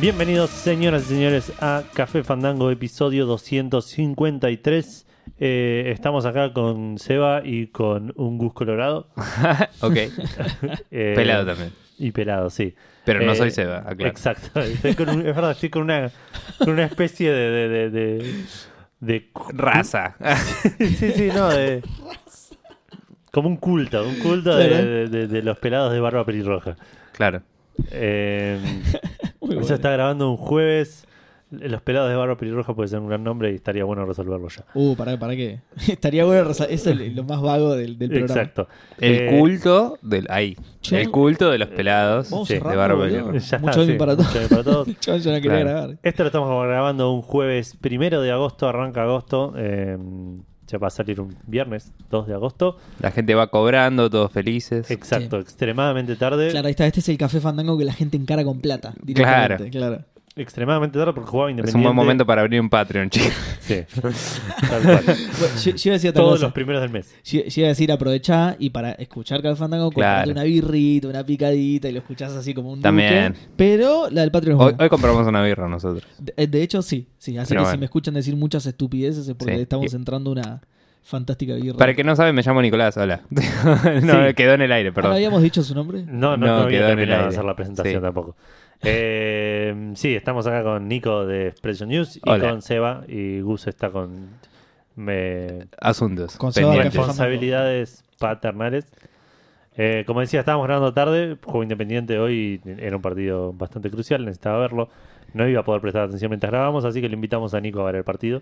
Bienvenidos, señoras y señores, a Café Fandango, episodio 253. Eh, estamos acá con Seba y con un Gus Colorado. ok, Eh, pelado también. Y pelado, sí. Pero no Eh, soy Seba, aclaro. Exacto. Estoy con un- es verdad, estoy con una, con una especie de... de, de, de- de- Raza. sí, sí, no, de... Como un culto, un culto de, Claro. de- de- de los pelados de barba pelirroja. claro. Eh, Muy eso bueno. está grabando un jueves. Los pelados de barba pelirroja puede ser un gran nombre y estaría bueno resolverlo ya. Uh, ¿para, para qué? Estaría bueno resa- Eso es lo más vago del, del programa. Exacto. El Eh, culto del. Ahí. Yo- el culto de los pelados eh, Vamos Sí, de cerrando, barba. boludo. blanca. Ya está, Mucho sí, bien para todos. mucho bien para todos. Yo, yo no quería Claro. grabar. Esto lo estamos grabando un jueves primero de agosto, arranca agosto. eh, ya va a salir un viernes 2 de agosto. La gente va cobrando, todos felices. Exacto, extremadamente tarde. Claro, ahí está. Este es el café fandango que la gente encara con plata. Directamente, claro. Extremadamente tarde porque jugaba Es independiente. un buen momento para abrir un Patreon, chicos. Sí, tal cual. Bueno, yo, yo iba a decir otra Todos cosa. los primeros del mes. Yo, yo iba a decir aprovechá y para escuchar Café Fandango, Claro. comprate una birrita, una picadita y lo escuchás así como un También. duque. Pero la del Patreon es Hoy, buena. hoy compramos una birra nosotros. De, de hecho, sí. sí. Así Pero que si bueno. me escuchan decir muchas estupideces es porque Sí. estamos Y- entrando una fantástica birra. Para el que no sabe, me llamo Nicolás, hola. no, Sí. quedó en el aire, Ah, ¿No perdón. habíamos dicho su nombre? No, no, No, no había quedó en el terminado de aire. hacer la presentación Sí. tampoco. Eh, sí, estamos acá con Nico de Expression News y Hola. con Seba. Y Gus está con me, Asuntos. Con Seba pendientes. Café Fandango. responsabilidades paternales. Eh, como decía, estábamos grabando tarde, juego independiente hoy era un partido bastante crucial, necesitaba verlo. No iba a poder prestar atención mientras grabamos, así que le invitamos a Nico a ver el partido.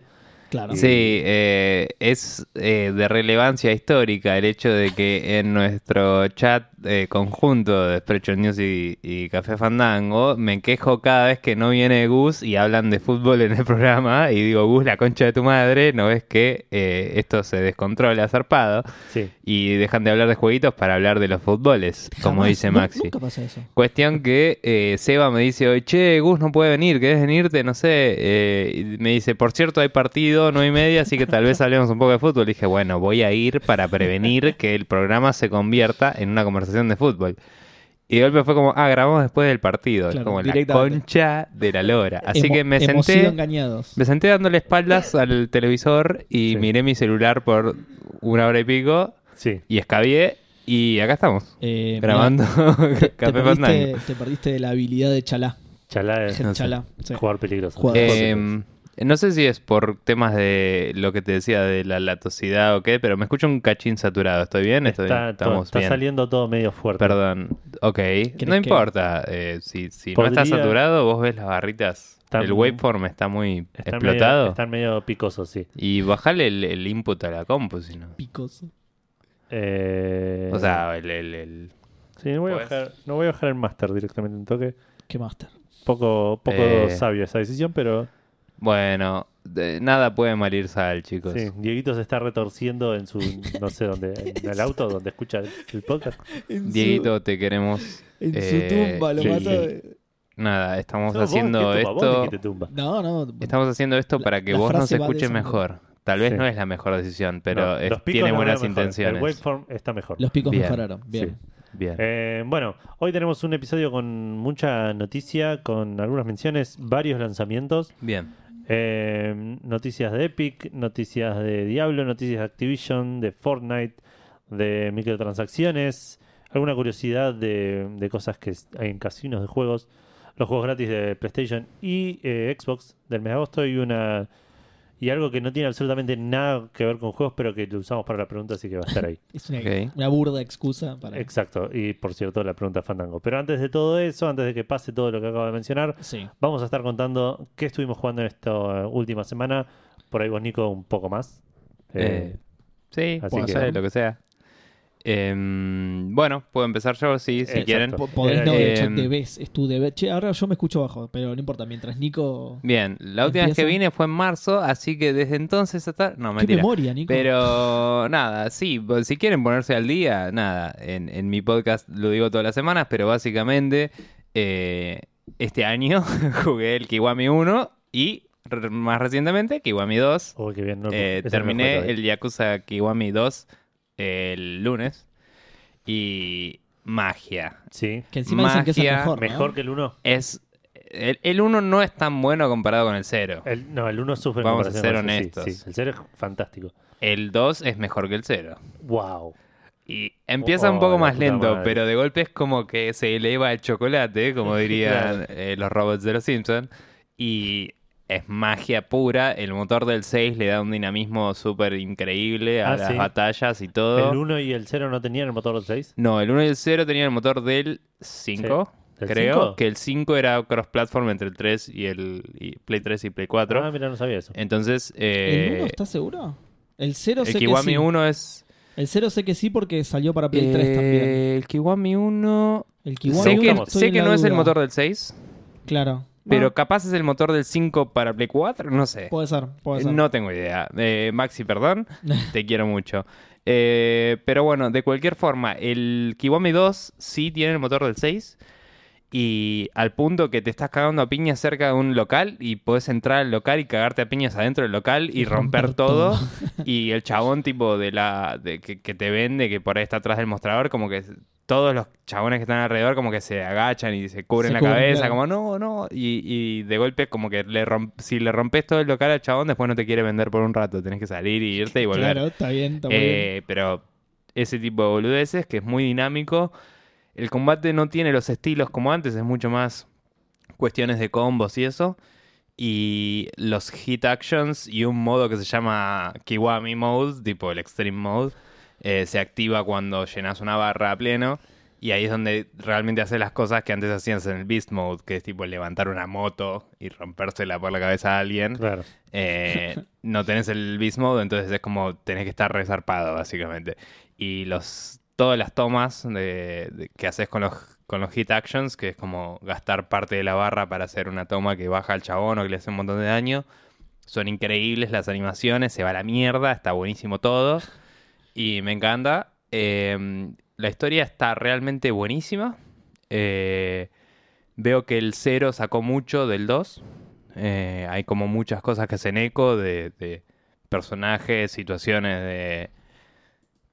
Claro. Sí, eh, es eh, de relevancia histórica el hecho de que en nuestro chat eh, conjunto de Sprecho News y, y Café Fandango me quejo cada vez que no viene Gus y hablan de fútbol en el programa y digo, Gus, la concha de tu madre, ¿no ves que eh, esto se descontrola zarpado? Sí. Y dejan de hablar de jueguitos para hablar de los fútboles, como Jamás. dice Nu- Maxi. Nunca pasa eso. Cuestión que eh, Seba me dice hoy, che, Gus no puede venir, ¿querés venirte? No sé. Eh, y me dice, por cierto, hay partido, no y media, así que tal vez hablemos un poco de fútbol. Y dije, bueno, voy a ir para prevenir que el programa se convierta en una conversación de fútbol. Y de golpe fue como, ah, grabamos después del partido. Es Claro, como la directamente. concha de la lora. Así Hemo- que me hemos senté. sido engañados. Me senté dándole espaldas al televisor y Sí. miré mi celular por una hora y pico Sí. y escabié y acá estamos. Eh, mirá, grabando te, te Café perdiste, Fandango. te perdiste de la habilidad de Chalá. Chalá es Je- no sé. Chalá. sí. jugador peligroso. Jugador Eh, no sé si es por temas de lo que te decía de la latosidad o qué, pero me escucho un cachín saturado. ¿Estoy bien? Estoy- está, todo- estamos está bien. saliendo todo medio fuerte. Perdón. Ok. No que- importa. eh, si si no está Podría- saturado, vos ves las barritas. Está- el waveform está muy Están explotado. Medio, están medio picosos, sí. Y bajale el, el input a la compu, si no. Picoso. Eh, O sea, el... el- el- sí, no, voy a pues- bajar, no voy a bajar el máster directamente en toque. Qué master. Poco, poco Eh. sabio esa decisión, pero Bueno, de- nada puede malir sal, chicos. Sí, Dieguito se está retorciendo en su, no sé dónde, en el auto donde escucha el, el podcast. Dieguito, te queremos. En eh, su tumba lo sí, mató. sí. Nada, estamos No, vos, haciendo ¿qué tumba? Vos esto... dijiste tumba. No, no. Estamos haciendo esto La- para que la vos nos frase va de escuches esa mejor. Tal vez Sí. no es la mejor decisión, pero No, es- los picos tiene nos buenas van mejor. El intenciones. waveform está mejor. Los picos Bien. mejoraron. Bien. Bien. Eh, bueno, hoy tenemos un episodio con mucha noticia, con algunas menciones, varios lanzamientos, Bien. eh, noticias de Epic, noticias de Diablo, noticias de Activision, de Fortnite, de microtransacciones, alguna curiosidad de, de cosas que s- hay en casinos de juegos, los juegos gratis de PlayStation y eh, Xbox del mes de agosto y una y algo que no tiene absolutamente nada que ver con juegos, pero que lo usamos para la pregunta, así que va a estar ahí. Es una, Ok. una burda excusa para. Exacto, y por cierto, la pregunta Fandango. Pero antes de todo eso, antes de que pase todo lo que acabo de mencionar, Sí. vamos a estar contando qué estuvimos jugando en esta eh, última semana. Por ahí vos, Nico, un poco más. Eh, Eh, sí, así puede que- ser, lo que sea. Em, bueno, puedo empezar yo sí, si Exacto. quieren. Po- Podés no, Eh, de hecho, em. debes. Es tu deber. Che, ahora yo me escucho bajo, pero no importa. Mientras Nico. Bien, la última vez que Empieza. vine fue en marzo, así que desde entonces hasta... No, Qué mentira. memoria, Nico. Pero nada, sí, bo- si quieren ponerse al día, nada, en, en mi podcast lo digo todas las semanas, pero básicamente eh, este año jugué el Kiwami 1 y re- más recientemente Kiwami 2. oh, qué bien, no, Eh, ese no me terminé acuerdo, eh. el Yakuza Kiwami 2 el lunes y magia. Sí, Que encima dicen que es el Magia, mejor. ¿no? mejor que el 1. Es El, el 1 no es tan bueno comparado con el 0. El- no, el 1 sufre en Vamos a comparación ser con el honestos. Sí, sí, el 0 es fantástico. El 2 es mejor que el 0. ¡Wow! Y empieza un Oh, poco la más puta lento, madre. pero de golpe es como que se eleva el chocolate, como dirían Claro. eh, los robots de los Simpsons. Y es magia pura. El motor del 6 le da un dinamismo súper increíble a Ah, las sí. batallas y todo. El 1 y el 0 no tenían el motor del 6. No, el 1 y el 0 tenían el motor del 5. ¿Del Creo 5? que el 5 era cross-platform entre el 3 y el y Play 3 y Play 4. Ah, mira, no sabía eso. Entonces, ¿El eh, 1 estás seguro? El 0 el, sé que sí. Kiwami 1 es... El 0 sé que sí porque salió para Play 3 también. Eh, El Kiwami 1... El sé Kiwami que, 1 estoy sé en que la no es el duda. motor del 6, Claro. pero Ah, capaz es el motor del 5 para Play 4, no sé. puede ser, puede ser. No tengo idea. Eh, Maxi, perdón, te quiero mucho. Eh, pero bueno, de cualquier forma, el Kiwami 2 sí tiene el motor del 6. Y al punto que te estás cagando a piñas cerca de un local y puedes entrar al local y cagarte a piñas adentro del local y, Y romper, romper todo. y el chabón tipo de la de que, que te vende, que por ahí está atrás del mostrador, como que todos los chabones que están alrededor como que se agachan y se cubren Se la cubren, cabeza, claro. como no, no. Y, y de golpe como que le romp- si le rompes todo el local al chabón, después no te quiere vender por un rato, tenés que salir y irte y volver. Claro, está bien, está muy bien. Eh, pero ese tipo de boludeces que es muy dinámico. El combate no tiene los estilos como antes, es mucho más cuestiones de combos y eso. Y los hit actions y un modo que se llama Kiwami Mode, tipo el Extreme Mode, eh, se activa cuando llenas una barra a pleno. Y ahí es donde realmente haces las cosas que antes hacías en el Beast Mode, que es tipo levantar una moto y rompérsela por la cabeza a alguien. Claro. Eh, no tenés el beast mode, entonces es como tenés que estar resarpado, básicamente. Y los todas las tomas de, de- que haces con los, con los hit actions, que es como gastar parte de la barra para hacer una toma que baja al chabón o que le hace un montón de daño, son increíbles las animaciones, se va a la mierda, está buenísimo todo. Y me encanta. Eh, la historia está realmente buenísima. Eh, veo que el 0 sacó mucho del 2. Eh, hay como muchas cosas que hacen eco de, de personajes, situaciones de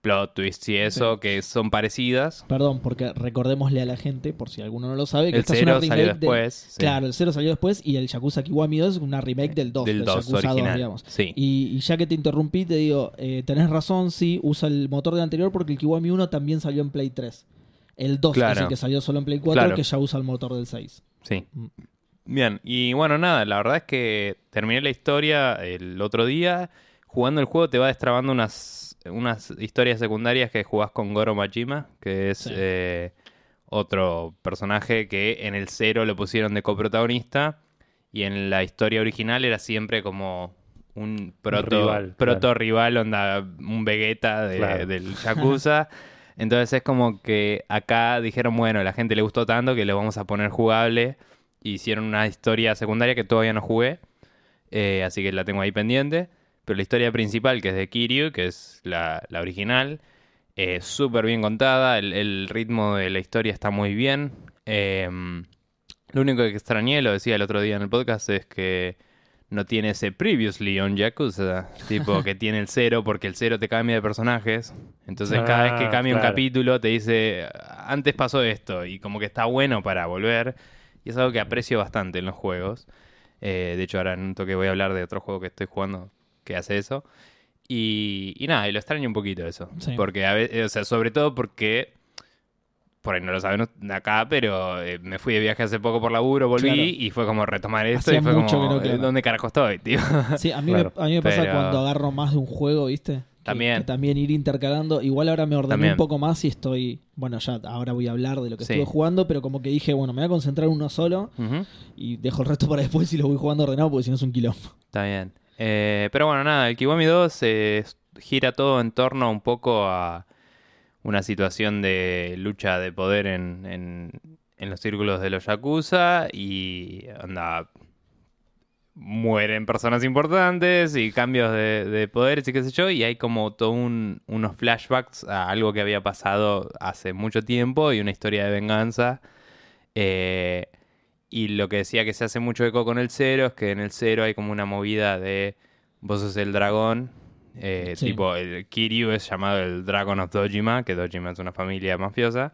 plot twists y eso que son parecidas. Perdón, porque recordémosle a la gente, por si alguno no lo sabe, que El esta es una 0 remake salió de- después. sí, Claro, el 0 salió después y el Yakuza Kiwami 2 es una remake del 2, del 2 Yakuza 2, original. digamos. Sí. Y, y ya que te interrumpí, te digo, eh, tenés razón, sí, usa el motor del anterior porque el Kiwami 1 también salió en Play 3. El 2 es Claro. el que salió solo en Play 4 Claro. que ya usa el motor del 6. Sí. Mm. Bien, y bueno, nada, la verdad es que terminé la historia el otro día. Jugando el juego te va destrabando unas, unas historias secundarias que jugás con Goro Majima, que es Sí. eh, otro personaje que en el cero lo pusieron de coprotagonista y en la historia original era siempre como un proto Rival, claro. proto rival, onda un Vegeta de- Claro. del Yakuza. Entonces es como que acá dijeron, bueno, la gente le gustó tanto que lo vamos a poner jugable. Hicieron una historia secundaria que todavía no jugué, eh, así que la tengo ahí pendiente. Pero la historia principal, que es de Kiryu, que es la, la original, eh, súper bien contada, el, el ritmo de la historia está muy bien. Em, lo único que extrañé, lo decía el otro día en el podcast, es que no tiene ese previously on Yakuza. Tipo que tiene el cero porque el cero te cambia de personajes. Entonces cada vez que Ah, cambia un claro. capítulo te dice, antes pasó esto y como que está bueno para volver. Y es algo que aprecio bastante en los juegos. Eh, de hecho ahora en un toque voy a hablar de otro juego que estoy jugando que hace eso. Y, y nada, y lo extraño un poquito eso. Sí. Porque a veces, o sea, sobre todo porque por ahí no lo saben acá, pero eh, me fui de viaje hace poco por laburo, volví Claro. y fue como retomar esto Hacía y fue mucho como, que no, claro. eh, ¿dónde carajo estoy, tío? Sí, a mí, Claro, me, a mí me pasa pero- cuando agarro más de un juego, ¿viste? Que- También. que también ir intercalando. Igual ahora me ordené También. un poco más y estoy. Bueno, ya ahora voy a hablar de lo que Sí. estuve jugando, pero como que dije, bueno, me voy a concentrar en uno solo Ujú, y dejo el resto para después y lo voy jugando ordenado porque si no es un quilombo. Está bien. Eh, pero bueno, nada, el Kiwami 2 eh, gira todo en torno un poco a una situación de lucha de poder en, en, en los círculos de los Yakuza y anda mueren personas importantes y cambios de, de poderes y qué sé yo, y hay como todo un- unos flashbacks a algo que había pasado hace mucho tiempo y una historia de venganza. Eh, y lo que decía que se hace mucho eco con el cero es que en el cero hay como una movida de vos sos el dragón, eh, Sí. tipo el Kiryu es llamado el Dragon of Dojima, que Dojima es una familia mafiosa.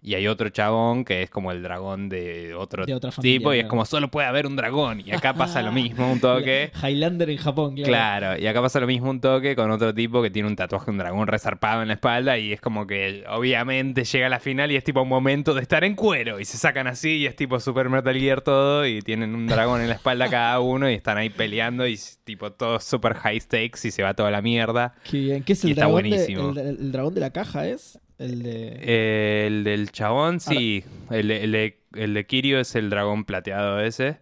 Y hay otro chabón que es como el dragón de otro De otra tipo familia, y es claro. como solo puede haber un dragón. Y acá pasa lo mismo, un toque. Highlander en Japón, claro. Claro, y acá pasa lo mismo un toque con otro tipo que tiene un tatuaje de un dragón resarpado en la espalda y es como que obviamente llega a la final y es tipo un momento de estar en cuero y se sacan así y es tipo Super Metal Gear todo y tienen un dragón en la espalda cada uno y están ahí peleando y es tipo todo super high stakes y se va toda la mierda. Qué bien. ¿Qué es Y el está dragón? de- buenísimo. el, el dragón de la caja es? El de. Eh, el del chabón, sí. El, de- el de, el de Kirio es el dragón plateado ese.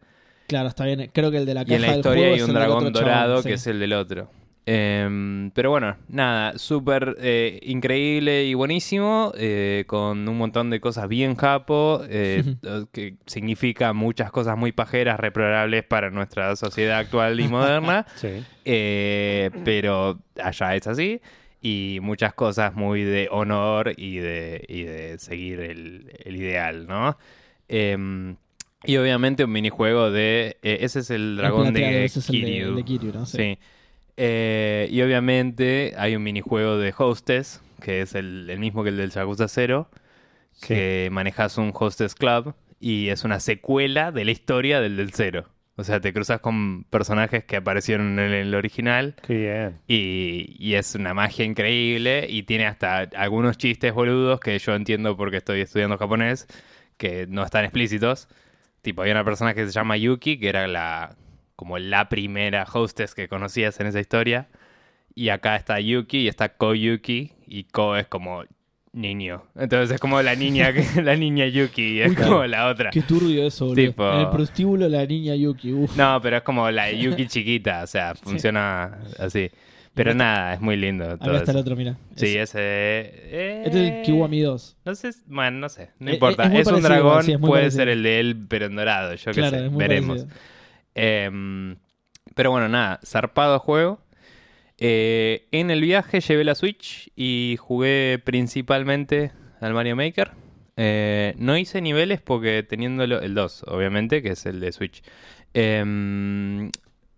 Claro, está bien. Creo que el de la caja. Y en la del historia juego hay es un el del dragón otro chabón, dorado sí. que es el del otro. Em, pero bueno, nada, súper eh, increíble y buenísimo, eh, con un montón de cosas bien japo, eh, que significa muchas cosas muy pajeras, reprobables para nuestra sociedad actual y moderna, Sí. eh, pero allá es así, y muchas cosas muy de honor y de, y de seguir el, el ideal, ¿no? Em, y obviamente un minijuego de... eh, ese es el El dragón plateado, de, ese es el de- Kiryu. de Kiryu, ¿no? Sí. Sí. Eh, y obviamente hay un minijuego de Hostess, que es el, el mismo que el del Yakuza 0, Sí. que manejas un Hostess Club y es una secuela de la historia del del 0. O sea, te cruzas con personajes que aparecieron en el original Qué bien. y, y es una magia increíble y tiene hasta algunos chistes boludos que yo entiendo porque estoy estudiando japonés, que no están explícitos. Tipo, había una persona que se llama Yuki, que era la como la primera hostess que conocías en esa historia. Y acá está Yuki y está Ko-Yuki y Ko es como niño. Entonces es como la niña, que- la niña Yuki y es Uy, como la otra. Qué turbio eso, boludo. Tipo- En el prostíbulo la niña Yuki. Uf. No, pero es como la Yuki chiquita, o sea, funciona así. Pero nada, es muy lindo. todo Acá está el eso. otro, mira. Sí, Es- ese. eh, Este es el Kiwami 2. No sé, bueno, no sé, no Eh, importa. eh, Es, es muy un parecido, dragón, sí, es muy puede parecido. ser el de él, pero en dorado, yo qué Claro, sé, es muy veremos. parecido. Em, pero bueno, nada, zarpado juego. Eh, en el viaje llevé la Switch y jugué principalmente al Mario Maker. Eh, no hice niveles porque teniéndolo, el 2, obviamente, que es el de Switch. Em,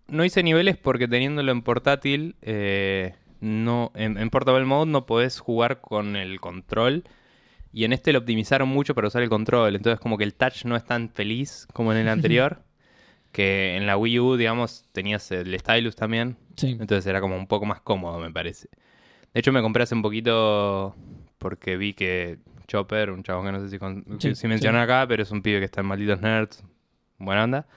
no hice niveles porque teniéndolo en portátil, eh, no, en, en Portable Mode no podés jugar con el control. Y en este lo optimizaron mucho para usar el control. Entonces como que el touch no es tan feliz como en el anterior. que en la Wii U, digamos, tenías el stylus también. Sí. Entonces era como un poco más cómodo, me parece. De hecho, me compré hace un poquito porque vi que Chopper, un chabón que no sé si, con- Sí, si mencioné sí. acá, pero es un pibe que está en Malditos Nerds, buena onda,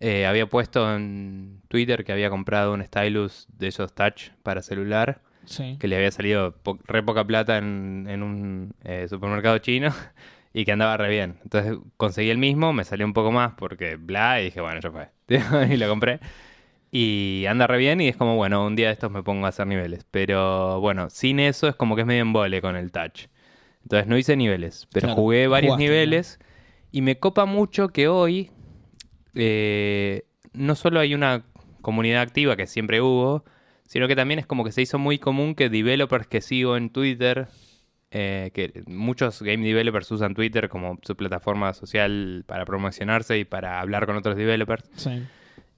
eh, había puesto en Twitter que había comprado un stylus de esos touch para celular, Sí. que le había salido po- re poca plata en, en un eh, supermercado chino y que andaba re bien. Entonces conseguí el mismo, me salió un poco más porque bla, y dije, bueno, ya fue. y lo compré. Y anda re bien y es como, bueno, un día de estos me pongo a hacer niveles. Pero bueno, sin eso es como que es medio embole con el touch. Entonces no hice niveles, pero Claro, jugué varios jugaste, niveles y me copa mucho que hoy eh, no solo hay una comunidad activa que siempre hubo, sino que también es como que se hizo muy común que developers que sigo en Twitter, eh, que muchos game developers usan Twitter como su plataforma social para promocionarse y para hablar con otros developers. Sí.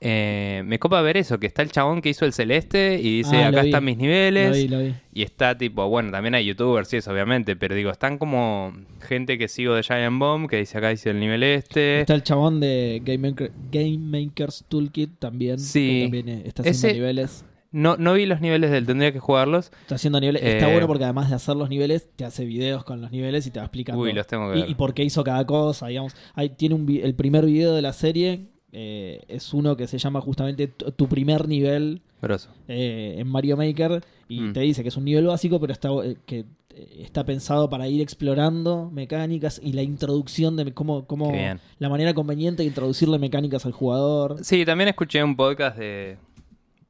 Eh, me copa ver eso, que está el chabón que hizo el celeste y dice, Ah, lo acá vi. están mis Lo niveles. vi, lo vi. Y está tipo, bueno, también hay youtubers, sí, eso obviamente, pero digo, están como gente que sigo de Giant Bomb, que dice acá dice el nivel este. Está el chabón de Game, Maker- Game Maker's Toolkit también. Sí. que también eh, está haciendo Ese- niveles. No, no vi los niveles del, tendría que jugarlos. Está haciendo niveles. está Eh, bueno porque además de hacer los niveles, te hace videos con los niveles y te va explicando. Uy, los tengo que y, ver. y por qué hizo cada cosa, digamos. Ahí tiene un vi- el primer video de la serie. eh, es uno que se llama justamente Tu tu primer nivel Grosso. eh, en Mario Maker. Y Mm. te dice que es un nivel básico, pero está, eh, que eh, está pensado para ir explorando mecánicas y la introducción de cómo, cómo Qué bien. la manera conveniente de introducirle mecánicas al jugador. Sí, también escuché un podcast de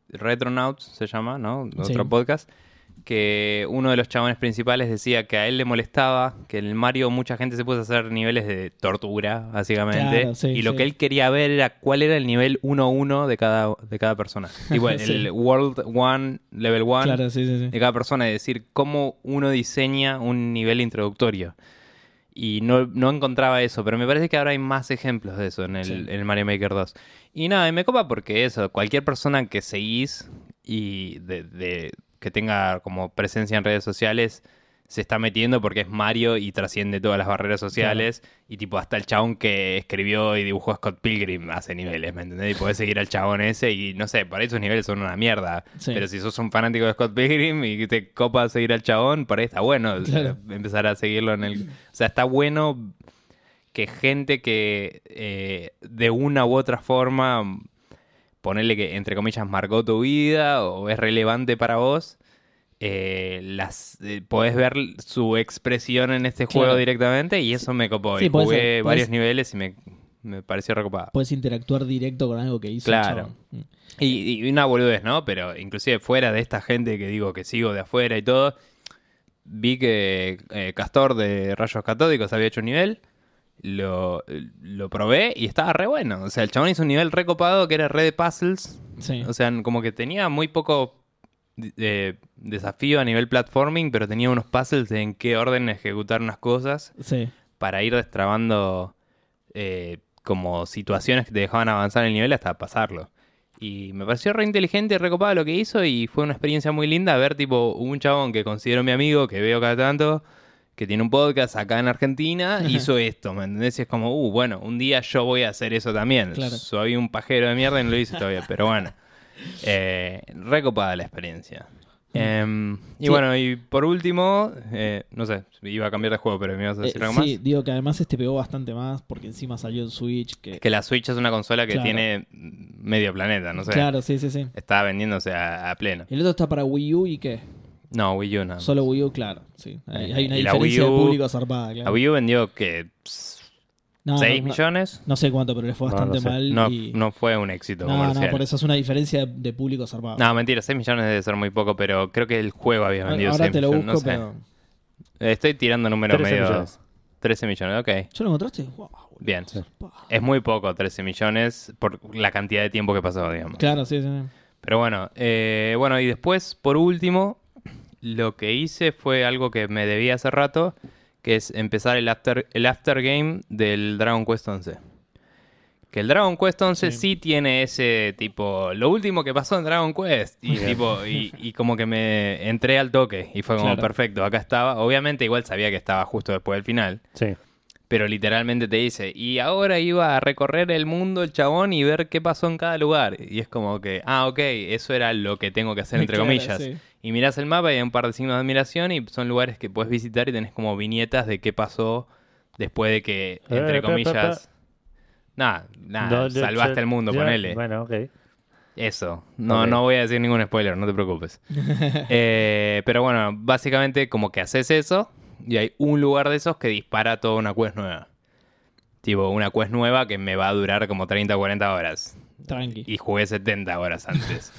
Retronauts, se llama, ¿no? Otro Sí. podcast, que uno de los chabones principales decía que a él le molestaba que en el Mario mucha gente se puso a hacer niveles de tortura, básicamente. Claro, sí, y lo sí. que él quería ver era cuál era el nivel 1-1 de cada, de cada persona. Igual, Sí. el World 1, Level 1, Claro, sí, sí, sí. de cada persona, es decir, cómo uno diseña un nivel introductorio. Y no, no encontraba eso, pero me parece que ahora hay más ejemplos de eso en el, Sí. en el Mario Maker 2. Y nada, y me copa porque eso, cualquier persona que seguís y de, de- que tenga como presencia en redes sociales, se está metiendo porque es Mario y trasciende todas las barreras sociales. Y tipo, hasta el chabón que escribió y dibujó a Scott Pilgrim hace niveles, ¿me entendés? Y podés seguir al chabón ese y no sé, por ahí sus niveles son una mierda. Sí. Pero si sos un fanático de Scott Pilgrim y te copa seguir al chabón, por ahí está bueno Claro. eh, empezar a seguirlo en el... O sea, está bueno que gente que eh, de una u otra forma, ponerle que entre comillas marcó tu vida o es relevante para vos, eh, las eh, podés ver su expresión en este Claro. juego directamente y eso me copó. Sí, y puede jugué ser, puede varios ser. niveles y me, me pareció recopado. Puedes interactuar directo con algo que hizo. Claro. el chabón. Mm. Y, y una boludez, ¿no? Pero inclusive fuera de esta gente que digo que sigo de afuera y todo, vi que eh, Castor de Rayos Catódicos había hecho un nivel, lo, lo probé y estaba re bueno. O sea, el chabón hizo un nivel recopado que era re de puzzles. Sí. O sea, como que tenía muy poco eh, desafío a nivel platforming, pero tenía unos puzzles de en qué orden ejecutar unas cosas Sí. para ir destrabando eh, como situaciones que te dejaban avanzar el nivel hasta pasarlo. Y me pareció re inteligente y recopado lo que hizo y fue una experiencia muy linda ver tipo un chabón que considero mi amigo, que veo cada tanto, que tiene un podcast acá en Argentina, hizo esto, ¿me entendés? Y es como, uh, bueno, un día yo voy a hacer eso también. Claro. Soy un pajero de mierda y no lo hice todavía, pero bueno. Eh, recopada la experiencia. Em, y Mm. Sí. bueno, y por último, eh, no sé, iba a cambiar de juego, pero me ibas a Eh, decir algo sí, más. digo que además este pegó bastante más porque encima salió en Switch. Que, Es que la Switch es una consola que Claro. tiene medio planeta, no sé. Claro, sí, sí, sí. Está vendiéndose a, a pleno. El otro está para Wii U y qué? No, Wii U no. Solo Wii U, claro. Sí. Hay, Eh, hay una y la diferencia Wii U- de público zarpada, claro. La Wii U vendió que No, 6 no, no, millones. No sé cuánto, pero le fue No, no bastante sé. mal. No, y- no fue un éxito no, comercial. no, por eso es una diferencia de, de público zarpado. No, mentira, 6 millones debe ser muy poco, pero creo que el juego había vendido Ahora 6 te lo busco, millones. no sé. pero. Estoy tirando números 13 medio. millones. 13 millones, ok. ¿Ya lo encontraste? Wow, boludo, Bien. Sí. pa. Es muy poco 13 millones por la cantidad de tiempo que pasó, digamos. Claro, sí, sí. sí. Pero bueno, eh, bueno, y después, por último, lo que hice fue algo que me debía hace rato, que es empezar el after, el after game del Dragon Quest 11. Que el Dragon Quest 11 sí. Sí. tiene ese tipo, lo último que pasó en Dragon Quest. Y, tipo, y, y como que me entré al toque y fue como Claro. perfecto, acá estaba. Obviamente igual sabía que estaba justo después del final. Sí. Pero literalmente te dice, y ahora iba a recorrer el mundo el chabón y ver qué pasó en cada lugar. Y es como que, ah, ok, eso era lo que tengo que hacer, entre Claro, comillas. sí. Y mirás el mapa y hay un par de signos de admiración y son lugares que puedes visitar y tenés como viñetas de qué pasó después de que, entre Eh, pa, pa, comillas... Nada, nada, No, salvaste ya- el mundo, ya- ponele. Bueno, ok. Eso. No, Ok. no voy a decir ningún spoiler, no te preocupes. Eh, pero bueno, básicamente como que haces eso y hay un lugar de esos que dispara toda una quest nueva. Tipo, una quest nueva que me va a durar como 30 o 40 horas. Tranqui. Y jugué 70 horas antes.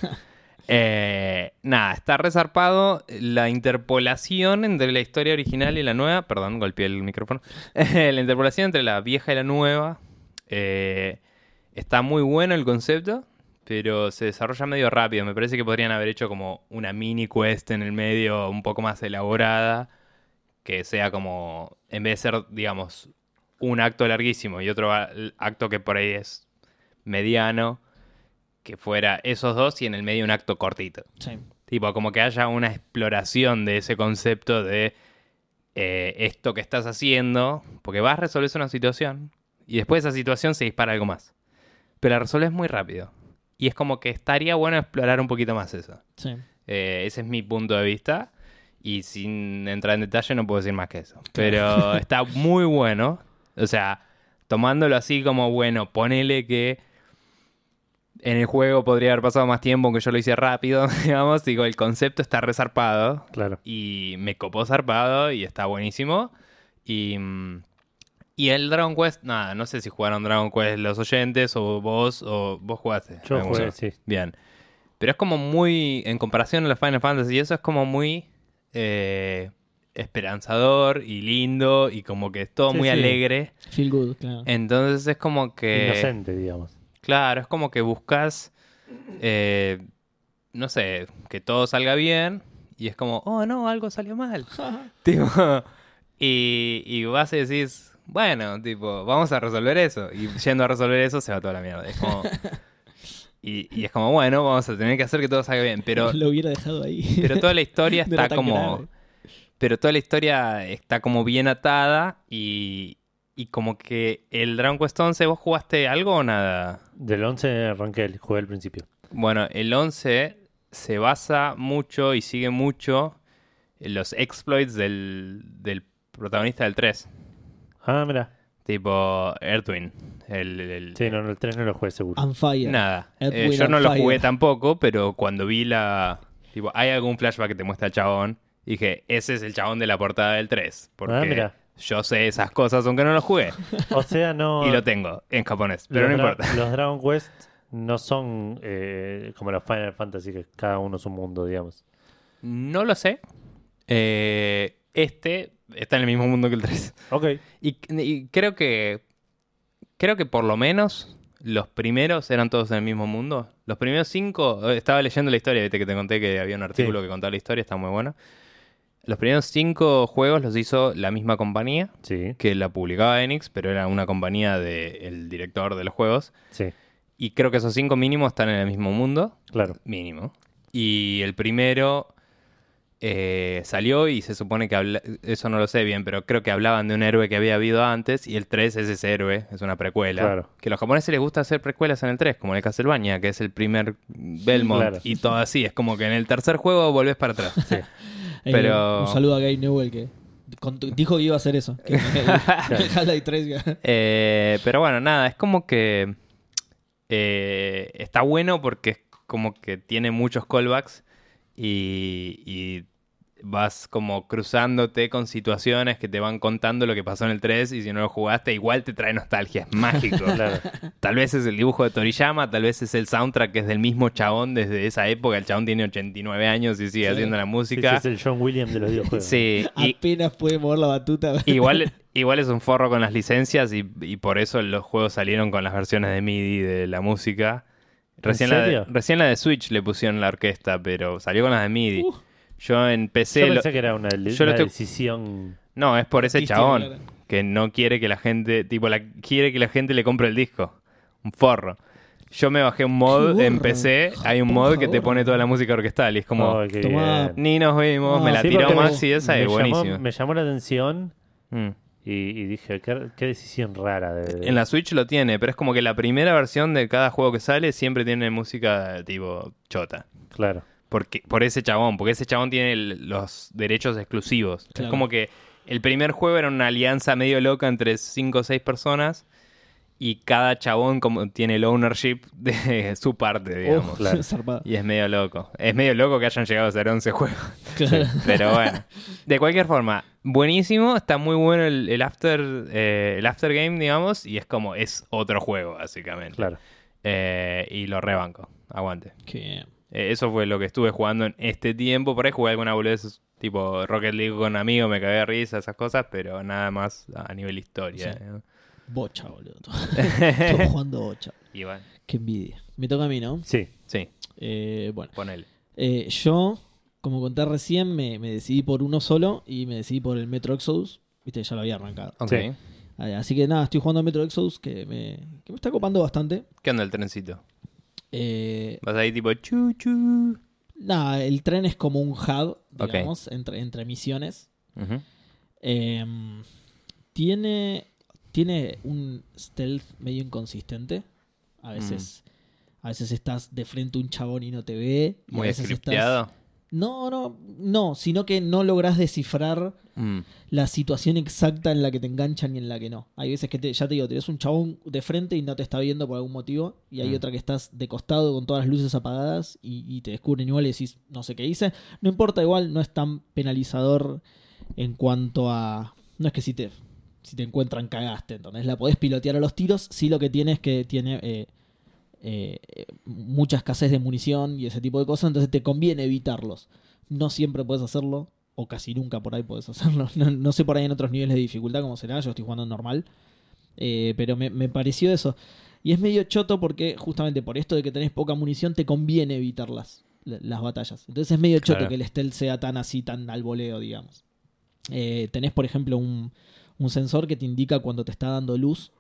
Eh, nada, está resarpado la interpolación entre la historia original y la nueva. Perdón, golpeé el micrófono. la interpolación entre la vieja y la nueva. Eh, está muy bueno el concepto, pero se desarrolla medio rápido. Me parece que podrían haber hecho como una mini quest en el medio un poco más elaborada. Que sea como, en vez de ser, digamos, un acto larguísimo y otro a- acto que por ahí es mediano, que fuera esos dos y en el medio un acto cortito. Sí. Tipo, como que haya una exploración de ese concepto de eh, esto que estás haciendo, porque vas, resolves una situación y después de esa situación se dispara algo más. Pero la resolves muy rápido. Y es como que estaría bueno explorar un poquito más eso. sí. Eh, ese es mi punto de vista. Y sin entrar en detalle no puedo decir más que eso. Pero está muy bueno. O sea, tomándolo así como, bueno, ponele que en el juego podría haber pasado más tiempo, aunque yo lo hice rápido, digamos. Digo, el concepto está resarpado. Claro. Y me copó zarpado y está buenísimo. Y, mm, y el Dragon Quest, nada, no sé si jugaron Dragon Quest los oyentes o vos, o vos jugaste. Yo alguno. jugué, sí. Bien. Pero es como muy, en comparación a los Final Fantasy, eso es como muy eh, esperanzador y lindo y como que es todo Sí, muy sí. alegre. Feel good, claro. Eh, Entonces es como que... Inocente, digamos. Claro, es como que buscas, eh, no sé, que todo salga bien y es como, oh no, algo salió mal. tipo, y, y vas y decís, bueno, tipo, vamos a resolver eso. Y yendo a resolver eso se va toda la mierda. Es como, y, y es como, bueno, vamos a tener que hacer que todo salga bien. Pero, lo hubiera dejado ahí. pero toda la historia No era está tan como grave. Pero toda la historia está como bien atada y, y como que el Dragon Quest 11, ¿vos jugaste algo o nada? Del 11 arranqué, el- jugué al principio. Bueno, el 11 se basa mucho y sigue mucho en los exploits del, del protagonista del 3, Ah, mira. tipo Erwin. El, el- Sí, no, no, el 3 no lo jugué seguro. And fire. Nada. Eh, Edwin yo no on lo fire. jugué tampoco, pero cuando vi la. Tipo, hay algún flashback que te muestra el chabón. Dije, ese es el chabón de la portada del 3. Porque Ah, mira. yo sé esas cosas, aunque no lo jugué. O sea, no. Y lo tengo en japonés. Pero los no Dra- importa. Los Dragon Quest no son eh, como los Final Fantasy, que cada uno es un mundo, digamos. No lo sé. Eh, este está en el mismo mundo que el 3. Ok. Y, y creo que. Creo que por lo menos los primeros eran todos en el mismo mundo. Los primeros cinco. eh, Estaba leyendo la historia, viste que te conté que había un artículo que contaba la historia, está muy bueno. Los primeros cinco juegos los hizo la misma compañía Sí, que la publicaba Enix, pero era una compañía del director de los juegos. sí, Y creo que esos cinco mínimos están en el mismo mundo. claro. Mínimo. Y el primero eh, salió y se supone que habla... Eso no lo sé bien, pero creo que hablaban de un héroe que había habido antes. Y el 3 es ese héroe, es una precuela. Claro. Que a los japoneses les gusta hacer precuelas en el 3, como en el Castlevania, que es el primer Belmont Claro. y todo así. Es como que en el tercer juego volvés para atrás. Eh, pero- un saludo a Gabe Newell que con- dijo que iba a hacer eso. Que el, el Half-Life 3. Eh, pero bueno, nada, es como que eh, está bueno porque es como que tiene muchos callbacks y, y vas como cruzándote con situaciones que te van contando lo que pasó en el 3 y si no lo jugaste igual te trae nostalgia, es mágico. Claro. Tal vez es el dibujo de Toriyama, tal vez es el soundtrack que es del mismo chabón desde esa época, el chabón tiene 89 años y sigue Sí. Ah, haciendo la Sí, sí, música. es el John Williams de los videojuegos. Sí, y- Apenas puede mover la batuta. Igual, igual es un forro con las licencias y, y por eso los juegos salieron con las versiones de MIDI de la música. Recién, ¿En la, de, serio? recién la de Switch le pusieron la orquesta, pero salió con las de MIDI. Uh. yo en Yo PC... lo- pensé que era una, li- yo lo una estoy- decisión. No, es por ese Artística, chabón claro. que no quiere que la gente... Tipo, la, quiere que la gente le compre el disco. Un forro. Yo me bajé un mod Qué en burro. PC, hay un Por mod que te favor. pone toda la música orquestal y es como... Ay, qué Tomá. bien. Ni nos vimos, No, me la sí, tiró porque Maxi, esa eh, me es buenísima. Llamó, me llamó la atención Mm. y, y dije, qué, qué decisión rara. De... En la Switch lo tiene, pero es como que la primera versión de cada juego que sale siempre tiene música tipo chota. Claro. Porque, por ese chabón, porque ese chabón tiene el- los derechos exclusivos. Es Claro. como que el primer juego era una alianza medio loca entre cinco o seis personas y cada chabón como tiene el ownership de su parte, digamos. Uh, claro. zarpado. Y es medio loco. Es medio loco que hayan llegado a ser 11 juegos. Claro. Pero bueno. De cualquier forma, buenísimo. Está muy bueno el, el after eh, el after game, digamos. Y es como, es otro juego, básicamente. Claro. Eh, y lo rebanco. Aguante. Qué bien. Eh, eso fue lo que estuve jugando en este tiempo. Por ahí jugué alguna boludez tipo Rocket League con amigos, me cagué de risa, esas cosas. Pero nada más a nivel historia. Sí. ¿no? Bocha, boludo. Estoy jugando bocha. Y bueno, Qué envidia. Me toca a mí, ¿no? Sí. sí, Eh, bueno. ponele. Eh, yo, como conté recién, me, me decidí por uno solo y me decidí por el Metro Exodus. Viste, ya lo había arrancado. Ok. Sí. Eh, Así que nada, estoy jugando a Metro Exodus que me, que me está copando bastante. ¿Qué onda el trencito? Eh, Vas ahí tipo chu chu. nada, el tren es como un hub, Ok. digamos, entre, entre misiones. Ujú. Em, tiene, tiene un stealth medio inconsistente. A veces, a veces estás de frente a un chabón y no te ve. y a Mm. Muy veces estás- scripteado. No, no, no, sino que no logras descifrar Mm. la situación exacta en la que te enganchan y en la que no. Hay veces que te- ya te digo, tienes un chabón de frente y no te está viendo por algún motivo, y hay Mm. otra que estás de costado con todas las luces apagadas y, y te descubren igual y decís, no sé qué hice. No importa, igual no es tan penalizador en cuanto a. No es que si te, si te encuentran cagaste, entonces la podés pilotear a los tiros, sí lo que tiene es que tiene. eh, eh, eh, mucha escasez de munición y ese tipo de cosas, entonces te conviene evitarlos. No siempre puedes hacerlo, o casi nunca por ahí puedes hacerlo. No, no sé por ahí en otros niveles de dificultad cómo será, yo estoy jugando en normal. Eh, pero me, me pareció eso. Y es medio choto porque justamente por esto de que tenés poca munición te conviene evitar las, la- las batallas. Entonces es medio choto Claro. que el stealth sea tan así, tan al voleo, digamos. Eh, tenés, por ejemplo, un, un sensor que te indica cuando te está dando luz.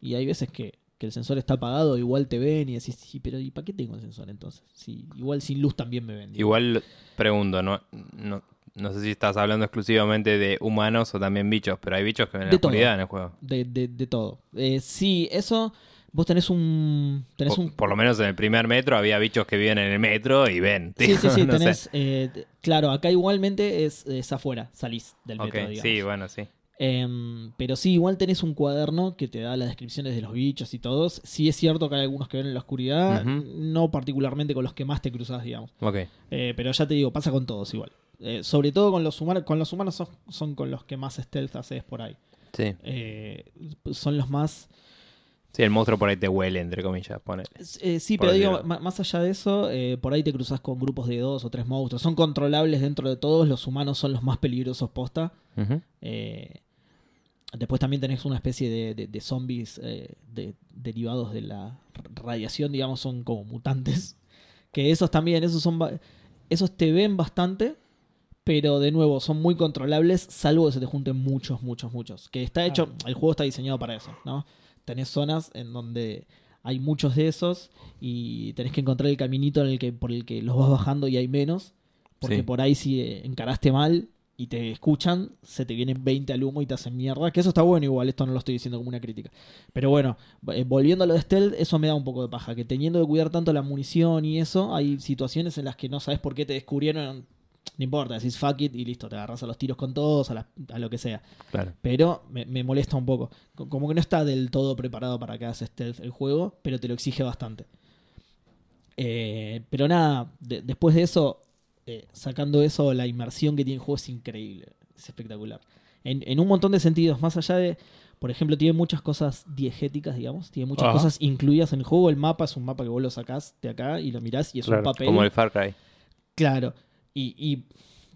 Y hay veces que, que el sensor está apagado, igual te ven y decís, sí, pero ¿y para qué tengo el sensor entonces? Sí, igual sin luz también me ven. Igual pregunto, no, no, no sé si estás hablando exclusivamente de humanos o también bichos, pero hay bichos que ven en la De todo. oscuridad en el juego. de, de- de todo. Eh, sí, eso. Vos tenés un. Tenés Por- un. Por lo menos en el primer metro había bichos que viven en el metro y ven. Sí, sí, sí, No sé. tenés. eh, te- claro, acá igualmente es, es afuera, salís del metro, Ok, digamos. sí, bueno, sí. Em, pero sí, igual tenés un cuaderno que te da las descripciones de los bichos y todos. Sí es cierto que hay algunos que ven en la oscuridad, Ujú. no particularmente con los que más te cruzas, digamos. Ok. Eh, pero ya te digo, pasa con todos igual. Eh, sobre todo con los humanos, con los humanos son, son con los que más stealth haces por ahí. Sí. Eh, son los más... Sí, el monstruo por ahí te huele, entre comillas, pone. eh, sí, Por pero el digo, libro. ma- más allá de eso, eh, por ahí te cruzas con grupos de dos o tres monstruos. Son controlables dentro de todos, los humanos son los más peligrosos posta. Eh, después también tenés una especie de, de- de zombies eh, de- derivados de la radiación, digamos, son como mutantes. Que esos también, esos son ba- esos te ven bastante, pero de nuevo, son muy controlables, salvo que se te junten muchos, muchos, muchos. Que está hecho, el juego está diseñado para eso, ¿no? Tenés zonas en donde hay muchos de esos y tenés que encontrar el caminito en el que, por el que los vas bajando y hay menos. Porque Sí. por ahí si eh, encaraste mal y te escuchan, se te vienen 20 al humo y te hacen mierda. Que eso está bueno igual, esto no lo estoy diciendo como una crítica. Pero bueno, eh, volviendo a lo de stealth, eso me da un poco de paja. Que teniendo que cuidar tanto la munición y eso, hay situaciones en las que no sabes por qué te descubrieron. No importa, decís fuck it y listo, te agarras a los tiros con todos, a, la- a lo que sea. Claro. Pero me, me molesta un poco. Co- Como que no está del todo preparado para que hagas stealth el juego, pero te lo exige bastante. Eh, pero nada, de- después de eso, eh, sacando eso, la inmersión que tiene el juego es increíble. Es espectacular. En, en un montón de sentidos, más allá de. Por ejemplo, tiene muchas cosas diegéticas, digamos. Tiene muchas Ajá. cosas incluidas en el juego. El mapa es un mapa que vos lo sacás de acá y lo mirás y es Claro, un papel. Como el Far Cry. Claro. Y, y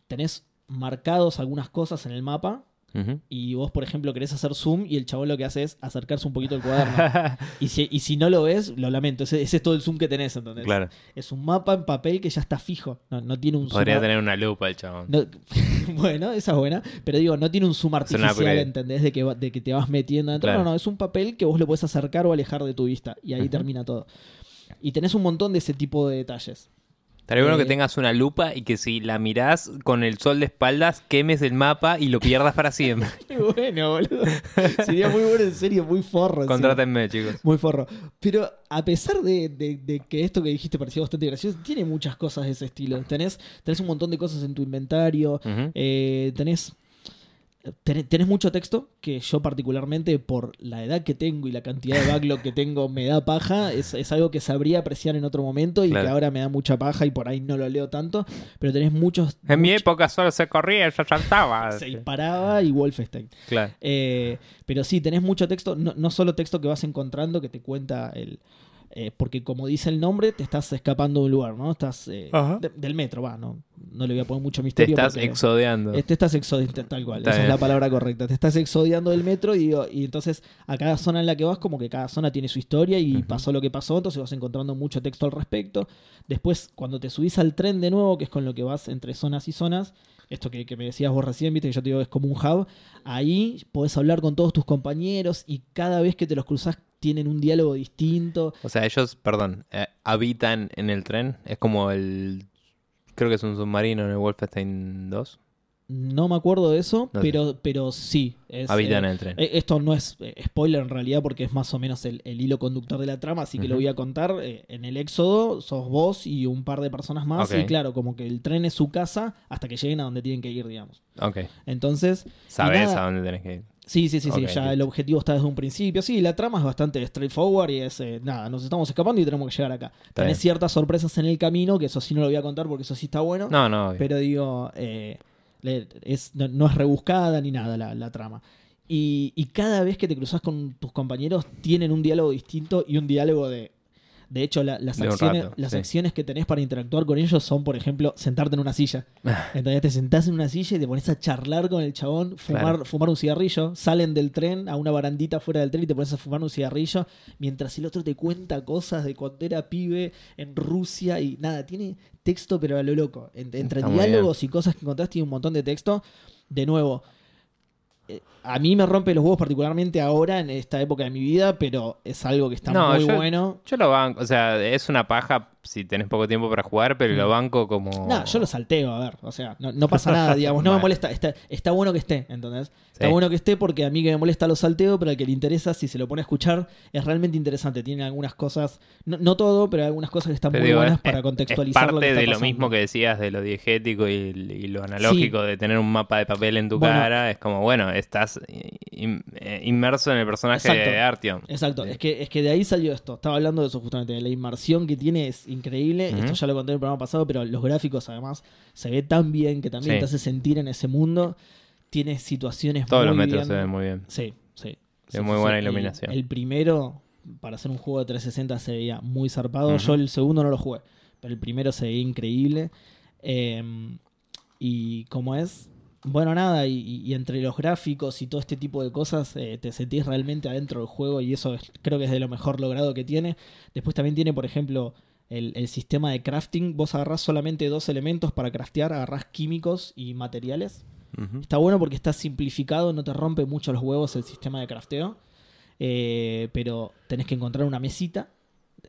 tenés marcados algunas cosas en el mapa y vos, por ejemplo, querés hacer zoom y el chabón lo que hace es acercarse un poquito al cuaderno. y, si, y si no lo ves, lo lamento. Ese, ese es todo el zoom que tenés, ¿entendés? Claro. Es un mapa en papel que ya está fijo. No, no tiene un Podría zoom. tener una lupa el chabón. No- bueno, esa es buena. Pero digo, no tiene un zoom Es una artificial, upgrade. ¿entendés? De que, va- de que te vas metiendo. adentro. Claro. No, no, es un papel que vos lo podés acercar o alejar de tu vista. Y ahí Ujú. termina todo. Y tenés un montón de ese tipo de detalles. Estaría bueno Eh. que tengas una lupa y que si la mirás con el sol de espaldas, quemes el mapa y lo pierdas para siempre. Muy bueno, boludo. Sería muy bueno, en serio, muy forro. encima. Contrátenme, chicos. Muy forro. Pero a pesar de, de- de que esto que dijiste parecía bastante gracioso, tiene muchas cosas de ese estilo. Tenés, tenés un montón de cosas en tu inventario. Ujú. eh, tenés, ten- tenés mucho texto que yo particularmente por la edad que tengo y la cantidad de backlog que tengo me da paja. Es, es algo que sabría apreciar en otro momento y Claro. que ahora me da mucha paja y por ahí no lo leo tanto. Pero tenés muchos... En mi much- época solo se corría, se saltaba. Se disparaba y Wolfenstein. Claro. Eh, pero sí, tenés mucho texto, no, no solo texto que vas encontrando que te cuenta el... eh, porque como dice el nombre, te estás escapando de un lugar, ¿no? Estás eh, Ajá. de- del metro, va, no, no le voy a poner mucho Te misterio. estás porque- exodeando. eh, te estás exodiando, tal cual, Está esa es bien. la palabra correcta. Te estás exodiando del metro y, digo- y entonces a cada zona en la que vas, como que cada zona tiene su historia y Ujú. pasó lo que pasó, entonces vas encontrando mucho texto al respecto. Después, cuando te subís al tren de nuevo, que es con lo que vas entre zonas y zonas, esto que, que me decías vos recién, viste que yo te digo es como un hub, ahí podés hablar con todos tus compañeros y cada vez que te los cruzás tienen un diálogo distinto. O sea, ellos, perdón, eh, habitan en el tren. Es como el. Creo que es un submarino en el Wolfenstein 2. No me acuerdo de eso, No sé. pero, pero sí. Es, eh, habitan en el tren. Eh, Esto no es eh, spoiler en realidad porque es más o menos el, el hilo conductor de la trama, así que lo Ujú. voy a contar. Eh, en el Éxodo sos vos y un par de personas más Ok. y claro, como que el tren es su casa hasta que lleguen a donde tienen que ir, digamos. ok. Entonces, Sabes nada. a dónde tenés que ir. sí, sí, sí, Ok, sí, ya el listo. objetivo está desde un principio. Sí, la trama es bastante straightforward y es, eh, nada, nos estamos escapando y tenemos que llegar acá. Está Tenés bien. ciertas sorpresas en el camino, que eso sí no lo voy a contar porque eso sí está bueno. No, no. obvio. Pero digo, eh, le- es, no, no es rebuscada ni nada la, la trama. Y, y cada vez que te cruzas con tus compañeros, tienen un diálogo distinto y un diálogo de. De hecho, la- las, De un acciones, rato, las sí. acciones que tenés para interactuar con ellos son, por ejemplo, sentarte en una silla. Entonces te sentás en una silla y te pones a charlar con el chabón, fumar, Claro. fumar un cigarrillo, salen del tren a una barandita fuera del tren y te pones a fumar un cigarrillo, mientras el otro te cuenta cosas de cuando era pibe en Rusia y nada, tiene texto pero a lo loco. En- entre Está muy diálogos y cosas que encontrás tiene un montón de texto. De nuevo, eh, a mí me rompe los huevos particularmente ahora en esta época de mi vida, pero es algo que está No, muy yo- bueno. Yo lo banco. O sea, es una paja si tenés poco tiempo para jugar, pero lo banco como. Mm. No, yo lo salteo, a ver. O sea, no, no pasa nada, digamos. No me Vale. molesta. Está, está bueno que esté, ¿entendés? Está Sí. bueno que esté porque a mí que me molesta lo salteo, pero al que le interesa, si se lo pone a escuchar, es realmente interesante. Tiene algunas cosas, no, no todo, pero algunas cosas que están Pero muy digo, buenas es- para es- contextualizar Es parte lo que está de lo pasando. mismo que decías de lo diegético y, y lo analógico, de tener un mapa de papel en tu Bueno. cara. Es como, bueno, estás in- eh, inmerso en el personaje Exacto. de Artyom. Exacto, Sí. es que, es que de ahí salió esto. Estaba hablando de eso justamente, de la inmersión que tiene es increíble. Ujú. Esto ya lo conté en el programa pasado, pero los gráficos además se ve tan bien que también Sí. te hace sentir en ese mundo. Tiene situaciones Todos muy los metros bien- se ven muy bien. Sí, sí. Es Sí, muy sí, buena sí. iluminación. El, el primero, para hacer un juego de 360, se veía muy zarpado. Ujú. Yo el segundo no lo jugué, pero el primero se veía increíble. Eh, y como es, bueno, nada, y, y- y entre los gráficos y todo este tipo de cosas, eh, te sentís realmente adentro del juego y eso es- creo que es de lo mejor logrado que tiene. Después también tiene, por ejemplo, el, el sistema de crafting. Vos agarrás solamente dos elementos para craftear, agarrás químicos y materiales. Ujú. Está bueno porque está simplificado, no te rompe mucho los huevos el sistema de crafteo. Eh, pero tenés que encontrar una mesita,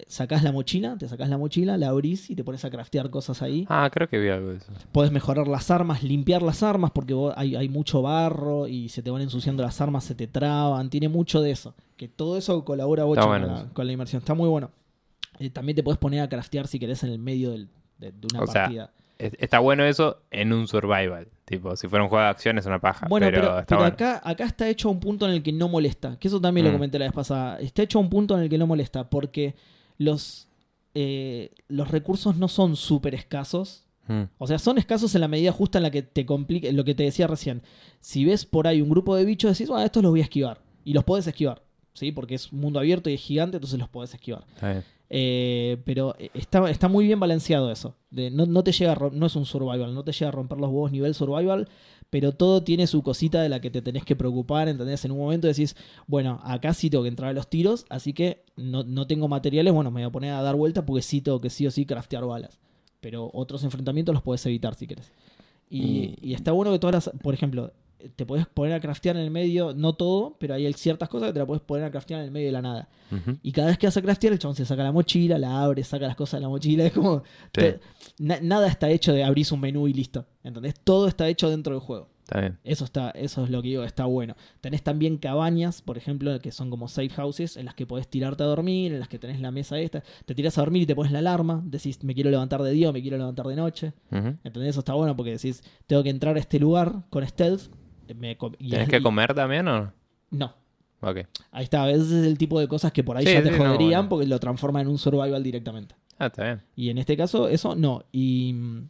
sacás la mochila, te sacás la mochila, la abrís y te pones a craftear cosas ahí. Ah, creo que vi algo de eso. Podés mejorar las armas, limpiar las armas porque vos- hay, hay mucho barro y se te van ensuciando las armas, se te traban, tiene mucho de eso. Que todo eso colabora bocha bueno con, la, eso. con la inmersión, está muy bueno. Eh, también te podés poner a craftear si querés en el medio del- de, de una O sea, partida. Es- Está bueno eso en un survival. Tipo, si fuera un juego de acción es una paja. Bueno, pero, pero, está pero bueno. acá, acá está hecho a un punto en el que no molesta. Que eso también lo Mm. comenté la vez pasada. Está hecho a un punto en el que no molesta porque los, eh, los recursos no son súper escasos. Mm. O sea, son escasos en la medida justa en la que te complica. Lo que te decía recién. Si ves por ahí un grupo de bichos, decís, bueno, estos los voy a esquivar. Y los podés esquivar. ¿Sí? Porque es un mundo abierto y es gigante, entonces los podés esquivar. Está bien. Eh, pero está, está muy bien balanceado eso. De- no, no te llega a rom- no es un survival, no te llega a romper los huevos nivel survival, pero todo tiene su cosita de la que te tenés que preocupar, ¿entendés? En un momento decís, bueno, acá sí tengo que entrar a los tiros, así que no, no tengo materiales, bueno, me voy a poner a dar vuelta porque sí tengo que sí o sí craftear balas. Pero otros enfrentamientos los podés evitar si querés. Y, y está bueno que todas las, por ejemplo, te podés poner a craftear en el medio, no todo, pero hay ciertas cosas que te la podés poner a craftear en el medio de la nada. Ujú. Y cada vez que vas a craftear, el chabón se saca la mochila, la abre, saca las cosas de la mochila. Es como. te- na- nada está hecho de abrís un menú y listo. ¿Entendés? Todo está hecho dentro del juego. Está bien. Eso está, eso es lo que digo, está bueno. Tenés también cabañas, por ejemplo, que son como safe houses, en las que podés tirarte a dormir, en las que tenés la mesa esta. Te tirás a dormir y te pones la alarma. Decís, me quiero levantar de día o me quiero levantar de noche. Ujú. ¿Entendés? Eso está bueno porque decís, tengo que entrar a este lugar con stealth. eh, Me com- y- ¿Tienes y- que comer también o no? No. Ok. Ahí está, ese es el tipo de cosas que por ahí Sí, ya te sí, no, joderían bueno. porque lo transforman en un survival directamente. Ah, está bien. Y en este caso, eso no. Y mm,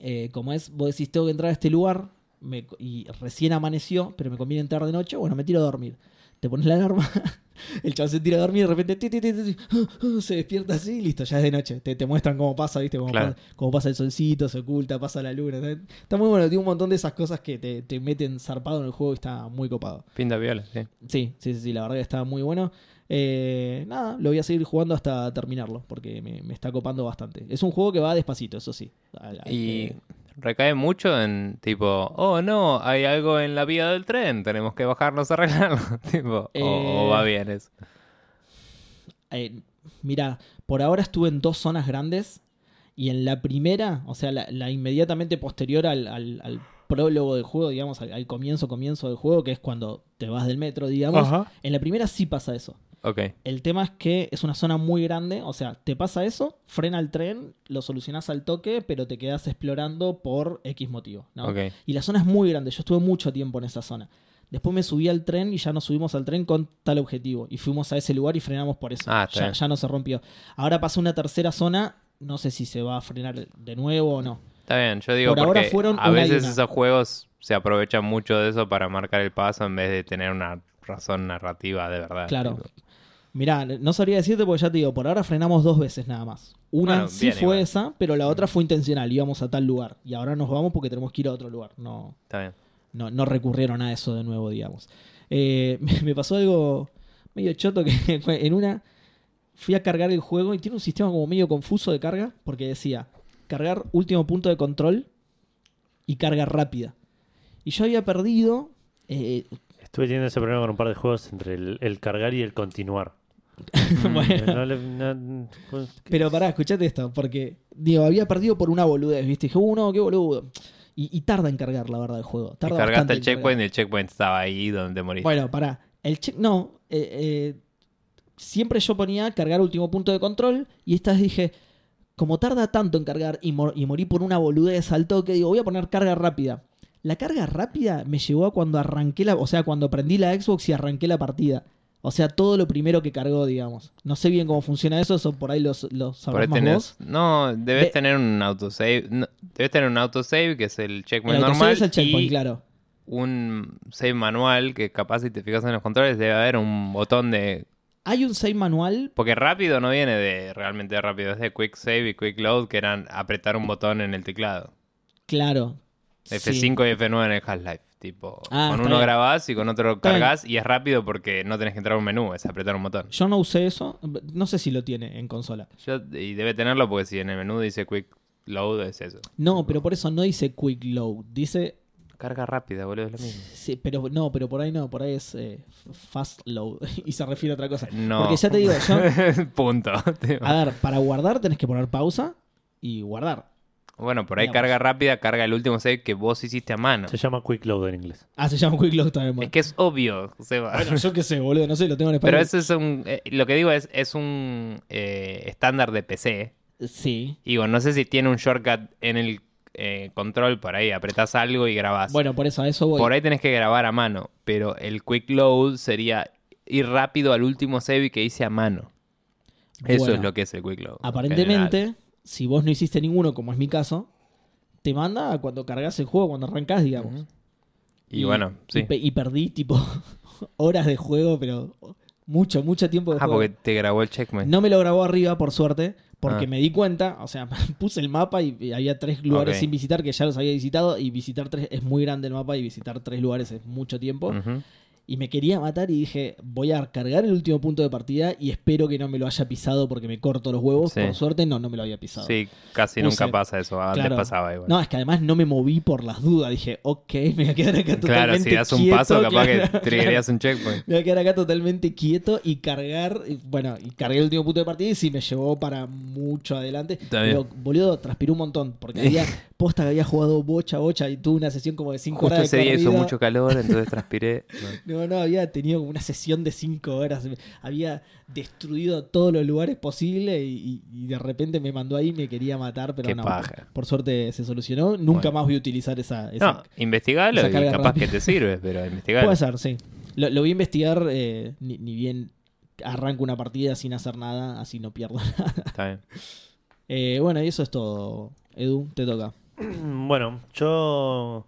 eh, como es, vos decís, tengo que entrar a este lugar me co- y recién amaneció, pero me conviene entrar de noche, bueno, me tiro a dormir. Te pones la alarma, el chaval se tira a dormir y de repente ti, ti, ti, ti, ti, se despierta así y listo, ya es de noche. Te, te muestran cómo pasa, ¿viste? Cómo, Claro. pasa, cómo pasa el solcito, se oculta, pasa la luna. Está- Está muy bueno, tiene un montón de esas cosas que te, te meten zarpado en el juego y está muy copado. Pinta viola, sí. Sí, sí, sí, sí, la verdad que está muy bueno. Eh, nada, lo voy a seguir jugando hasta terminarlo, porque me, me está copando bastante. Es un juego que va despacito, eso sí. Al- al- Y eh, recae mucho en tipo, oh no, hay algo en la vía del tren, tenemos que bajarnos a arreglarlo. tipo, o- o, Eh, va bien eso. eh, mira, por ahora estuve en dos zonas grandes, y en la primera, o sea, la, la inmediatamente posterior al, al- al prólogo del juego, digamos, al, al comienzo, comienzo del juego, que es cuando te vas del metro, digamos, en la primera sí pasa eso. Ok. El tema es que es una zona muy grande, o sea, te pasa eso, frena el tren, lo solucionás al toque, pero te quedas explorando por X motivo, ¿no? Ok. Y la zona es muy grande, yo estuve mucho tiempo en esa zona. Después me subí al tren y ya nos subimos al tren con tal objetivo. Y fuimos a ese lugar y frenamos por eso. Ah, está ya, bien. ya no se rompió. Ahora pasa una tercera zona, no sé si se va a frenar de nuevo o no. Está bien, yo digo Por ahora porque fueron a una y veces una. esos juegos se aprovechan mucho de eso para marcar el paso en vez de tener una razón narrativa de verdad. Claro. tipo. Mirá, no sabría decirte porque ya te digo, por ahora frenamos dos veces nada más. Una Bueno, sí bien fue igual. Mm. esa, pero la otra fue intencional, íbamos a tal lugar. Y ahora nos vamos porque tenemos que ir a otro lugar. No, Está bien. no, no recurrieron a eso de nuevo, digamos. Eh, me, me pasó algo medio choto que fue en una fui a cargar el juego y tiene un sistema como medio confuso de carga porque decía cargar último punto de control y carga rápida. Y yo había perdido eh, Estuve teniendo ese problema con un par de juegos entre el, el cargar y el continuar. Mm, Bueno. No le- no- pues, ¿qué? Pero pará, escuchate esto, porque digo, había perdido por una boludez, ¿viste? Dije, uh, no, qué boludo. Y, y tarda en cargar, la verdad, el juego. Y Tarda cargaste bastante el en cargar. checkpoint y el checkpoint estaba ahí donde moriste. Bueno, pará. El check. No. eh, eh, siempre yo ponía cargar último punto de control. Y esta vez dije. Como tarda tanto en cargar y, mor- y morí por una boludez al toque, digo, voy a poner carga rápida. La carga rápida me llevó a cuando arranqué la. O sea, cuando prendí la Xbox y arranqué la partida. O sea, todo lo primero que cargó, digamos. No sé bien cómo funciona eso, eso por ahí lo, Por lo ahí sabrás más tenés- vos. No, debes De- tener un autosave. no, debes tener un autosave que es el checkpoint El normal. autosave es el checkpoint, y claro. un save manual que capaz si te fijas en los controles debe haber un botón de... Hay un save manual Porque rápido no viene de realmente rápido, es de quick save y quick load que eran apretar un botón en el teclado. claro. sí. F5 y F9 en el Half-Life. Tipo, Ah, con está uno bien. grabás y con otro Está bien. cargas y es rápido porque no tenés que entrar a un menú, es apretar un botón. Yo no usé eso. No sé si lo tiene en consola. Yo- y debe tenerlo porque si en el menú dice quick load es eso. No, pero por eso no dice quick load, dice Carga rápida, boludo, es lo mismo. sí, pero no, pero por ahí no, por ahí es eh, fast load y se refiere a otra cosa. No. Porque ya te digo, yo Punto. Tipo, a ver, para guardar tenés que poner pausa y guardar. bueno, por ahí digamos. carga rápida, carga el último save que vos hiciste a mano. Se llama Quick Load en inglés. Ah, se llama quick load también. bueno. Es que es obvio, Seba. Bueno, yo qué sé, boludo, no sé, lo tengo en Pero español. eso es un. eh, lo que digo es, es un eh, estándar de PC. Sí. Digo, no sé si tiene un shortcut en el eh, control por ahí, apretás algo y grabás. Bueno, por eso a eso voy. por ahí tenés que grabar a mano, pero el quick load sería ir rápido al último save que hice a mano. Eso Bueno, es lo que es el quick load. en Aparentemente, general. si vos no hiciste ninguno, como es mi caso, te manda a cuando cargas el juego, cuando arrancás, digamos. Ujú. Y, bueno, y sí. pe- y perdí tipo horas de juego, pero mucho, mucho tiempo de Ah, juego. porque te grabó el checkpoint. No me lo grabó arriba, por suerte, porque Ah. me di cuenta, o sea, puse el mapa y y había tres lugares Ok. sin visitar que ya los había visitado y visitar tres es muy grande el mapa y visitar tres lugares es mucho tiempo. Ujú. Y me quería matar y dije, voy a cargar el último punto de partida y espero que no me lo haya pisado porque me corto los huevos. Sí. Por suerte, no, no me lo había pisado. Sí, casi Puse- nunca pasa eso. Antes Claro. pasaba igual. No, es que además no me moví por las dudas. Dije, ok, me voy a quedar acá totalmente claro, si das un quieto, paso, capaz claro, que claro. triggerías un checkpoint. Me voy a quedar acá totalmente quieto y cargar. y Bueno, y cargué el último punto de partida y sí me llevó para mucho adelante. Está bien. Pero, boludo, transpiró un montón. Porque había posta que había jugado bocha a bocha y tuve una sesión como de 5 horas. Justo de ese día hizo corrida. mucho calor, entonces transpiré. No, no, había tenido como una sesión de 5 horas. Había destruido todos los lugares posibles y, y- y de repente me mandó ahí y me quería matar. Pero Qué no. paja. Por suerte se solucionó. Nunca más voy a utilizar esa. esa- No, investigalo esa y carga capaz rápida. que te sirve, pero investigalo. Puede ser, sí. Lo, lo voy a investigar eh, ni, ni bien arranco una partida sin hacer nada, así no pierdo nada. Está bien. Eh, bueno, y eso es todo. Edu, te toca. Bueno, yo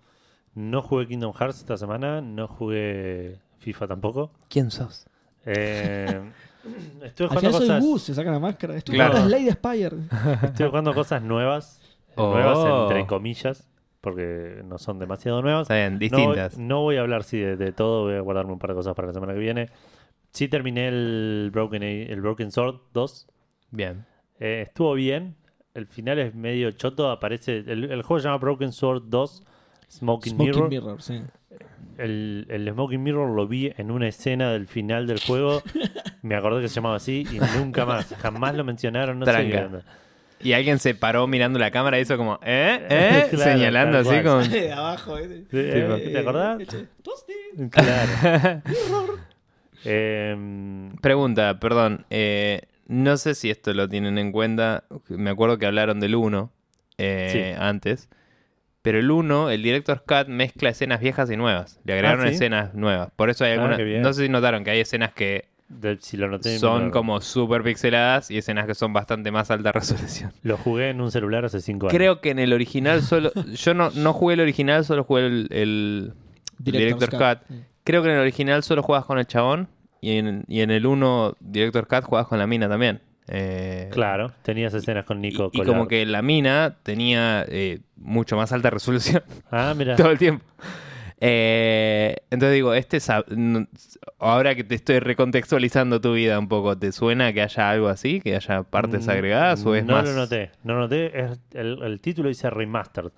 no jugué Kingdom Hearts esta semana, no jugué FIFA tampoco. ¿Quién sos? Eh, estuve, Al jugando final soy cosas, Gus, se saca la máscara. Esto Claro. es Lady Spire. estuve jugando cosas nuevas, Oh. nuevas entre comillas, porque no son demasiado nuevas. Está bien, No voy- distintas. No, voy a hablar sí, de, de todo, voy a guardarme un par de cosas para la semana que viene. Sí terminé el Broken, Age- el Broken Sword 2. Bien. Eh, estuvo bien. El final es medio choto. Aparece. El, el juego se llama Broken Sword 2 Smoking, Smoking Mirror. Mirror, sí. El, el Smoking Mirror lo vi en una escena del final del juego. Me acordé que se llamaba así y nunca más. Jamás lo mencionaron. No sé qué Tranca. onda. Y alguien se paró mirando la cámara y hizo como, ¿eh? ¿eh? Claro, Señalando tal así cual. como. De abajo, eh. Eh, ¿Te acordás? Eh, Tosti. Claro. Em, Pregunta, perdón. eh, no sé si esto lo tienen en cuenta. Me acuerdo que hablaron del 1 eh, antes. Pero el 1, el Director's Cut mezcla escenas viejas y nuevas. Le agregaron Ah, ¿sí? Ah, escenas nuevas. Por eso hay algunas. qué bien. no sé si notaron que hay escenas que de- si lo noté, me son acuerdo. como súper pixeladas y escenas que son bastante más alta resolución. Lo jugué en un celular hace 5 años. Creo que en el original solo. Yo no, no jugué el original, solo jugué el, el Director's Cut. Creo que en el original solo juegas con el chabón y en, y en el 1 Director Cat juegas con la mina también. Eh, Claro, tenías escenas con Y, Nico y Collard. como que la mina tenía eh, mucho más alta resolución Ah, mira. todo el tiempo. Eh, entonces digo, este sab- no- ahora que te estoy recontextualizando tu vida un poco, ¿te suena que haya algo así? ¿Que haya partes Mm, agregadas o es no más? lo noté. No lo noté. Es- el, el título dice Remastered.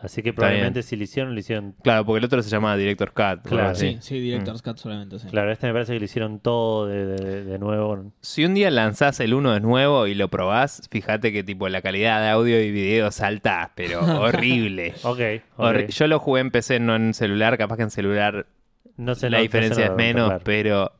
Así que Está probablemente si lo hicieron, lo hicieron. Claro, porque el otro se llamaba Director Cut. Claro, algo así. sí. Sí, sí, Director's Cut solamente, sí. Mm. Claro, este me parece que lo hicieron todo de, de- de nuevo. Si un día lanzás el 1 de nuevo y lo probás, fíjate que tipo la calidad de audio y video salta, pero horrible. Ok. ok. Horri- Yo lo jugué en PC, no en celular. Capaz que en celular No sé la no- no diferencia sé, es no, menos, claro. pero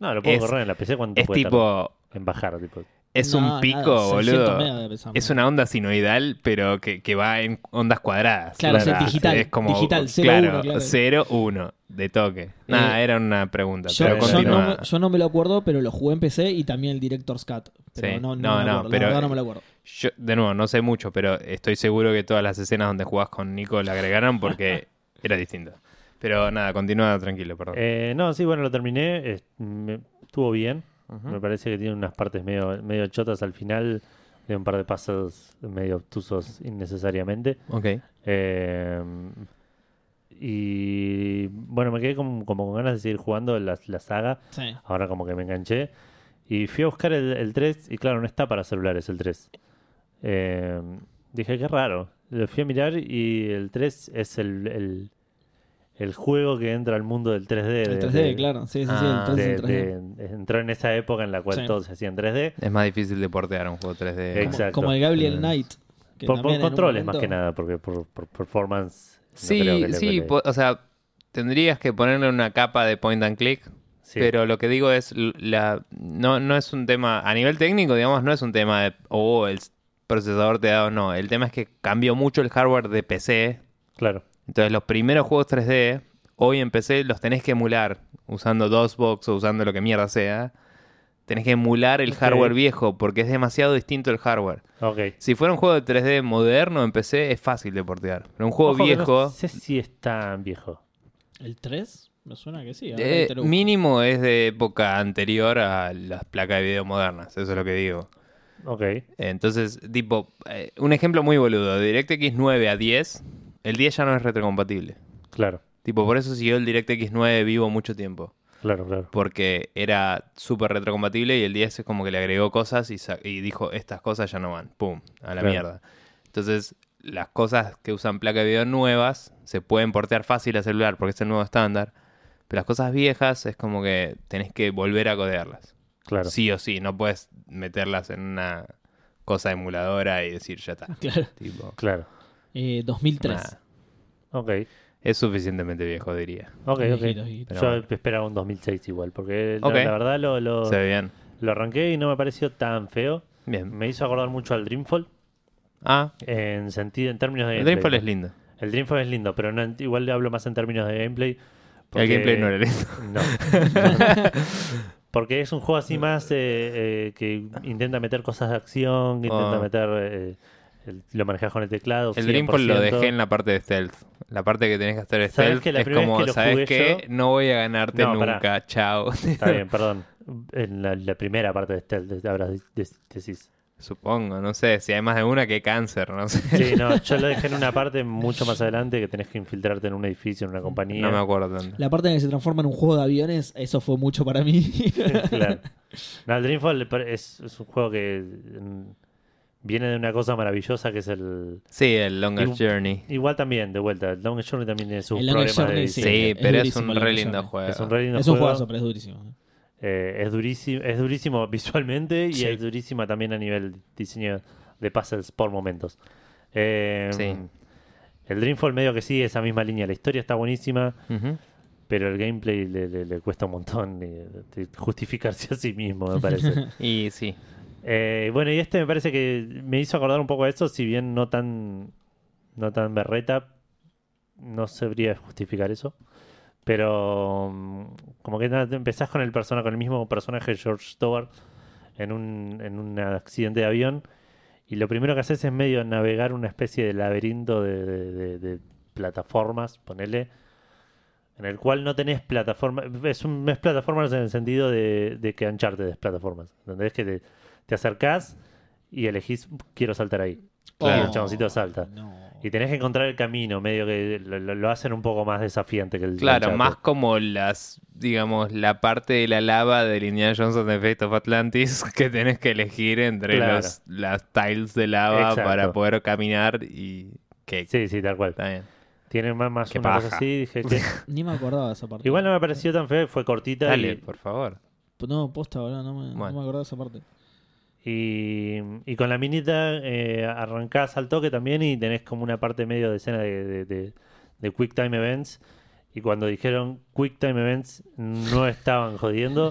No, lo puedo es- correr en la PC cuando es tipo. En bajar, tipo. Es No, un nada, pico, 600 boludo. mega debe pesar, Es ¿no? una onda sinoidal, pero que, que va en ondas cuadradas. Claro, o sea, digital, digital, cero, uno, claro. Eh, 0, 1, de toque. Nada, era una pregunta. Yo, pero yo no, continúa. me- yo no me lo acuerdo, pero lo jugué en PC y también el Director's Cut. Pero Sí. No, no, no, me no, acuerdo, la pero- eh, verdad no me lo acuerdo. Yo, de nuevo, no sé mucho, pero estoy seguro que todas las escenas donde jugás con Nico la agregaron porque era distinto. Pero nada, continúa tranquilo, perdón. Eh, no, sí, bueno, lo terminé. es- me- estuvo bien. Me parece que tiene unas partes medio, medio chotas al final de un par de pasos medio obtusos innecesariamente. ok. Eh, y bueno, me quedé como, como con ganas de seguir jugando la, la saga. Sí. Ahora como que me enganché. Y fui a buscar el, el 3 y claro, no está para celulares el 3. Eh, dije, qué raro. Lo fui a mirar y el 3 es el, el, el juego que entra al mundo del 3D. El de- 3D, de- claro. Sí, sí, sí, Ah, el 3D, de- el 3D. de- entró en esa época en la cual Sí. todo se hacía en 3D. Es más difícil de portear un juego 3D. Exacto. Como el Gabriel Mm. Knight. que Por, por también en un controles más momento- que nada, porque por, por performance. no creo Sí, que le- sí, le- po- o sea, tendrías que ponerle una capa de point and click, sí. pero lo que digo es, l- la, no, no es un tema, a nivel técnico, digamos, no es un tema de, oh, el s- procesador te da o no. El tema es que cambió mucho el hardware de PC. Claro. Entonces, los primeros juegos 3D, hoy en PC los tenés que emular, usando DOSBox o usando lo que mierda sea. Tenés que emular el Ok. hardware viejo, porque es demasiado distinto el hardware. Ok. Si fuera un juego de 3D moderno en PC, es fácil de portear. Pero un juego Ojo que viejo... No sé si es tan viejo. ¿El 3? Me suena que sí. ahora Eh, te lo busco. mínimo es de época anterior a las placas de video modernas, eso es lo que digo. Ok. Entonces, tipo, eh, un ejemplo muy boludo, DirectX 9 a 10, el 10 ya no es retrocompatible. Claro. Tipo, por eso siguió el DirectX 9 vivo mucho tiempo, Claro, claro. porque era súper retrocompatible y el 10 es como que le agregó cosas y, sa- y dijo, estas cosas ya no van, pum, a la Claro. mierda. Entonces, las cosas que usan placa de video nuevas se pueden portear fácil a celular porque es el nuevo estándar. Pero las cosas viejas es como que tenés que volver a codearlas. Claro. Sí o sí, no puedes meterlas en una cosa emuladora y decir ya está. Claro. Tipo, Claro. Eh, 2003. Ah. nada. Ok. Es suficientemente viejo, diría. Ok, ok. Viejito, viejito. Yo Pero bueno. esperaba un 2006 igual, porque la- Ok. la, verdad lo, lo, Se ve bien. lo arranqué y no me pareció tan feo. Bien. Me hizo acordar mucho al Dreamfall Ah, en sentido en términos de el gameplay. Dreamfall es lindo. El Dreamfall es lindo, pero no en- igual le hablo más en términos de gameplay. El gameplay no era lindo. No. Porque es un juego así más eh, eh, que intenta meter cosas de acción, que intenta Ah. meter... eh, el- lo manejas con el teclado. El Dreamfall lo 100%. dejé en la parte de stealth. La parte que tenés que hacer ¿Sabés stealth que la es primera vez como, que lo jugué ¿sabes qué? yo? No voy a ganarte No, pará. nunca. Chao. Está bien, perdón. En la, la primera parte de Stealth de- habrás de- de- decís. Supongo, no sé. Si hay más de una, que cáncer, no sé. Sí, no, yo lo dejé en una parte mucho más adelante que tenés que infiltrarte en un edificio, en una compañía. No me acuerdo tanto. La parte en la que se transforma en un juego de aviones, eso fue mucho para mí. Claro. No, el Dreamfall pare- es, es un juego que mm, viene de una cosa maravillosa que es el. Sí, el Longest Y- Journey. Igual también, de vuelta, el Long Journey también tiene sus El Longest problemas de Journey, Sí, edición. es pero es durísimo un el re Longest lindo Journey. juego. Es un re lindo es un juego. juegazo, pero es durísimo. Eh, es, durísimo, es durísimo visualmente y Sí. es durísima también a nivel diseño de puzzles por momentos. Eh, Sí. El Dreamfall medio que sigue esa misma línea. La historia está buenísima, Ujú. pero el gameplay le, le- le cuesta un montón eh, de justificarse a sí mismo, me parece. Y sí. Eh, bueno, y este me parece que me hizo acordar un poco a eso, si bien no tan, no tan berreta, no sabría justificar eso. Pero mm, como que nada, te empezás con el persona, con el mismo personaje George Stowart en un, en un accidente de avión. Y lo primero que haces es medio navegar una especie de laberinto de, de- de- de plataformas, ponele. En el cual no tenés plataforma. Es un es plataformas en el sentido de, de que ancharte de plataformas. Donde es que te, te acercás y elegís, quiero saltar ahí. Claro. Y el chaboncito salta. Oh, No. Y tenés que encontrar el camino, medio que lo, lo- lo hacen un poco más desafiante que el Claro, Uncharted. más como las, digamos, la parte de la lava de Indiana Johnson de Fate of Atlantis que tenés que elegir entre Claro. los, las tiles de lava Exacto. para poder caminar y Cake. este. Sí, sí, tal cual. Está bien. Tiene más, más Qué una cosa paja. así. Dije que... Ni me acordaba de esa parte. Igual no me pareció tan feo, fue cortita. Dale, pues. y- por favor. No, posta, boludo, no me, no Bueno. me acordaba de esa parte. Y, y con la minita eh, arrancás al toque también y tenés como una parte medio de escena de, de, de- de Quick Time Events. Y cuando dijeron Quick Time Events, no estaban jodiendo.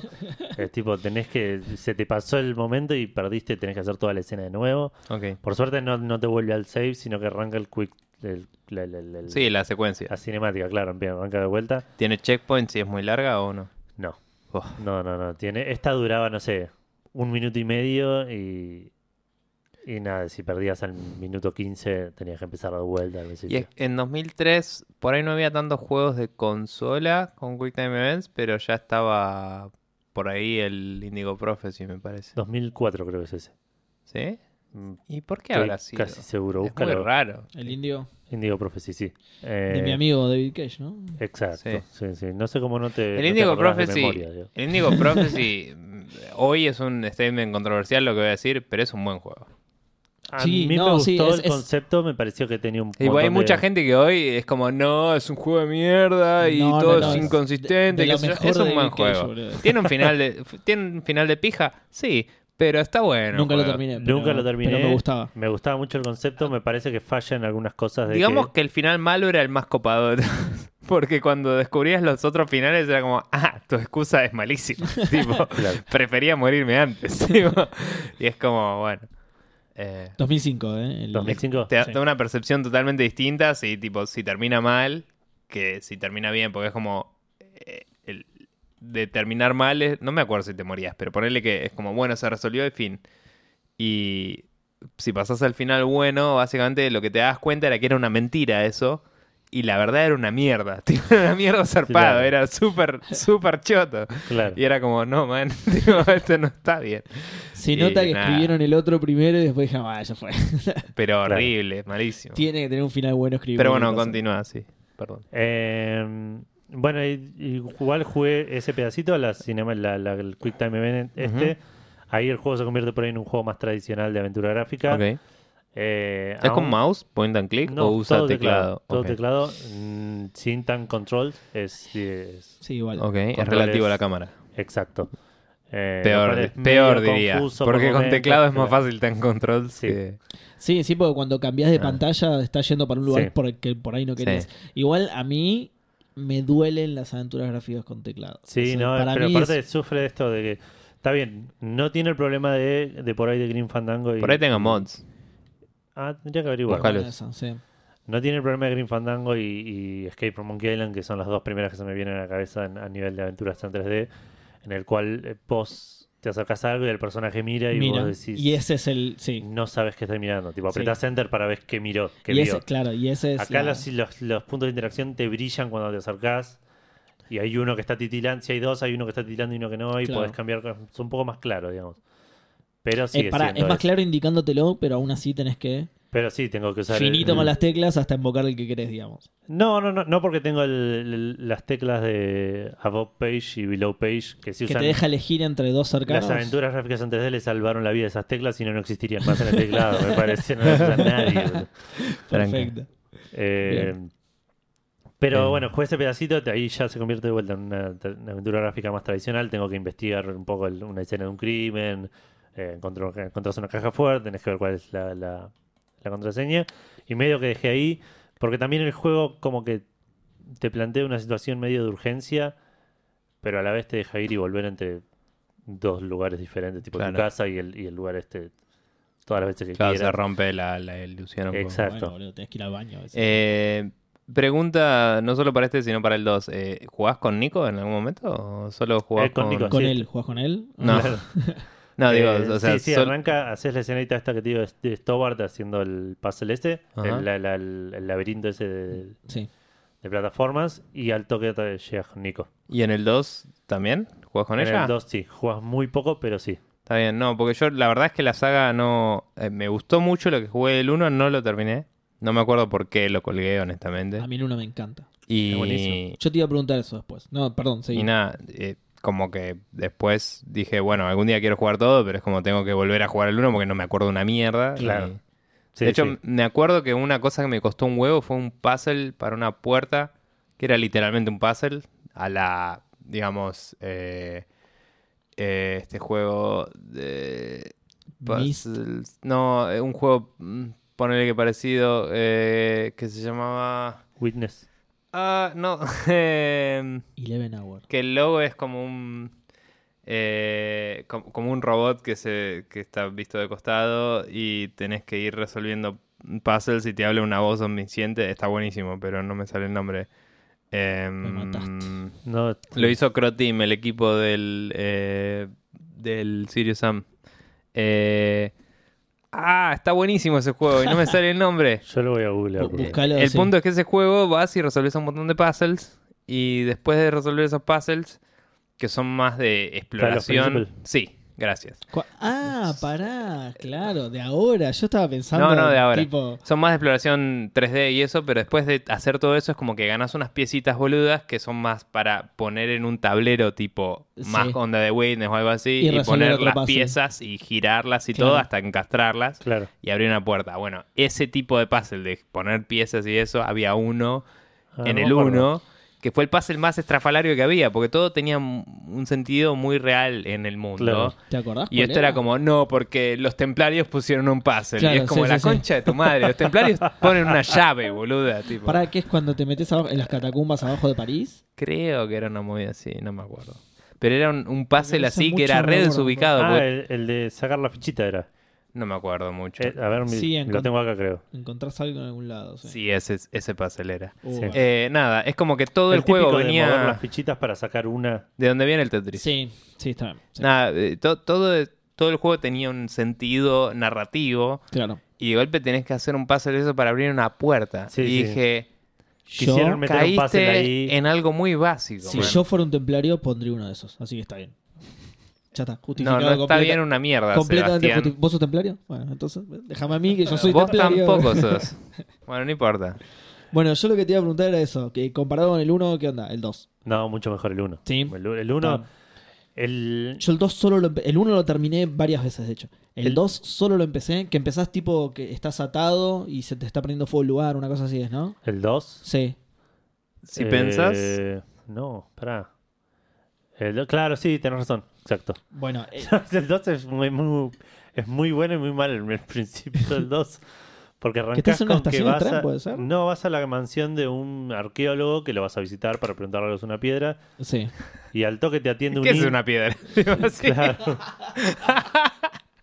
Es tipo, tenés que. Se te pasó el momento y perdiste, tenés que hacer toda la escena de nuevo. Ok. Por suerte no, no te vuelve al save, sino que arranca el Quick. el- el- el- el- Sí, la secuencia. La cinemática, claro, empieza, arranca de vuelta. ¿Tiene checkpoint si es muy larga o no? No, Oh, no, no, no. Tiene, esta duraba, no sé, un minuto y medio y. Y nada, si perdías al minuto 15, tenías que empezar de vuelta. al Y principio. es- en 2003, por ahí no había tantos juegos de consola con QuickTime Events, pero ya estaba por ahí el Indigo Prophecy, me parece. 2004 creo que es ese. ¿Sí? Mm, ¿Y por qué estoy habrá sido? Casi seguro. es muy Búscalo. raro. El indio Indigo Prophecy, sí. de Eh, mi amigo David Cage, ¿no? Exacto. Sí. Sí. sí, No sé cómo no te. El no te Indigo acordás de Prophecy, memoria, digo. el Indigo Prophecy mm, hoy es un statement controversial lo que voy a decir, pero es un buen juego. A Sí, mí me no, gustó sí, es- el es- concepto, me pareció que tenía un. Y hay montón de- mucha gente que hoy es como, no, es un juego de mierda Ah, y No, no, todo no, es es inconsistente. de- de que lo sé yo". mejor es un de buen David Cage, juego. boludo. ¿Tiene un, final de, f- ¿Tiene un final de pija? Sí, pero está bueno. Nunca el lo juego. terminé. pero- Nunca lo terminé. Pero me gustaba. Me gustaba mucho el concepto, me parece que falla en algunas cosas. De Digamos que- que el final malo era el más copado. Porque cuando descubrías los otros finales era como, ah, tu excusa es malísima. tipo, Claro. prefería morirme antes. tipo. Y es como, bueno. eh, 2005, ¿eh? El- 2005. te da Sí. te da una percepción totalmente distinta si tipo si termina mal que si termina bien porque es como eh, el- de terminar mal es- no me acuerdo si te morías pero ponerle que es como bueno se resolvió el fin y si pasas al final bueno básicamente lo que te das cuenta era que era una mentira eso y la verdad era una mierda tipo, era una mierda zarpado Claro. era súper súper choto Claro. y era como no man tipo, esto no está bien Se Y nota que nada. escribieron el otro primero y después dijeron, ah, ya fue. pero horrible malísimo Tiene que tener un final bueno escrito. pero bueno continúa sí perdón Eh, bueno, y- y igual jugué ese pedacito, la cinema, la, la- el Quick Time Event este. Ujú. Ahí el juego se convierte por ahí en un juego más tradicional de aventura gráfica. Ok. Eh, ¿Es con aún- mouse, point and click No, o usa todo teclado? Todo Ok. teclado, mm, sin tan control, es, es- Sí, igual. Ok, es Controles. relativo a la cámara. exacto. Eh, lo Peor, cual es peor medio diría. confuso por Porque con momentos, teclado es más claro. fácil tan control. Sí. que- Sí, sí, porque cuando cambias de Ah. pantalla estás yendo para un lugar Sí. por- que por ahí no Sí. querías. Igual a mí me duelen las aventuras gráficas con teclado. O Sí, sea, no, para pero mí aparte es- sufre de esto de que. Está bien, no tiene el problema de, de por ahí de Green Fandango. Y, Por ahí tenga mods. Ah, tendría que averiguar. Ojalá. es esa, sí. No tiene el problema de Green Fandango y, y Escape from Monkey Island, que son las dos primeras que se me vienen a la cabeza en- a nivel de aventuras en 3D, en el cual eh, vos te acercás a algo y el personaje mira y Mira, vos decís. y ese es el. Sí. No sabes qué está mirando. Tipo, Sí. apretás Enter para ver qué miró, qué Y vio. ese, claro, y ese es. Acá la- los, los- los puntos de interacción te brillan cuando te acercás. Y hay uno que está titilando, si hay dos, hay uno que está titilando y uno que no, y Claro. podés cambiar. Es un poco más claro, digamos. Pero es, sigue para- siendo es más eso. claro indicándotelo, pero aún así tenés que. Pero sí, tengo que usar. el- finito el- con las teclas hasta invocar el que querés, digamos. No, no, no, no porque tengo el- el- las teclas de above page y below page que si Que usan te deja elegir entre dos cercanos. las aventuras gráficas en 3D le salvaron la vida a esas teclas y no, no existirían más en el teclado, me parece, no las usa nadie. boludo. Perfecto. Eh, pero bueno, jugué ese pedacito, de ahí ya se convierte de vuelta en una, una aventura gráfica más tradicional, tengo que investigar un poco el- una escena de un crimen, eh, encontró- encontrás una caja fuerte, tenés que ver cuál es la, la- la contraseña, y medio que dejé ahí, porque también el juego como que te plantea una situación medio de urgencia, pero a la vez te deja ir y volver entre dos lugares diferentes, tipo Claro. tu casa y el, y el lugar este, todas las veces que Claro, se quieras. rompe la, la ilusión. un poco. Exacto. Bueno, boludo, tenés que ir al baño. a veces. Eh, pregunta, no solo para este, sino para el 2. ¿Jugás con Nico en algún momento? ¿O solo jugás Eh, con Nico. con sí. él, ¿jugás con él? No. no, digo, Eh, o sea, sí, sí, sol- arranca, haces la escenita esta que te digo de- de Stobart haciendo el puzzle este, Ajá. el, la- la- el laberinto ese de, Sí. de plataformas, y al toque te llegas con Nico. ¿Y en el 2 también? ¿Jugás con en ella? el 2 sí, juegas muy poco, pero sí. Está bien, no, porque yo la verdad es que la saga no... eh, me gustó mucho lo que jugué el 1, no lo terminé. No me acuerdo por qué lo colgué, honestamente. A mí el uno me encanta. Ah, Es Y, buenísimo. Yo te iba a preguntar eso después. No, perdón, seguí. y nada, eh, como que después dije, bueno, algún día quiero jugar todo, pero es como tengo que volver a jugar el 1 porque no me acuerdo una mierda. Claro. Y Sí, de hecho, sí. me acuerdo que una cosa que me costó un huevo fue un puzzle para una puerta, que era literalmente un puzzle, a la, digamos, eh, eh, este juego de... pues, Myst. puzzles- No, eh, un juego, mm, ponele que parecido, eh, que se llamaba... Witness. Ah, no. em, Eleven Hour. que el logo es como un. eh, com- como, un robot que, se, que está visto de costado y tenés que ir resolviendo puzzles y te habla una voz omnisciente. Está buenísimo, pero no me sale el nombre. Em, Me mataste. No, lo hizo Croteam, el equipo del, eh, del Sirius Sam. Eh, ah, está buenísimo ese juego y no me sale el nombre. yo lo voy a googlear. Bu- porque- busca- Buscalo, El sí. punto es que ese juego vas y resolves un montón de puzzles. Y después de resolver esos puzzles, que son más de exploración. Principle. Sí, gracias. Cua- Ah, pará, claro, de ahora. Yo estaba pensando. No, no, de ahora. Tipo, Son más de exploración 3D y eso, pero después de hacer todo eso es como que ganas unas piecitas boludas que son más para poner en un tablero tipo Sí. más onda de Witness o algo así. Y Y, resolver poner otro las puzzle. piezas y girarlas y Claro. todo hasta encastrarlas. Claro. Y abrir una puerta. Bueno, ese tipo de puzzle de poner piezas y eso, había uno Ah, en no el me acuerdo. 1, que fue el puzzle más estrafalario que había, porque todo tenía m- un sentido muy real en el mundo. Claro. ¿te acordás? Y cuál esto era como, no, porque los templarios pusieron un puzzle. y Claro, es como sí, la sí, sí. concha de tu madre. Los templarios ponen una llave, boluda. Tipo. ¿Para qué es cuando te metes abajo- en las catacumbas abajo de París? Creo que era una movida así, no me acuerdo. Pero era un, un puzzle Me así parece que era mucho re amor, desubicado. Ah, porque- el, el de sacar la fichita era. No me acuerdo mucho. Eh, a ver, mi- Sí, en lo con- tengo acá, creo. Encontrás algo en algún lado. Sí. sí, ese, ese puzzle era. Uh, sí. bueno. Eh, nada, es como que todo el, juego típico De mover venía las fichitas para sacar una. de donde viene el Tetris. sí, sí, está bien. sí, Nada, eh, to- todo, todo el juego tenía un sentido narrativo Claro. y de golpe tenés que hacer un paso de eso para abrir una puerta. Sí, y sí. dije, Quisieron Yo, meter un puzzle ahí. caíste en algo muy básico. si man. yo fuera un templario, pondría uno de esos. Así que está bien. Ya está, no, justificado. no está completa- bien una mierda, Completamente Sebastián. justificado. ¿Vos sos templario? Bueno, entonces, déjame a mí que yo soy Vos templario. tampoco sos. Bueno, no importa. Bueno, yo lo que te iba a preguntar era eso, que comparado con el 1, ¿qué onda? El 2. No, mucho mejor el 1. Sí. El 1. El... Yo el 2 solo lo empe- El 1 lo terminé varias veces, de hecho. El El- 2 solo lo empecé, que empezás tipo que estás atado y se te está prendiendo fuego el lugar, una cosa así es, ¿no? El 2. Sí. Si pensás, Eh, No, pará. El do- Claro, sí, tenés razón. Exacto. Bueno, eh, el 2 es muy, muy- es muy bueno y muy mal en el principio del 2. Porque arrancás estás en una con que estación de vas tren, a- puede ser? No, vas a la mansión de un arqueólogo que lo vas a visitar para preguntarle una piedra. sí. Y al toque te atiende un ¿qué es in- una piedra? Digo así. Claro.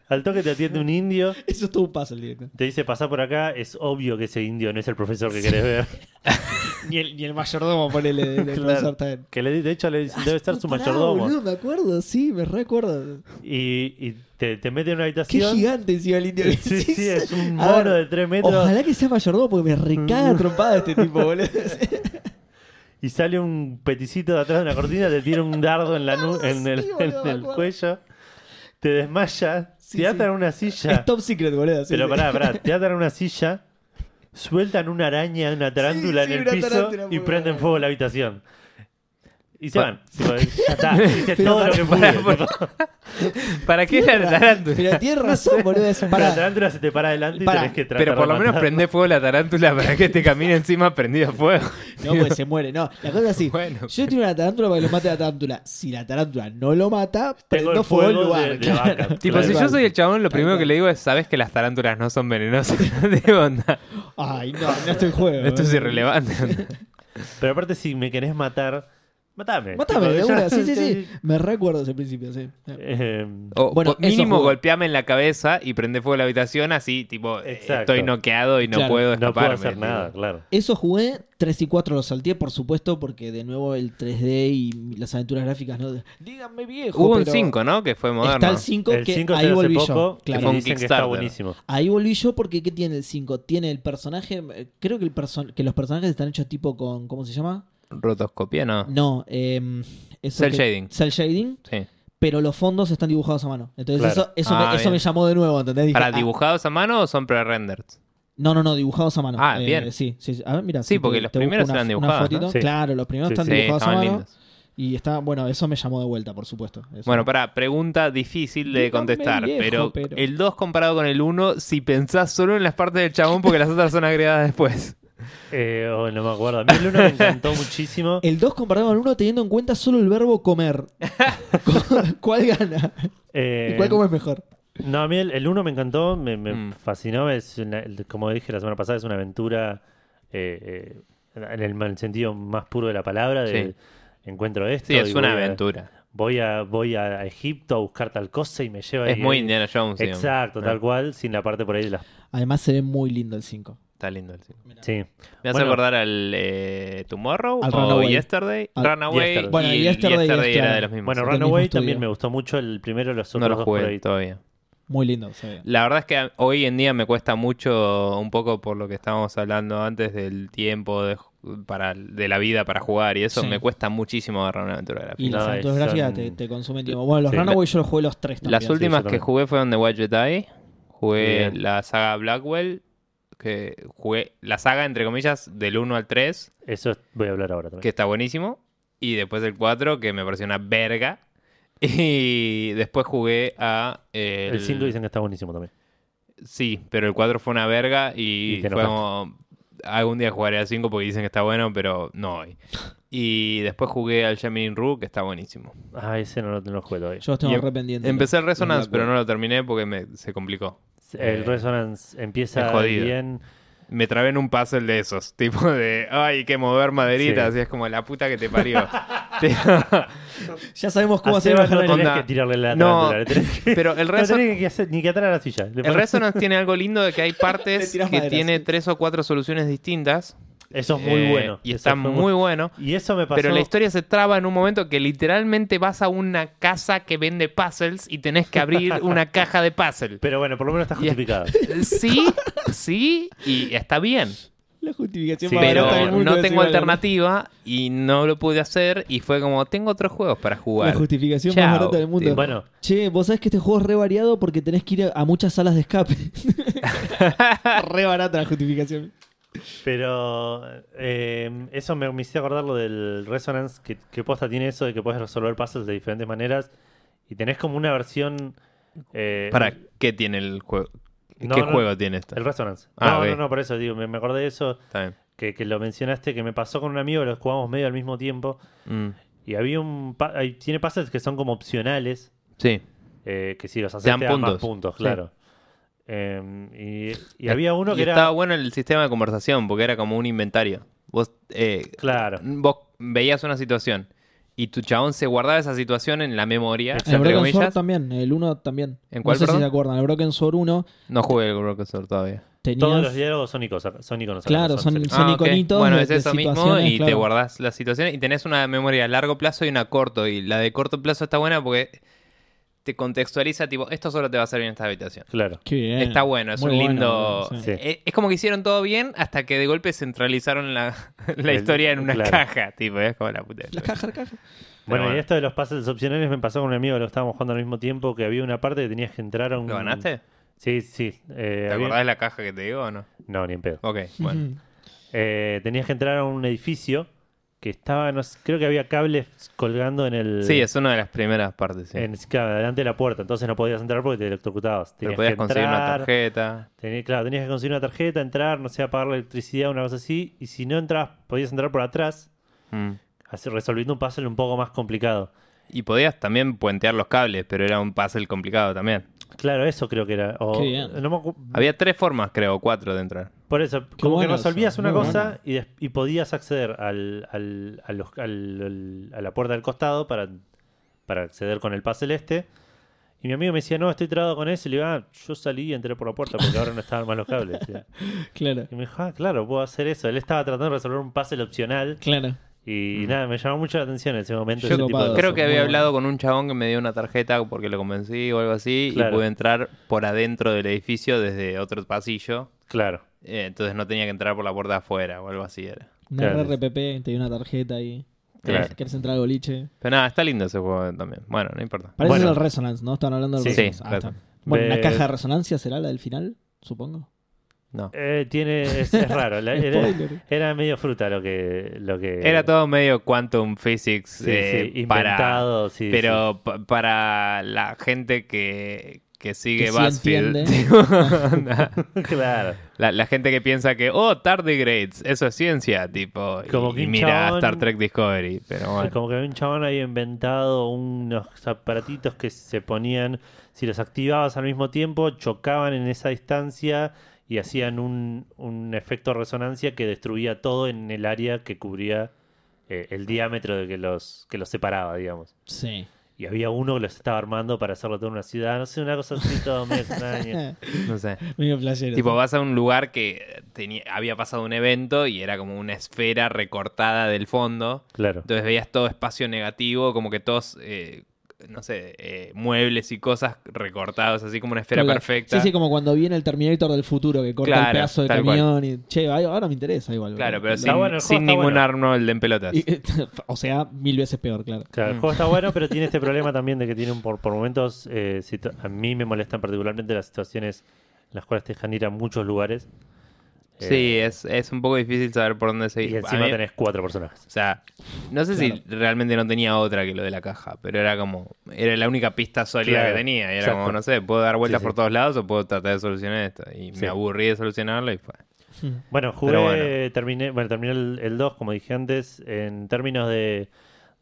al toque te atiende un indio. Eso es todo un puzzle directo. Te dice, pasá por acá. Es obvio que ese indio no es el profesor que querés ver. Ni el, ni el mayordomo ponele de, de Claro. profesor está bien. Que le- de hecho, le dice, debe estar su Pará, mayordomo. boludo, me acuerdo, sí, me recuerdo. Y, y te, te mete en una Qué habitación. gigante encima el indio. Sí, sí, es un A ver, mono de 3 metros. Mm. Ojalá que sea mayordomo porque me recaga trompada este tipo, boludo. Y sale un peticito de atrás de una cortina, te tira un dardo en, la nu- en el, Sí, boludo, en me el acuerdo. cuello, te desmaya, Sí, te atan sí. a una silla. Es top secret, boludo. sí, Pero sí. pará, pará, te atan a una silla, sueltan una araña, una tarántula Sí, sí, en el una piso tarántula, y muy prenden buena. fuego la habitación. Y se Pa- van. Tipo, ya está, hice Pero todo lo que pude. pará, tipo. ¿Para qué la tarántula? Pero tienes razón, boludo. es- La Pará, tarántula se te para adelante y Pará, tenés que tratar Pero por de lo menos matar. prende fuego la tarántula para que te camine encima prendido a fuego. No, pues se muere, no. La cosa es así. Bueno. Yo tiro una tarántula para que lo mate la tarántula. Si la tarántula no lo mata, Tengo prendo el fuego el fuego lugar. de, de claro. vaca, Tipo, claro. si yo soy el chabón, lo Tal primero que cual. le digo es, sabes que las tarántulas no son venenosas. De onda. Ay, no, no estoy en juego. Esto es boludo. irrelevante. Pero aparte, si me querés matar, Eh, matame. Mátame Tipo, de ya- una, sí, sí, sí. Me recuerdo ese principio, sí. Em, O Bueno, po- eso mínimo juego. golpeame en la cabeza y prende fuego la habitación, así, tipo, eh, Exacto. estoy noqueado y no Claro. puedo no puedo escaparme. hacer nada, claro. Eso jugué, 3 y 4 los salté, por supuesto, porque de nuevo el 3D y las aventuras gráficas no. Díganme viejo. Hubo un pero 5, ¿no? Que fue moderno. Está el 5 El que 5 ahí salió hace volví yo. poco Claro. y Fue un dicen que está Kickstarter. buenísimo. Ahí volví yo porque ¿qué tiene el 5? Tiene el personaje, eh, creo que el person que los personajes están hechos tipo con, ¿cómo se llama? Rotoscopía, ¿no? No, eh, eso Cel que- Ah. shading. Cel shading, Sí. pero los fondos están dibujados a mano. Entonces Claro. eso, eso, Ah, me, eso bien. me llamó de nuevo, ¿entendés? Dije, ¿Para ah, dibujados a mano o son pre-rendered? no, no, no, dibujados a mano. Ah, Eh, bien. Sí, sí, sí. A ver, mira. Sí, porque los primeros eran dibujados, ¿no? Sí. Claro, los primeros Sí, están sí, dibujados a estaban mano. lindos. Y está, bueno, eso me llamó de vuelta, por supuesto. Eso- Bueno, para pregunta difícil de Dígame, contestar, viejo, pero, pero- el 2 comparado con el 1, si pensás solo en las partes del chabón, porque las otras son agregadas después. Eh, oh, no me acuerdo. A mí el uno me encantó muchísimo. El 2 comparado al 1 teniendo en cuenta solo el verbo comer. ¿Cu- ¿Cuál gana? Eh, ¿Y cuál come mejor? No, a mí el, el uno me encantó, me, me Mm. fascinó. Es una- el- como dije la semana pasada, es una aventura eh, eh, en, el, mal sentido más puro de la palabra. De, Sí. Encuentro esto. Sí, es y una voy a- aventura. voy, a, voy a Egipto a buscar tal cosa y me lleva Es ahí- muy Indiana Jones. digamos. Exacto, Ah, tal cual, sin la parte por ahí de las. Además se ve muy lindo el 5. Está lindo el cine. Sí. ¿Me vas Bueno. a acordar al eh, Tomorrow Al o Runaway. Yesterday? Al- Runaway Yesterday. Bueno, y el Yesterday Yesterday, es era claro. de los mismos. Bueno, sí. del mismo Runaway estudio. también me gustó mucho el primero, los no otros lo dos por jugué ahí. todavía. Muy lindo se ve. La verdad es que hoy en día me cuesta mucho, un poco por lo que estábamos hablando antes del tiempo de, ju- para, de la vida para jugar y eso, Sí. me cuesta muchísimo agarrar una aventura Y gráfica. No, las es- aventuras gráficas son- te, te consumen tiempo. Bueno, los Sí. Runaway yo los jugué los tres también. Las últimas yo que también. jugué fueron de White Jedi, jugué Bien. la saga Blackwell, que jugué la saga entre comillas del 1 al 3, Eso es- voy a hablar ahora que también. está buenísimo, y después el 4, que me pareció una verga, y después jugué a... El 5 dicen que está buenísimo también. Sí, pero el 4 fue una verga y, Y te fue como. Algún día jugaré al 5 porque dicen que está bueno, pero no hoy. Y después jugué al Jamin Rue, que está buenísimo. Ah, ese no, lo- no lo juego todavía. Yo los tengo Y em- arrepentiendo. Empecé el Resonance, pero no lo terminé porque me, se complicó. El Eh, Resonance empieza es jodido. bien. Me trabé en un puzzle de esos, tipo de, ay, hay que mover maderitas, Sí. y es como la puta que te parió. Ya sabemos cómo A hacer Seba no bajar tenés el onda. que tirarle la No, tarántula, le tenés que- pero el no Reson- tenés que hacer- ni que atar a la silla. Le el pones- Resonance tiene algo lindo de que hay Le partes tirás que maderas. tiene tres o cuatro soluciones distintas. Eso es muy eh, bueno. Y Eso está fue muy- muy bueno. Y eso me pasó. Pero la historia se traba en un momento que literalmente vas a una casa que vende puzzles y tenés que abrir una caja de puzzle. Pero bueno, por lo menos está Y- justificado. Sí, sí, y está bien. La justificación Sí, más Bueno, está Pero barata del no mundo tengo encima de la- alternativa y no lo pude hacer y fue como, tengo otros juegos para La jugar. justificación Chao, más barata del mundo. tío. bueno, Che, vos sabés que este juego es re variado porque tenés que ir a, a muchas salas de escape. re barata la justificación. pero eh, eso me, me hice acordar lo del Resonance, que, que posta tiene eso de que puedes resolver puzzles de diferentes maneras. Y tenés como una versión. eh, ¿Para qué tiene el juego? No, ¿Qué no, juego tiene esto? El Resonance. Ah, no, ok. no, no, por eso digo, me, me acordé de eso, Está bien. que, que lo mencionaste, que me pasó con un amigo, lo jugamos medio al mismo tiempo. Mm. Y había un. pa- hay- tiene puzzles que son como opcionales. Sí. eh, que si los haces Te dan te dan más puntos. puntos, Sí. claro. Eh, y, y Eh, había uno Y que era. Estaba bueno el sistema de conversación porque era como un inventario. Vos eh, Claro. vos veías una situación y tu chabón se guardaba esa situación en la memoria, Exacto. El entre Broken Sword comillas. también, el 1 también. ¿En cuál, no sé perdón? si se acuerdan, el Broken Sword 1 No jugué el Broken Sword todavía. tenías... Todos los diálogos son iconos. Son iconos Claro, son- series. Ah, ok. iconitos Bueno, de- es de eso mismo situaciones, y te claro. guardás las situaciones y tenés una memoria a largo plazo y una a corto. Y la de corto plazo está buena porque te contextualiza, tipo, esto solo te va a servir en esta habitación. Claro. Qué bien. Está bueno, es Muy un bueno, lindo... bueno, sí. Sí. Eh, Es como que hicieron todo bien hasta que de golpe centralizaron la, la El- historia en una claro. caja, tipo, es como la puta. de- La caja, la caja. Bueno, bueno. y esto de los puzzles opcionales me pasó con un amigo, lo estábamos jugando al mismo tiempo, que había una parte que tenías que entrar a un. ¿Lo ganaste? Sí, sí. eh, ¿Te había- acordás de la caja que te digo o no? No, ni en pedo. Ok, bueno. Eh, tenías que entrar a un edificio que estaba, no sé, creo que había cables colgando en el. Sí, es una de las primeras partes. Sí. en- claro, delante de la puerta, entonces no podías entrar porque te electrocutabas. Pero Tenías podías que conseguir una entrar, tarjeta. Tení- claro, tenías que conseguir una tarjeta, entrar, no sé, apagar la electricidad, una cosa así. Y si no entras, podías entrar por atrás, Mm. así, resolviendo un puzzle un poco más complicado. Y podías también puentear los cables, pero era un puzzle complicado también. Claro, eso creo que era. o- Qué bien. no me acu- Había tres formas, creo, cuatro de entrar. por eso, como que bueno resolvías eso, una muy cosa bueno. y, des- y podías acceder al, al- a, los- al- al- a la puerta del costado para, para acceder con el puzzle este. Y mi amigo me decía, no, estoy trabado con ese. Le digo, ah, yo salí y entré por la puerta porque ahora no estaban más los cables. Claro, Y me dijo, ah, claro, puedo hacer eso. Él estaba tratando de resolver un puzzle opcional. claro. Y nada, me llamó mucho la atención en ese momento. Mm. Yo ese tipo de copado. Creo cosas. que muy había bueno. hablado con un chabón que me dio una tarjeta porque lo convencí o algo así Claro. y pude entrar por adentro del edificio desde otro pasillo. Claro. Eh, entonces no tenía que entrar por la puerta de afuera o algo así era. Una Claro. RPP, te dio una tarjeta ahí. Claro. ¿Querés- ¿Querés entrar al boliche? Pero nada, está lindo ese juego también. Bueno, no importa. Parece Bueno. el Resonance, ¿no? Estaban hablando del Sí, Resonance. sí, Ah, está. claro. Bueno, ¿una Eh, caja de resonancia será la del final? Supongo. No. Eh, tiene, es, es raro. La- era, Spoiler. era medio fruta lo que. Lo que Era todo medio quantum physics sí, sí, eh, para, inventado. sí, pero pa- para la gente que, que sigue Que sí BuzzFeed. entiende. tipo, sí. claro. la, la gente que piensa que, oh, tardigrades, eso es ciencia, tipo. y- Como que y un mira chabón- Star Trek Discovery, pero bueno. Como que un chabón había inventado unos aparatitos que se ponían, si los activabas al mismo tiempo, chocaban en esa distancia y hacían un, un efecto de resonancia que destruía todo en el área que cubría eh, el diámetro de que los, que los separaba, digamos. Sí. Y había uno que los estaba armando para hacerlo toda una ciudad, no sé, una cosa así todo medio extraña. No sé. Medio flashero. Tipo, vas a un lugar que tenía, había pasado un evento y era como una esfera recortada del fondo. Claro. Entonces veías todo espacio negativo, como que todos, eh, no sé, eh, muebles y cosas recortados, así como una esfera Como- perfecta. Sí, sí, como cuando viene el Terminator del futuro que corta Claro, el pedazo de tal cual. camión y. Che, ay, ahora me interesa igual. Claro, pero boludo. Está sin, bueno el juego, sin está ningún bueno. eh, Arnold en pelotas. Y- o sea, mil veces peor, claro. Claro, el Mm. juego está bueno, pero tiene este problema también de que tiene un por, por momentos. eh, situ- a mí me molestan particularmente las situaciones en las cuales te dejan ir a muchos lugares. Eh, sí, es, es un poco difícil saber por dónde seguir. Y A encima mí- tenés cuatro personajes. O sea, no sé si realmente no tenía otra que lo de la caja, pero era como, era la única pista sólida Claro, que tenía. Y era exacto. como, no sé, puedo dar vueltas Sí, sí. por todos lados o puedo tratar de solucionar esto. Y Sí. me aburrí de solucionarlo y fue. Bueno, jugué, Pero bueno. terminé, bueno, terminé el, el 2, como dije antes. En términos de,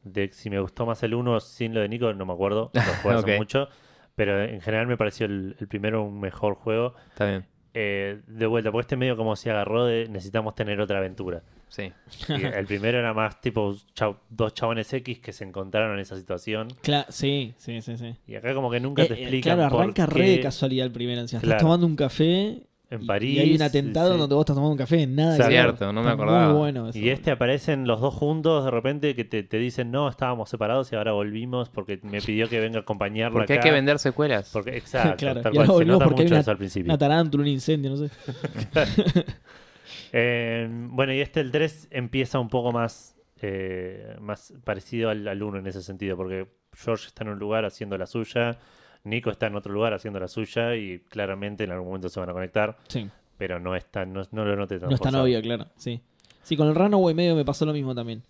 de si me gustó más el 1 sin lo de Nico, no me acuerdo. Lo jugué hace Ok. mucho. Pero en general me pareció el, el primero un mejor juego. Está bien. Eh, de vuelta, porque este medio como se agarró de necesitamos tener otra aventura. Sí. Y el primero era más tipo chau- dos chabones X que se encontraron en esa situación. Cla- sí, sí, sí, sí. Y acá como que nunca te Eh, eh, explican claro, por arranca qué re de casualidad el primer anciano. Estás Claro. tomando un café. en y- París. Y hay un atentado sí. donde vos estás tomando un café. Nada Exacto. que ver. Cierto, no me Está acordaba. Muy bueno eso. Y este aparecen los dos juntos de repente que te, te dicen no, estábamos separados y ahora volvimos porque me pidió que venga a acompañarlo Porque hay acá". que vender secuelas. Porque, exacto, Claro, tal y cual, ahora se volvimos nota porque hay mucho una- eso al principio. Una tarántula, un incendio, no sé. Eh, bueno, y este, el 3, empieza un poco más, eh, más parecido al, al 1 en ese sentido, porque George está en un lugar haciendo la suya, Nico está en otro lugar haciendo la suya, y claramente en algún momento se van a conectar, Sí. pero no es tan- no, no lo noté tan No es tan forzado. obvio, claro. Sí. Sí, con el Runaway medio me pasó lo mismo también.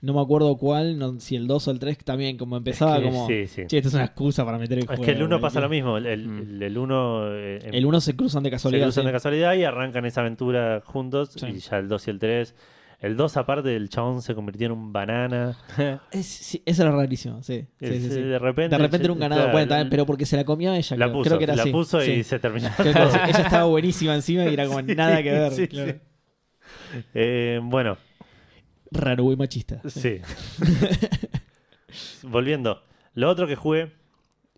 No me acuerdo cuál, no- si el 2 o el 3 también, como empezaba Es que- como. sí, sí. Che, esta es una excusa para meter el Es juego. que el 1 boludo". pasa lo mismo, el- Mm. el el 1 eh, em- El 1 se cruzan de se casualidad. cruzan sí. de casualidad y arrancan esa aventura juntos, Sí. y ya el 2 y el 3. El 2 aparte del chabón se convirtió en un banana. Es- sí, eso era rarísimo, sí. sí, sí, Es- eh, sí. De repente, De repente era un ganado, claro, bueno, también, pero porque se la comía ella. La creo, puso, creo que era la así. puso Sí. y se terminó. Creo que todo. era así. Ella estaba buenísima encima y era como Sí, nada que ver. sí, claro. sí. Eh, bueno, Raro, güey, machista. sí. Volviendo. Lo otro que jugué,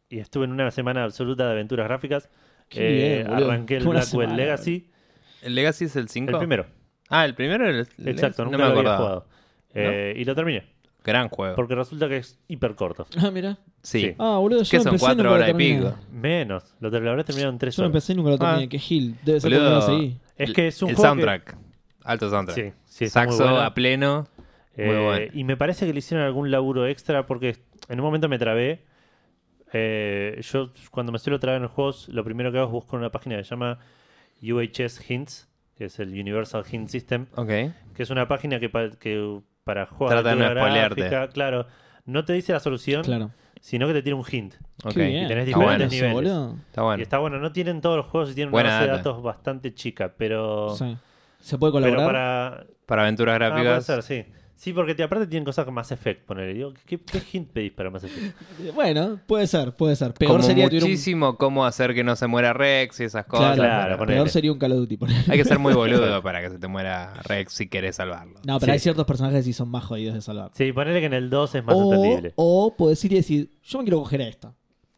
y estuve en una semana absoluta de aventuras gráficas, Qué eh, bien, boludo. arranqué el Qué buena Blackwell semana, Legacy, ¿El Legacy es el 5? el primero. Ah, el primero. El, el- Exacto, no nunca me lo había acordaba. jugado. Eh, Y lo terminé, Gran juego. porque resulta que es hiper corto. Ah, mira. Sí. sí. Ah, boludo, ¿Qué yo son? empecé y ¿Cuatro nunca lo horas y terminé. pico? Menos, lo ter- lo habré terminado en tres Yo lo horas. empecé y nunca lo Ah. terminé. Qué Gil. Debe ser porque Boludo, no lo seguí. Es que es un el juego que- soundtrack. Alto soundtrack. Sí, sí, está muy Saxo bueno. a pleno. Muy Eh, bueno. Y me parece que le hicieron algún laburo extra porque en un momento me trabé. Eh, yo cuando me suelo trabar en los juegos, lo primero que hago es buscar una página que se llama UHS Hints, que es el Universal Hint System, Ok. que es una página que, pa- que para juegos Trata de no aventura spoilearte. gráfica, claro, no te dice la solución, Claro. sino que te tira un hint. ok. Qué bien. Y tenés Está bueno diferentes eso, niveles. boludo. Está bueno. Y está bueno, no tienen todos los juegos y tienen Buena una base de data. datos bastante chica, pero, Sí. ¿Se puede Oh. pero colaborar? para Para aventuras Ah, puede gráficas. ser, sí. Sí, porque te, aparte tienen cosas con Mass Effect, ponele. Digo, ¿qué, qué hint pedís para Mass Effect? Eh, Bueno, puede ser, puede ser. Peor como sería tuviera un- muchísimo cómo hacer que no se muera Rex y esas cosas. Claro, Claro, pero- ponele. peor sería un Call of Duty. ponele. Hay que ser muy boludo para que se te muera Rex si querés salvarlo. No, pero Sí. hay ciertos personajes que sí son más jodidos de salvar. Sí, ponele que en el 2 es más O, entendible. o podés ir y decir, yo me quiero coger a esta.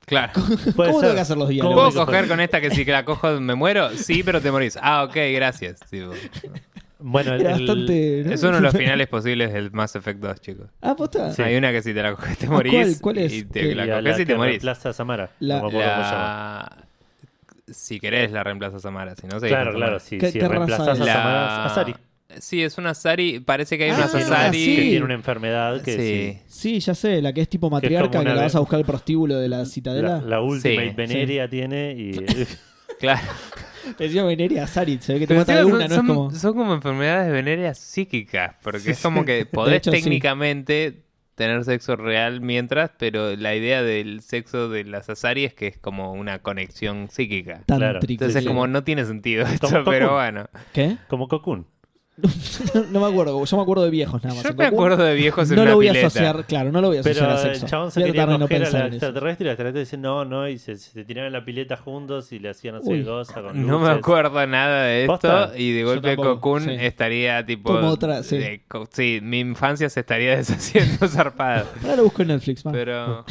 Claro. Puede oh, ser. ¿Cómo tengo que hacer los diálogos? ¿Puedo Bueno, que coger fue- con esta que si que la cojo me muero? Sí, pero te morís. Ah, ok, gracias. Tipo, Bueno, el, Era el- bastante. ¿no? Es uno de los finales posibles del Mass Effect 2, chicos. Ah, posta. Sí. Hay una que si te la coges te Ah, morís. ¿cuál- cuál es? Y te ¿Qué? y la a coges la y te que morís. reemplaza a Samara. La- no me acuerdo cómo se llama. La... Si querés la reemplazas a Mara, si no seguís Claro, con claro, Samara. sí. ¿Qué- Si qué reemplazas a raza es? Samara, a Ah, Sari. Sí, es una Sari. Parece que hay una Ah, Que tiene una- Sari. Que sí. tiene una enfermedad que Sí. sí. Sí, ya sé, la que es tipo matriarca, Que es que, como una la vas a de- buscar al prostíbulo de la La, citadela. la Ultimate Sí. Veneria tiene y. Claro. Decía Veneria Sarit, se ve que te Pero mata de encima una, no son, es como. son- son como enfermedades venéreas psíquicas, porque es como que podés hecho, sí. técnicamente tener sexo real mientras, pero la idea del sexo de las azaries es que es como una conexión psíquica. claro. Tántrico. Entonces sí. como no tiene sentido esto, Como- como- pero bueno. ¿Qué? Como Cocoon. no me acuerdo, yo me acuerdo de viejos nada más. Yo Se me acuerdo de viejos en No una lo voy a pileta. asociar, claro, no lo voy a asociar Pero a el sexo. chabón se Voy a quería tratar de no coger a pensar la en eso. extraterrestre y la extraterrestre dice no, no, y se, se tiraron en la pileta juntos y le hacían no sé Uy. goza con No me luces. acuerdo nada de esto ¿Posta? y de Yo golpe tampoco, Cocoon sí. estaría tipo... Como otra, sí. eh, co- sí, mi infancia se estaría deshaciendo zarpada. Ahora lo busco en Netflix, man. Pero...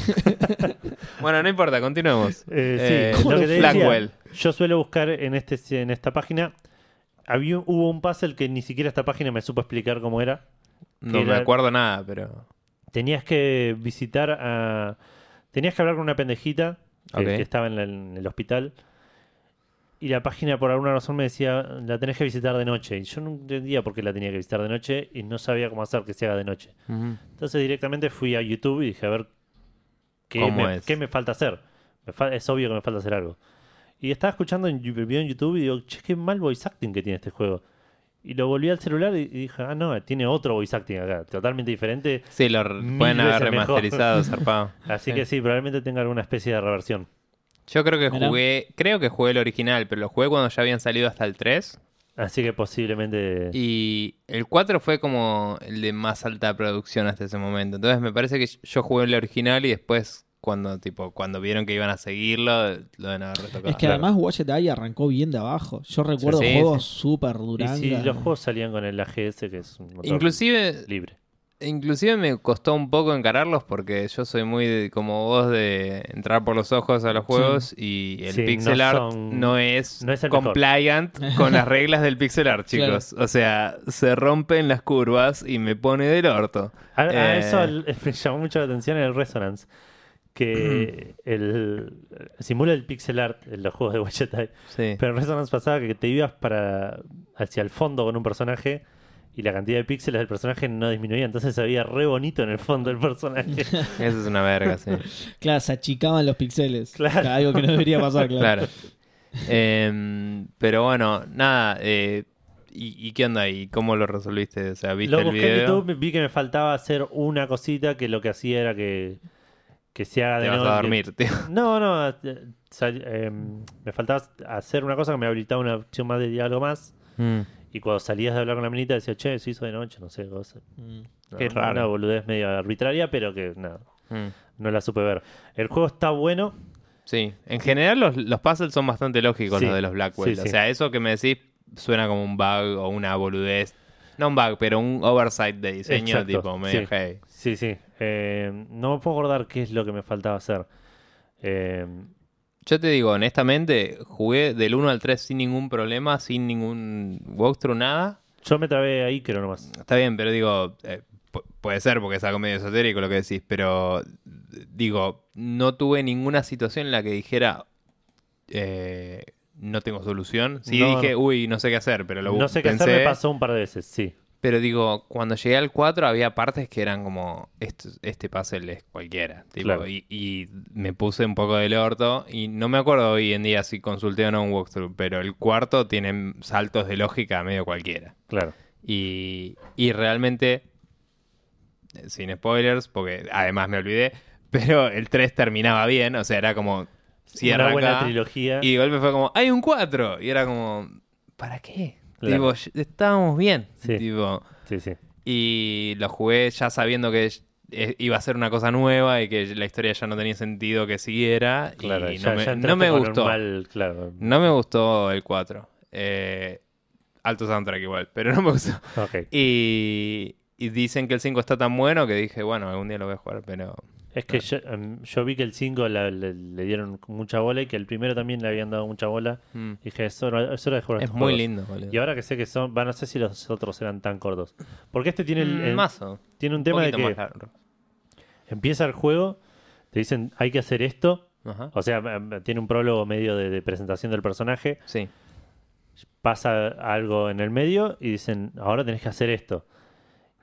bueno, no importa, continuemos. Eh, Eh, sí, lo que te decía, Blackwell. yo suelo buscar en este en esta página. Había, hubo un puzzle que ni siquiera esta página me supo explicar cómo era. No que me era- acuerdo nada, pero... Tenías que visitar a. Tenías que hablar con una pendejita que, Ok. que estaba en, la- en el hospital. Y la página, por alguna razón, me decía: la tenés que visitar de noche. Y yo no entendía por qué la tenía que visitar de noche y no sabía cómo hacer que se haga de noche. Entonces directamente fui a YouTube y dije, a ver, ¿qué, ¿Cómo me, es? qué me falta hacer? Me fal- es obvio que me falta hacer algo. Y estaba escuchando en, YouTube- video en YouTube y digo, che, qué mal voice acting que tiene este juego. Y lo volví al celular y, y dije, ah, no, tiene otro voice acting acá, totalmente diferente. Sí, lo re- Mil pueden haber veces mejor. remasterizado, zarpado. Así Sí. que sí, probablemente tenga alguna especie de reversión. Yo creo que Mirá. jugué, creo que jugué el original, pero lo jugué cuando ya habían salido hasta el 3. Así que posiblemente... Y el 4 fue como el de más alta producción hasta ese momento. Entonces me parece que yo jugué el original y después cuando tipo cuando vieron que iban a seguirlo, lo deben haber retocado. Es que además Watch It Die arrancó bien de abajo. Yo recuerdo Sí, juegos súper Y durangas. si los juegos salían con el AGS, que es un motor Inclusive libre. Inclusive me costó un poco encararlos porque yo soy muy de- como vos de entrar por los ojos a los juegos y el Sí, pixel no art son- no es, no es el mejor. compliant con las reglas del pixel art, chicos. O sea, se rompen las curvas y me pone del orto. A, a Eh, eso al- me llamó mucho la atención el Resonance. Que el, simula el pixel art en los juegos de Watch Time. Sí. Pero en Resonance pasaba que te ibas para hacia el fondo con un personaje y la cantidad de píxeles del personaje no disminuía. Entonces se veía re bonito en el fondo el personaje. Eso es una verga, sí. Claro, se achicaban los pixeles. Claro. Algo que no debería pasar, claro. Claro. Em, pero bueno, nada. eh, ¿y, y qué onda? ¿Y cómo lo resolviste? O sea, ¿viste Lo el busqué en video? YouTube, vi que me faltaba hacer una cosita que lo que hacía era que, que se haga Te de vas noche. a dormir, tío. No, no. eh, sal- em, me faltaba hacer una cosa que me habilitaba una opción más de diálogo más. Mm. Y cuando salías de hablar con la minita decía, che, se hizo de noche, no sé, cosa. Mm. No, Qué raro. Una boludez medio arbitraria, pero que nada, Mm. no la supe ver. El juego está bueno. Sí, en general los, los puzzles son bastante lógicos Sí, los de los Blackwell. sí, O sí. sea, eso que me decís suena como un bug o una boludez. No un bug, pero un oversight de diseño Exacto, tipo medio sí. hey. Sí, sí. Eh, no me puedo acordar qué es lo que me faltaba hacer. Eh, Yo te digo, honestamente, jugué del 1 al 3 sin ningún problema, sin ningún walkthrough, nada. yo me trabé ahí, creo nomás. Está bien, pero digo, eh, pu- puede ser porque es algo medio esotérico lo que decís, pero eh, digo, no tuve ninguna situación en la que dijera, eh, no tengo solución. Sí No, dije, no. uy, no sé qué hacer, pero lo no sé qué hacer, pensé. me pasó un par de veces, sí. Pero digo, cuando llegué al 4 había partes que eran como, "Esto- este puzzle es cualquiera. tipo, Claro. y, y me puse un poco del orto y no me acuerdo hoy en día si consulté o no un walkthrough, pero el cuarto tiene saltos de lógica medio cualquiera. Claro. Y, y realmente, eh, sin spoilers, porque además me olvidé, pero el 3 terminaba bien, o sea, era como, cierra Una buena acá, trilogía. y de golpe fue como, hay un 4. Y era como, ¿para qué? Claro. Tipo, "Ya- estábamos bien. Sí. Tipo, Sí, sí. y lo jugué ya sabiendo que eh, iba a ser una cosa nueva y que la historia ya no tenía sentido que siguiera. Claro, y ya, no me, ya no entraste me con un gustó. mal- claro. No me gustó el 4. Eh, alto soundtrack igual, pero no me gustó. Ok. Y, y dicen que el 5 está tan bueno que dije, bueno, algún día lo voy a jugar, pero... Es que yo, em, yo vi que el 5 la- le, le dieron mucha bola y que el primero también le habían dado mucha bola. mm, Dije, es hora, es hora de jugar a es estos muy juegos". lindo, boludo. Y ahora que sé que son, va, no sé si los otros eran tan cortos. Porque este tiene, el, Mm, el- mazo. tiene un Un tema de poquito que más largo. empieza el juego, te dicen hay que hacer esto. Ajá. O sea, em, tiene un prólogo medio de, de presentación del personaje. Sí. Pasa algo en el medio y dicen ahora tenés que hacer esto.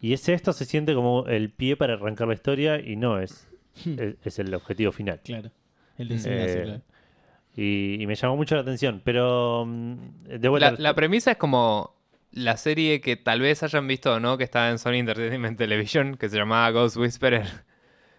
Y ese esto se siente como el pie para arrancar la Hmm. historia y no e, es, es, es el objetivo final. Claro. El desenlace, Eh, claro. Y, y me llamó mucho la atención. Pero mm, de vuelta. La, la premisa es como la serie que tal vez hayan visto o no, que estaba en Sony Entertainment Television, que se llamaba Ghost Whisperer,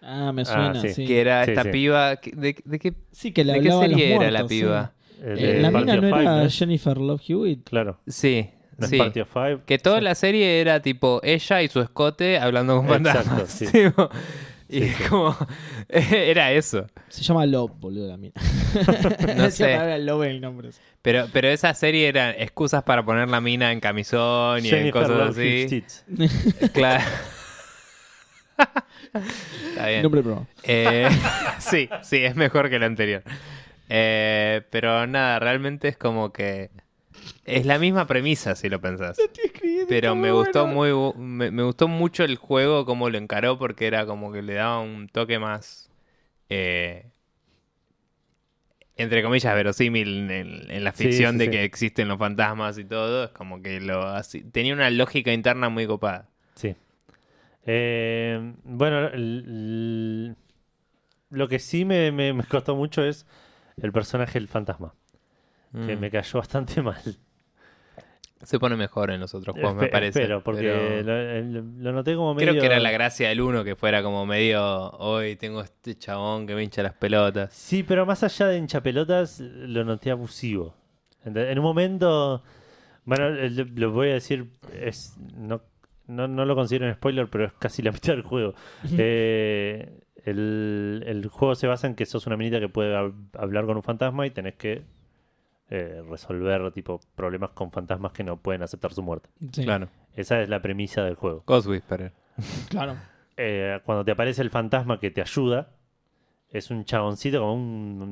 Ah, me Ah, suena, sí. sí. Sí, que era Sí, esta sí. piba... que- ¿De, de qué, que le de qué hablaba a los serie era la muertos, sí. piba? el Eh, de la Party mina of no Five, era ¿no? Jennifer Love Hewitt. Claro, Sí, no sí. es Party of Five. Que toda Sí. la serie era tipo ella y su escote hablando con Exacto, fantasmas. sí. tipo. y Sí, sí. como era eso. Se llama Love, boludo, la mina. No Decía sé. palabra Love en el nombre. Pero, pero esa serie eran excusas para poner la mina en camisón y en Jennifer cosas Love Hewitt así. Tits. Claro. Está bien. Nombre pro. Eh, sí, sí, es mejor que la anterior. Eh, pero nada, realmente es como que. Es la misma premisa si lo pensás. Pero me gustó muy bu- me, me gustó mucho el juego como lo encaró porque era como que le daba un toque más eh, entre comillas verosímil en, en- en la Sí, ficción sí, de sí. que existen los fantasmas y todo, es como que lo así, tenía una lógica interna muy copada. Sí. Eh, bueno, l- l- lo que sí me, me- me costó mucho es el personaje, el fantasma, que Mm. me cayó bastante mal. Se pone mejor en los otros juegos, me Espe- parece. espero, Eh, porque pero- lo, el- lo noté como medio... Creo que era la gracia del uno que fuera como medio, hoy tengo este chabón que me hincha las pelotas. Sí, pero más allá de hinchapelotas, lo noté abusivo. Ente- En un momento, bueno, el- lo voy a decir, es no, no, no lo considero un spoiler, pero es casi la mitad del juego. Eh, el, el juego se basa en que sos una minita que puede hab- hablar con un fantasma y tenés que eh, resolver tipo problemas con fantasmas que no pueden aceptar su muerte. Sí, Claro. Esa es la premisa del juego Ghost Whisperer. claro. eh, cuando te aparece el fantasma que te ayuda, es un chaboncito como un,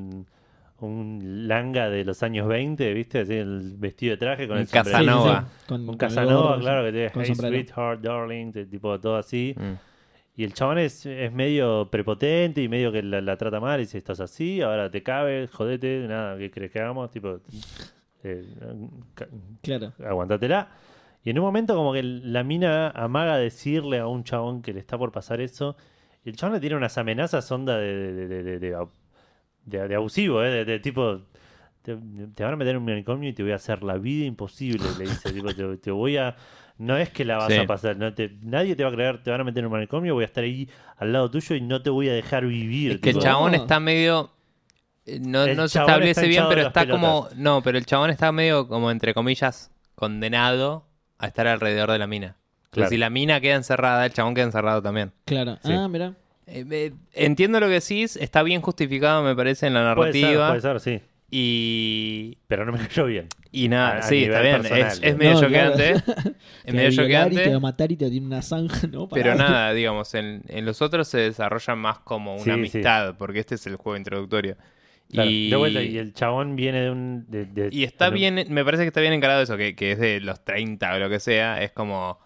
un, un langa de los años 20, ¿viste? Así, el vestido de traje con Un el sombrerito. Casanova. Con, Un con el Casanova, gorro, claro, que te con hey, sombrero. sweetheart, darling, te- tipo todo así. Mm. Y el chabón es, es medio prepotente y medio que la, la trata mal. Y dice, estás así, ahora te cabe, jodete, nada, ¿qué crees que hagamos? Tipo, eh, ca- Claro. aguantatela. Y en un momento como que la mina amaga decirle a un chabón que le está por pasar eso. Y el chabón le tiene unas amenazas onda de, de, de- de- de- de- de abusivo, ¿eh? de, de tipo... Te, te van a meter en un manicomio y te voy a hacer la vida imposible, le dice. tipo, te, te voy a... No es que la vas Sí. a pasar, no te- nadie te va a creer, te van a meter en un manicomio, voy a estar ahí al lado tuyo y no te voy a dejar vivir. Es que el tipo. "Oh". chabón está medio. eh, No, El no se chabón establece está bien, hinchado pero de las está como. No, pero el chabón está medio como, entre comillas, condenado a estar alrededor de la mina. Pero Claro. Si la mina queda encerrada, el chabón queda encerrado también. Claro. Sí. Ah, mira. Eh, eh, entiendo lo que decís, está bien justificado, me parece, en la Puede ser, narrativa. puede ser, sí. Y. Pero no me cayó bien. Y nada, A- a sí, está bien. nivel personal, Es, ¿no? es medio No, claro. choqueante. Te Es va a medio violar y choqueante. te va a matar y te tiene una zanja, ¿no? Pará. Pero nada, digamos, en, en los otros se desarrolla más como una Sí, sí. amistad, porque este es el juego introductorio. Claro, y, De vuelta, y el chabón viene de un. de- de- y está de un- bien, me parece que está bien encarado eso, que, que es de los 30 o lo que sea, es como...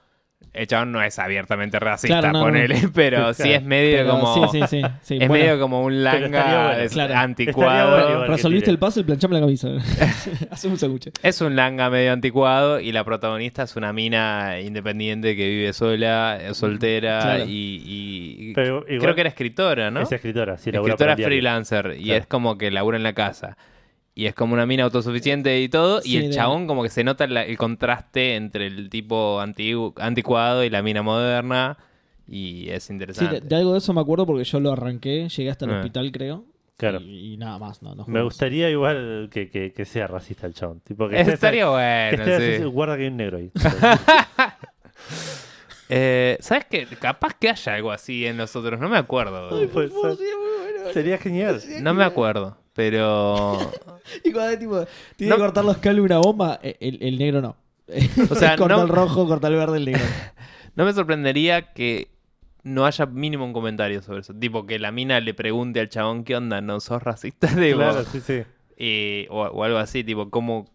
El chabón no es abiertamente racista, Claro, no, no. ponele, pero sí es medio Pero como... Sí, sí, sí. sí. Es Bueno, medio como un Pero estaría langa bueno, des- claro. anticuado. Estaría bueno. Resolviste el puzzle, planchame la camisa. Hacemos un sándwich. Es un langa medio anticuado y la protagonista es una mina independiente que vive sola, eh, soltera Claro. y, y- y Pero creo igual- que era escritora, ¿no? Es escritora, sí, labura escritora para el diario. freelancer y Claro. es como que labura en la casa. Y es como una mina autosuficiente y todo. Sí, y el de- chabón como que se nota la- el contraste entre el tipo antiguo, anticuado y la mina moderna. Y es Sí, de, interesante. de algo de eso me acuerdo porque yo lo arranqué, llegué hasta el Ah. hospital, creo. Claro. Y, y nada más, no, no Me jugamos. gustaría igual que, que- que sea racista el chabón. Tipo, que estés- Estaría que bueno, estés- sí. Guarda que hay un negro ahí. Eh, ¿Sabes qué? Capaz que haya algo así en nosotros. No me acuerdo. boludo. Puede Fue- sí, ser. muy bueno. Sería genial. No me acuerdo. Pero... Y cuando es tipo, tiene No- que cortar los cables una bomba, eh, el, el negro no. O sea, corta no- el rojo, corta el verde, el negro. No me sorprendería que no haya mínimo un comentario sobre eso. Tipo, que la mina le pregunte al chabón, ¿qué onda? ¿No sos racista? Digo, Claro, sí, sí. eh, o, o algo así, tipo, ¿cómo,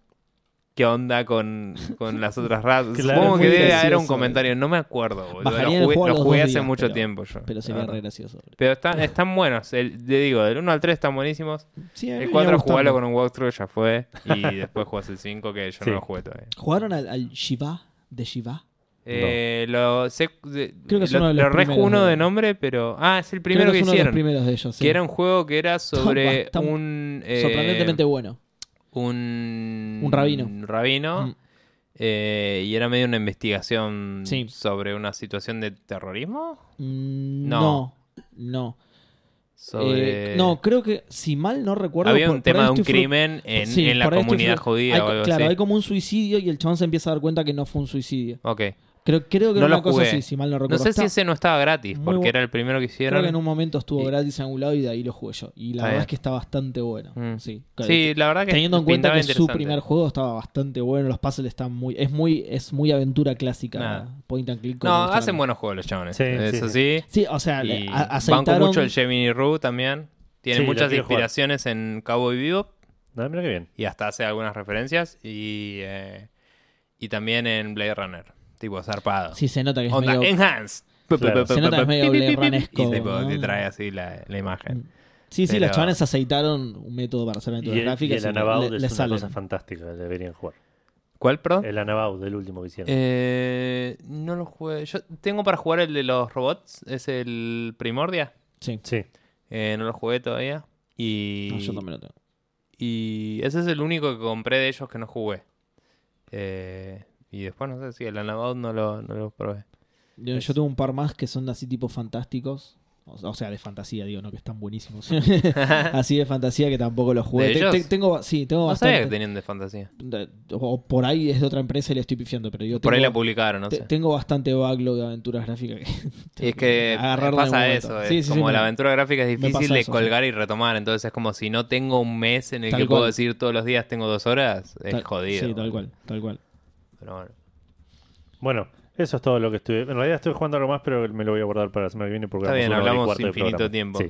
¿qué onda con, con las otras razas? Claro, Supongo que muy debe haber un gracioso. comentario, no me acuerdo. boludo. Lo Bajaría el jugué, juego a lo los jugué dos hace días, mucho pero- tiempo yo. Pero sería la verdad. re gracioso. Pero están, están buenos, el- te digo, del 1 al 3 están buenísimos. Sí, a mí El me 4 iba jugarlo gustando. con un walkthrough ya fue. Y después jugás el 5 que yo Sí. no lo jugué todavía. ¿Jugaron al, al Shiva de Shiva? Eh, lo sé- de- Creo que es lo, uno de los lo rejuno primeros de- de nombre, pero. Ah, es el Creo primero que, es uno de los hicieron. primeros de ellos. sí. Que era un juego que era sobre Bastante- un. eh, Sorprendentemente bueno. un, Un rabino. rabino, Mm. eh, y era medio una investigación Sí. sobre una situación de terrorismo. Mm, no. No. No. Sobre... Eh, no, creo que, si mal no recuerdo. Había por- un por ahí tema de un estoy fru- crimen en, Sí, en la por ahí estoy comunidad fru- judía hay- o algo Claro, hay así. como un suicidio y el chabón se empieza a dar cuenta que no fue un suicidio. Ok. Creo, creo que No era lo una cosa jugué. así, si mal no No recuerdo. sé si Está- ese no estaba gratis, muy porque bu- era el primero que Creo hicieron. que en un momento estuvo Y- gratis en algún lado y de ahí lo jugué yo. Y la Está verdad bien. es que está bastante bueno. Mm. Sí, Sí, la verdad que Teniendo en cuenta pintaba que su interesante. primer juego estaba bastante bueno, los puzzles están muy. Es muy, es muy aventura clásica. Nada. Point and click. como No, mostraron. hacen buenos juegos los chabones. Sí, Eso sí. Sí, o sea, Y le- a- banco aceitaron. mucho el Gemini Rue también. Tiene Sí, lo muchas quiero jugar. inspiraciones en Cowboy Bebop. No, mira qué bien. y hasta hace algunas referencias y, eh, y también en Blade Runner, tipo zarpado. Sí, se nota que es Onda, medio- enhance. Claro. Se nota que es Mm. medio Pi, pi, pi, pi, pi. Blade Y tipo, Runner-esco, te ¿no? trae así la, la imagen. Sí, sí, Pero- las chavanes aceitaron un método para hacer Y aventuras el, y gráficas. el Anabaud le- es le una salen. cosa fantástica, que deberían jugar. ¿Cuál, pro? El Anabaud, el último que hicieron. Eh, no lo jugué. Yo tengo para jugar el de los robots, es el Primordia. Sí, Sí, Eh, no lo jugué todavía. Y, No, yo también lo tengo. y ese es el único que compré de ellos que no jugué. Eh, y después no sé si el Anabaud no lo, no lo probé. Yo, Es- yo tengo un par más que son así tipo fantásticos. O, o sea, de fantasía, digo, no que están buenísimos. así de fantasía que tampoco los jugué. ¿De Te- ellos? te- tengo, sí, tengo No sabía que bastante. tenían de fantasía. de- o por ahí es de otra empresa y le estoy pifiando, pero yo tengo, Por ahí la publicaron, no te- sé. tengo bastante backlog de aventuras gráficas. Y es que agarrar pasa eso, es como la aventura gráfica es me difícil pasa de eso, colgar y retomar, entonces es como si no tengo un mes en el Tal que puedo cual. decir todos los días tengo dos horas, es jodido. Sí, tal cual, tal cual. Pero bueno. bueno, eso es todo lo que estuve. En realidad estuve jugando algo más, pero me lo voy a guardar para la semana que viene porque Está bien, una hora y hablamos cuarto de infinito programa. tiempo. Sí,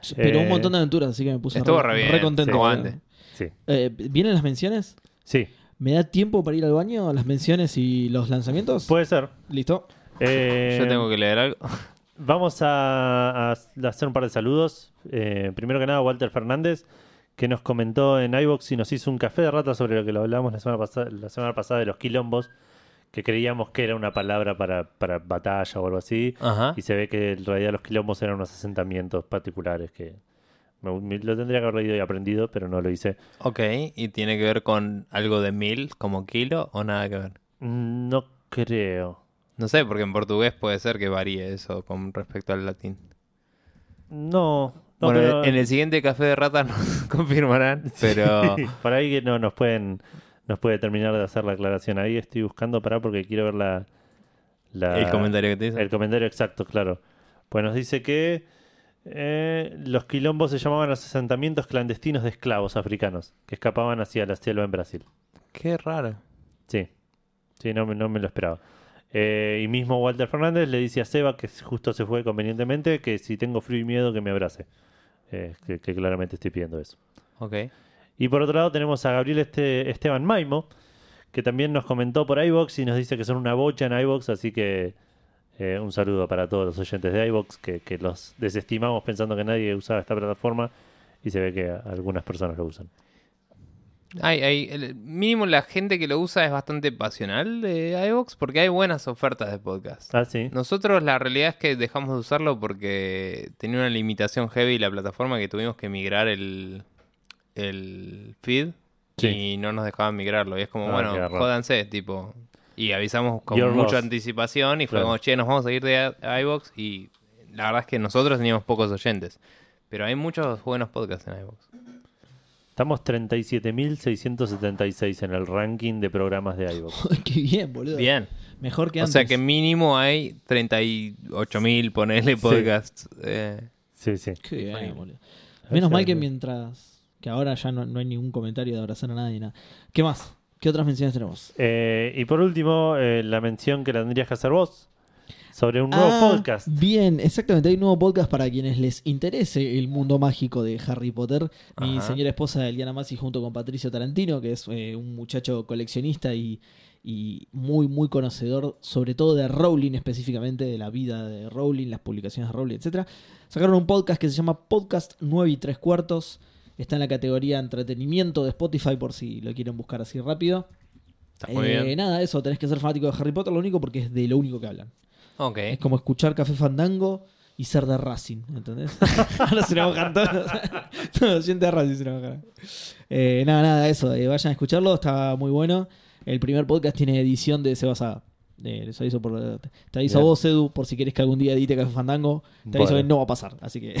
Sí. Pero Eh, un montón de aventuras, así que me puse Estuvo re, re bien, re contento. sí, aguante. sí, Eh, ¿Vienen las menciones? sí. ¿Me da tiempo para ir al baño? ¿Las menciones y los lanzamientos? Puede ser. Listo. Eh, Yo tengo que leer algo. Vamos a, a hacer un par de saludos. Eh, primero que nada, Walter Fernández, que nos comentó en iBox y nos hizo un café de rata sobre lo que lo hablábamos la semana, pasada, la semana pasada de los quilombos, que creíamos que era una palabra para, para batalla o algo así. Ajá. Y se ve que en realidad los quilombos eran unos asentamientos particulares que me- me- lo tendría que haber leído y aprendido, pero no lo hice. Ok, ¿y tiene que ver con algo de mil, como kilo, o nada que ver? Mm, No creo. No sé, porque en portugués puede ser que varíe eso con respecto al latín. No. no, bueno, pero- en el siguiente café de rata nos confirmarán, pero... Por ahí que no nos pueden nos puede terminar de hacer la aclaración. Ahí estoy buscando para porque quiero ver la, la- El comentario que te hizo. el comentario exacto, claro. Pues nos dice que eh, los quilombos se llamaban los asentamientos clandestinos de esclavos africanos que escapaban hacia la selva en Brasil. Qué raro. Sí, sí, no, me- no me lo esperaba. Eh, y mismo Walter Fernández le dice a Seba, que justo se fue convenientemente, que si tengo frío y miedo que me abrace. Eh, que- que claramente estoy pidiendo eso. Ok. Y por otro lado tenemos a Gabriel este, Esteban Maimo, que también nos comentó por iBox y nos dice que son una bocha en iBox, así que eh, un saludo para todos los oyentes de iBox, que, que los desestimamos pensando que nadie usaba esta plataforma y se ve que a- algunas personas lo usan. Hay, hay- el- mínimo la gente que lo usa es bastante pasional de iVoox porque hay buenas ofertas de podcast. Ah, sí. Nosotros la realidad es que dejamos de usarlo porque tenía una limitación heavy la plataforma que tuvimos que migrar el, el feed Sí. y no nos dejaban migrarlo. Y es como, Ah, qué bueno, garrón. jódanse, tipo. Y avisamos con Your mucha loss. anticipación y fue Claro. como, che, nos vamos a ir de i- iVoox y la verdad es que nosotros teníamos pocos oyentes. Pero hay muchos buenos podcasts en iVoox. Estamos 37.676 en el ranking de programas de iBox. Qué bien, boludo. Bien. Mejor que O antes. sea que mínimo hay 38.000, ponele podcasts. eh, Sí, sí. Qué bien, Disponible. boludo. Menos Ahí mal está, que boludo. mientras... Que ahora ya no, no hay ningún comentario de abrazar a nadie, nada. ¿Qué más? ¿Qué otras menciones tenemos? Eh, y por último, eh, la mención que la tendrías que hacer vos sobre un nuevo Ah, podcast. Bien, exactamente. Hay un nuevo podcast para quienes les interese el mundo mágico de Harry Potter. Mi Ajá. señora esposa Eliana Masi junto con Patricio Tarantino, que es eh, un muchacho coleccionista y, y muy, muy conocedor, sobre todo de Rowling específicamente, de la vida de Rowling, las publicaciones de Rowling, etc. Sacaron un podcast que se llama Podcast 9 y 3 cuartos. Está en la categoría entretenimiento de Spotify por si lo quieren buscar así rápido. Está muy Eh, bien. Nada, eso, tenés que ser fanático de Harry Potter, lo único porque es de lo único que hablan. Ok. ¿Eh? Es como escuchar Café Fandango y ser de Racing, ¿entendés? Ahora se la bajan todos. todos los oyentes de Racing se la bajan. Eh, nada, nada, eso. eh, vayan a escucharlo, está muy bueno. El primer podcast tiene edición de Seba Saga. Eh, les aviso por, te, te aviso a Bien. vos, Edu, por si querés que algún día edite Café Fandango. Te aviso Bueno. que no va a pasar, así que.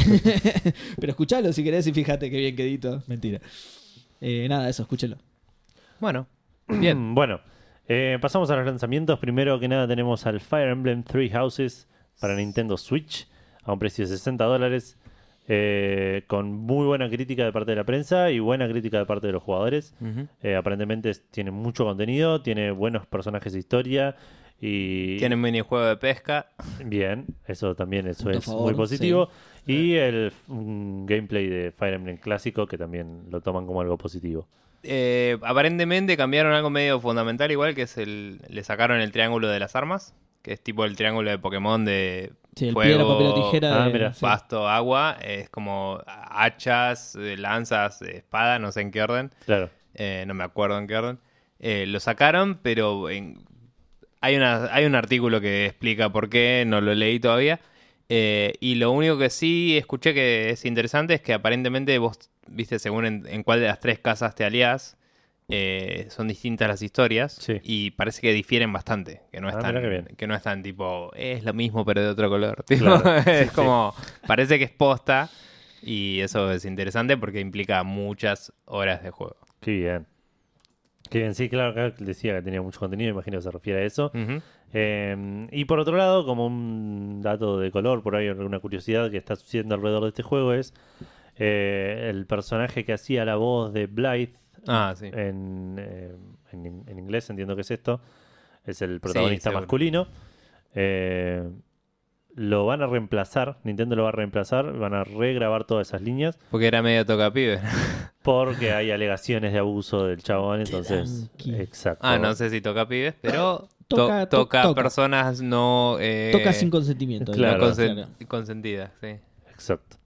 Pero escuchalo si querés y fíjate qué bien que edito. Mentira. Eh, nada, eso, escúchelo. Bueno. Bien. Mm, Bueno, eh, pasamos a los lanzamientos. Primero que nada tenemos al Fire Emblem Three Houses para Nintendo Switch a un precio de 60 dólares. eh, con muy buena crítica de parte de la prensa y buena crítica de parte de los jugadores. Ujú. Eh, aparentemente es- tiene mucho contenido, tiene buenos personajes de historia y... Tienen minijuego de pesca. Bien, eso también eso Punto a es favor, muy positivo. Y el mm, gameplay de Fire Emblem clásico que también lo toman como algo positivo. Eh, aparentemente cambiaron algo medio fundamental, igual que es el. Le sacaron el triángulo de las armas, que es tipo el triángulo de Pokémon de. Sí, el fuego, piedra, papel o tijera. Ah, de- mira, sí. Pasto, agua, es como hachas, eh, lanzas, eh, espada, no sé en qué orden. Claro. Eh, no me acuerdo en qué orden. Eh, lo sacaron, pero en- hay, una, hay un artículo que explica por qué, no lo leí todavía. Eh, y lo único que sí escuché que es interesante es que aparentemente vos, viste, según en, en cuál de las tres casas te aliás, eh, son distintas las historias Sí. y parece que difieren bastante, que no Ah, es mirá qué bien. tan, que no es tan tipo, "Eh, es lo mismo pero de otro color. tipo, Claro, sí, es sí. como, parece que es posta y eso es interesante porque implica muchas horas de juego. Qué bien. Qué bien, eh. sí, claro, acá decía que tenía mucho contenido, imagino que se refiere a eso. Ujú. Eh, y por otro lado, como un dato de color, por ahí alguna curiosidad que está sucediendo alrededor de este juego es eh, el personaje que hacía la voz de Blythe Ah, sí. en, eh, en, en inglés, entiendo que es esto, es el protagonista seguro. masculino. Eh, lo van a reemplazar, Nintendo lo va a reemplazar, van a regrabar todas esas líneas. Porque era medio tocapibe. Porque hay alegaciones de abuso del chabón, entonces. tranqui. Exacto. Ah, no sé si toca pibes, pero to- Toca- toca, to- toca. personas no, eh, Toca sin consentimiento. no Claro. consen- consentidas. Sí. Exacto.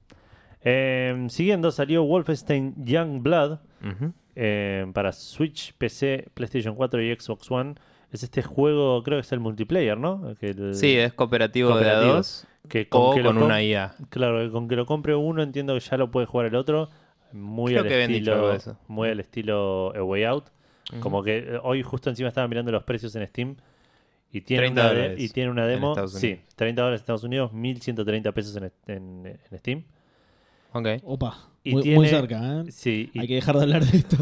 Eh, siguiendo salió Wolfenstein Young Blood Ujú. eh, para Switch, PC, PlayStation 4 y Xbox One. Es este juego, creo que es el multiplayer, ¿no? Que el- Sí, es cooperativo, de Cooperativo. a dos que o que lo con una com- IA. Claro, que con que lo compre uno entiendo que ya lo puede jugar el otro. Muy Creo al que habían dicho algo estilo. de eso. Muy al estilo A Way Out. Como que eh, hoy justo encima estaba mirando los precios en Steam. Y tiene, 30 una, de- dólares y tiene una en demo. Estados Sí, Unidos. 30 dólares en Estados Unidos, 1130 pesos en, en- en Steam. Ok. Opa, Y muy, tiene- muy cerca, ¿eh? Sí, y, Hay que dejar de hablar de esto.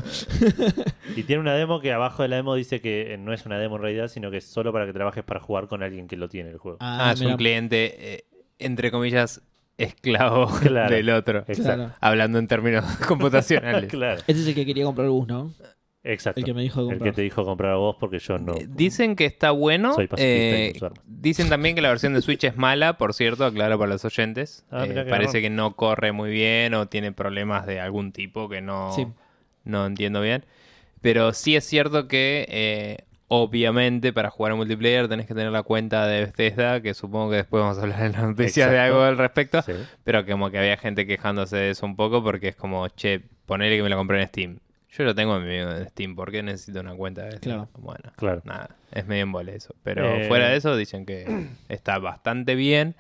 y tiene una demo que abajo de la demo dice que eh, no es una demo en realidad, sino que es solo para que trabajes para jugar con alguien que lo tiene el juego. Ah, es mira. un cliente, eh, entre comillas, esclavo Claro. del otro. Exacto. Claro. Hablando en términos computacionales. Claro, Ese es el que quería comprar el bus, ¿no? exacto. El que me dijo de El que comprar. te dijo comprar a vos porque yo no. Eh, Dicen que está bueno. Soy pacifista y eh, uso armas. dicen también que la versión de Switch es mala, por cierto, aclaro para los oyentes. Ah, Eh, mirá qué parece garrón. que no corre muy bien o tiene problemas de algún tipo que no, Sí. no entiendo bien. Pero sí es cierto que, eh, obviamente, para jugar a multiplayer tenés que tener la cuenta de Bethesda, que supongo que después vamos a hablar en las noticias de Exacto. algo al respecto. Sí. Pero como que había gente quejándose de eso un poco porque es como, che, ponele que me lo compré en Steam. Yo lo tengo en mi- en Steam, ¿por qué necesito una cuenta de Steam? Claro. Bueno, Claro. nada, es medio embole eso. Pero Eh. fuera de eso dicen que está bastante bien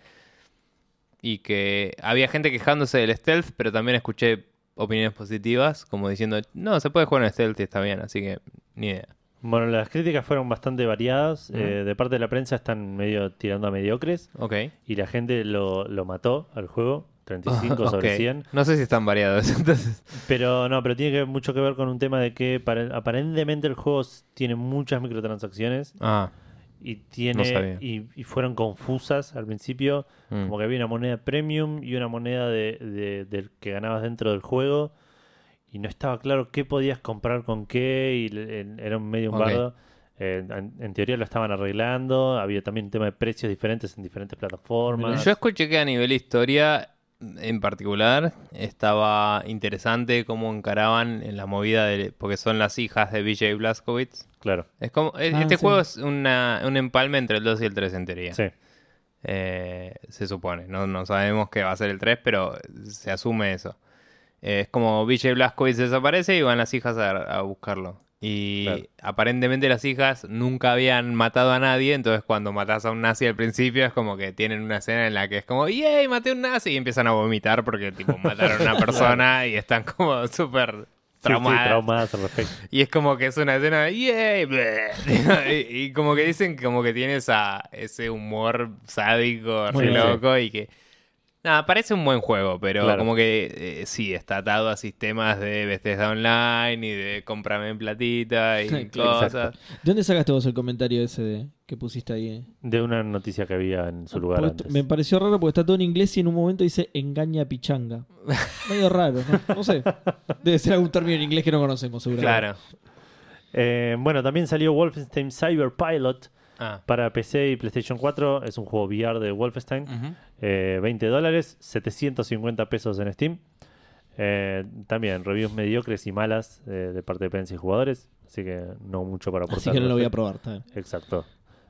y que había gente quejándose del stealth, pero también escuché opiniones positivas como diciendo, no, se puede jugar en stealth y está bien, así que ni idea. Bueno, las críticas fueron bastante variadas. Ujú. Eh, de parte de la prensa están medio tirando a mediocres. Ok. Y la gente lo, lo mató al juego. 35 sobre Ok. 100. No sé si están variados, entonces. Pero no, pero tiene que, mucho que ver con un tema de que para- aparentemente el juego s- tiene muchas microtransacciones Ah, y No tiene sabía. y, y fueron confusas al principio. Mm. Como que había una moneda premium y una moneda de, de- del que ganabas dentro del juego. Y no estaba claro qué podías comprar con qué. Y le- en- era un medio un Ok. bardo. Eh, en, en teoría lo estaban arreglando. Había también un tema de precios diferentes en diferentes plataformas. Yo escuché que a nivel historia, en particular, estaba interesante cómo encaraban en la movida de... Porque son las hijas de BJ Blazkowicz. Claro. Es como, e- Ah, este sí. juego es una- un empalme entre el 2 y el 3 en teoría. Sí. Eh, se supone. No, no sabemos que va a ser el 3, pero se asume eso. Eh, es como BJ Blazkowicz desaparece y van las hijas a, a buscarlo. Y Claro. aparentemente las hijas nunca habían matado a nadie, entonces cuando matas a un nazi al principio es como que tienen una escena en la que es como, ¡yay! Maté a un nazi y empiezan a vomitar porque tipo mataron a una persona y están como súper Sí, sí, traumadas. traumadas al respecto. Y es como que es una escena de "Yay", bleh". y, y como que dicen que como que tiene esa, ese humor sádico, Muy re bien. loco, y que. Nada, parece un buen juego, pero Claro. como que eh, sí, está atado a sistemas de Bethesda Online y de cómprame en platita y Exacto. cosas. ¿De dónde sacaste vos el comentario ese de- que pusiste ahí? eh? De una noticia que había en su lugar Porque antes. Ah, Me pareció raro porque está todo en inglés y en un momento dice engaña a pichanga. Medio raro, ¿no? No sé. Debe ser algún término en inglés que no conocemos, seguramente. Claro. Eh, bueno, también salió Wolfenstein Cyberpilot Ah. para PC y PlayStation 4. Es un juego VR de Wolfenstein. Mm. Ujú. Eh, 20 dólares, 750 pesos en Steam. Eh, también reviews mediocres y malas eh, de parte de prensa y jugadores. Así que no mucho para aportar. Así que no lo voy a probar. está bien. Exacto.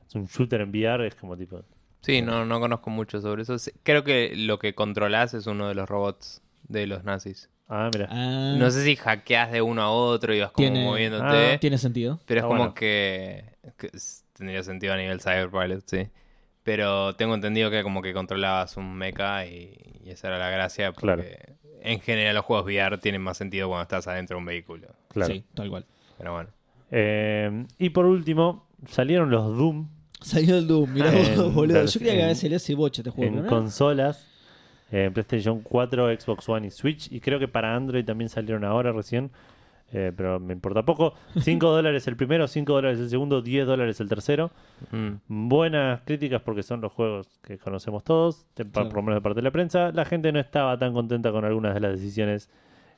Es un shooter en VR, es como tipo. Sí, no, no conozco mucho sobre eso. Sí, Creo que lo que controlás es uno de los robots de los nazis. Ah, mira. Ah, No sé si hackeás de uno a otro y vas como Tiene- moviéndote. Ah, tiene sentido. Pero es Ah, como bueno. que, que s- tendría sentido a nivel Cyberpilot, sí. Pero tengo entendido que como que controlabas un mecha y, y esa era la gracia. Porque Claro. en general los juegos VR tienen más sentido cuando estás adentro de un vehículo. Claro. Sí, tal cual. Pero bueno. Eh, y por último, salieron los Doom Salió el Doom, mirá En vos, boludo. vers- Yo creía que había en- salido ese boche este juego, en ¿no? consolas. eh, En PlayStation 4, Xbox One y Switch. Y creo que para Android también salieron ahora recién. eh, pero me importa poco. 5 dólares el primero, 5 dólares el segundo, 10 dólares el tercero. Mm. buenas críticas porque son los juegos que conocemos todos, de- pa- Claro. por lo menos de parte de la prensa. La gente no estaba tan contenta con algunas de las decisiones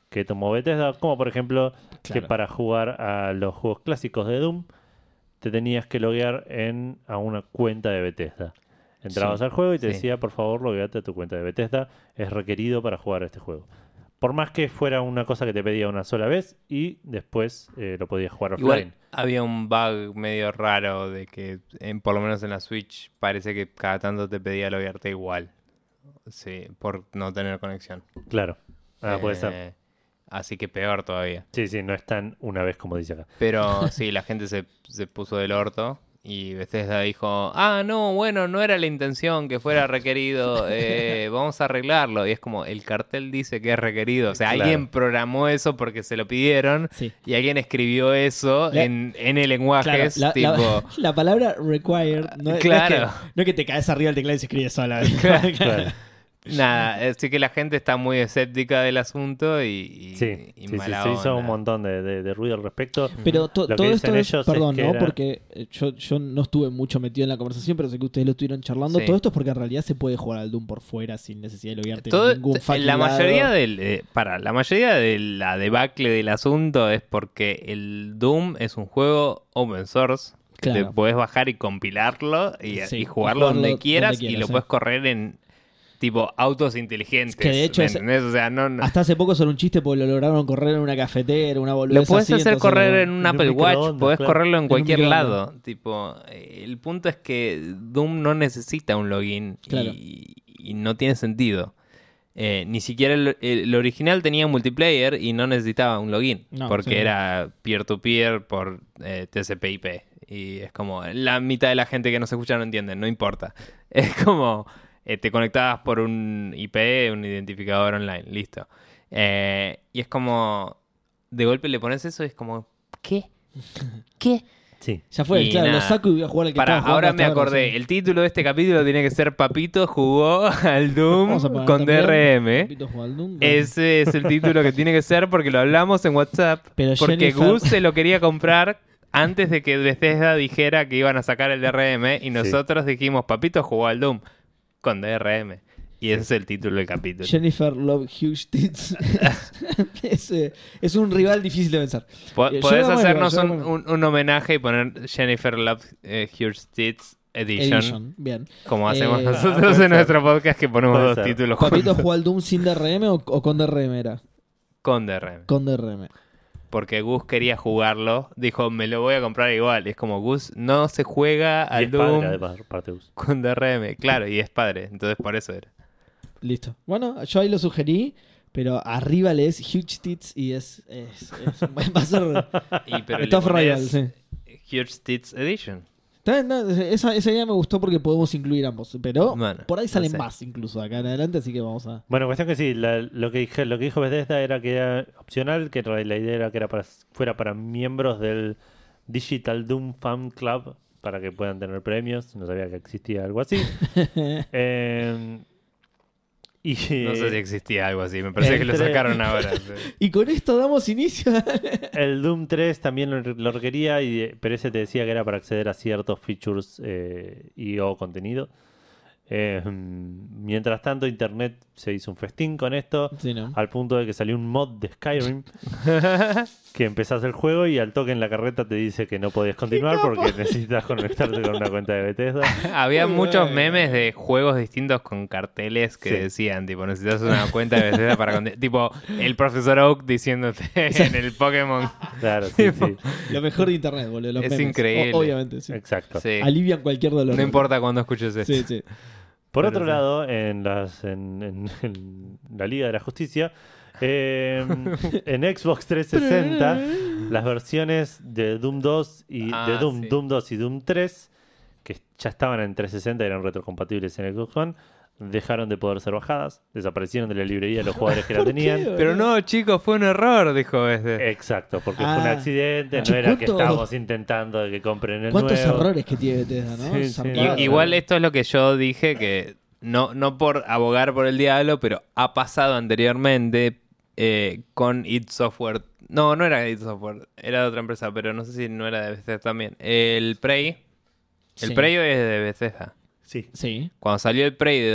que tomó Bethesda, como por ejemplo que Claro. para jugar a los juegos clásicos de Doom te tenías que loguear en, a una cuenta de Bethesda. Entrabas Sí, al juego y te sí. decía, por favor, logueate a tu cuenta de Bethesda, es requerido para jugar a este juego. Por más que fuera una cosa que te pedía una sola vez y después eh, lo podías jugar offline. Igual había un bug medio raro de que, en, por lo menos en la Switch, parece que cada tanto te pedía loguearte igual. Sí, por no tener conexión. Claro. Ah, puede ser. Eh, Así que peor todavía. Sí, sí, no es tan una vez como dice acá. Pero sí, la gente se, se puso del orto y Bethesda dijo, ah, no, bueno, no era la intención que fuera requerido, eh, vamos a arreglarlo. Y es como, el cartel dice que es requerido. O sea, Claro. alguien programó eso porque se lo pidieron Sí. y alguien escribió eso La- en, en el lenguaje. Claro, es la, tipo... Ah, la- la palabra required no, no Claro. es que, no es que te caes arriba del teclado y se escribe sola. Claro. Nada, así que la gente está muy escéptica del asunto y, y, Sí, y sí, sí, mala se hizo onda. un montón de, de- de ruido al respecto. Pero to- Lo que todo dicen esto ellos es, es perdón, que ¿no? era- Porque eh, yo, yo no estuve mucho metido en la conversación, pero sé que ustedes lo estuvieron charlando. Sí. Todo esto es porque en realidad se puede jugar al Doom por fuera sin necesidad de loguearte en Todo- este, ningún fucking la mayoría lado. del eh, para la mayoría de la debacle del asunto es porque el Doom es un juego open source Claro. te puedes bajar y compilarlo y, Sí, y y jugarlo donde jugarlo quieras donde y quieras, lo sí. puedes correr en tipo autos inteligentes Es que de hecho ¿me es- entendés? o sea no, no- Hasta hace poco solo un chiste porque lo lograron correr en una cafetera, una boludez lo puedes así, hacer entonces correr lo- en un en un Apple Watch microondas, puedes claro. correrlo En en un cualquier microondas. lado tipo eh, el punto es que Doom no necesita un login y- Claro. y, no tiene sentido Eh, ni siquiera el, el original tenía multiplayer y no necesitaba un login No, porque sí. era peer-to-peer por eh, TCP/IP y es como la mitad de la gente que nos escucha no entiende no importa es como eh, te conectabas por un IP un identificador online listo Eh, y es como de golpe le pones eso y es como, ¿qué? ¿Qué? Sí. Ya fue, Y claro, nada. lo saco y voy a jugar al que Para, estaba jugando ahora hasta me acordé, sí. el título de este capítulo tiene que ser Papito jugó al Vamos a Doom poner con también, DRM. Papito juega al Doom, bueno. Ese es el título que tiene que ser porque lo hablamos en WhatsApp. Pero porque Jennifer- Gus se lo quería comprar antes de que Bethesda dijera que iban a sacar el DRM y nosotros dijimos, Papito jugó al Doom con DRM. Y ese es el título del capítulo. Jennifer Love Huge Tits. es, eh, es un rival difícil de vencer. Po- Eh, yo Podés lo hacernos banco, un, yo lo banco. un- un homenaje y poner Jennifer Love eh, Huge Tits Edition, Edition. Bien. como hacemos Eh, Ah, puede nosotros ser. en nuestro podcast que ponemos Puede dos ser. títulos ¿Papito juntos. jugó al Doom sin DRM o, o con DRM era? con DRM. Con DRM. Porque Gus quería jugarlo, dijo, me lo voy a comprar igual. Y es como, Gus no se juega Y al es padre, Doom además, parte de uso. con DRM. Claro, y es padre, entonces por eso era. Listo. Bueno, yo ahí lo sugerí, Pero arriba lees Huge Tits y es. es- es- va a ser. Y, pero le Tough ponés Royal, sí. Huge Tits Edition. Está bien, no, esa, esa idea me gustó porque podemos incluir ambos. Pero Bueno, por ahí no salen sé. más incluso de acá en adelante, así que vamos a. Bueno, cuestión que sí, la- lo, que dije, lo que dijo Bethesda era que era opcional, que la la idea era que era para, fuera para miembros del Digital Doom Fan Club, para que puedan tener premios, no sabía que existía algo así. Eh, y, No sé si existía algo así, me parece que lo Entre- sacaron ahora. sí. Y con esto damos inicio a El Doom 3 también lo, lo requería, y, eh, pero ese te decía que era para acceder a ciertos features eh, y o contenido. Eh, mientras tanto, Internet se hizo un festín con esto, Sí, ¿no? Ah, al punto de que salió un mod de Skyrim, que empezás el juego y al toque en la carreta te dice que no podías continuar porque necesitas conectarte con una cuenta de Bethesda. Había Muy muchos bueno. memes de juegos distintos con carteles que Sí. decían, tipo, necesitas una cuenta de Bethesda para... conte- Tipo, el profesor Oak diciéndote en el Pokémon. Claro, sí, sí. Lo mejor de internet, boludo. los Es memes. increíble. O- obviamente, sí. Exacto. Sí. Alivian cualquier dolor. No importa cuándo escuches esto. Sí, sí. Por Pero otro sí. lado, en, las, en, en- en la Liga de la Justicia, eh, en Xbox 360, las versiones de Doom 2 y Ah, de Doom, sí. Doom 2 y Doom 3, que ya estaban en 360 y eran retrocompatibles en Xbox One, dejaron de poder ser bajadas, desaparecieron de la librería de los jugadores que la ¿Por qué, tenían. boludo? Pero no, chicos, fue un error, dijo Bethesda. Exacto, porque Ah. fue un accidente, Che, no era que ¿cuánto- estábamos intentando de que compren el ¿Cuántos nuevo. errores que tiene Bethesda, no? Sí, sí. Y- Zarpado. igual esto es lo que yo dije que no, no por abogar por el diablo, pero ha pasado anteriormente eh, con id Software. No, no era id Software, era de otra empresa, pero no sé si no era de Bethesda también. El Prey, el Sí. Prey es de Bethesda. Sí, Sí, Cuando salió el Prey de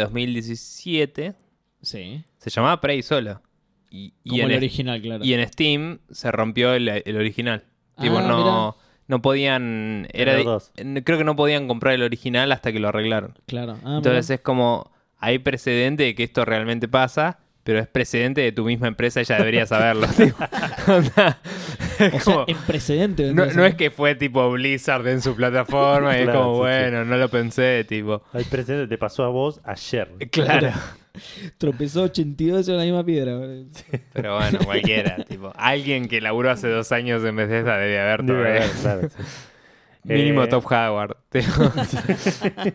2017, sí. se llamaba Prey solo. Y, y Como en el es- original, claro. y en Steam se rompió el, el original. Ah, Tipo, no, no podían. Era, Los di- dos. n- Creo que no podían comprar el original hasta que lo arreglaron. Claro. Ah, mirá. Entonces es como. Hay precedente de que esto realmente pasa, pero es precedente de tu misma empresa y ya deberías saberlo. tipo. Onda, es o como- sea, en precedente. no, vendría a no ser. es que fue tipo Blizzard en su plataforma y es Claro, como, sí, bueno, no lo pensé, tipo. al presente te pasó a vos ayer. eh. Claro. Tropezó 82 en la misma piedra. boludo. Pero bueno, cualquiera, tipo. Alguien que laburó hace dos años en Bethesda debe haber Debe todavía. haber, claro, sí. Mínimo Eh, Top Howard. tipo.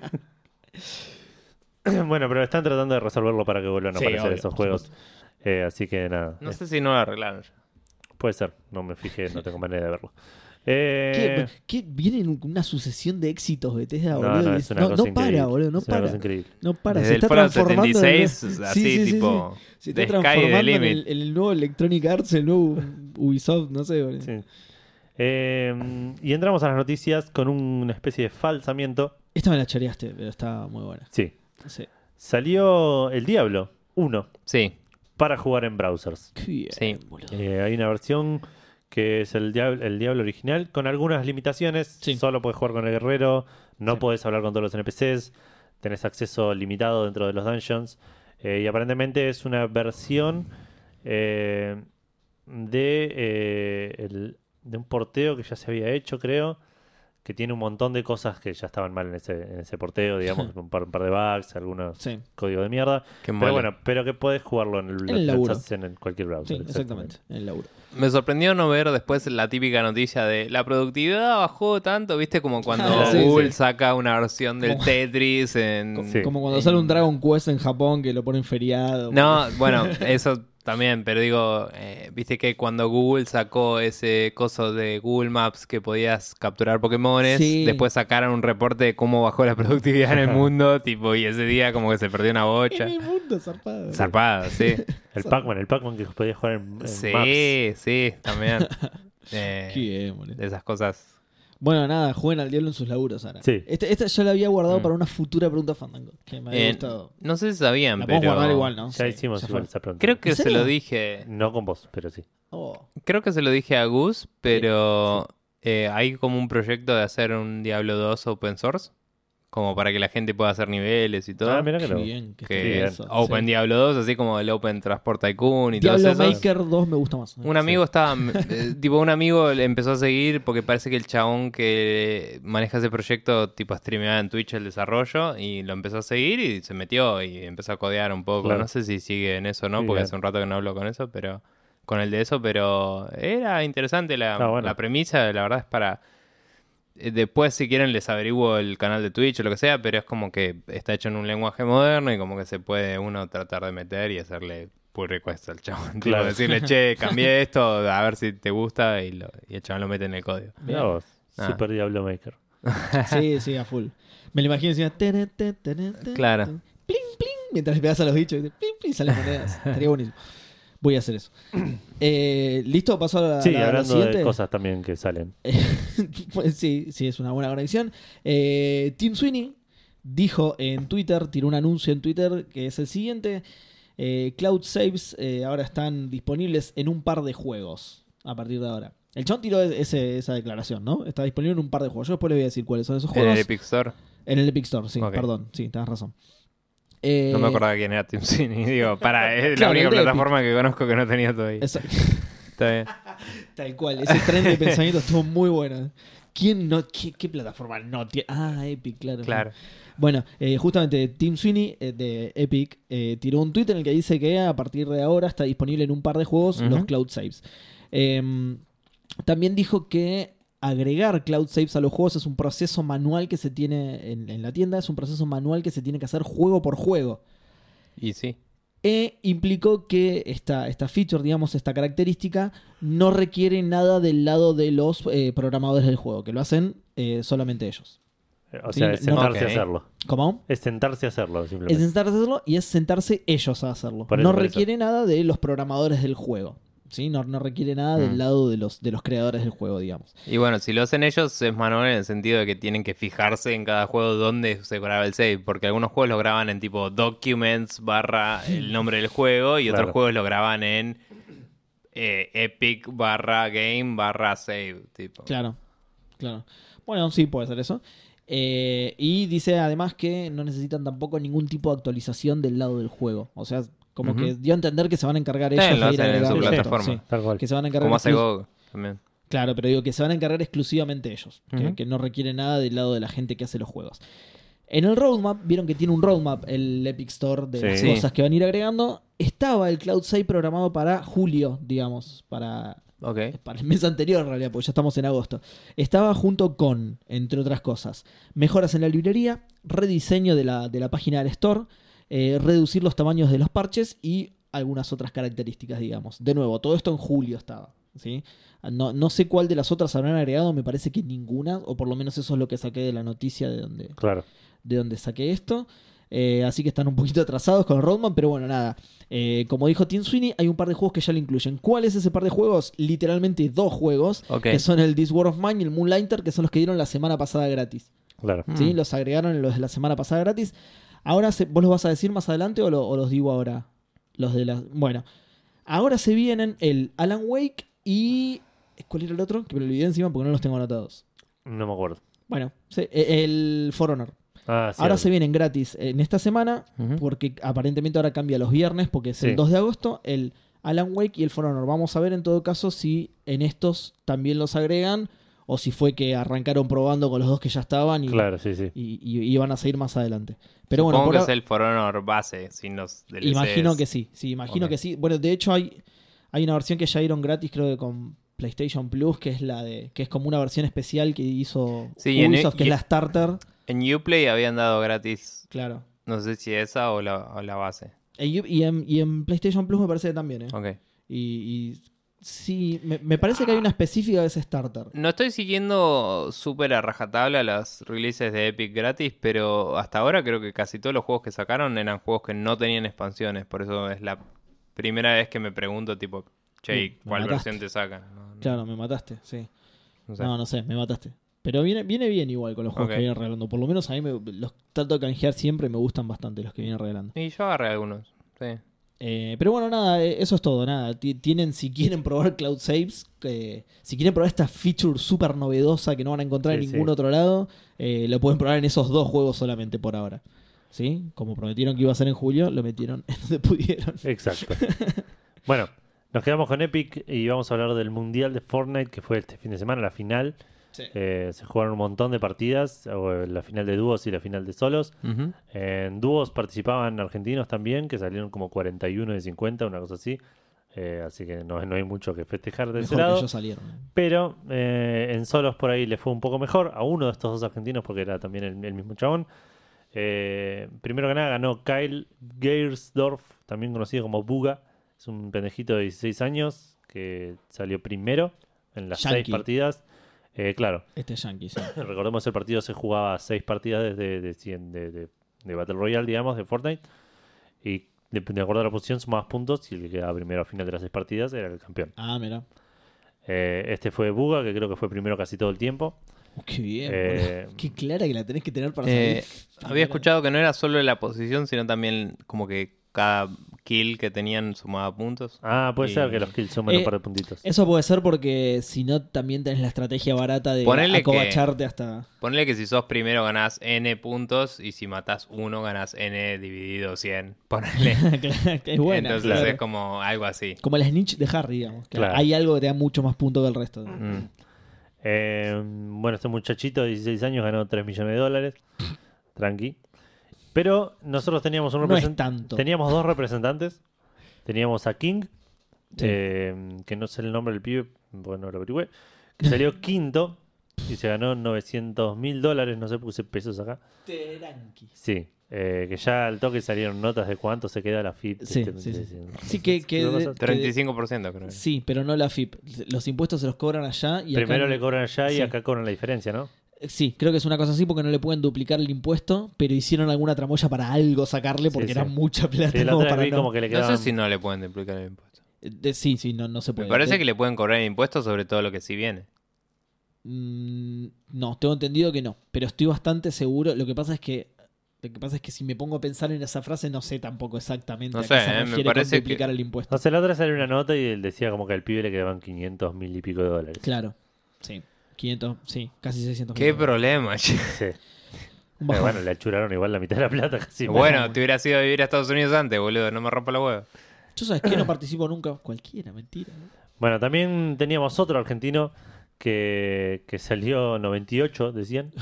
Bueno, pero están tratando de resolverlo para que vuelvan a Sí, aparecer obvio, esos por juegos. Eh, así que nada, No eh, sé si no lo arreglaron. puede ser. No me fijé, no tengo manera de verlo. Eh, ¿Qué, qué- vienen con una sucesión de éxitos Bethesda, no, boludo? no, y es es- una no, cosa no para, increíble. boludo, no Es una cosa para. increíble. No para, Desde se el está Fallout transformando. en- 76, Sí, así sí, sí, tipo. sí. Se está de Sky transformando the en Limit. el, en el nuevo Electronic Arts, el nuevo Ubisoft, no sé, boludo. Sí. Eh, y entramos a las noticias con una especie de falsamiento. Esta me la choreaste, pero está muy buena. Sí. Sí. Salió El Diablo 1 Sí, para jugar en browsers. Qué bien, Sí. boludo. Eh, hay una versión que es el Diablo, el Diablo original con algunas limitaciones. Sí. Solo puedes jugar con el guerrero, no Sí. puedes hablar con todos los NPCs, tenés acceso limitado dentro de los dungeons. eh, y aparentemente es una versión eh, de, eh, el- de un porteo que ya se había hecho, creo. Que tiene un montón de cosas que ya estaban mal en ese, en ese porteo, digamos, un par, un par de bugs, algunos Sí, códigos de mierda. qué Pero mole. bueno, pero que puedes jugarlo en el, En el laburo. en el- cualquier sí, browser. exactamente. En el laburo. Me sorprendió no ver después la típica noticia de la productividad bajó tanto, viste, como cuando Ah, sí, Google sí. saca una versión del Como- Tetris en. Sí. Como cuando en- sale un Dragon Quest en Japón que lo ponen feriado. No, bueno, eso también, pero digo, eh, viste que cuando Google sacó ese coso de Google Maps que podías capturar Pokémones, Sí. después sacaron un reporte de cómo bajó la productividad en el mundo, tipo, y ese día como que se perdió una bocha. En el mundo, zarpado. Zarpado, sí. El Pac-Man, el Pac-Man que podías jugar en, en maps. Sí, sí, también. Eh, Qué bien, boludo. de esas cosas. Bueno, nada, jueguen al diablo en sus laburos ahora. Sí. Esta, esta yo la había guardado Mm. para una futura pregunta Fandango. Que me había Eh, gustado. no sé si sabían, La podemos pero guardar igual, ¿no? Ya Sí, hicimos ya igual fue. esa pregunta. creo ¿En que se serio? lo dije, No con vos, pero sí. Oh, creo que se lo dije a Gus, pero eh, hay como un proyecto de hacer un Diablo 2 open source como para que la gente pueda hacer niveles y todo. Ah, mira que Qué lo. bien, que que Oh, esté bien. eso. Open Sí. Diablo 2, así como el Open Transport Tycoon y Diablo todos esos. Maker 2 me gusta más. Un amigo estaba, eh, tipo, un amigo le empezó a seguir porque parece que el chabón que maneja ese proyecto, tipo, streameaba en Twitch el desarrollo y lo empezó a seguir y se metió y empezó a codear un poco. Claro. No sé si sigue en eso, ¿no? Sí, porque bien. hace un rato que no hablo con eso, pero con el de eso, pero era interesante la, Ah, bueno. la premisa, la verdad es para... eh, Después, si quieren, les averiguo el canal de Twitch o lo que sea, pero es como que está hecho en un lenguaje moderno y como que se puede uno tratar de meter y hacerle pull request al chabón. Tipo, Claro. decirle, che, cambié esto, a ver si te gusta y, lo- y el chabón lo mete en el código. Mirá vos, Ah. Super Diablo Maker. Sí, sí, a full. Me lo imagino encima. tere, te, tere, te, Claro. te, Pling, pling. Mientras le pegas a los bichos. ¿viste? Pling, pling, salen monedas. Estaría buenísimo. Voy a hacer eso. Eh, ¿Listo? Paso a la, Sí, la- la hablando siguiente. de cosas también que salen. Pues sí, sí, es una buena conexión. Eh, Tim Sweeney dijo en Twitter, tiró un anuncio en Twitter que es el siguiente. eh, Cloud Saves eh, ahora están disponibles en un par de juegos a partir de ahora. El chon tiró ese- esa declaración, ¿no? Está disponible en un par de juegos. Yo después le voy a decir cuáles son esos En juegos. el Epic Store. En el Epic Store, sí, Ok. perdón, sí, tenés razón. No me Eh, acordaba quién era Tim Sweeney. Digo, para, es la Claro, única el de Epic. plataforma que conozco que no tenía todavía. eso- Está bien. tal cual, ese tren de pensamiento estuvo muy bueno. ¿Quién no, qué, qué plataforma no tiene? Ah, Epic, claro. Claro. Bueno, eh, justamente Tim Sweeney eh, de Epic eh, tiró un tweet en el que dice que a partir de ahora está disponible en un par de juegos Ujú. los cloud saves. Eh, también dijo que agregar cloud saves a los juegos es un proceso manual que se tiene en, en la tienda, es un proceso manual que se tiene que hacer juego por juego. Y sí. E implicó que esta, esta feature, digamos, esta característica, no requiere nada del lado de los eh, programadores del juego, que lo hacen eh, solamente ellos. O Sí, sea, no- es sentarse Ok. a hacerlo. ¿Cómo? Es sentarse a hacerlo, Es simplemente. sentarse a hacerlo y es sentarse ellos a hacerlo. Por eso, no por requiere nada de los programadores del juego. ¿sí? No, no requiere nada del Mm. lado de los, de los creadores del juego, digamos. Y bueno, si lo hacen ellos es manual en el sentido de que tienen que fijarse en cada juego dónde se graba el save, porque algunos juegos lo graban en tipo documents barra el nombre del juego y Claro. otros juegos lo graban en eh, epic barra game barra save, tipo. Claro, claro. Bueno, sí, puede ser eso. Eh, y dice además que no necesitan tampoco ningún tipo de actualización del lado del juego. O sea, como Ujú. que dio a entender que se van a encargar Sí, ellos lo de ir hacen en su agregando esto, plataforma. Tal cual. Que se van a encargar Como hace exclus- Gog también. Claro, pero digo que se van a encargar exclusivamente ellos, que- que, Ujú. no requiere nada del lado de la gente que hace los juegos. En el roadmap, vieron que tiene un roadmap el Epic Store de las Sí. cosas que van a ir agregando. Estaba el Cloud 6 programado para julio, digamos, para, Ok. para el mes anterior en realidad, porque ya estamos en agosto. Estaba junto con, entre otras cosas, mejoras en la librería, rediseño de la, de la página del store, eh, reducir los tamaños de los parches y algunas otras características, digamos. De nuevo, todo esto en julio estaba. ¿sí? No, no sé cuál de las otras habrán agregado, me parece que ninguna, o por lo menos eso es lo que saqué de la noticia de donde, Claro. de donde saqué esto. Eh, así que están un poquito atrasados con el roadmap, pero bueno, nada. Eh, como dijo Tim Sweeney, hay un par de juegos que ya lo incluyen. ¿Cuál es ese par de juegos? Literalmente dos juegos, Ok. que son el This War of Mine y el Moonlighter, que son los que dieron la semana pasada gratis. Claro. Mm. ¿sí? Los agregaron los de la semana pasada gratis. Ahora, se- ¿vos los vas a decir más adelante o, lo- o los digo ahora? Los de las... Bueno, ahora se vienen el Alan Wake y... ¿Cuál era el otro? Que me lo olvidé encima porque no los tengo anotados. No me acuerdo. Bueno, sí, e- el For Honor. Ah, sí. Ahora algo. se vienen gratis en esta semana, Ujú. porque aparentemente ahora cambia los viernes, porque es el Sí. 2 de agosto, el Alan Wake y el For Honor. Vamos a ver en todo caso si en estos también los agregan o si fue que arrancaron probando con los dos que ya estaban y, Claro, sí, sí. y, y- y van a seguir más adelante. Pero Supongo bueno, por que ahora- es el For Honor base, sin los DLCs. Imagino que sí, sí, imagino Ok. que sí. Bueno, de hecho hay, hay una versión que ya dieron gratis, creo que con PlayStation Plus, que es la de, que es como una versión especial que hizo Sí, en- e- Ubisoft, que y- es la starter. En Uplay habían dado gratis, Claro. no sé si esa o la, o la base. En Yu- Y en, y en PlayStation Plus me parece que también, ¿eh? Ok. Y, y sí, me, me parece que hay una específica que es starter. No estoy siguiendo súper a rajatabla las releases de Epic gratis, pero hasta ahora creo que casi todos los juegos que sacaron eran juegos que no tenían expansiones. Por eso es la primera vez que me pregunto, tipo, che, ¿y Mm, me ¿cuál mataste. versión te sacan? No, no- Claro, me mataste, sí. no sé. No, no sé, me mataste. Pero viene, viene bien igual con los juegos Ok. que vienen regalando. Por lo menos a mí me, los trato de canjear siempre y me gustan bastante los que vienen regalando. Y yo agarré algunos. Sí. Eh, pero bueno, nada, eh, eso es todo. Nada. Ti- Tienen, si quieren probar Cloud Saves, que- si quieren probar esta feature súper novedosa que no van a encontrar Sí, en ningún sí. otro lado, eh, lo pueden probar en esos dos juegos solamente por ahora. ¿Sí? Como prometieron que iba a ser en julio, lo metieron en donde pudieron. Exacto. bueno, nos quedamos con Epic y vamos a hablar del Mundial de Fortnite que fue este fin de semana, la final. Eh, se jugaron un montón de partidas, o, eh, la final de dúos y la final de solos. Ujú. En dúos participaban argentinos también, que salieron como 41 de 50, una cosa así. Eh, así que no, no hay mucho que festejar de ese Mejor que lado. ellos salieron. Pero eh, en solos por ahí le fue un poco mejor a uno de estos dos argentinos porque era también el, el mismo chabón. Eh, primero que nada ganó Kyle Geirsdorf, también conocido como Buga. Es un pendejito de 16 años que salió primero en las seis Yankee. partidas. Eh, claro, Este Yankee, sí. recordemos el partido se jugaba seis partidas desde de, cien- de- de- de Battle Royale, digamos, de Fortnite. Y de, de acuerdo a la posición sumabas puntos y el que quedaba primero al final de las seis partidas era el campeón. Ah, mira. Eh, este fue Buga, que creo que fue primero casi todo el tiempo. Uh, qué bien. Eh, boludo. Qué clara que la tenés que tener para salir. Eh, había escuchado que no era solo la posición, sino también como que cada kill que tenían sumaba puntos. Ah, puede Y- ser que los kills sumen Eh, un par de puntitos. Eso puede ser porque si no también tenés la estrategia barata de Ponele acobacharte hasta... Ponle que si sos primero ganás n puntos y si matás uno ganás n dividido 100. Ponle. Claro, es buena. Entonces claro. es como algo así. Como el snitch de Harry, digamos. que Claro. Hay algo que te da mucho más punto que el resto. Mm. Eh, bueno, este muchachito de 16 años ganó 3 millones de dólares. Tranqui. Pero nosotros teníamos un No es representante. tanto. Teníamos dos representantes. Teníamos a King, Sí. eh, que no sé el nombre del pibe, bueno, lo averigüé, que salió quinto y se ganó 900 mil dólares, no sé, puse pesos acá. Sí, eh, que ya al toque salieron notas de cuánto se queda la FIP. Sí, este, sí, sí. este, Sí, que- que- cosas. 35% creo. Sí, pero no la FIP. Los impuestos se los cobran allá y acá Primero no- le cobran allá y sí. acá cobran la diferencia, ¿no? Sí, creo que es una cosa así porque no le pueden duplicar el impuesto, pero hicieron alguna tramoya para algo sacarle porque Sí, era sí. mucha plata. Sí, la como otra vez para vi no- como que le No quedaban... sé si no le pueden duplicar el impuesto. De- sí, sí, no, no se Me puede. parece De- que le pueden cobrar impuestos sobre todo lo que sí viene. Mm, No, tengo entendido que no, pero estoy bastante seguro. Lo que pasa es que lo que pasa es que si me pongo a pensar en esa frase no sé tampoco exactamente No a qué sé, se eh, me refiere con parece que- duplicar el impuesto. No sé, la otra salió una nota y él decía como que al pibe le quedaban 500 mil y pico de dólares. Claro. Sí. 500, sí, casi 600. Qué mil dólares. problema, che. Sí. Un Pero bajón. bueno, le achuraron igual la mitad de la plata casi. bueno, te hubiera sido a vivir a Estados Unidos antes, boludo. No me rompa la hueva. Yo sabes que no participo nunca cualquiera, mentira. ¿no? Bueno, también teníamos otro argentino que, que salió 98, decían.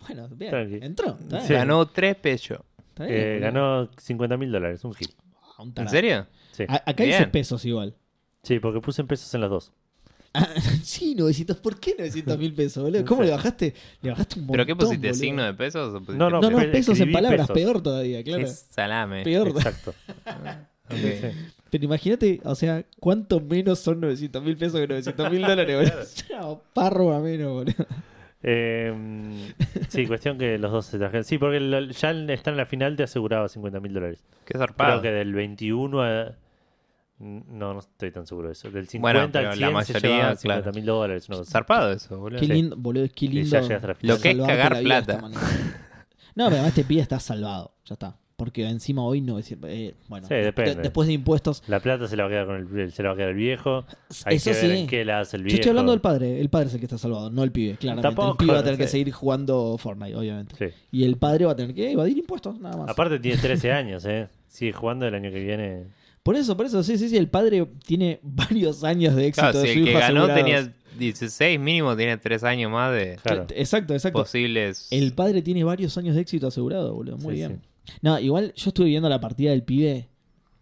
Bueno, bien, Tranqui. entró. está bien, Sí. Ganó tres pechos. está bien, que boludo. ganó 50 mil dólares, un hit. Ah, un ¿En tarado. serio? Sí. A- acá dice Bien. pesos igual. sí, porque puse en pesos en las dos. sí, 900. ¿Por qué 900 mil pesos, boludo? No ¿Cómo sé. le bajaste? Le bajaste un montón. ¿Pero qué pusiste? boludo. ¿Signo de pesos? o pusiste No, no, No, no, Pe- pesos en escribí palabras, pesos. peor todavía, Qué claro. salame. Ah, Peor. Exacto. Ok. Sí, sí. Pero imagínate, o sea, ¿cuánto menos son 900 mil pesos que 900 mil dólares, boludo? Chao, parro a menos, boludo. Eh, sí, cuestión que los dos se trajeron. Sí, porque lo- ya en- estar en la final te aseguraba 50 mil dólares. Qué Creo zarpado. que del 21 a... No, no estoy tan seguro de eso. Del 50 Bueno, pero al la 100 se mayoría, llevaban claro. 50 mil dólares. una cosa así. Zarpado eso, boludo. Qué Sí. lindo, boludo, qué ya lindo. llegaste a la final. Lo que es salvarte cagar la vida de plata. esta manera. No, pero además te pide está salvado, ya está. Porque encima hoy no es eh, bueno, Sí, de- depende. después de impuestos. La plata se la va a quedar, con el, se la va a quedar el viejo. Hay Eso que ver sí. en qué la hace el Yo viejo. estoy hablando del padre, el padre es el que está salvado, no el pibe, claramente. Tampoco, el pibe va a tener sí. que seguir jugando Fortnite, obviamente. Sí. Y el padre va a tener que evadir impuestos, nada más. Aparte tiene 13 años, ¿eh? Sigue jugando el año que viene. Por eso, por eso, sí, sí, sí, el padre tiene varios años de éxito Claro, de si su el que hijo ganó asegurados. tenía 16 mínimo, tiene 3 años más de Claro. Exacto, exacto. posibles... El padre tiene varios años de éxito asegurado, boludo. Muy Sí, bien. No, igual yo estuve viendo la partida del pibe.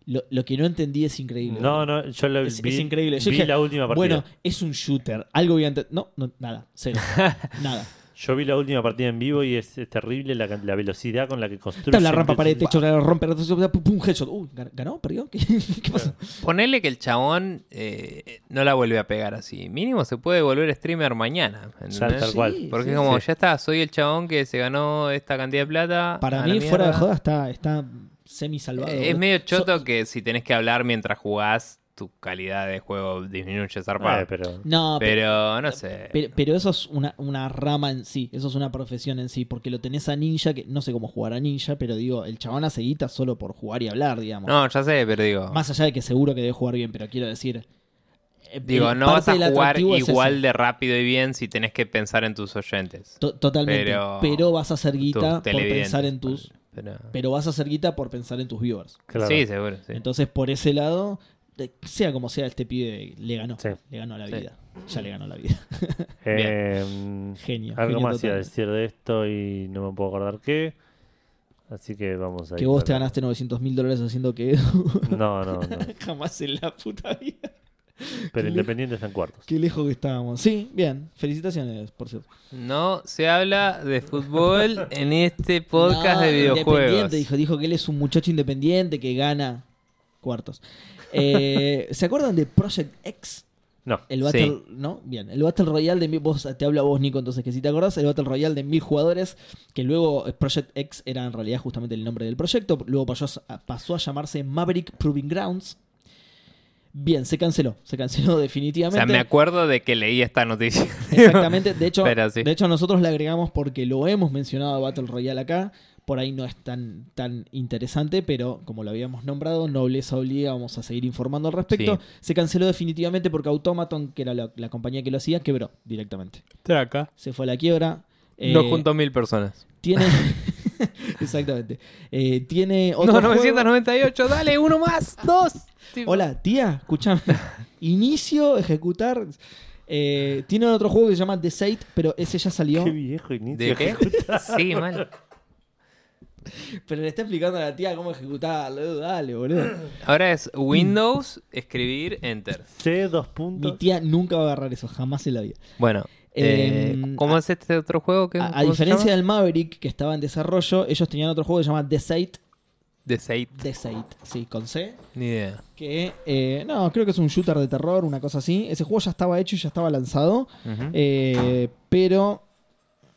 Lo, lo que no entendí es increíble. No, no, yo lo Es- vi. es increíble. Yo vi dije, la última partida. Bueno, es un shooter. Algo voy a entender. No, no, nada. Cero. nada. Yo vi la última partida en vivo y es, es terrible la, can- la velocidad con la que construye. Está la rampa, pared, techo, rompe, pum, pum, headshot. Uy, gan- ¿ganó? ¿Perdió? ¿Qué, qué pasó? Ponele que el chabón eh, no la vuelve a pegar así. Mínimo se puede volver streamer mañana. ¿entendés? Tal- tal cual. Sí, Porque sí, es como, sí. ya está, soy el chabón que se ganó esta cantidad de plata. Para a la mí, fuera de mierda. joda, está, está semi salvado. Eh, Es medio choto que si tenés que hablar mientras jugás, tu calidad de juego disminuye zarpado. Eh, pero No, pero, pero no sé. pero, pero eso es una, una rama en sí, eso es una profesión en sí, porque lo tenés a Ninja, que no sé cómo jugar a Ninja, pero digo, el chabón hace guita solo por jugar y hablar, digamos. No, ya sé, pero digo. Más allá de que seguro que debe jugar bien, pero quiero decir... eh, Digo, el- no vas parte a del jugar atractivo es igual ese. de rápido y bien si tenés que pensar en tus oyentes. To- Totalmente, pero- pero, vas a hacer guita Tus por pensar en televidentes. tus... Pero- Pero vas a hacer guita por pensar en tus viewers. claro. Sí, seguro. sí. Entonces, por ese lado, de- sea como sea, este pibe le ganó. Sí. Le ganó la Sí. vida. Ya le ganó la vida. Eh, Genio. algo genio más iba a total. decir de esto y no me puedo acordar qué. Así que vamos a Que vos te ganaste 900 mil dólares haciendo que No, no, no. jamás en la puta vida. Pero Independiente está en cuartos. Qué lejos que estábamos. Sí, bien. Felicitaciones, por cierto. No se habla de fútbol en este podcast No, de videojuegos. Independiente, dijo, dijo que él es un muchacho independiente que gana cuartos. Eh, ¿Se acuerdan de Project X? No. El Battle, Sí. ¿no? Bien. El Battle Royale de mil, vos te habla vos, Nico, entonces que si te acordás, el Battle Royale de mil jugadores, que luego eh, Project X era en realidad justamente el nombre del proyecto, luego pasó a, pasó a llamarse Maverick Proving Grounds. Bien, se canceló, se canceló O definitivamente. sea, me acuerdo de que leí esta noticia. Exactamente, de hecho, Pero sí. de hecho nosotros le agregamos porque lo hemos mencionado a Battle Royale acá, por ahí no es tan, tan interesante, pero como lo habíamos nombrado, nobleza obliga, vamos a seguir informando al respecto. Sí. Se canceló definitivamente porque Automaton, que era la, la compañía que lo hacía, quebró directamente. Traca. Se fue a la quiebra. Eh, No junto a mil personas. Tiene... Exactamente. Eh, tiene otro No, juego- 998, dale, uno más, dos. Sí. Hola, tía, escúchame. Inicio, ejecutar. Eh, tiene otro juego que se llama The Sate, pero ese ya salió. Qué viejo inicio. ¿De qué? Sí, mal. Pero le está explicando a la tía cómo ejecutarlo. Dale, boludo. Ahora es Windows, escribir, Enter. C, dos Mi puntos. tía nunca va a agarrar eso, jamás en la vida. Bueno, eh, Em, ¿cómo es este otro juego? que A, a diferencia del Maverick, que estaba en desarrollo, ellos tenían otro juego que se llama The Sate. de Sate, The Sate, sí, con C. ni idea. Que, eh, no, creo que es un shooter de terror, una cosa así. Ese juego ya estaba hecho y ya estaba lanzado. Ujú. Eh, pero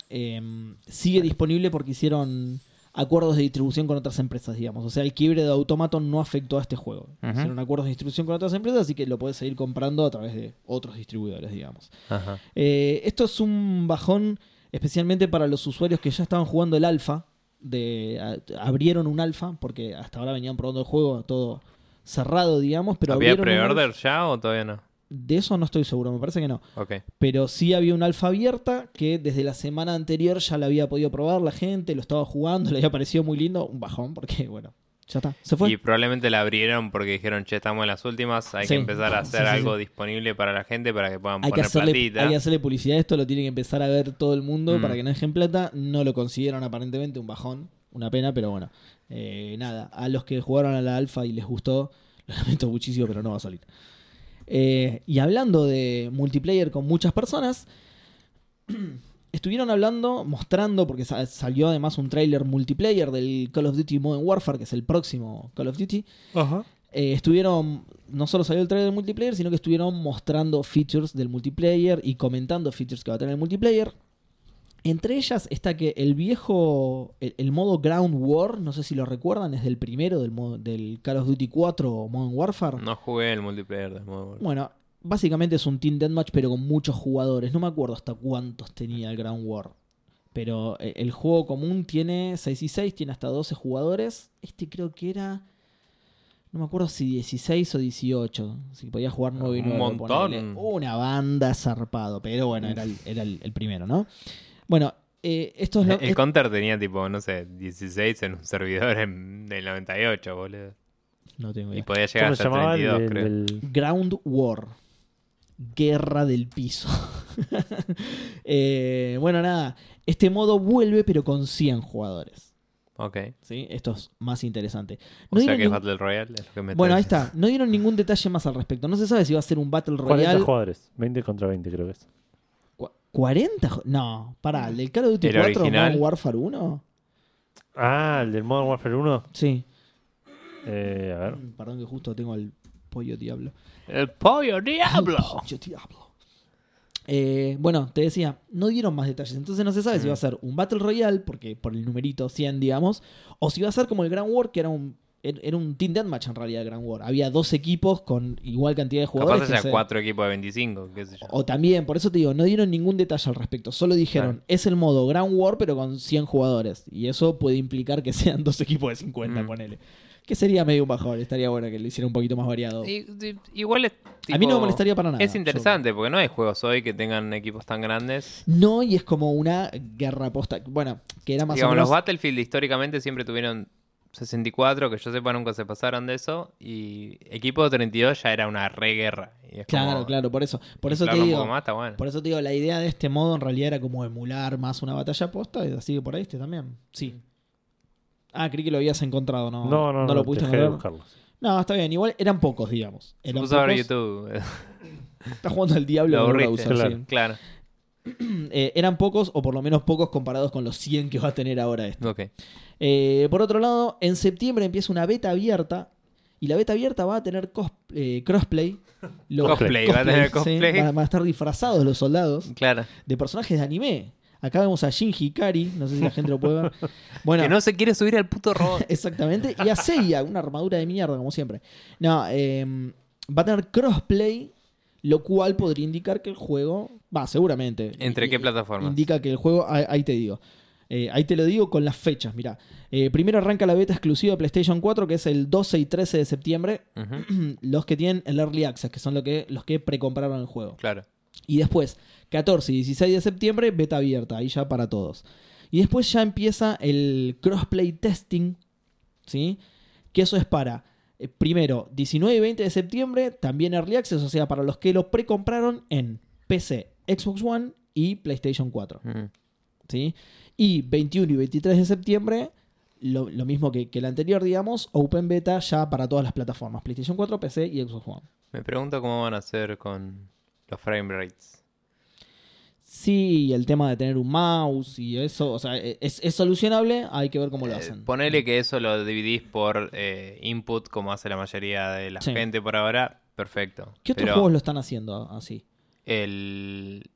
em, sigue disponible porque hicieron acuerdos de distribución con otras empresas, digamos. O sea, el quiebre de Automaton no afectó a este juego. Ujú. Hicieron acuerdos de distribución con otras empresas, así que lo puedes seguir comprando a través de otros distribuidores, digamos. Ajá. Eh, esto es un bajón especialmente para los usuarios que ya estaban jugando el alfa. De, a- abrieron un alfa porque hasta ahora venían probando el juego todo cerrado, digamos. Pero ¿Había abrieron un alfa. pre-order ya o todavía no? De eso no estoy seguro, me parece que no Ok. pero sí había un alfa abierta que desde la semana anterior ya la había podido probar la gente, lo estaba jugando, le había parecido muy lindo, un bajón, porque bueno, ya está, se fue. Y probablemente la abrieron porque dijeron, che, estamos en las últimas, hay Sí. que empezar a hacer Sí, sí, sí. algo disponible para la gente para que puedan Hay que, poner hacerle, platita. hay que hacerle publicidad a esto, lo tiene que empezar a ver todo el mundo Mm. para que no dejen plata. No lo consiguieron aparentemente, un bajón, una pena, pero bueno. Eh, nada, a los que jugaron a la alfa y les gustó, lo lamento muchísimo, pero no va a salir. Eh, y hablando de multiplayer con muchas personas, estuvieron hablando, mostrando, porque sa- salió además un tráiler multiplayer del Call of Duty Modern Warfare, que es el próximo Call of Duty. Eh, estuvieron, no solo salió el trailer del multiplayer, sino que estuvieron mostrando features del multiplayer y comentando features que va a tener el multiplayer. Entre ellas está que el viejo, el, el modo Ground War, no sé si lo recuerdan, es del primero, del, modo- del Call of Duty 4 o Modern Warfare. No jugué el multiplayer del modo. Warfare. Bueno, básicamente es un Team Deathmatch, pero con muchos jugadores. No me acuerdo hasta cuántos tenía el Ground War. Pero eh, el juego común tiene 6 y 6, tiene hasta 12 jugadores. Este creo que era. No me acuerdo si 16 o 18. Si podía jugar 9 y Un 9. montón. ponele. Una banda zarpado. Pero bueno, era el, era el- el primero, ¿no? Bueno, eh, esto es lo El Counter tenía tipo, no sé, 16 en un servidor en, del 98, boludo. No tengo Y idea. podía llegar ¿Cómo se hasta llamaba? 32, El- creo. el- Ground War. Guerra del piso. Eh, bueno, nada. Este modo vuelve, pero con 100 jugadores. Ok. ¿sí? Esto es más interesante. O No sea dieron que es nin- Battle Royale. es lo que me Bueno, ahí estás está. No dieron ningún detalle más al respecto. No se sabe si va a ser un Battle 40 Royale. jugadores. 20 contra 20, creo que es. Cu- ¿40? jo- No, pará. ¿El del Call of Duty ¿El 4 original? Modern Warfare 1? Ah, el del Modern Warfare 1. Sí. Eh, a ver. Mm, Perdón que justo tengo el pollo diablo. diciendo. ¡El pollo diablo! Yo te hablo. Eh, bueno, te decía, no dieron más detalles. Entonces no se sabe si Mm. va a ser un Battle Royale, porque por el numerito 100, digamos, o si va a ser como el Grand War, que era un era era un Team Deathmatch en realidad Grand War. Había dos equipos con igual cantidad de jugadores. Capaz que haya se- cuatro equipos de 25, qué sé yo. O también, por eso te digo, no dieron ningún detalle al respecto. Solo dijeron, es el modo Grand War, pero con 100 jugadores. Y eso puede implicar que sean dos equipos de 50, Mm. ponele. Que sería medio un bajón. Estaría bueno que lo hiciera un poquito más variado. Y- y- igual es, A mí no tipo, me molestaría para nada. Es interesante, porque no hay juegos hoy que tengan equipos tan grandes. Yo- No, y es como una guerra posta. Bueno, que era más Digamos, o menos. los Battlefield históricamente siempre tuvieron 64, que yo sepa nunca se pasaron de eso, y equipo de 32 ya era una re guerra. y es Claro, como claro, por eso. Por eso te inflarlo un digo. poco más, está bueno. Por eso te digo, la idea de este modo en realidad era como emular más una batalla posta, y así que por ahí este también. Sí. Ah, creí que lo habías encontrado, ¿no? Mm. No, no, no, lo pudiste dejé de encontrar. buscarlos. No, está bien, igual eran pocos, digamos. Se Eran puso a ver pocos. YouTube. Está jugando al diablo Lo en el aburriste, browser, claro. claro. sí. Eh, eran pocos, o por lo menos pocos comparados con los 100 que va a tener ahora este. Ok. Eh, por otro lado, en septiembre empieza una beta abierta. Y la beta abierta va a tener cos- eh, crossplay. Los- Cosplay, va a tener sí, cosplay. van- van a estar disfrazados los soldados. Claro. de personajes de anime. Acá vemos a Shinji Ikari, no sé si la gente lo puede ver. Bueno, Que no se quiere subir al puto robot. exactamente. Y a Seiya, una armadura de mierda, como siempre. No, eh, va a tener crossplay, lo cual podría indicar que el juego. Va, seguramente. ¿Entre I- qué plataformas? Indica que el juego. Ahí, ahí te digo. Eh, ahí te lo digo con las fechas, mirá. Eh, primero arranca la beta exclusiva de PlayStation 4, que es el 12 y 13 de septiembre. Ujú, Los que tienen el Early Access, que son lo que, los que precompraron el juego. Claro. Y después, 14 y 16 de septiembre, beta abierta, ahí ya para todos. Y después ya empieza el crossplay testing, ¿sí? Que eso es para, eh, primero, 19 y 20 de septiembre, también Early Access, o sea, para los que lo precompraron en PC, Xbox One y PlayStation 4, Ujú. ¿sí? Y 21 y 23 de septiembre, lo, lo mismo que, que el anterior, digamos, Open Beta ya para todas las plataformas, PlayStation 4, PC y Xbox One. Me pregunto cómo van a hacer con los frame rates. Eh, Sí, y el tema de tener un mouse y eso, o sea, e-, es, es solucionable, hay que ver cómo lo Eh, hacen. ponele que eso lo dividís por eh, input, como hace la mayoría de la Sí. gente por ahora. Perfecto. ¿Qué otros Pero juegos lo están haciendo así? El,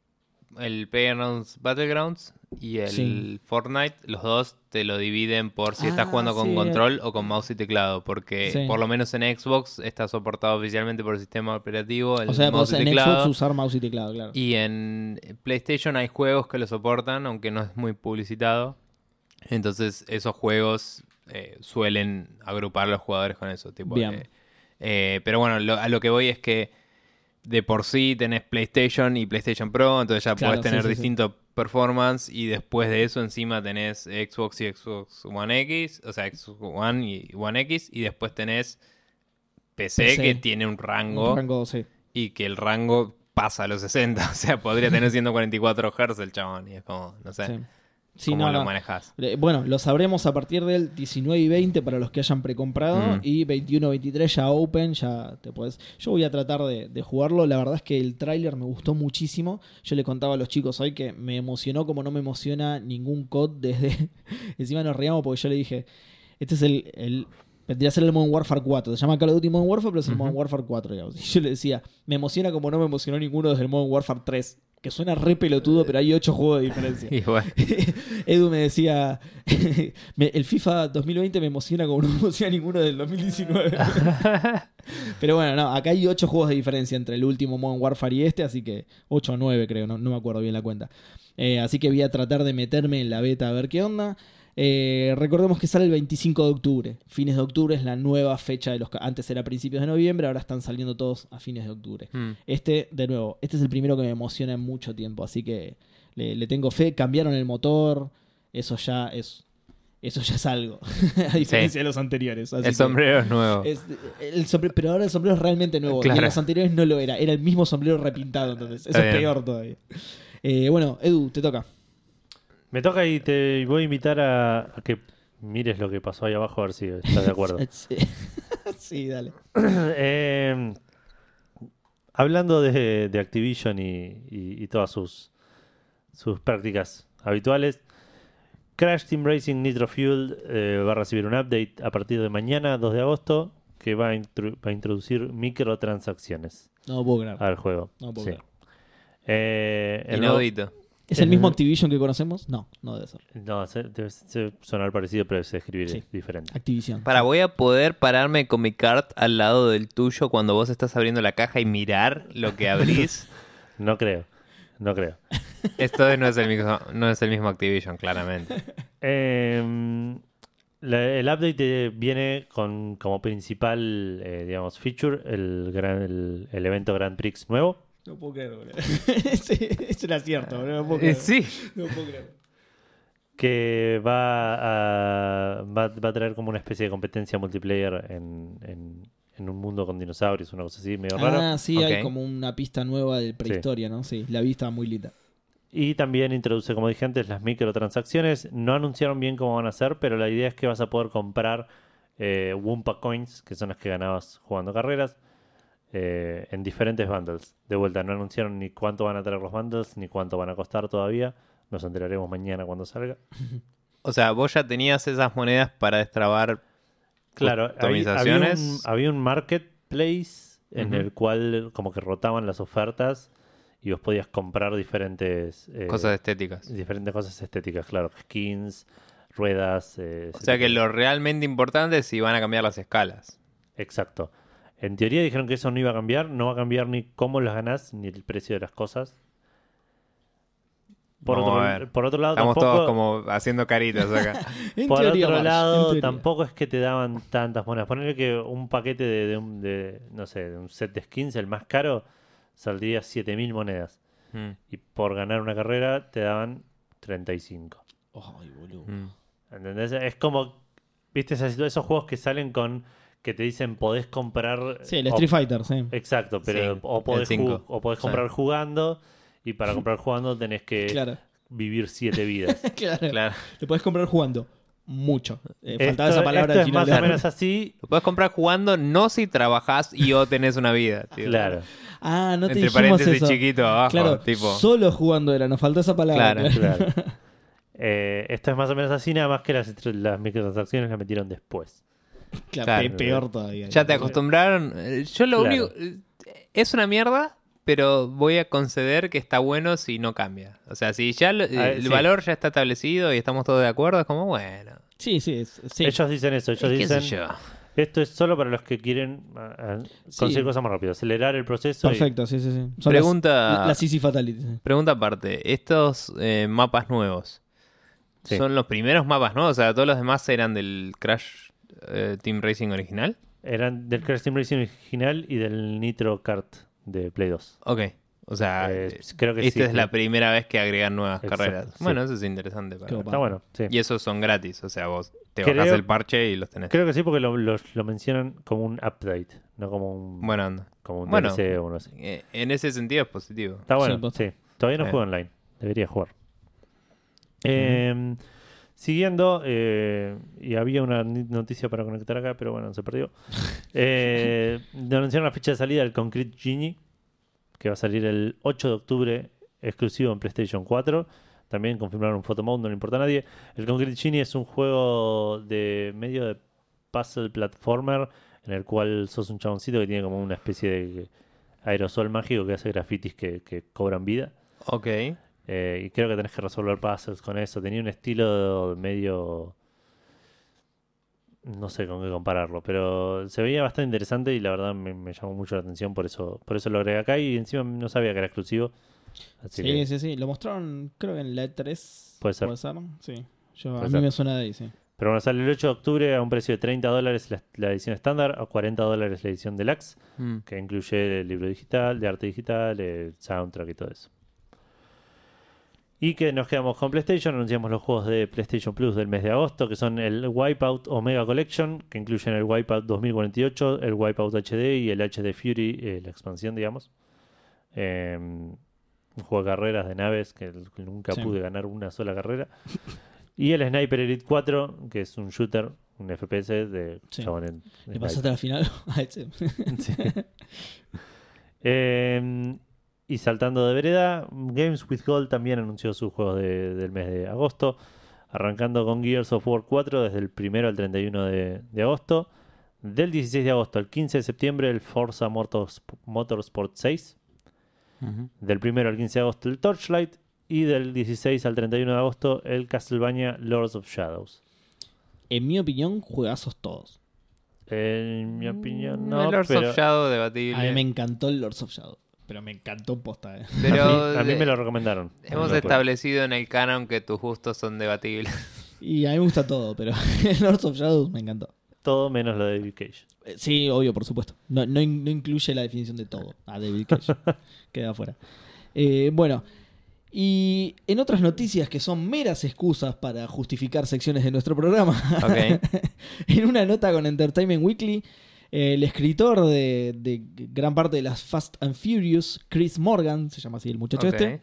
el PlayerUnknown's Battlegrounds y el Sí. Fortnite, los dos te lo dividen por si Ah, estás jugando con sí. control o con mouse y teclado. Porque Sí. por lo menos en Xbox está soportado oficialmente por el sistema operativo. El o sea, mouse podés y en teclado. Xbox usar mouse y teclado, claro. Y en PlayStation hay juegos que lo soportan, aunque no es muy publicitado. Entonces, esos juegos eh, suelen agrupar a los jugadores con eso. Tipo, Bien. eh, eh, pero bueno, lo- a lo que voy es que de por sí tenés PlayStation y PlayStation Pro, entonces ya Claro, podés sí, tener sí, sí. distinto performance. Y después de eso, encima tenés Xbox y Xbox One X, o sea, Xbox One y One X. Y después tenés PC, PC. que tiene un rango Un rango, sí. y que el rango pasa a los 60. O sea, podría tener 144 Hz el chabón. Y es como, no sé, sí. Sí, cómo no, lo no. manejas. Eh, Bueno, lo sabremos a partir del 19 y 20 para los que hayan precomprado Mm. y 21, 23 ya open, ya te puedes. Yo voy a tratar de, de jugarlo. La verdad es que el tráiler me gustó muchísimo. Yo le contaba a los chicos hoy que me emocionó como no me emociona ningún COD desde. Encima nos reíamos porque yo le dije, este es el, el Vendría a ser el Modern Warfare 4. Se llama Call of Duty Modern Warfare, pero es el Ujú. Modern Warfare 4. digamos. Y yo le decía, me emociona como no me emocionó ninguno desde el Modern Warfare 3. Que suena re Eh, pelotudo, pero hay 8 juegos de diferencia. Y bueno, Edu me decía, me- el FIFA 2020 me emociona como no me emociona ninguno del 2019. Pero bueno, no, acá hay 8 juegos de diferencia entre el último Modern Warfare y este, así que 8 o 9 creo, no, no me acuerdo bien la cuenta. Eh, así que voy a tratar de meterme en la beta a ver qué onda. Eh, recordemos que sale el 25 de octubre. Fines de octubre es la nueva fecha de los... ca- Antes era principios de noviembre, ahora están saliendo todos a fines de octubre. mm, Este, de nuevo, este es el primero que me emociona en mucho tiempo, así que le, le tengo fe. Cambiaron el motor, eso ya es, eso ya es algo, a diferencia de los anteriores. así el que sombrero es nuevo. es- el sombrero- pero ahora el sombrero es realmente nuevo, y en Claro. los anteriores no lo era, era el mismo sombrero repintado, entonces eso Está es bien. peor todavía. Eh, bueno, Edu, te toca. Me toca y te voy a invitar a, a que mires lo que pasó ahí abajo, a ver si estás de acuerdo. eh, sí, dale. Eh, hablando de, de Activision y, y- y todas sus, sus prácticas habituales, Crash Team Racing Nitro Fuel eh, va a recibir un update a partir de mañana, 2 de agosto, que va a, intru- va a introducir microtransacciones Ah, No puedo creer. al juego. No puedo Sí. creer. Eh, el nuevo- Inaudito. ¿Es En el mismo el- Activision que conocemos? No, no debe ser. No, se- debe ser- sonar parecido, pero se escribir Sí. diferente. Activision. Para, voy a poder pararme con mi cart al lado del tuyo cuando vos estás abriendo la caja y mirar lo que abrís. No creo. No creo. Esto no es el mismo, no es el mismo Activision, claramente. Eh, la- el update eh, viene con como principal, eh, digamos, feature el, gran, el, el evento Grand Prix nuevo. No puedo creer, boludo. es, es un acierto, boludo. No puedo Eh, creer. sí. No puedo creer. que va a, va, va a traer como una especie de competencia multiplayer en, en- en un mundo con dinosaurios, una cosa así, medio raro. Ah, sí, Ok. hay como una pista nueva de prehistoria, ¿no? Sí, la vista muy linda. Y también introduce, como dije antes, las microtransacciones. No anunciaron bien cómo van a ser, pero la idea es que vas a poder comprar eh, Wumpa Coins, que son las que ganabas jugando carreras, eh, en diferentes bundles. De vuelta, no anunciaron ni cuánto van a traer los bundles, ni cuánto van a costar todavía. Nos enteraremos mañana cuando salga. O sea, vos ya tenías esas monedas para destrabar Claro, ahí había un, customizaciones. había un marketplace en Ujú. el cual como que rotaban las ofertas y vos podías comprar diferentes eh, cosas estéticas. diferentes cosas estéticas, claro, skins, ruedas. eh, O ese sea que tipo de- lo realmente importante es si van a cambiar las escalas. Exacto. En teoría dijeron que eso no iba a cambiar, no va a cambiar ni cómo las ganás ni el precio de las cosas. Por, Vamos a otro, ver. por otro lado, Estamos tampoco, todos como haciendo caritas acá. En por teoría, otro Marsh, en lado, teoría. tampoco es que te daban tantas monedas. Ponerle que un paquete de, de un, de, no sé, de un set de skins, el más caro, saldría 7000 monedas. Mm, Y por ganar una carrera te daban 35. Ay, boludo. mm. ¿Entendés? Es como, viste, Esas- esos juegos que salen con, que te dicen podés comprar... Sí, el o- Street Fighter, sí. Exacto, pero Sí, o, podés el cinco. ju- o podés Sí. comprar jugando y para comprar jugando tenés que Claro, vivir 7 vidas. claro. Claro. Te podés comprar jugando. Mucho. Eh, faltaba Esto- esa esto palabra al es final. más de o la- menos así. Lo puedes comprar jugando, no si trabajás y o tenés una vida. tío. Claro. Ah, no te Entre dijimos paréntesis eso. chiquito abajo. claro, tipo. solo jugando era, nos faltó esa palabra. Claro. Claro. Eh, esto es más o menos así, nada más que las, tr- las microtransacciones las metieron después. Claro, Claro. pe- peor todavía. Ya te acostumbraron. Eh, Yo lo Claro. único. eh, Es una mierda, pero voy a conceder que está bueno si no cambia. O sea, si ya lo- eh, Ah, el sí. valor ya está establecido y estamos todos de acuerdo, es como bueno. Sí, sí, es- sí. Ellos dicen eso, ellos ¿Qué sé dicen, yo? esto es solo para los que quieren ah, ah, Sí. conseguir cosas más rápido, acelerar el proceso. y- Perfecto, sí, sí, sí. Son las- Pregunta, La Sisi Fatality. sí. pregunta aparte. Estos eh, mapas nuevos. Sí. ¿Son los primeros mapas nuevos? O sea, todos los demás eran del Crash eh, Team Racing original. Eran del Crash Team Racing original y del Nitro Kart de Play 2. Ok. O sea, Eh, eh, creo que esta sí. es la primera vez que agregan nuevas Exacto, carreras. sí. Bueno, eso es interesante. Para... Qué Está bueno, sí. Y este. esos son gratis, o sea, vos te Creo- bajás el parche y los tenés. Creo que sí, porque lo, lo- lo mencionan como un update, no como un, Bueno, anda. como un bueno. DLC o uno así. Eh, En ese sentido es positivo. Está Sí, bueno, posta. sí. Todavía no Eh. juego online. Debería jugar. Eh, Siguiendo, eh, y había una ni- noticia para conectar acá, pero bueno, se perdió. Eh, anunciaron la fecha de salida del Concrete Genie, que va a salir el 8 de octubre, exclusivo en PlayStation 4. También confirmaron un Photomode, no le importa a nadie. El Concrete Genie es un juego de medio de puzzle platformer, en el cual sos un chaboncito que tiene como una especie de aerosol mágico que hace grafitis que, que cobran vida. Ok. Eh, y creo que tenés que resolver puzzles con eso. Tenía un estilo medio. No sé con qué compararlo, pero se veía bastante interesante y la verdad me, me llamó mucho la atención, por eso por eso lo agregué acá y encima no sabía que era exclusivo. Así Sí, que, sí, sí. Lo mostraron, creo que en la E E3. Puede ser. Sí. Yo- a Puede mí ser. me suena de ahí, sí. Pero bueno, sale el 8 de octubre a un precio de 30 dólares la, la edición estándar, a 40 dólares la edición deluxe, Mm. que incluye el libro digital, de arte digital, el soundtrack y todo eso. Y que nos quedamos con PlayStation, anunciamos los juegos de PlayStation Plus del mes de agosto, que son el Wipeout Omega Collection, que incluyen el Wipeout 2048, el Wipeout HD y el HD Fury, eh, la expansión, digamos. Eh, un juego de carreras de naves que l- nunca Sí. pude ganar una sola carrera. y el Sniper Elite 4, que es un shooter, un FPS de Sí. chabón en- ¿Le en pasaste a la final? a ese. Sí. Eh, y saltando de vereda, Games with Gold también anunció sus juegos de- del mes de agosto, arrancando con Gears of War 4 desde el primero al 31 de, de agosto. Del 16 de agosto al 15 de septiembre, el Forza Motors- Motorsport 6. Del primero al 15 de agosto, el Torchlight. y del 16 al 31 de agosto el Castlevania Lords of Shadows. En mi opinión, juegazos todos. En mi opinión, Mm, no. el Lords pero of Shadow A mí me debatible. encantó el Lords of Shadow. Pero me encantó posta, eh. a, mí, Pero a mí me lo recomendaron. hemos No lo juego. establecido en el canon que tus gustos son debatibles. Y a mí me gusta todo, pero el Lords of Shadow me encantó. Todo menos lo de David Cage. Eh, Sí, obvio, por supuesto. No, no in- no incluye la definición de todo. A David Cage. Queda afuera. Eh, bueno, y en otras noticias que son meras excusas para justificar secciones de nuestro programa, Ok. en una nota con Entertainment Weekly, eh, el escritor de, de gran parte de las Fast and Furious, Chris Morgan, se llama así el muchacho ok. este,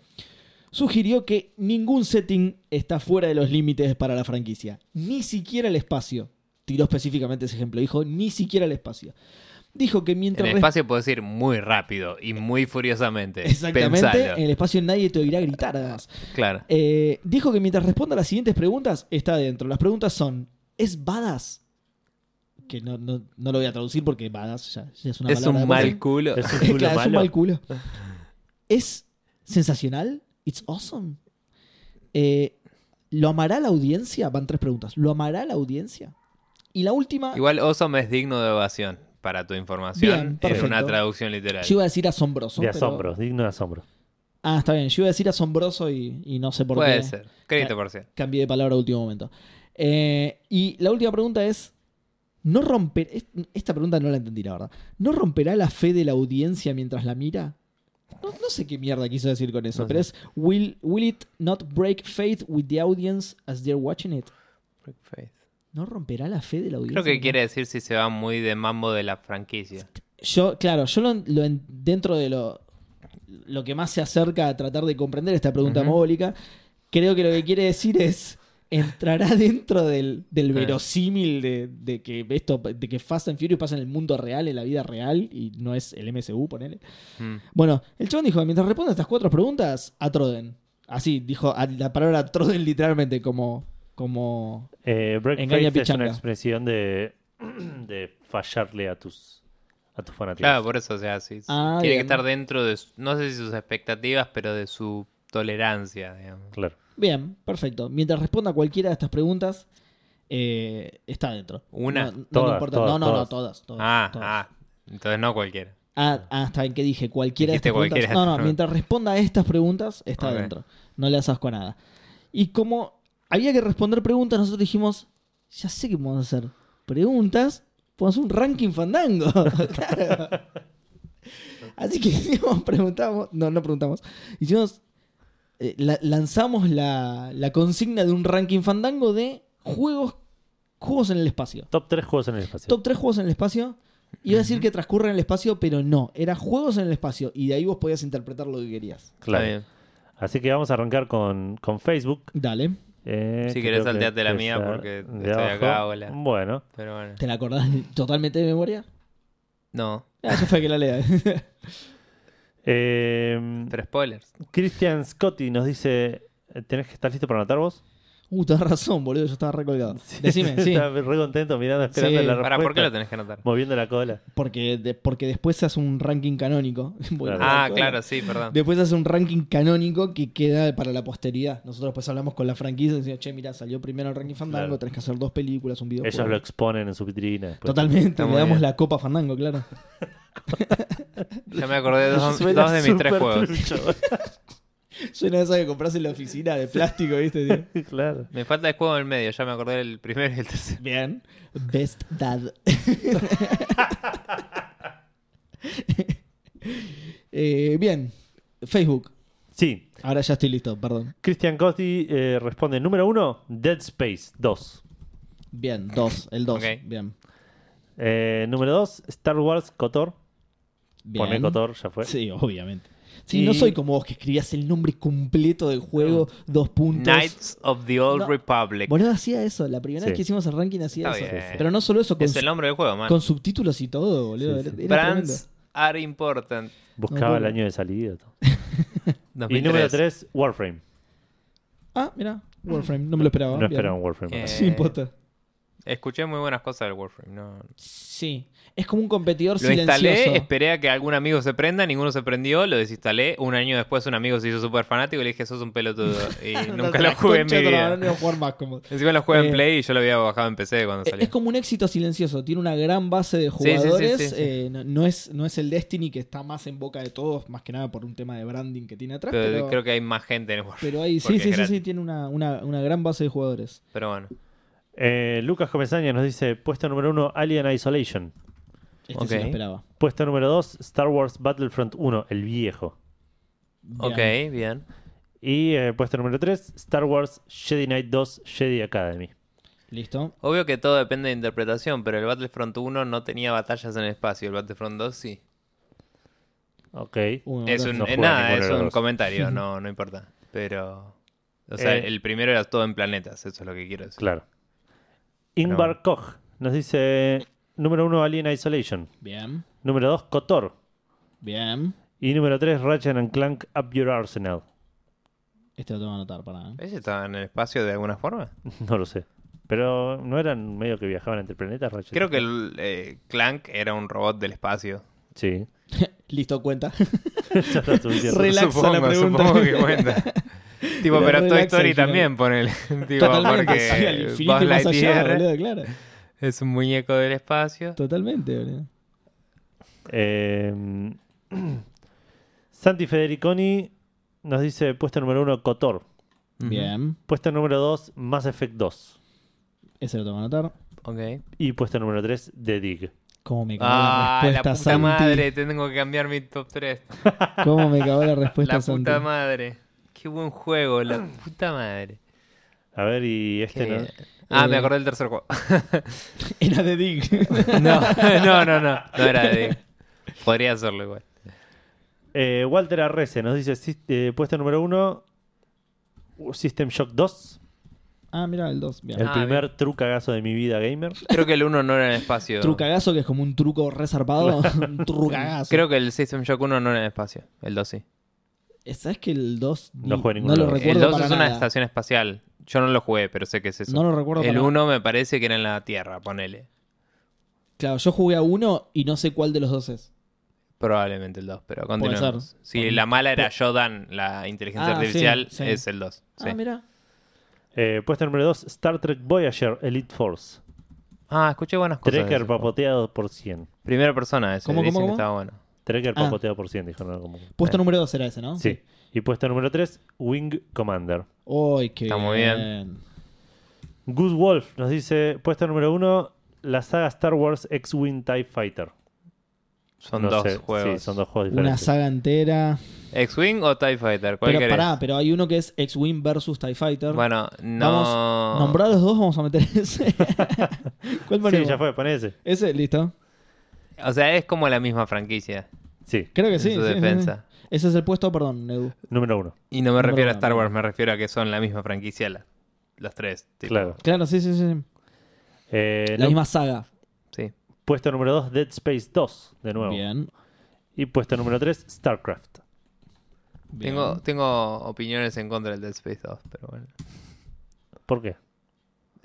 sugirió que ningún setting está fuera de los límites para la franquicia. Ni siquiera el espacio. Tiró específicamente ese ejemplo. Dijo, ni siquiera el espacio. Dijo que En mientras... el espacio puedes ir muy rápido y muy furiosamente. Exactamente, Eh, Pensalo. en el espacio nadie te oirá gritar además. Claro. Eh, dijo que mientras responda las siguientes preguntas, está adentro. Las preguntas son, ¿es badass? Que no, no- no lo voy a traducir porque badass ya, ya es una Es palabra un de mal moda. culo. Es un culo Claro, es un malo. mal culo. ¿Es sensacional? ¿It's awesome? Eh, ¿Lo amará la audiencia? Van tres preguntas. ¿Lo amará la audiencia? Y la última, Igual Osom es digno de ovación, para tu Bien, información, en perfecto. una traducción literal. yo iba a decir asombroso. De pero- asombro, digno de asombro. Ah, está bien. Yo iba a decir asombroso y, y no sé por Puede qué. Ah. ser. Crédito parcial. Cambié de palabra a último momento. Eh, y la última pregunta es: ¿No romper es- Esta pregunta no la entendí, la verdad. ¿No romperá la fe de la audiencia mientras la mira? No, no sé qué mierda quiso decir con eso, No sé. pero es: will, ¿Will it not break faith with the audience as they're watching it? ¿No romperá la fe de la audiencia? Creo que quiere decir si se va muy de mambo de la franquicia. Yo, claro, yo lo, lo en- dentro de lo, lo que más se acerca a tratar de comprender esta pregunta Ujú. homólica, creo que lo que quiere decir es entrará dentro del, del Ah. verosímil de, de que esto de que Fast and Furious pasa en el mundo real, en la vida real y no es el MSU, ponele. Mm. Bueno, el chabón dijo, mientras responda estas cuatro preguntas, atroden. Así dijo a- la palabra atroden literalmente como como Eh, Break Engaña Faith es Pichanga. una expresión de, de fallarle a tus, a tus fanáticos. Claro, por eso, o sea, sí. sí. Ah, tiene bien. que estar dentro de, su- no sé si sus expectativas, pero de su tolerancia, digamos. Claro. Bien, perfecto. Mientras responda cualquiera de estas preguntas, eh, está dentro. Una, No, no le todas, importa. todas, no, no, no, todas. todas. todas, Ah, todas. ah, entonces no cualquiera. Ah, ah, está bien que dije cualquiera de Dijiste estas preguntas. cualquiera. No, no, mientras responda a estas preguntas, está Ok. dentro. No le asas con nada. Y como había que responder preguntas, nosotros dijimos, ya sé que podemos hacer preguntas, podemos hacer un ranking fandango. Claro. Así que hicimos, preguntamos, no, no preguntamos, hicimos, eh, la- lanzamos la, la consigna de un ranking fandango de juegos, juegos en el espacio. Top 3 juegos en el espacio. Top 3 juegos en el espacio. Iba a decir que transcurre en el espacio, pero no. Era juegos en el espacio. Y de ahí vos podías interpretar lo que querías. Claro. Está bien. Así que vamos a arrancar con, con Facebook. Dale. eh, Si que querés creo que salteate la empieza mía porque de estoy acá, hola. Bueno, Pero bueno. ¿Te la acordás totalmente de memoria? No, Ah, ya fue que la lea. eh, pero spoilers. Christian Scotti nos dice: ¿Tenés que estar listo para anotar vos? uh, tenés razón, boludo. Yo estaba recolgado. Decime, sí. Estaba re contento mirando, esperando Sí. la respuesta. Para, ¿por qué lo tenés que anotar? Moviendo la cola. Porque, de- porque después se hace un ranking canónico. Bueno, Ah, bueno. claro, sí, perdón. Después se hace un ranking canónico que queda para la posteridad. Nosotros pues hablamos con la franquicia y decimos, che, mira, salió primero el ranking Fandango, Claro. tenés que hacer dos películas, un video. Ellos lo exponen en su vitrina. después. Totalmente, Está le muy damos bien. la copa Fandango, claro. Ya me acordé de dos, Suena dos de mis tres súper juegos. trucho. Suena eso que compras en la oficina de plástico, ¿viste? tío? claro. Me falta el juego en el medio, ya me acordé del primero y el tercero. Bien. Best Dad. Eh, bien. Facebook. Sí, Ahora ya estoy listo, perdón. Christian Costi eh, responde: número uno, Dead Space 2. Bien, dos. El dos. Ok. Bien. Eh, número 2, Star Wars Cotor. bien. Pone Cotor, ya fue. Sí, obviamente. Sí, Y- no soy como vos que escribías el nombre completo del juego, dos puntos. Knights of the Old No. Republic. Boludo, hacía eso. La primera Sí. vez que hicimos el ranking hacía Está eso. bien. Pero no solo eso, con, Es el su- nombre del juego, man. con subtítulos y todo, boludo. Sí, sí. Era- era tremendo. Brands are important. Buscaba No, el bueno. año de salida. todo. 2003. Y número 3, Warframe. Ah, mira, Warframe, no me lo esperaba. No Bien. esperaban Warframe. Eh, Sí, posta. Escuché muy buenas cosas del Warframe. No. Sí. Es como un competidor Lo instalé, silencioso. esperé a que algún amigo se prenda, ninguno se prendió, lo desinstalé. Un año después un amigo se hizo súper fanático y le dije, sos un pelotudo. Y nunca lo La jugué en concha mi de tu madre, vida. no iba a jugar más como- Encima lo jugué Eh, en Play y yo lo había bajado en PC cuando Es salió. como un éxito silencioso. Tiene una gran base de sí, sí, jugadores. sí, sí. eh, no, no es, no es el Destiny que está más en boca de todos, más que nada por un tema de branding que tiene atrás. Pero Pero, creo que hay más gente en el Warframe. pero ahí sí, porque sí, es sí, sí, gratis. tiene una, una- una gran base de jugadores. Pero bueno. Eh, Lucas Comesaña nos dice: puesto número uno, Alien Isolation. Este Ok. se lo esperaba. Puesto número 2, Star Wars Battlefront 1, el viejo. Ok, Bien. bien. Y eh, puesto número 3, Star Wars Jedi Knight 2, Jedi Academy. Listo. Obvio que todo depende de interpretación, pero el Battlefront 1 no tenía batallas en el espacio, el Battlefront 2 sí. Ok. Uno, Es dos. un, No eh, jugué a nada, ninguno de es los un dos. comentario, no, no importa. Pero. O sea, Eh. el primero era todo en planetas, eso es lo que quiero decir. Claro. Ingvar Koch nos dice: número 1, Alien Isolation. Bien, Número 2, Kotor. bien. Y número 3, Ratchet and Clank Up Your Arsenal. Este lo tengo que anotar para. ¿Ese estaba en el espacio de alguna forma? No lo sé. Pero no eran medio que viajaban entre planetas, Ratchet. Creo que el eh, Clank era un robot del espacio. Sí. Listo, cuenta. Ya está suficiente. Re- Relaxa la pregunta. Supongo que cuenta. tipo, Pero pero Toy relaxa Story al final. también, ponele. tipo, Totalmente. sí, al porque infinito Buzz y más allá, Lightyear boludo, claro. es un muñeco del espacio. Totalmente, boludo. Eh, Santi Federiconi nos dice: puesto número 1, Kotor. Bien. Puesto número 2, Mass Effect 2. Ese lo tengo que anotar. Ok. Y puesto número 3, The Dig. ¿Cómo me cagó Ah, la la respuesta, puta Santi? madre, tengo que cambiar mi top 3. ¿Cómo me cagó la respuesta, La Santi? puta madre. Qué buen juego, la puta madre. A ver, y este no. Qué- Ah, me Eh, acordé del tercer juego. Era de Dig. No, no, no, no. No era de. Podría hacerlo igual. Eh, Walter Arrece nos dice: sis- eh, puesto número 1, System Shock 2. Ah, mira, el 2. Bien. El Ah, primer trucagazo de mi vida gamer. Creo que el 1 no era en el espacio. Trucagazo, que es como un truco reservado. un trucagazo. Creo que el System Shock 1 no era en el espacio. El 2 sí. Eh, ¿Sabes que el 2 No jugué no ninguno lo de los dos. recuerdo El 2 para es una nada. estación espacial. Yo no lo jugué, pero sé que es eso. No lo recuerdo el para 1 me parece que era en la Tierra, ponele. Claro, yo jugué a uno y no sé cuál de los dos es. Probablemente el 2, pero continuemos. ser. Si Pon- la mala era pon- Jodan, la inteligencia Ah, sí, artificial, sí. es el 2. Sí. Ah, mira. Eh, puesto número 2, Star Trek Voyager Elite Force. Ah, escuché buenas cosas. de Trekker ese juego. papoteado por 100. Primera persona ese. ¿Cómo, Dicen cómo, que cómo? estaba bueno. Trekker Ah. papoteado por 100, dijo. ¿no? Como- Puesto número 2 era ese, Ah, ¿no? Sí. Y puesto número 3, Wing Commander. Uy, qué Está muy bien. Good Wolf nos dice: puesto número 1, la saga Star Wars X-Wing TIE Fighter. Son No dos sé, juegos. Sí, son dos juegos Una diferentes. saga entera. ¿X-Wing o TIE Fighter? ¿Cuál Pero querés? pará, pero hay uno que es X-Wing versus TIE Fighter. Bueno, no. Vamos, nombrar los dos, vamos a meter ese. ¿Cuál Sí, ponemos? ya fue, poné ese. Ese, listo. O sea, es como la misma franquicia. Sí, Creo que En sí. su sí, sí, sí. defensa. Ese es el puesto, perdón, Edu. número 1. Y no me Número refiero a uno. Star Wars, me refiero a que son la misma franquicia la- las tres. tipo. Claro. Claro, sí, sí, sí. sí. Eh, La no- misma saga. Sí. Puesto número 2, Dead Space 2, de nuevo. Bien. Y puesto número 3, StarCraft. bien. Tengo, tengo opiniones en contra del Dead Space 2, pero bueno. ¿Por qué?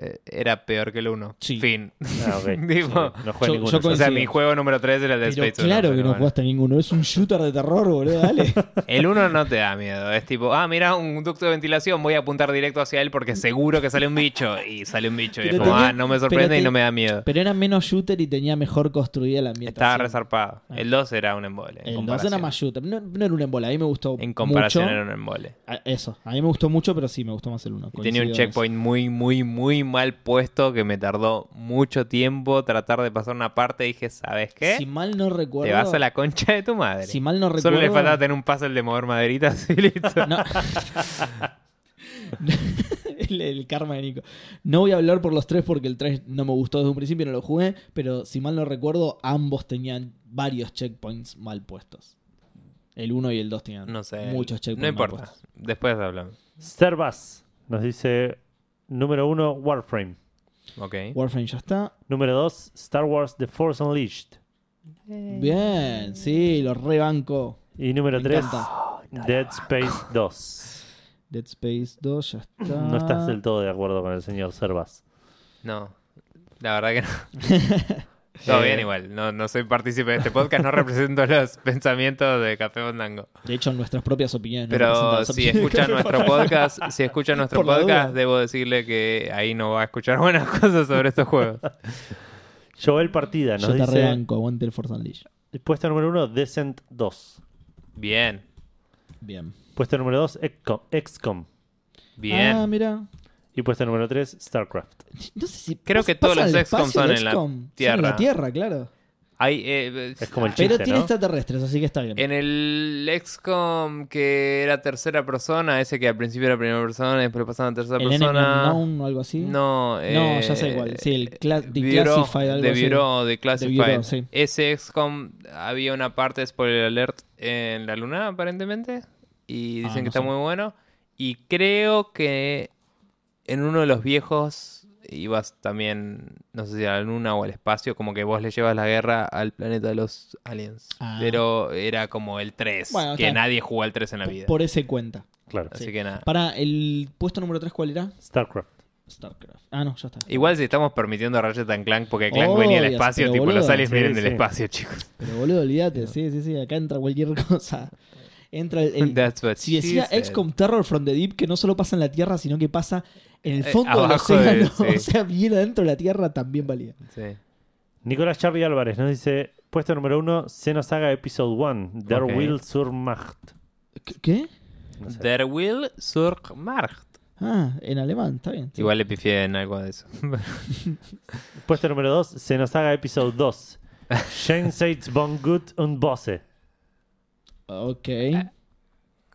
Eh, era peor que el 1. Sí. Fin. Ah, ok. Sí, Digo, no juega ninguno. yo- yo yo. O sea, Coincido. mi juego número 3 era el Dead Pero Space 1. claro que pero no bueno. jugaste a ninguno. Es un shooter de terror, boludo. Dale. El 1 no te da miedo. Es tipo, ah, mira, un ducto de ventilación, voy a apuntar directo hacia él porque seguro que sale un bicho. Y sale un bicho. Y es Pero como, tenía- ah, no me pero sorprende y te- no me da miedo. Pero era menos shooter y tenía mejor construida la ambientación. Estaba resarpado. El 2 era un embole. en Ah. El 2 comparación. era más shooter. No, no era un embole. A mí me gustó En comparación mucho. era un embole. A- Eso. A mí me gustó mucho, pero sí, me gustó más el 1. Y tenía un checkpoint muy, muy, muy mal puesto que me tardó mucho tiempo tratar de pasar una parte. Dije, ¿sabes qué? Si mal no Te recuerdo. vas a la concha de tu madre. Si mal no recuerdo. Solo le faltaba tener un puzzle de mover maderitas y listo. No. el, el karma de Nico. No voy a hablar por los tres porque el 3 no me gustó desde un principio, no lo jugué, pero si mal no recuerdo, ambos tenían varios checkpoints mal puestos. El 1 y el 2 tenían No sé. muchos checkpoints No mal importa. puestos. Después hablamos. Servas nos dice número 1, Warframe. Ok. Warframe ya está. Número 2, Star Wars The Force Unleashed. Bien, sí, lo rebanco. Y número Me 3, encanta. Dead Space 2. Dead Space 2 ya está. No estás del todo de acuerdo con el señor Servas. No. La verdad que no. Todo Eh, bien igual. No, no soy partícipe de este podcast, no represento los pensamientos de Café Bondango. De hecho, nuestras propias opiniones. no representan Pero las si opiniones de escuchan Café nuestro Fandango. podcast, si escuchan nuestro Por la podcast, duda. debo decirle que ahí no va a escuchar buenas cosas sobre estos juegos. Joel Partida nos Yo te dice: rebanco, aguante el Forza Unleashed. Puesto número 1, Descent 2. Bien, Bien. Puesto número 2, XCOM, XCOM. bien. Ah, mira. Y puesto número 3, StarCraft. No sé si Creo pas- que todos pasa los del XCOM espacio, son el en la XCOM. Son en Tierra. la Tierra, claro. Hay, eh, Es como el Pero chiste, tiene ¿no? extraterrestres, así que está bien. En el XCOM que era tercera persona, ese que al principio era primera persona, después pasaban a tercera El persona. Unknown o algo así. No, eh, ya sé cuál. Sí, el cla- eh, Bureau, Declassified, algo The así. Bureau, Declassified. Bureau, sí. Ese XCOM había una parte, spoiler alert, en la luna, aparentemente. Y dicen Ah, que no está sé. muy bueno. Y creo que en uno de los viejos ibas también, no sé si a la luna o al espacio, como que vos le llevas la guerra al planeta de los aliens. Ah. Pero era como el 3, Bueno, que está. nadie jugó al 3 en la Por- vida. Por ese cuenta. Claro. Así sí. que nada. Para el puesto número 3, ¿cuál era? StarCraft. StarCraft. Ah, no, ya está. Igual si estamos permitiendo a Ratchet and Clank porque Clank venía del Obvio, espacio, pero tipo los Oh, boludo. aliens Sí, vienen sí. del espacio, chicos. Pero boludo, olvídate. Sí, sí, sí. Acá entra cualquier cosa. Entra el. el- That's what si decía she said. XCOM Terror from the Deep, que no solo pasa en la Tierra, sino que pasa en el Eh, fondo del abajo de- océano. sí. O sea, bien adentro de la Tierra también valía. Sí. Nicolás Charlie Álvarez nos dice: Puesto número 1, Xenosaga Episode 1, Der Ok. Will zur Macht. ¿Qué? No sé. Der Will zur Macht. Ah, en alemán, está bien. sí. Igual le pifié en algo de eso. Puesto número 2, Xenosaga Episode 2. Shane Seitz von Gut und Bosse. Ok.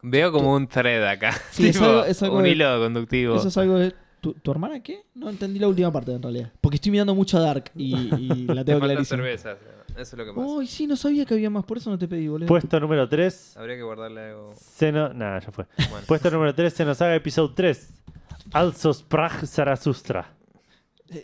Veo como un thread acá. Sí, es tipo, algo- es algo un de- hilo conductivo. Eso es algo de... ¿Tu, tu hermana qué? No entendí la última parte en realidad. Porque estoy mirando mucho a Dark y, y la Te faltan tengo clarísima. cervezas. Eso es lo que pasa. Uy, sí, no sabía que había más, por eso no te pedí, boludo. Pues, Puesto número 3, Habría que guardarle algo. Xeno. Nah, ya fue. Bueno. Puesto número 3, Xenosaga Episode 3. Also Sprach Zarathustra.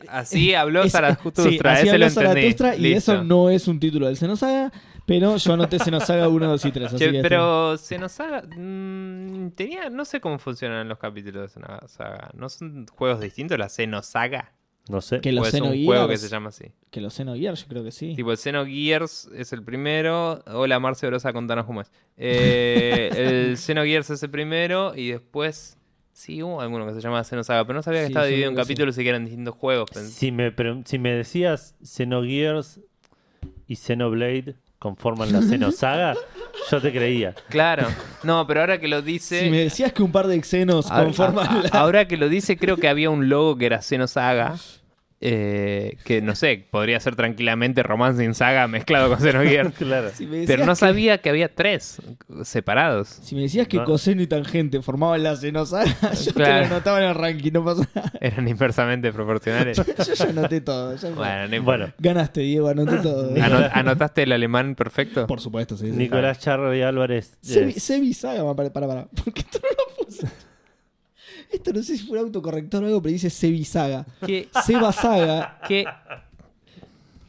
Así habló Es- Zaratustra, así ese habló lo entendí. Zaratustra y Listo. eso no es un título del Xenosaga, pero yo anoté Xenosaga 1, 2 y 3. Así Che, que pero se nos haga. mm, tenía, no sé cómo funcionan los capítulos de una saga. ¿No son juegos distintos la Xenosaga? No sé. está- este, Que los ¿O pues, es un juego que Xenogears- se llama así? Que los Xenogears, yo creo que sí. Tipo, el Xenogears es el primero. Hola, Marce Brosa, contanos cómo es. Eh, el Xenogears es el primero y después. Sí, hubo alguno que se llama Xenosaga, pero no sabía que Sí, estaba yo dividido creo en que sí. capítulos y que eran distintos juegos. Pens- Si me, pre- si me decías Xenogears y Xenoblade conforman la Xenosaga, yo te creía. Claro. No, pero ahora que lo dice. Si me decías que un par de Xenos ahora- a- conforman a- la... Ahora que lo dice, creo que había un logo que era Xenosaga. eh, que no sé, podría ser tranquilamente Romance sin Saga mezclado con Xenogears. Claro. Si me decías Pero no que- sabía que había tres separados. Si me decías que No. coseno y tangente formaban la Xenosaga, Claro. yo te lo anotaba en el ranking, no pasa nada. Eran inversamente proporcionales. Yo ya anoté todo. ya fue. Bueno, no importa. Bueno, Ganaste, Diego, anoté todo. Ano- ¿Anotaste el alemán perfecto? Por supuesto, sí. sí. Nicolás Charlie Álvarez. Sebi, eh, Sebi Saga, ma- para, para, para. Porque esto no lo puse. Esto no sé si fue un autocorrector o algo, pero dice Sebi Saga. ¿Qué? Seba Saga. ¿Qué?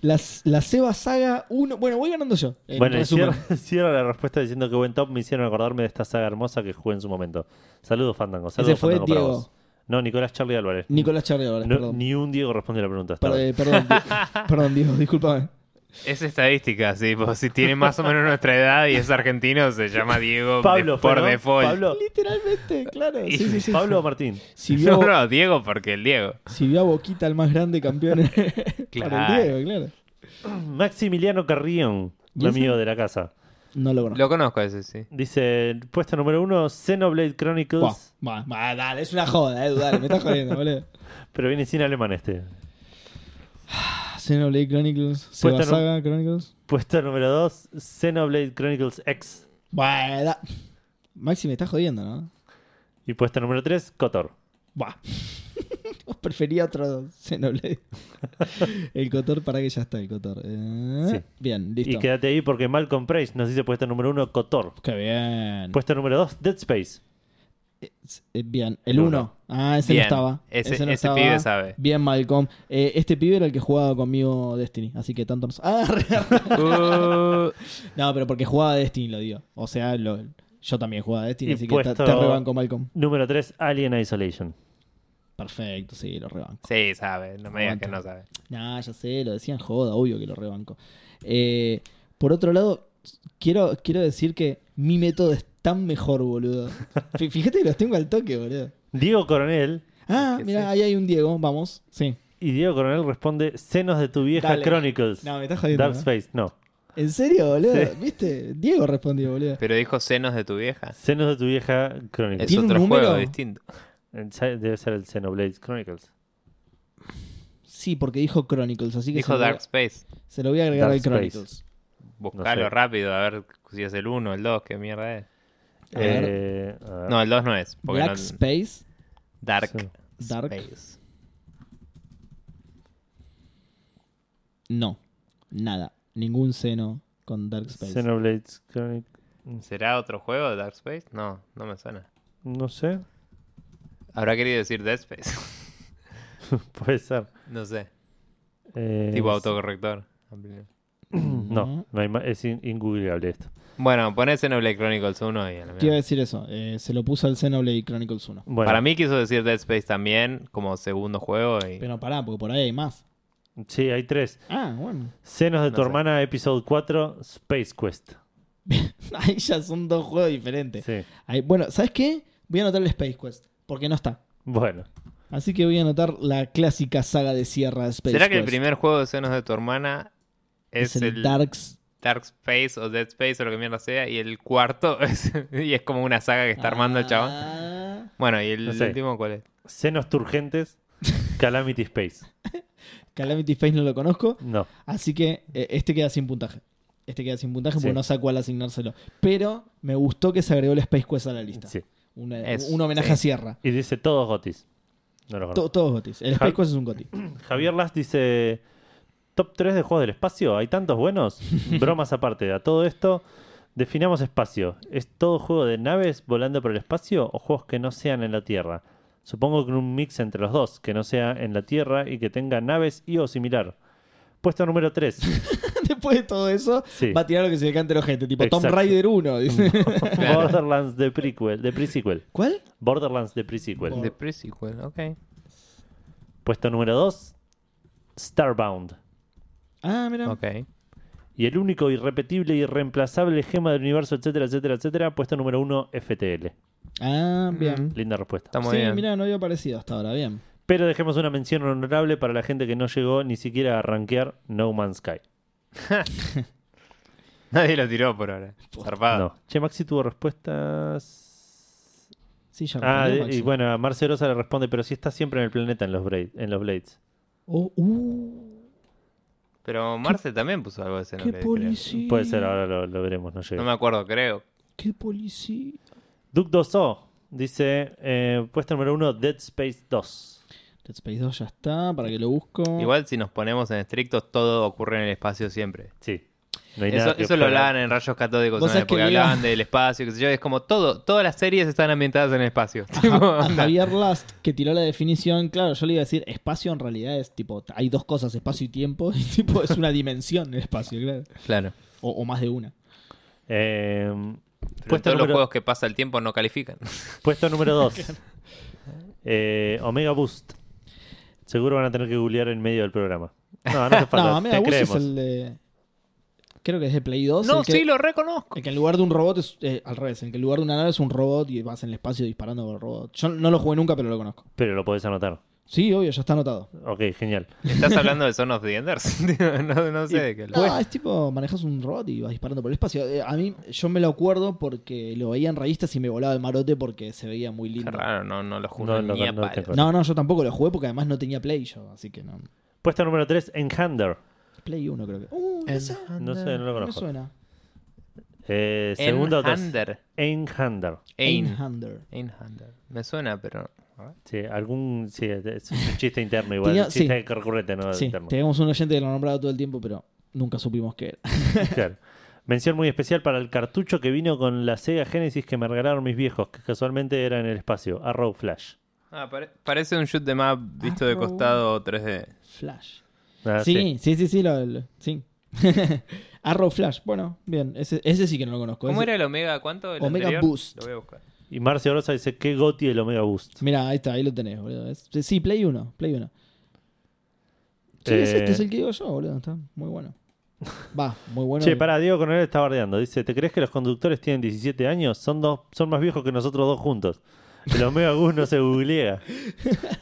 La, la Seba Saga 1. Bueno, voy ganando yo. en Bueno, y resumen. cierra, cierra la respuesta diciendo que buen top me hicieron acordarme de esta saga hermosa que jugué en su momento. Saludos, Fandango. Saludos, fue Fandango, para Diego. vos. No, Nicolás Charlie Álvarez. Nicolás Charriadores, No, perdón. ni un Diego responde la pregunta. hasta Per- ahora. eh, perdón, Di- perdón, Diego, discúlpame. Es estadística, sí. pues, si tiene más o menos nuestra edad y es argentino, se llama Diego de- Pablo, fue, por ¿no? default. Pablo, Literalmente, claro. Sí, sí, sí. Pablo o Martín. Si vio, No, no, Diego porque el Diego. si vio a Boquita el más grande campeón para Claro. el Diego, claro. Maximiliano Carrión, ¿Y un ese? amigo de la casa. No lo conozco. Lo conozco ese, sí. Dice, puesto número uno, Xenoblade Chronicles. Buah, buah, buah, dale, es una joda, eh, dale, me estás jodiendo, boludo. Pero viene sin alemán este. Xenoblade Ah, Chronicles, Seba Puesta en un- Saga Chronicles. Puesto número dos, Xenoblade Chronicles X. Buah, da- Maxi, me estás jodiendo, ¿no? Y puesto número tres, Kotor. Buah. Vos prefería otro Xenoblade. el Cotor, para que ya está el Cotor. Eh, Sí. Bien, listo. Y quédate ahí porque Malcolm Price nos dice puesto número uno, Kotor. Qué bien. Puesto número dos, Dead Space. Eh, Bien, el Uno. 1. Ah, ese Bien. no estaba. Ese- Ese, no ese estaba. pibe sabe. Bien, Malcolm. Eh, este pibe era el que jugaba conmigo Destiny, así que tanto nos. Ah, re- Uh, no, pero porque jugaba Destiny, lo digo. O sea, lo- yo también jugaba Destiny, Y así puesto- que te- te rebanco, Malcolm. Número 3, Alien Isolation. Perfecto, sí, lo rebanco. Sí, sabe. No me digas que no sabe. Nah, ya sé, lo decían joda, obvio que lo rebanco. Eh, por otro lado, quiero, quiero decir que mi método es tan mejor, boludo. F- Fíjate que los tengo al toque, boludo. Diego Coronel. Ah, ¿Qué es mira, eso? ahí hay un Diego, vamos. Sí. Y Diego Coronel responde: Senos de tu vieja Dale. Chronicles. No, me estás jodiendo. Dark ¿no? Space, no. ¿En serio, boludo? Sí. ¿Viste? Diego respondió, boludo. Pero dijo senos de tu vieja. Senos de tu vieja Chronicles. Es ¿Tiene un otro número? juego distinto. En- Debe ser el Xenoblade Chronicles. Sí, porque dijo Chronicles, así que se, Dijo lo voy a- Dark Space. se lo voy a agregar Dark al Space. Chronicles. Buscalo No sé. rápido, a ver si es el 1, el 2, qué mierda es. A ver. Eh, a ver. No, el 2 no es. Porque Black no- Space, Dark, Sí. Dark. Space. no. Nada. Ningún seno con Dark Space. Xenoblade Chronicles. ¿Será otro juego de Dark Space? No, no me suena. No sé. Habrá querido decir Dead Space. Puede ser. no sé. Eh, Tipo autocorrector. No, no hay ma- es in- ingoogliable esto. Bueno, poné Xenoblade Chronicles 1 y a la Te iba a mierda. decir eso. eh, se lo puso al Xenoblade Chronicles 1. Bueno, Para mí quiso decir Dead Space también como segundo juego y Pero pará, porque por ahí hay más. Sí, hay tres. Ah, bueno. Senos de No tu sé. hermana, episodio 4, Space Quest. Ahí ya son dos juegos diferentes. Sí. Ahí- bueno, ¿sabes qué? Voy a anotar el Space Quest, porque no está. Bueno, Así que voy a anotar la clásica saga de Sierra de Space ¿Será que el Quest. primer juego de senos de tu hermana es, el, Dark... Dark S- Space o Dead Space o lo que mierda sea? Y el cuarto es, y es como una saga que está armando el chabón. Ah, Bueno, ¿y el No sé. último cuál es? Senos Turgentes, Calamity Space. Calamity Space no lo conozco, No, así que eh, este queda sin puntaje. Este queda sin puntaje porque Sí. no sé a cuál asignárselo. Pero me gustó que se agregó el Space Quest a la lista. sí. Una- Es- un homenaje sí. a Sierra. Y dice todos gotis. No lo To- conozco. todos gotis. El Space Ja- Quest es un goti. Javier Las dice: Top 3 de juegos del espacio. Hay tantos buenos. Bromas aparte. A todo esto, definamos espacio. ¿Es todo juego de naves volando por el espacio o juegos que no sean en la Tierra? Supongo que un mix entre los dos, que no sea en la Tierra y que tenga naves y o similar. Puesto número 3. Después de todo eso, Sí. va a tirar lo que se le cante los gente. Tipo Tom Exacto. Mm. Raider 1. dice. Borderlands de prequel. De pre-sequel. ¿Cuál? Borderlands de pre-sequel. Por- The Pre-Sequel, ok. Puesto número 2. Starbound. Ah, mira. Ok. Y el único irrepetible y irreemplazable gema del universo, etcétera, etcétera, etcétera. Puesto número 1, FTL. Ah, bien. Mm. Linda respuesta. Está muy sí, bien. mira, no había aparecido hasta ahora. Bien. Pero dejemos una mención honorable para la gente que no llegó ni siquiera a rankear No Man's Sky. Nadie lo tiró por ahora. Zarpado. No. Che, Maxi tuvo respuestas. Sí, ya Ah, respondió, y Maxi. bueno, a Marce Rosa le responde, pero si está siempre en el planeta en los, Bra- en los Blades. Oh, uh, Pero Marce también puso algo de Este qué Xenoblade. creo. policía. Puede ser, ahora lo, lo veremos, no No llega. me acuerdo, creo. Qué policía. Duke Dosso dice, eh, puesto número 1, Dead Space 2. Dead Space 2 ya está, para que lo busco. Igual si nos ponemos en estrictos, todo ocurre en el espacio siempre. Sí. No hay nada Eso, que eso lo objetar. hablaban en Rayos Catódicos, Vos ¿no? sabés que porque Leo- hablaban del espacio, qué sé yo, es como todo, todas las series están ambientadas en el espacio. A, Tipo, Ja- a onda. Javier Last, que tiró la definición, claro, yo le iba a decir, espacio en realidad es tipo, hay dos cosas, espacio y tiempo, y tipo, es una dimensión el espacio, claro. Claro. O, o más de una. Eh, Pero en puesto, todos los número, juegos que pasa el tiempo no califican. puesto número 2. Omega Boost. Seguro van a tener que googlear en medio del programa. No, no hace falta. No, te Omega Bus es creemos. el de... Creo que es de Play 2. No, el que, sí, lo reconozco. el que en lugar de un robot es... eh, al revés, en que en lugar de una nave es un robot y vas en el espacio disparando por el robot. Yo no lo jugué nunca, pero lo conozco. Pero lo podés anotar. Sí, obvio, ya está anotado. Ok, genial. ¿Estás hablando de Son of the Enders? no, no sé de qué No, hablas. es tipo, Pues, manejas un robot y vas disparando por el espacio. Eh, a mí, yo me lo acuerdo porque lo veía en revistas y me volaba el marote porque se veía muy Qué lindo. raro, no, no lo No, juro no, ni a no te palo. acuerdas. No, no, yo tampoco lo jugué porque además no tenía Play yo, así que no. Puesto número 3, Enhander. Play 1 creo que. Uh, En- esa No sé, Eh, no lo me conozco. suena. Eh, En segundo 2. Under. Enhander. Ein. Einhander. Ein Under. Me suena, pero... a ver. Sí, algún. Sí, es un chiste interno igual. Tenía- un chiste sí. que recurrente, ¿no? Sí, Interno. tenemos un oyente que lo nombraba todo el tiempo, pero nunca supimos qué era. Claro. Mención muy especial para el cartucho que vino con la Sega Genesis que me regalaron mis viejos, que casualmente era en el espacio, Arrow Flash. Ah, pare- parece un shoot de map visto de Arrow. costado 3D. Flash. Ah, sí, sí, sí, sí, lo- lo- sí. Arrow Flash, bueno, bien, ese, ese sí que no lo conozco. ¿Cómo ese- era el Omega? ¿Cuánto? El Omega anterior? Boost. Lo voy a buscar. Y Marcia Rosa dice, ¿qué Goti el Omega Boost? Mirá, ahí está, ahí lo tenés, boludo. Es- sí, Play 1, Play 1. Sí, es Eh. este, es el que digo yo, boludo. Está muy bueno. Va, muy bueno. Che, pará, Diego Coronel está bardeando. Dice, ¿te crees que los conductores tienen 17 años? Son dos, son más viejos que nosotros dos juntos. El Omega Boost no se googlea.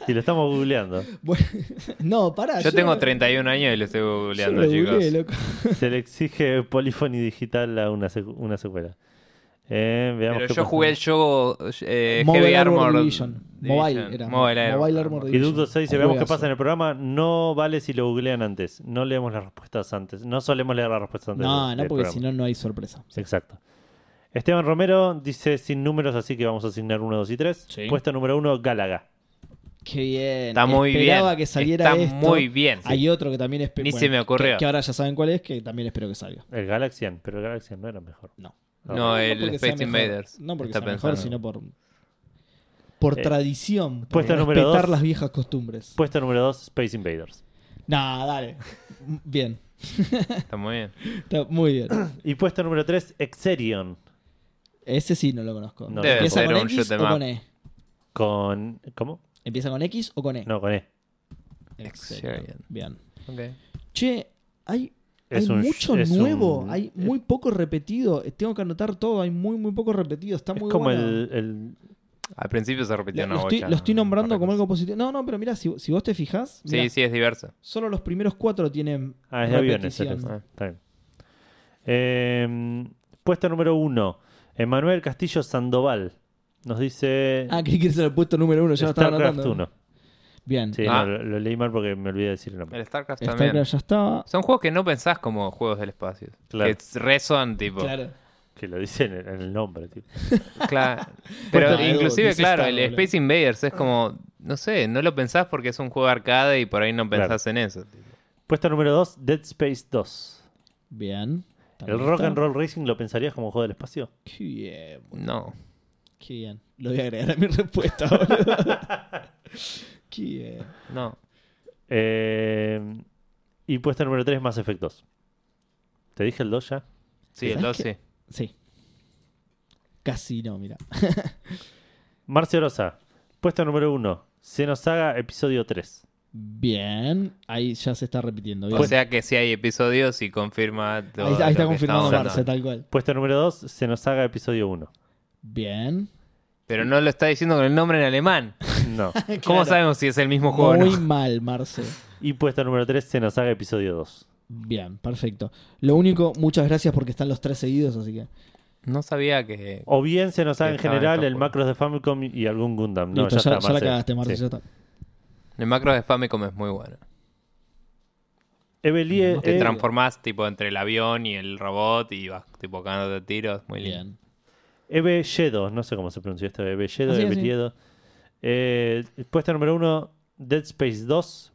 Y lo estamos googleando. Bueno, no, pará. Yo tengo no- 31 años y lo estoy Ah, yo googleando, lo chicos. googleé, loco. Se le exige Polyphony digital a una, secu- una secuela. Eh, veamos Pero qué yo pasa. jugué el juego eh, Mobile Heavy Armor Armor, Division. Mobile era. Mobile Armor. Mobile Armor Y Dudo 6 dice, veamos qué Juegazo. pasa en el programa. No vale si lo googlean antes. No leemos las respuestas antes. No solemos leer las respuestas antes. No, del- no, del porque programa. si no, no hay sorpresa. Exacto. Esteban Romero dice sin números, así que vamos a asignar 1, 2 y 3. Sí. Puesto número 1, Gálaga. Qué bien. Está muy Esperaba bien. que saliera Está esto. muy bien. Hay otro que también espero. Ni se me ocurrió. Que, que ahora ya saben cuál es, que también espero que salga. El Galaxian, pero el Galaxian no era mejor. No. No, el porque sea Space mejor. Invaders. No porque Está sea mejor, pensando. sino por. Por Eh, tradición. Por puesto número respetar dos. las viejas costumbres. Puesto número 2, Space Invaders. Nah, dale. Bien. Está muy bien. Está muy bien. Y puesto número 3, Exerion. Ese sí no lo conozco. No, Debe tampoco. ¿Empieza ser con un X shoot o 'em con up. E? Con. ¿Cómo? ¿Empieza con X o con E? No, con E. Excelente. Bien. Ok. Che, hay, Es hay un- mucho es nuevo, un- hay muy poco repetido. Eh, Tengo que anotar todo, hay muy, muy poco repetido. Está Es muy como bueno. el, el- Al principio se repitió Lo, una lo estoy, bocha, lo estoy ¿no? nombrando como Para- algo positivo. No, no, pero mira, si, si vos te fijás, mirá, Sí, sí, es diverso. solo los primeros cuatro tienen Ah, es de aviones. repetición. este. Está bien. Eh, puesto número 1, Emanuel Castillo Sandoval. Nos dice. Ah, creí que ese era el puesto número uno, ya lo estaba StarCraft anotando. 1. Bien. Sí, Ah. no, lo, lo leí mal porque me olvidé de decir el nombre. El StarCraft StarCraft también. ya estaba. Son juegos que no pensás como juegos del espacio. Claro. Que re son, tipo. Claro. Claro. Que lo dice en el, en el nombre, tipo. Pero Cuesta algo, inclusive, dice claro, Star, el boludo. Space Invaders es como, no sé, no lo pensás porque es un juego arcade y por ahí no pensás en eso. tipo. Puesto número 2, Dead Space 2. ¿El Bien. También Rock está. and Roll Racing lo pensarías como juego del espacio? Qué bien, No. qué bien. Lo voy a agregar a mi respuesta, boludo. qué bien. No. Eh, y puesto número 3, Mass Effect 2. ¿Te dije el 2 ya? Sí, el 2 ¿Sabes qué? sí. Sí. Casi no, mira. Marcio Rosa, puesto número 1, Xenosaga Episodio 3. Bien. Ahí ya se está repitiendo. bien. O sea que si hay episodios y confirma. todo ahí, ahí está lo que confirmado estamos Marce, hablando. tal cual. Puesto número 2, Xenosaga Episodio 1. Bien. Pero no lo está diciendo con el nombre en alemán. No. ¿Cómo Claro. sabemos si es el mismo juego o Muy no? mal, Marce. Y puesto número 3, Xenosaga Episodio 2. Bien, perfecto. Lo único, muchas gracias porque están los tres seguidos, así que. No sabía que. O bien Xenosaga en Estaban general, estos el juegos. Macros de Famicom y algún Gundam. No, Listo, ya, ya, está, ya la Marce. cagaste, Marce, Sí. ya está. El macro de Famicom es muy bueno. Evelie- No, Te eh, transformás tipo entre el avión y el robot y vas tipo cagándote tiros. Muy lindo. Bien. Eve Yedo, no sé cómo se pronunció esto, Eve Yedo, Ah, sí, Eve sí. Yedo. Eh, puesto número 1, Dead Space 2.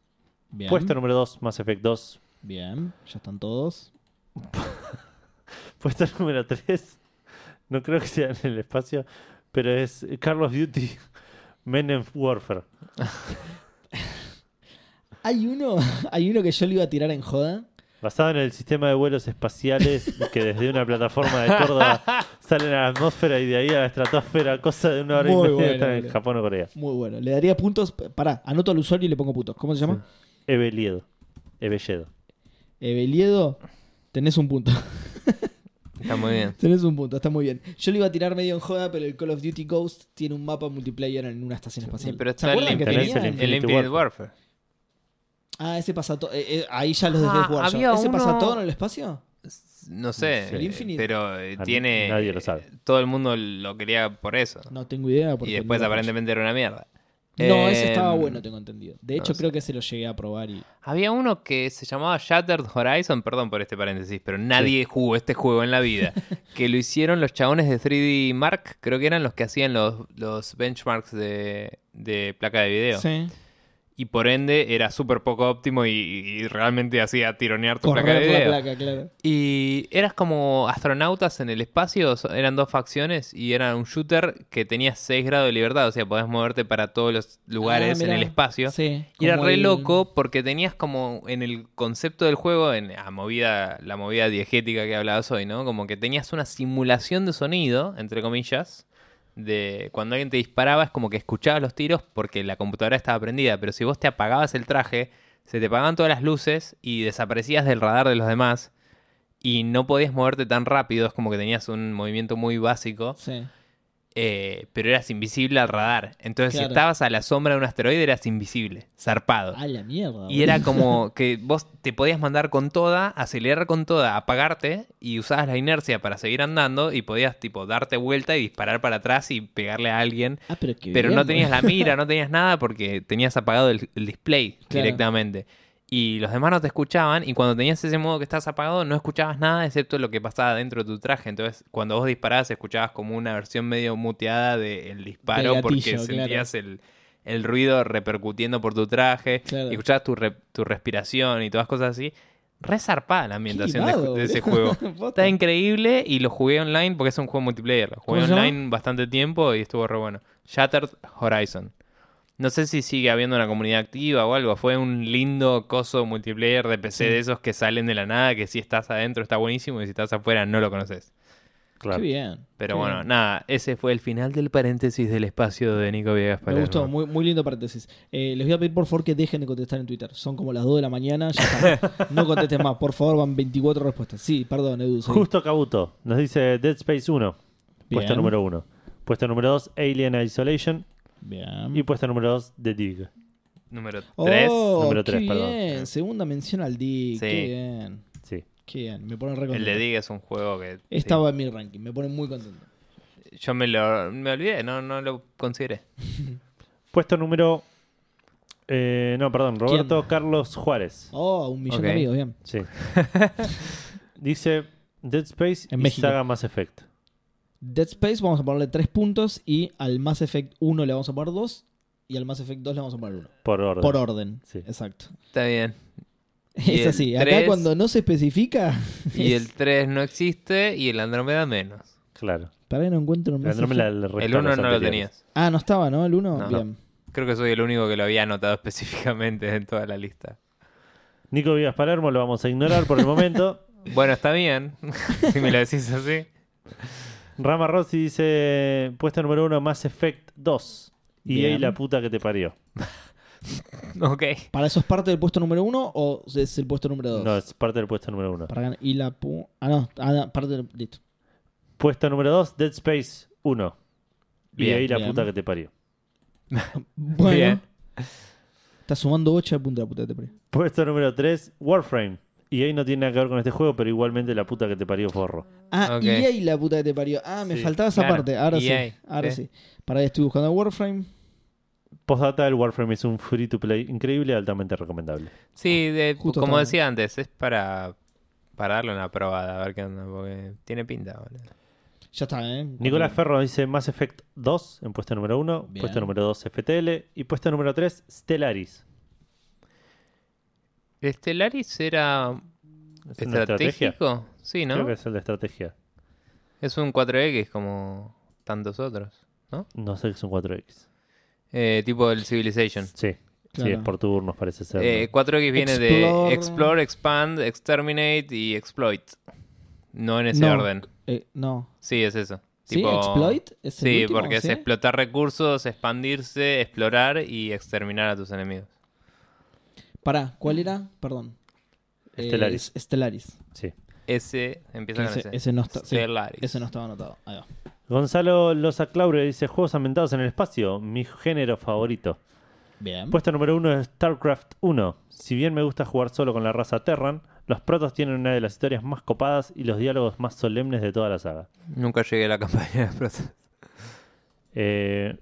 Bien. Puesto número 2, Mass Effect 2. Bien. Ya están todos. Puesto número 3, no creo que sea en el espacio, pero es Call of Duty Men in Warfare. Hay uno, hay uno que yo le iba a tirar en joda. Basado en el sistema de vuelos espaciales que desde una plataforma de Córdoba salen a la atmósfera y de ahí a la estratosfera, cosa de una hora Muy y media bueno, están en boludo. Japón o Corea. Muy bueno. Le daría puntos. Pará, anoto al usuario y le pongo puntos. ¿Cómo se llama? Eveliedo. Evelledo. Eveliedo, tenés un punto. Está muy bien. Tenés un punto, está muy bien. Yo le iba a tirar medio en joda, pero el Call of Duty Ghost tiene un mapa multiplayer en una estación Sí, espacial. pero ¿Se está el, acuerdan que Infinite- tenían? el el Infinite Warfare. Ah, ese pasa todo. ahí ya los de Ah, Death Workshop. había ¿Ese uno- pasa todo en el espacio? No sé, Sí. eh, ¿El Infinite? pero eh, Ah, tiene... nadie lo sabe. Todo el mundo lo quería por eso. No tengo idea. Porque y después no- aparentemente era una mierda. No, ese Eh, estaba bueno, tengo entendido. De hecho, sé. creo que se lo llegué a probar y. Había uno que se llamaba Shattered Horizon, perdón por este paréntesis, pero nadie jugó este juego en la vida. que lo hicieron los chabones de 3D Mark, creo que eran los que hacían los, los benchmarks de, de placa de video. Sí. Y por ende era súper poco óptimo y, y realmente hacía tironear tu placa de Correr video. la placa, claro. Y eras como astronautas en el espacio, so- eran dos facciones y era un shooter que tenía 6 grados de libertad, o sea, podías moverte para todos los lugares Ah, en mirá. el espacio. Sí. Y era como re el- loco porque tenías como en el concepto del juego, en la movida, la movida diegética que hablabas hoy, ¿no? Como que tenías una simulación de sonido, entre comillas, de cuando alguien te disparaba es como que escuchabas los tiros porque la computadora estaba prendida, pero si vos te apagabas el traje, se te apagaban todas las luces y desaparecías del radar de los demás y no podías moverte tan rápido, es como que tenías un movimiento muy básico, Sí. eh, pero eras invisible al radar. Entonces si Claro. estabas a la sombra de un asteroide eras invisible, zarpado. A la mierda. Y era como que vos te podías mandar con toda, acelerar con toda, apagarte y usabas la inercia para seguir andando y podías tipo darte vuelta y disparar para atrás y pegarle a alguien. Ah, pero qué Pero bien, no boludo. tenías la mira, no tenías nada porque tenías apagado el, el display Claro. directamente. Y los demás no te escuchaban y cuando tenías ese modo que estás apagado no escuchabas nada excepto lo que pasaba dentro de tu traje. Entonces cuando vos disparabas escuchabas como una versión medio muteada del disparo Del gatillo, porque claro. sentías el, el ruido repercutiendo por tu traje Claro. y escuchabas tu, re- tu respiración y todas cosas así. Re zarpada la ambientación de, Qué ju- de ese vago, juego. boludo. Está increíble y lo jugué online porque es un juego multiplayer. Lo ¿Cómo jugué se llama? online bastante tiempo y estuvo re bueno. Shattered Horizon. No sé si sigue habiendo una comunidad activa o algo. Fue un lindo coso multiplayer de PC Sí. de esos que salen de la nada, que si estás adentro está buenísimo y si estás afuera no lo conoces. Claro. Qué bien. Pero qué bueno, bien. nada, ese fue el final del paréntesis del espacio de Nico Viegas Me gustó, muy, muy lindo paréntesis. Eh, les voy a pedir por favor que dejen de contestar en Twitter. Son como las 2 de la mañana, ya está. No contesten más, por favor, van 24 respuestas. Sí, perdón, Edu. soy- Justo Cabuto nos dice Dead Space 1, puesto Bien. número 1. Puesto número 2, Alien Isolation. Bien. Y puesto número 2, The Dig. Número 3. Oh, número qué tres, perdón. bien. Segunda mención al D. Sí. Qué bien. Sí. Qué bien. Me ponen re el contento. de Dig es un juego que. Estaba en mi ranking. Me ponen muy contento. sí, yo me lo me olvidé, no, no lo consideré. Puesto número. eh, no, perdón, Roberto ¿Quién? Carlos Juárez. Oh, un millón Ok. de amigos, bien. Sí. dice Dead Space En y México. Saga Mass Effect. Dead Space vamos a ponerle 3 puntos y al Mass Effect 1 le vamos a poner 2 y al Mass Effect 2 le vamos a poner 1. Por orden. Por orden. Sí. Exacto. Está bien. Y Es el así. Acá tres- cuando no se especifica, Y el 3 no existe y el Andrómeda menos. Claro. para que no encuentro un Mass Andrómela Effect. le El resta 1 no los lo anteriores. tenías. Ah, no estaba, ¿no? El 1. No. bien. Creo que soy el único que lo había anotado específicamente en toda la lista. Nico Vivas Palermo lo vamos a ignorar por el momento. Bueno, está bien, si me lo decís así. Rama Rossi dice: Puesto número 1, Mass Effect 2. Y Bien. ahí la puta que te parió. Ok. ¿Para eso es parte del puesto número 1 o es el puesto número 2? No, es parte del puesto número 1. Para ganar- y la pu- Ah, no. Ah, no, parte del... Listo. Puesto número 2, Dead Space 1. Y Bien, ahí la bien. puta que te parió. Bueno. Bien. Está sumando 8 de punta la puta que te parió. Puesto número 3, Warframe. Y ahí no tiene nada que ver con este juego, pero igualmente la puta que te parió forro. Ah, Ok. y ahí la puta que te parió. Ah, me Sí, faltaba esa claro. parte. Ahora EA, sí. Ahora sí. sí. Para ahí estoy buscando Warframe. Postdata, el Warframe es un free to play increíble, altamente recomendable. Sí, de- Justo como estaba. decía antes, es para, para darle una probada, a ver qué onda, porque tiene pinta. boludo. Ya está, ¿eh? Nicolás Ferro dice Mass Effect 2 en puesto número 1, Bien. puesto número 2 FTL y puesto número 3 Stellaris. ¿Estelaris Este, era ¿Es una estrategia? estratégico? Sí, Creo ¿no? que Es... es el de estrategia. un 4X como tantos otros, ¿no? No sé qué es un 4X. Eh, tipo el Civilization. Sí, sí, Claro. es por turnos parece ser. Eh, 4X viene Explore. de Explore, Expand, Exterminate y Exploit. No en ese No. orden. Eh, no. Sí, es eso. ¿Sí? Tipo- ¿Exploit? ¿Es el Sí, último? porque ¿Sí? es explotar recursos, expandirse, explorar y exterminar a tus enemigos. Pará, ¿cuál era? Perdón. Eh, Stellaris. es- Stellaris. sí. Ese empieza con Ese, ese. ese no está, sí, Stellaris. ese no estaba anotado. Ahí va. Gonzalo Loza Claure dice Juegos ambientados en el espacio, mi género favorito. Bien. Puesto número 1 es StarCraft 1. Si bien me gusta jugar solo con la raza Terran, los protos tienen una de las historias más copadas y los diálogos más solemnes de toda la saga. Nunca llegué a la campaña de proceso. Eh,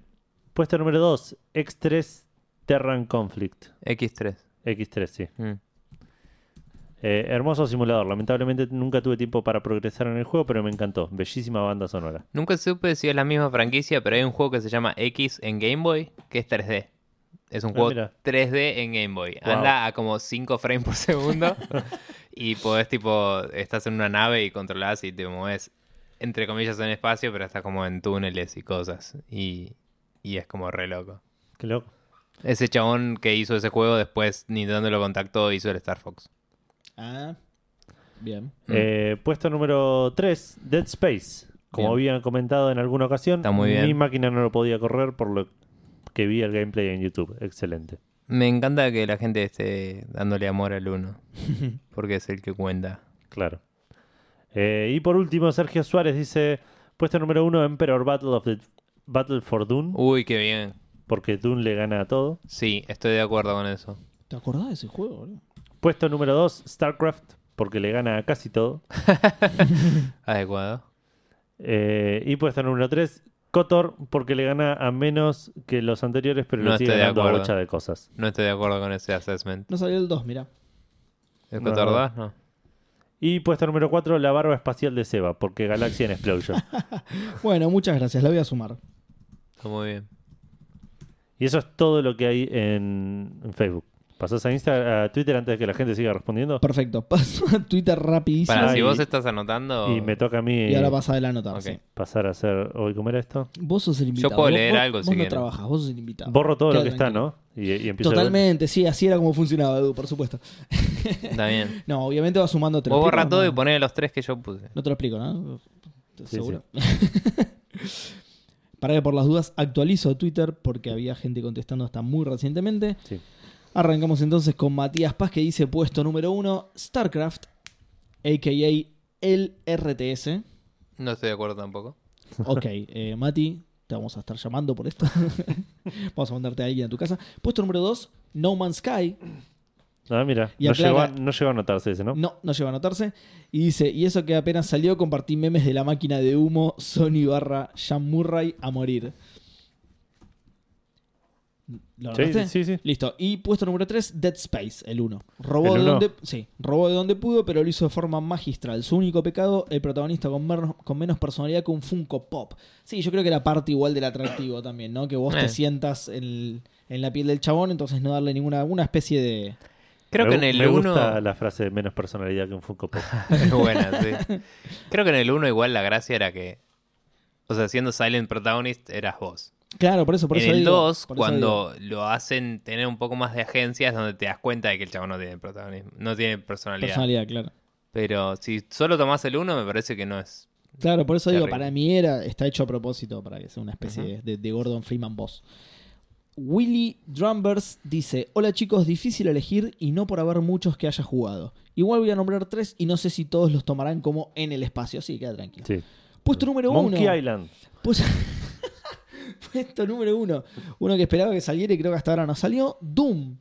puesto número 2, X3 Terran Conflict. X3. X3, sí. Mm. Eh, hermoso simulador. Lamentablemente nunca tuve tiempo para progresar en el juego, pero me encantó. Bellísima banda sonora. Nunca supe si es la misma franquicia, pero hay un juego que se llama X en Game Boy que es 3D. Es un Ah, juego mira. 3D en Game Boy. Wow. Anda a como 5 frames por segundo y podés tipo, estás en una nave y controlás y te mueves entre comillas en espacio, pero estás como en túneles y cosas. Y, y es como re loco. Qué loco. Ese chabón que hizo ese juego después Nintendo lo contactó hizo el Star Fox. Ah, bien. Mm. Eh, puesto número 3, Dead Space. Como Bien. habían comentado en alguna ocasión, Está muy bien. mi máquina no lo podía correr por lo que vi el gameplay en YouTube. Excelente. Me encanta que la gente esté dándole amor al uno. Porque es el que cuenta. Claro. Eh, y por último, Sergio Suárez dice: Puesto número uno, Emperor Battle of the Battle for Dune. Uy, qué bien. Porque Dune le gana a todo. Sí, estoy de acuerdo con eso. ¿Te acordás de ese juego, boludo? Puesto número dos, StarCraft. Porque le gana a casi todo. Adecuado. Eh, y puesto número 3, Cotor, porque le gana a menos que los anteriores, pero No le sigue estoy de dando a acuerdo. bocha de cosas. No estoy de acuerdo con ese assessment. No salió el 2, mirá. ¿Es No. Cotordás? No. Y puesto número 4, la barba espacial de Seba, porque Galaxy en Explosion. Bueno, muchas gracias, la voy a sumar. Está muy bien. y eso es todo lo que hay en, en Facebook. ¿Pasás a, Insta, a Twitter antes de que la gente siga respondiendo? Perfecto, paso a Twitter rapidísimo Para, si y- vos estás anotando. Y me toca a mí y ahora pasa de la nota. Ok. sí. pasar a hacer hoy comer esto. Vos sos el invitado. puedo Vos- leer vos- algo, si Vos no quieren. trabajas, vos sos el invitado. Borro todo lo Queda que está, tranquilo. ¿no? Y, y empiezo de Totalmente, sí, así era como funcionaba, Edu, por supuesto. Está bien. No, obviamente va sumando te lo Vos explico, borra todo no, y poné los tres que yo puse. No te lo explico, ¿no? ¿Estás Sí, seguro? Para que por las dudas actualizo Twitter porque había gente contestando hasta muy recientemente. vuelta. Sí. Arrancamos entonces con Matías Paz que dice puesto número uno, StarCraft, a.k.a. el RTS. No estoy de acuerdo tampoco. Ok, eh, Mati, te vamos a estar llamando por esto. vamos a mandarte a alguien a tu casa. Puesto número 2, No Man's Sky. Ah, mira, Y no, llegó aclara- a, no llegó a notarse ese, ¿no? No, no lleva a notarse. Y dice, y eso que apenas salió, compartí memes de la máquina de humo, Sony barra Sean Murray a morir. ¿Lo Sí, notaste? sí, sí. Listo. Y puesto número 3, Dead Space, el 1. Robó, ¿El de uno? donde, sí, robó de donde pudo, pero lo hizo de forma magistral. Su único pecado, el protagonista con menos, con menos personalidad que un Funko Pop. Sí, yo creo que era parte igual del atractivo también, ¿no? Que vos Eh. te sientas en, el- en la piel del chabón, entonces no darle ninguna alguna especie de... Creo me, que gu- en me el 1. gusta la frase de menos personalidad que un Funko Pop. Es buena, sí. Creo que en el 1 igual la gracia era que. O sea, siendo Silent Protagonist eras vos. Claro, por eso, por en eso el digo, 2, por eso digo. cuando lo hacen tener un poco más de agencia, es donde te das cuenta de que el chavo no tiene protagonismo, no tiene personalidad. Personalidad, claro. Pero si solo tomás el 1, me parece que no es. Claro, por eso digo, Terrible. para mí era, está hecho a propósito, para que sea una especie Ujú. de- de, de Gordon Freeman voz. Willy Drumbers dice, hola chicos, difícil elegir y no por haber muchos que haya jugado. Igual voy a nombrar tres y no sé si todos los tomarán como en el espacio, así que queda tranquilo. Sí. Puesto número Monkey uno. Island. Puesto... Puesto número uno. Uno que esperaba que saliera y creo que hasta ahora no salió. Doom.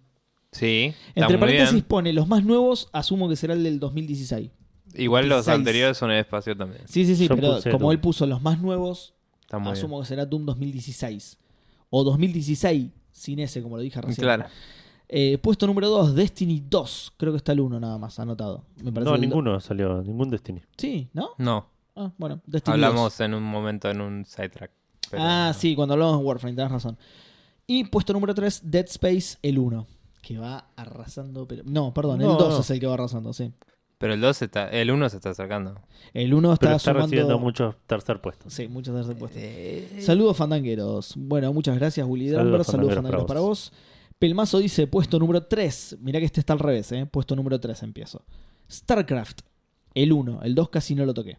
Sí, está Entre muy paréntesis bien. pone los más nuevos, asumo que será el del 2016. Igual los 16. anteriores son en espacio también. Sí, sí, sí, Yo pero puse como Doom. él puso los más nuevos, Está muy Asumo que será Doom 2016. O 2016, sin ese, como lo dije bien. recién. Claro. Eh, puesto número 2, Destiny 2. Creo que está el 1 nada más, anotado. Me parece No, el do- ninguno salió, ningún Destiny. Sí, ¿no? No, Ah, bueno, Destiny hablamos en un momento en un sidetrack. 2. pero Ah, no. sí, cuando hablamos de Warframe, tenés razón. Y puesto número 3, Dead Space, el 1. Que va arrasando. Pero... No, perdón, No, el 2 no. es el que va arrasando, sí. Pero el 2 está, el 1 se está acercando. El 1 está, Pero está sumando- recibiendo muchos tercer puestos. Sí, muchas veces puesto. Eh, Saludos fandangueros. Bueno, muchas gracias Willy Saludos, Danvers. Saludos fandangueros fandangueros, para vos. Pelmazo dice puesto número 3. Mirá que este está al revés, ¿eh? Puesto número 3 empiezo. StarCraft, el 1. El 2 casi no lo toqué.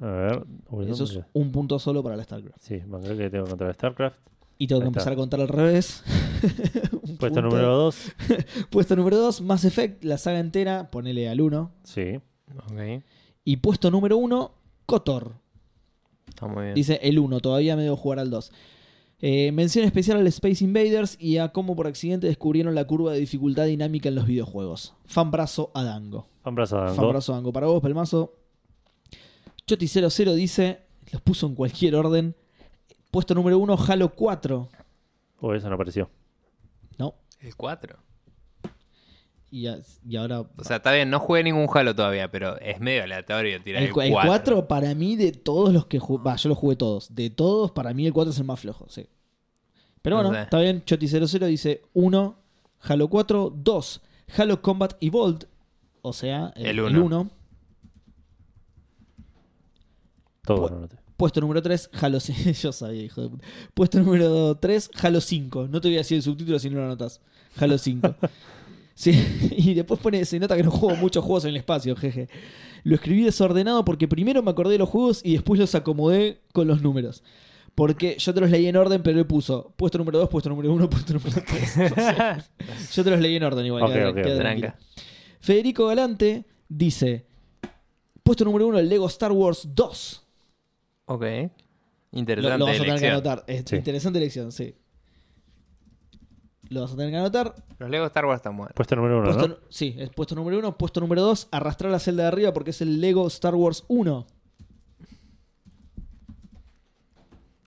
A ver, uy, Eso es ¿dónde? un punto solo para la StarCraft. Sí, me creo que tengo que encontrar StarCraft. Y tengo que Ahí está. empezar a contar al revés. Un Puesto punto. número 2. Puesto número 2, Mass Effect, la saga entera, ponele al 1. Sí. ok, Y puesto número 1, Kotor. está muy bien. Dice el 1, todavía me debo jugar al 2. Eh, mención especial al Space Invaders y a cómo por accidente descubrieron la curva de dificultad dinámica en los videojuegos. Fanbrazo a Dango. Fan brazo a Dango. Fanbrazo a Dango. Para vos, Pelmazo. Choti00 dice, los puso en cualquier orden. Puesto número 1, Halo 4. Uy, eso no apareció. No. El 4. Y, a- y ahora... O sea, está bien, no jugué ningún Halo todavía, pero es medio aleatorio tirar el, el, cu- el 4 para mí de todos los que jugué... Va, yo lo jugué todos. De todos, para mí el 4 es el más flojo, sí. Pero No bueno, sé. está bien. Choti00 dice 1, Halo 4, 2, Halo Combat Evolved, o sea, el El 1. uno. Todo Pues- no noté. Puesto número 3, Halo 5. Yo sabía, hijo de puta. Puesto número 3, Halo 5. No te voy a decir el subtítulo si no lo notas. Halo 5. Sí, y después pone, se nota que no juego muchos juegos en el espacio, jeje. Lo escribí desordenado porque primero me acordé de los juegos y después los acomodé con los números. Porque yo te los leí en orden, pero él puso puesto número 2, puesto número 1, puesto número 3. yo te los leí en orden igual. Ok, queda- ok, queda ok. tranquilo. Tranca. Federico Galante dice: Puesto número 1, el Lego Star Wars 2. Ok. Lo, lo Interesante vas a tener que elección. anotar. Es Sí. Interesante elección, sí. Lo vas a tener que anotar. Los Lego Star Wars están buenos. Puesto número uno, Puesto ¿no? nu- Sí, es puesto número uno. Puesto número dos, arrastrar la celda de arriba porque es el Lego Star Wars 1.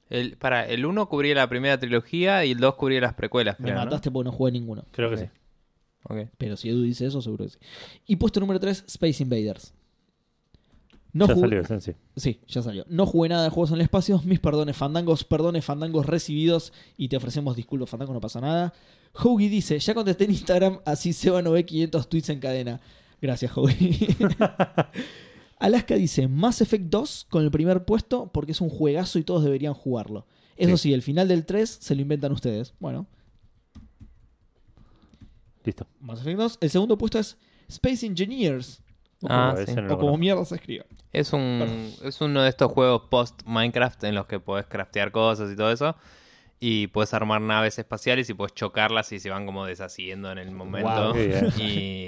El, para, el 1 cubría la primera trilogía y el 2 cubría las precuelas. Me creo, ¿no? mataste porque no jugué ninguno. Creo que sí. Ok. Pero si Edu dice eso, seguro que sí. Y puesto número 3, Space Invaders. No ya jugué- salió, sí, sí. Sí, ya salió. No jugué nada de juegos en el espacio. Mis perdones, fandangos, perdones, fandangos recibidos. Y te ofrecemos disculpas, fandangos, no pasa nada. Hoagie dice: Ya contesté en Instagram, así se van a ver 500 tweets en cadena. Gracias, Hoagie. Alaska dice: Mass Effect 2 con el primer puesto porque es un juegazo y todos deberían jugarlo. Eso sí, el final del 3 se lo inventan ustedes. Bueno, Listo. Mass Effect 2. El segundo puesto es Space Engineers. O Ah, Como sí. ese no lo o como conozco. mierda se escriba. Es, un, es uno de estos juegos post Minecraft en los que podés craftear cosas y todo eso. Y puedes armar naves espaciales y puedes chocarlas y se van como deshaciendo en el momento. Wow, qué bien. y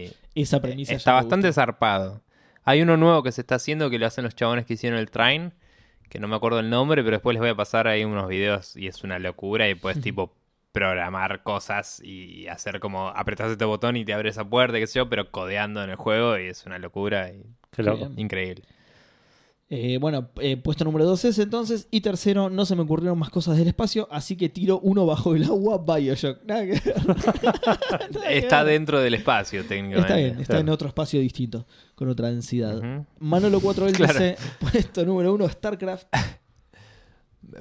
eh, Esa premisa ya está me bastante zarpado. Hay uno nuevo que se está haciendo que lo hacen los chabones que hicieron el train, que no me acuerdo el nombre, pero después les voy a pasar ahí unos videos y es una locura y puedes tipo programar cosas y hacer como apretas este botón y te abre esa puerta, qué sé yo, pero codeando en el juego y es una locura y Qué Qué loco. bien. increíble. Eh, bueno, eh, puesto número 2 es entonces. Y tercero, no se me ocurrieron más cosas del espacio, así que tiro uno bajo el agua, Bioshock. Nada que ver. Nada que Está ver. dentro del espacio técnicamente. Está bien, está Claro. en otro espacio distinto, con otra densidad. Ujú. Manolo 4 él Claro. dice, puesto número 1, StarCraft.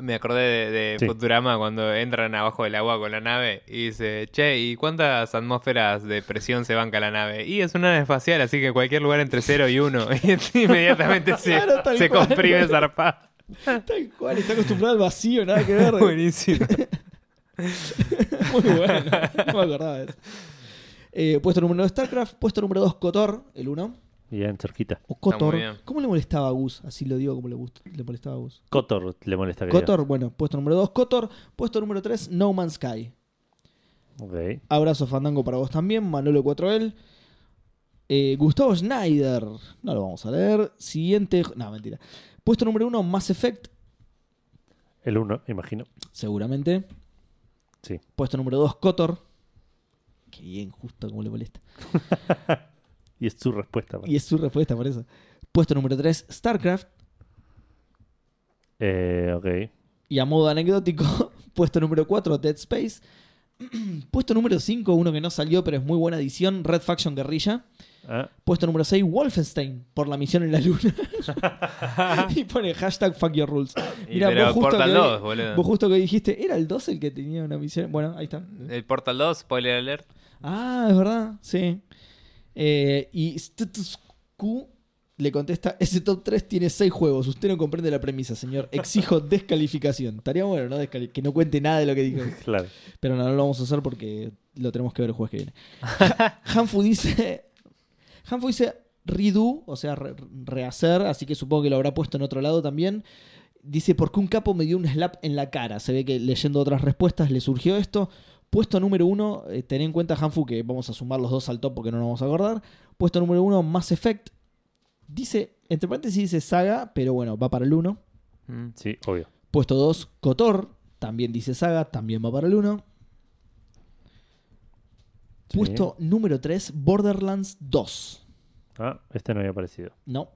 Me acordé de, de Sí. Futurama cuando entran abajo del agua con la nave y dice, che, ¿y cuántas atmósferas de presión se banca la nave? Y es una nave espacial, así que cualquier lugar entre 0 y 1. Y inmediatamente se, Claro, tal se cual. comprime zarpado. Tal cual, está acostumbrado al vacío, nada que ver. Buenísimo. Muy bueno, no me acordaba de eso. Eh, puesto número 1, StarCraft. Puesto número 2, Cotor, el 1. Bien, cerquita. O muy Cotor. bien. ¿Cómo le molestaba a Gus? Así lo digo como le, gust- le molestaba a Gus. Cotor le molesta que Cotor, bueno, puesto número 2, Cotor. Puesto número 3, No Man's Sky. diga. Ok. Abrazo fandango para vos también, Manolo 4L. Eh, Gustavo Schneider, no lo vamos a leer. Siguiente, no, mentira. Puesto número 1, Mass Effect, El 1, imagino. seguramente. Sí. Puesto número 2, Cotor. Qué bien, justo como le molesta. Y es su respuesta. Y es su respuesta por eso. Puesto número 3, StarCraft. Eh, ok. Y a modo anecdótico, puesto número 4, Dead Space. puesto número 5, uno que no salió, pero es muy buena edición, Red Faction Guerrilla. Ah, Puesto número 6, Wolfenstein, por la misión en la luna. y pone hashtag fuck your rules. Y- Mirá, pero vos justo, Portal que, 2, boludo. vos justo que dijiste, ¿era el 2 el que tenía una misión? Bueno, ahí está. El Portal 2, spoiler alert. Ah, es verdad, sí. Eh, y Status Q le contesta, ese top 3 tiene 6 juegos, usted no comprende la premisa, señor. Exijo descalificación. Estaría bueno, ¿no? Descali- que no cuente nada de lo que dijo. claro. Pero no, no lo vamos a usar porque lo tenemos que ver el jueves que viene. Ha- Hanfu dice. Hanfu dice redo, o sea, re- rehacer, así que supongo que lo habrá puesto en otro lado también. Dice, porque un capo me dio un slap en la cara. Se ve que leyendo otras respuestas le surgió esto. Puesto número uno, eh, ten en cuenta, Hanfu, que vamos a sumar los dos al top porque no nos vamos a acordar. Puesto número uno, Mass Effect. Dice, entre paréntesis dice saga, pero bueno, va para el uno. Mm. Sí, obvio. Puesto 2, Cotor. También dice Saga, también va para el 1. Sí. Puesto número 3, Borderlands 2. Ah, este no había aparecido. No,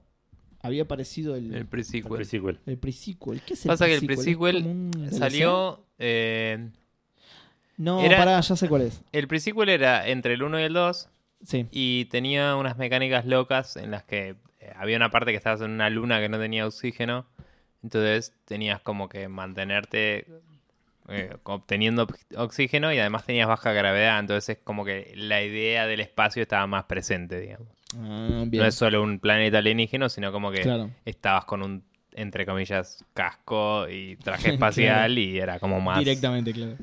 había aparecido el, El el, El pre-sequel. pre-sequel. pre-sequel. ¿Qué es Pasa que el el pre-sequel? pre-sequel ¿Es como un DLC? Salió... eh, No, era- pará, ya sé cuál es. el pre-sequel era entre el 1 y el 2. Sí. y tenía unas mecánicas locas en las que eh, había una parte que estabas en una luna que no tenía oxígeno, entonces tenías como que mantenerte eh, obteniendo ox- oxígeno y además tenías baja gravedad, entonces es como que la idea del espacio estaba más presente, digamos. Ah, bien. No es solo un planeta alienígeno, sino como que Claro. estabas con un, entre comillas, casco y traje espacial y era como más Directamente, claro.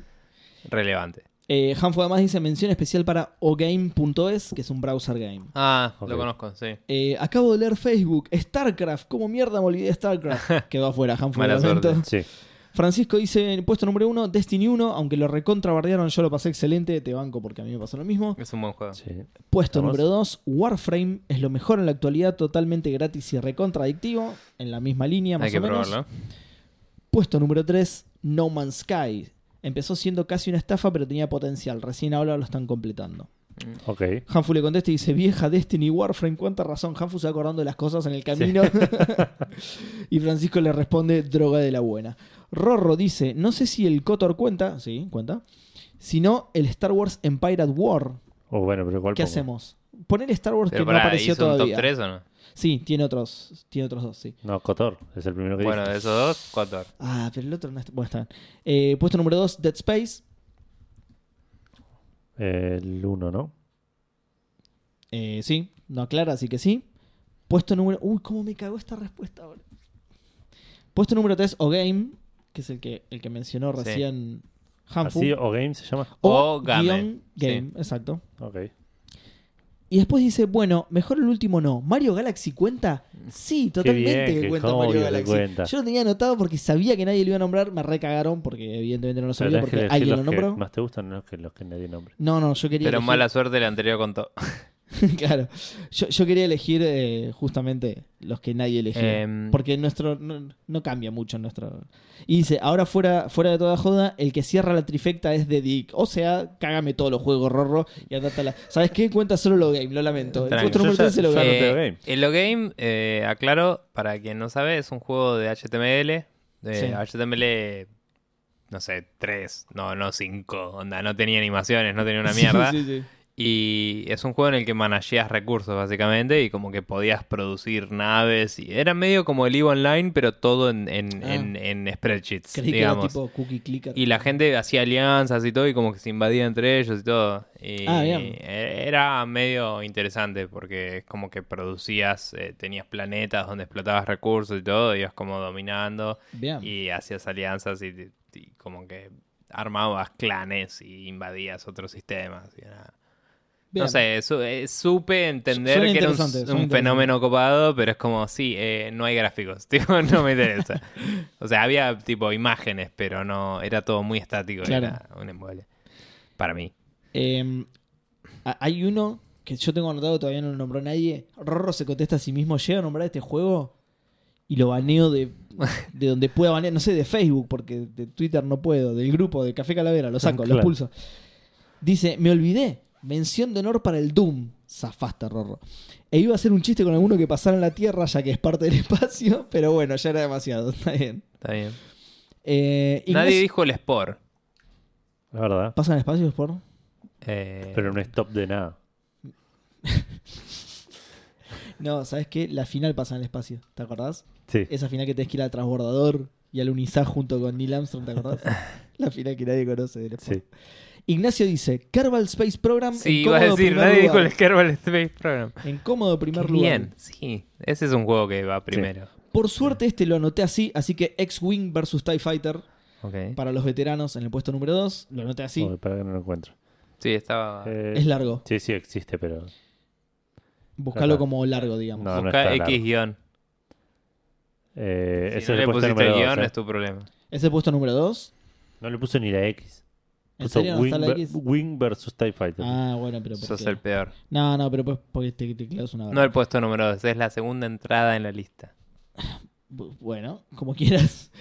relevante. Eh, Hanfo además dice mención especial para ogame.es, que es un browser game. Ah, Ok. lo conozco, sí. Eh, acabo de leer Facebook, StarCraft, ¿cómo mierda me olvidé de StarCraft? Quedó afuera, Hanfo. Mala lo lamento. suerte. Sí. Francisco dice, puesto número uno, Destiny 1, aunque lo recontrabardearon, yo lo pasé excelente, te banco porque a mí me pasó lo mismo. Es un buen juego. sí. Puesto Vamos. número 2, Warframe es lo mejor en la actualidad, totalmente gratis y recontradictivo, en la misma línea más Hay que o menos. probarlo. Puesto número 3, No Man's Sky. Empezó siendo casi una estafa, pero tenía potencial. Recién ahora lo están completando. Ok. Hanfu le contesta y dice, vieja Destiny Warframe, cuánta razón. Hanfu se va acordando de las cosas en el camino. y Francisco le responde, droga de la buena. Rorro dice, no sé si el Kotor cuenta, sí, cuenta, sino el Star Wars Empire at War. O Uh, bueno, pero igual ¿Qué pongo. hacemos? Poner Star Wars Pero que pará, no apareció ¿hizo un top todavía. 3 o no? Sí, tiene otros, tiene otros dos, sí. No, Cotor es el primero que Bueno, dije. de esos dos, Cotor. Ah, pero el otro no está. Bueno, está bien. Eh, puesto número 2, Dead Space. El uno, ¿no? Eh, sí, no aclara, así que sí. Puesto número. Uy, cómo me cagó esta respuesta ahora. Puesto número 3, O Game, que es el que, el que mencionó Sí. recién Hanfu. Así, o Game se llama. O O Game, guión Game, sí. exacto. Ok. Y después dice, bueno, mejor el último no. ¿Mario Galaxy cuenta? Sí, totalmente bien, que que cuenta obvio Mario que Galaxy. cuenta. Yo lo tenía anotado porque sabía que nadie lo iba a nombrar, me recagaron porque evidentemente no Pero lo sabía tenés que porque elegir alguien lo los nombró. que más te gustan, no que los que nadie nombre. No, no, yo quería Pero elegir- mala suerte el anterior contó. claro. Yo, yo quería elegir eh, justamente los que nadie elegía. Em. porque nuestro no, no cambia mucho nuestro. Y dice, ahora fuera, fuera de toda joda, el que cierra la trifecta es de Dick. O sea, cágame todos los juegos, Rorro, y andátala. ¿Sabes qué? Cuenta solo lo game, lo lamento. El Tranqui. puesto número Yo ya- tres es lo ya game. no tengo Eh, game. El Logame, eh, aclaro, para quien no sabe, es un juego de HTML. De Sí. HTML, no sé, 3, no, no 5. Onda, no tenía animaciones, no tenía una mierda. Sí, sí, sí. Y es un juego en el que manageas recursos, básicamente, y como que podías producir naves. y Era medio como el EVE Online, pero todo en, en, Ah. en- en spreadsheets, Creí que era digamos. tipo cookie clicker. Y la gente hacía alianzas y todo, y como que se invadía entre ellos y todo. Y e-, Ah, bien. era medio interesante porque es como que producías, eh, tenías planetas donde explotabas recursos y todo, ibas como dominando Bien. y hacías alianzas y, y como que armabas clanes y invadías otros sistemas. y era- bien. No sé, su- eh, supe entender Suena que era un, interesante, suena un fenómeno copado, pero es como, sí, eh, no hay gráficos, tipo, no me interesa. o sea, había tipo imágenes, pero no, era todo muy estático, Claro. era un embole. Para mí. Eh, a- hay uno que yo tengo anotado que todavía no lo nombró nadie. Rorro se contesta a sí mismo, llega a nombrar este juego y lo baneo de, de donde pueda banear, no sé, de Facebook, porque de Twitter no puedo, del grupo de Café Calavera, lo saco, lo Claro. expulso. Dice, me olvidé, mención de honor para el Doom. Zafaste, Rorro. E iba a hacer un chiste con alguno que pasara en la Tierra, ya que es parte del espacio, pero bueno, ya era demasiado, está bien. Está bien. Eh, Nadie Ignacio- dijo el Sport. La verdad. ¿Pasa en espacios por? Eh, Pero no es top de nada. No, ¿sabes qué? La final pasa en el espacio, ¿te acordás? Sí. Esa final que tenés que ir al transbordador y al Unisat junto con Neil Armstrong, ¿te acordás? La final que nadie conoce. del Sí. sport. Ignacio dice, Kerbal Space Program sí, en, iba cómodo a decir, primer nadie dijo lugar. el Kerbal Space Program. en cómodo primer Qué lugar. bien, sí. Ese es un juego que va primero. Por suerte este lo anoté así, así que X-Wing versus TIE Fighter Ok. para los veteranos en el puesto número 2, lo anoté así. Joder, para que no lo encuentro. Sí, estaba. Eh, Es largo, Sí, sí, existe, pero. buscalo Ajá. como largo, digamos. No, no Busca está X largo. guión. Eh, Si ese no es el le puesto pusiste el número guión, dos, eh. es tu problema. ¿Es el puesto número 2? No le puso ni la X. ¿En Puso serio no Wing, está la ver- X? Wing versus TIE Fighter. Ah, bueno, pero ¿por Sos qué? el peor. No, no, pero pues porque este teclado es una No el puesto número 2, es la segunda entrada en la lista. Bu- Bueno, como quieras.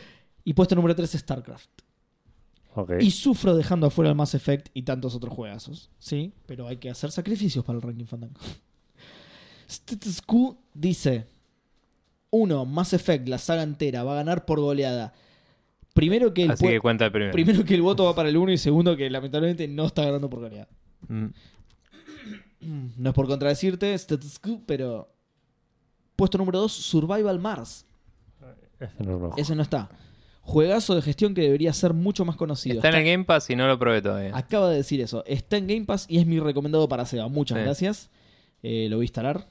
Y puesto número 3, StarCraft. Ok. Y sufro dejando afuera el Mass Effect y tantos otros juegazos. Sí, pero hay que hacer sacrificios para el ranking Fandango. Status Q dice: 1. Mass Effect, la saga entera, va a ganar por goleada. Primero que el, Así que pue- cuenta el primero. primero que el voto va para el 1 y segundo que lamentablemente no está ganando por goleada. Mm. Mm, No es por contradecirte, status quo, pero. Puesto número 2, Survival Mars. Ese no lo- Ese no está. Juegazo de gestión que debería ser mucho más conocido. Está en el Game Pass y no lo probé todavía. Acaba de decir eso. Está en Game Pass y es mi recomendado para Seba. Muchas Sí. gracias. Eh, lo voy a instalar.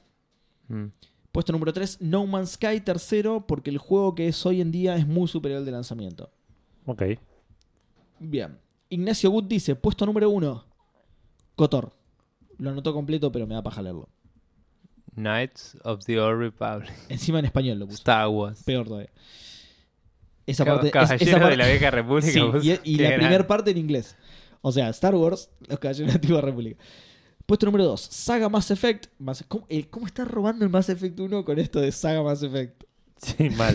Mm. Puesto número 3, No Man's Sky tercero, porque el juego que es hoy en día es muy superior al de lanzamiento. Ok. Bien. Ignacio Wood dice, puesto número uno, Cotor. Lo anotó completo, pero me da paja leerlo. Knights of the Old Republic. Encima en español lo puso. Star Wars. Peor todavía. Esa Ca- parte... es- Caballeros esa de parte- la Vieja República. Sí, vos- y, y qué la gran- primera parte en inglés. O sea, Star Wars, Los Caballeros de la Antigua República. Puesto número 2, Saga Mass Effect. Mass- ¿cómo, el- ¿Cómo está robando el Mass Effect 1 con esto de Saga Mass Effect? Sí, mal.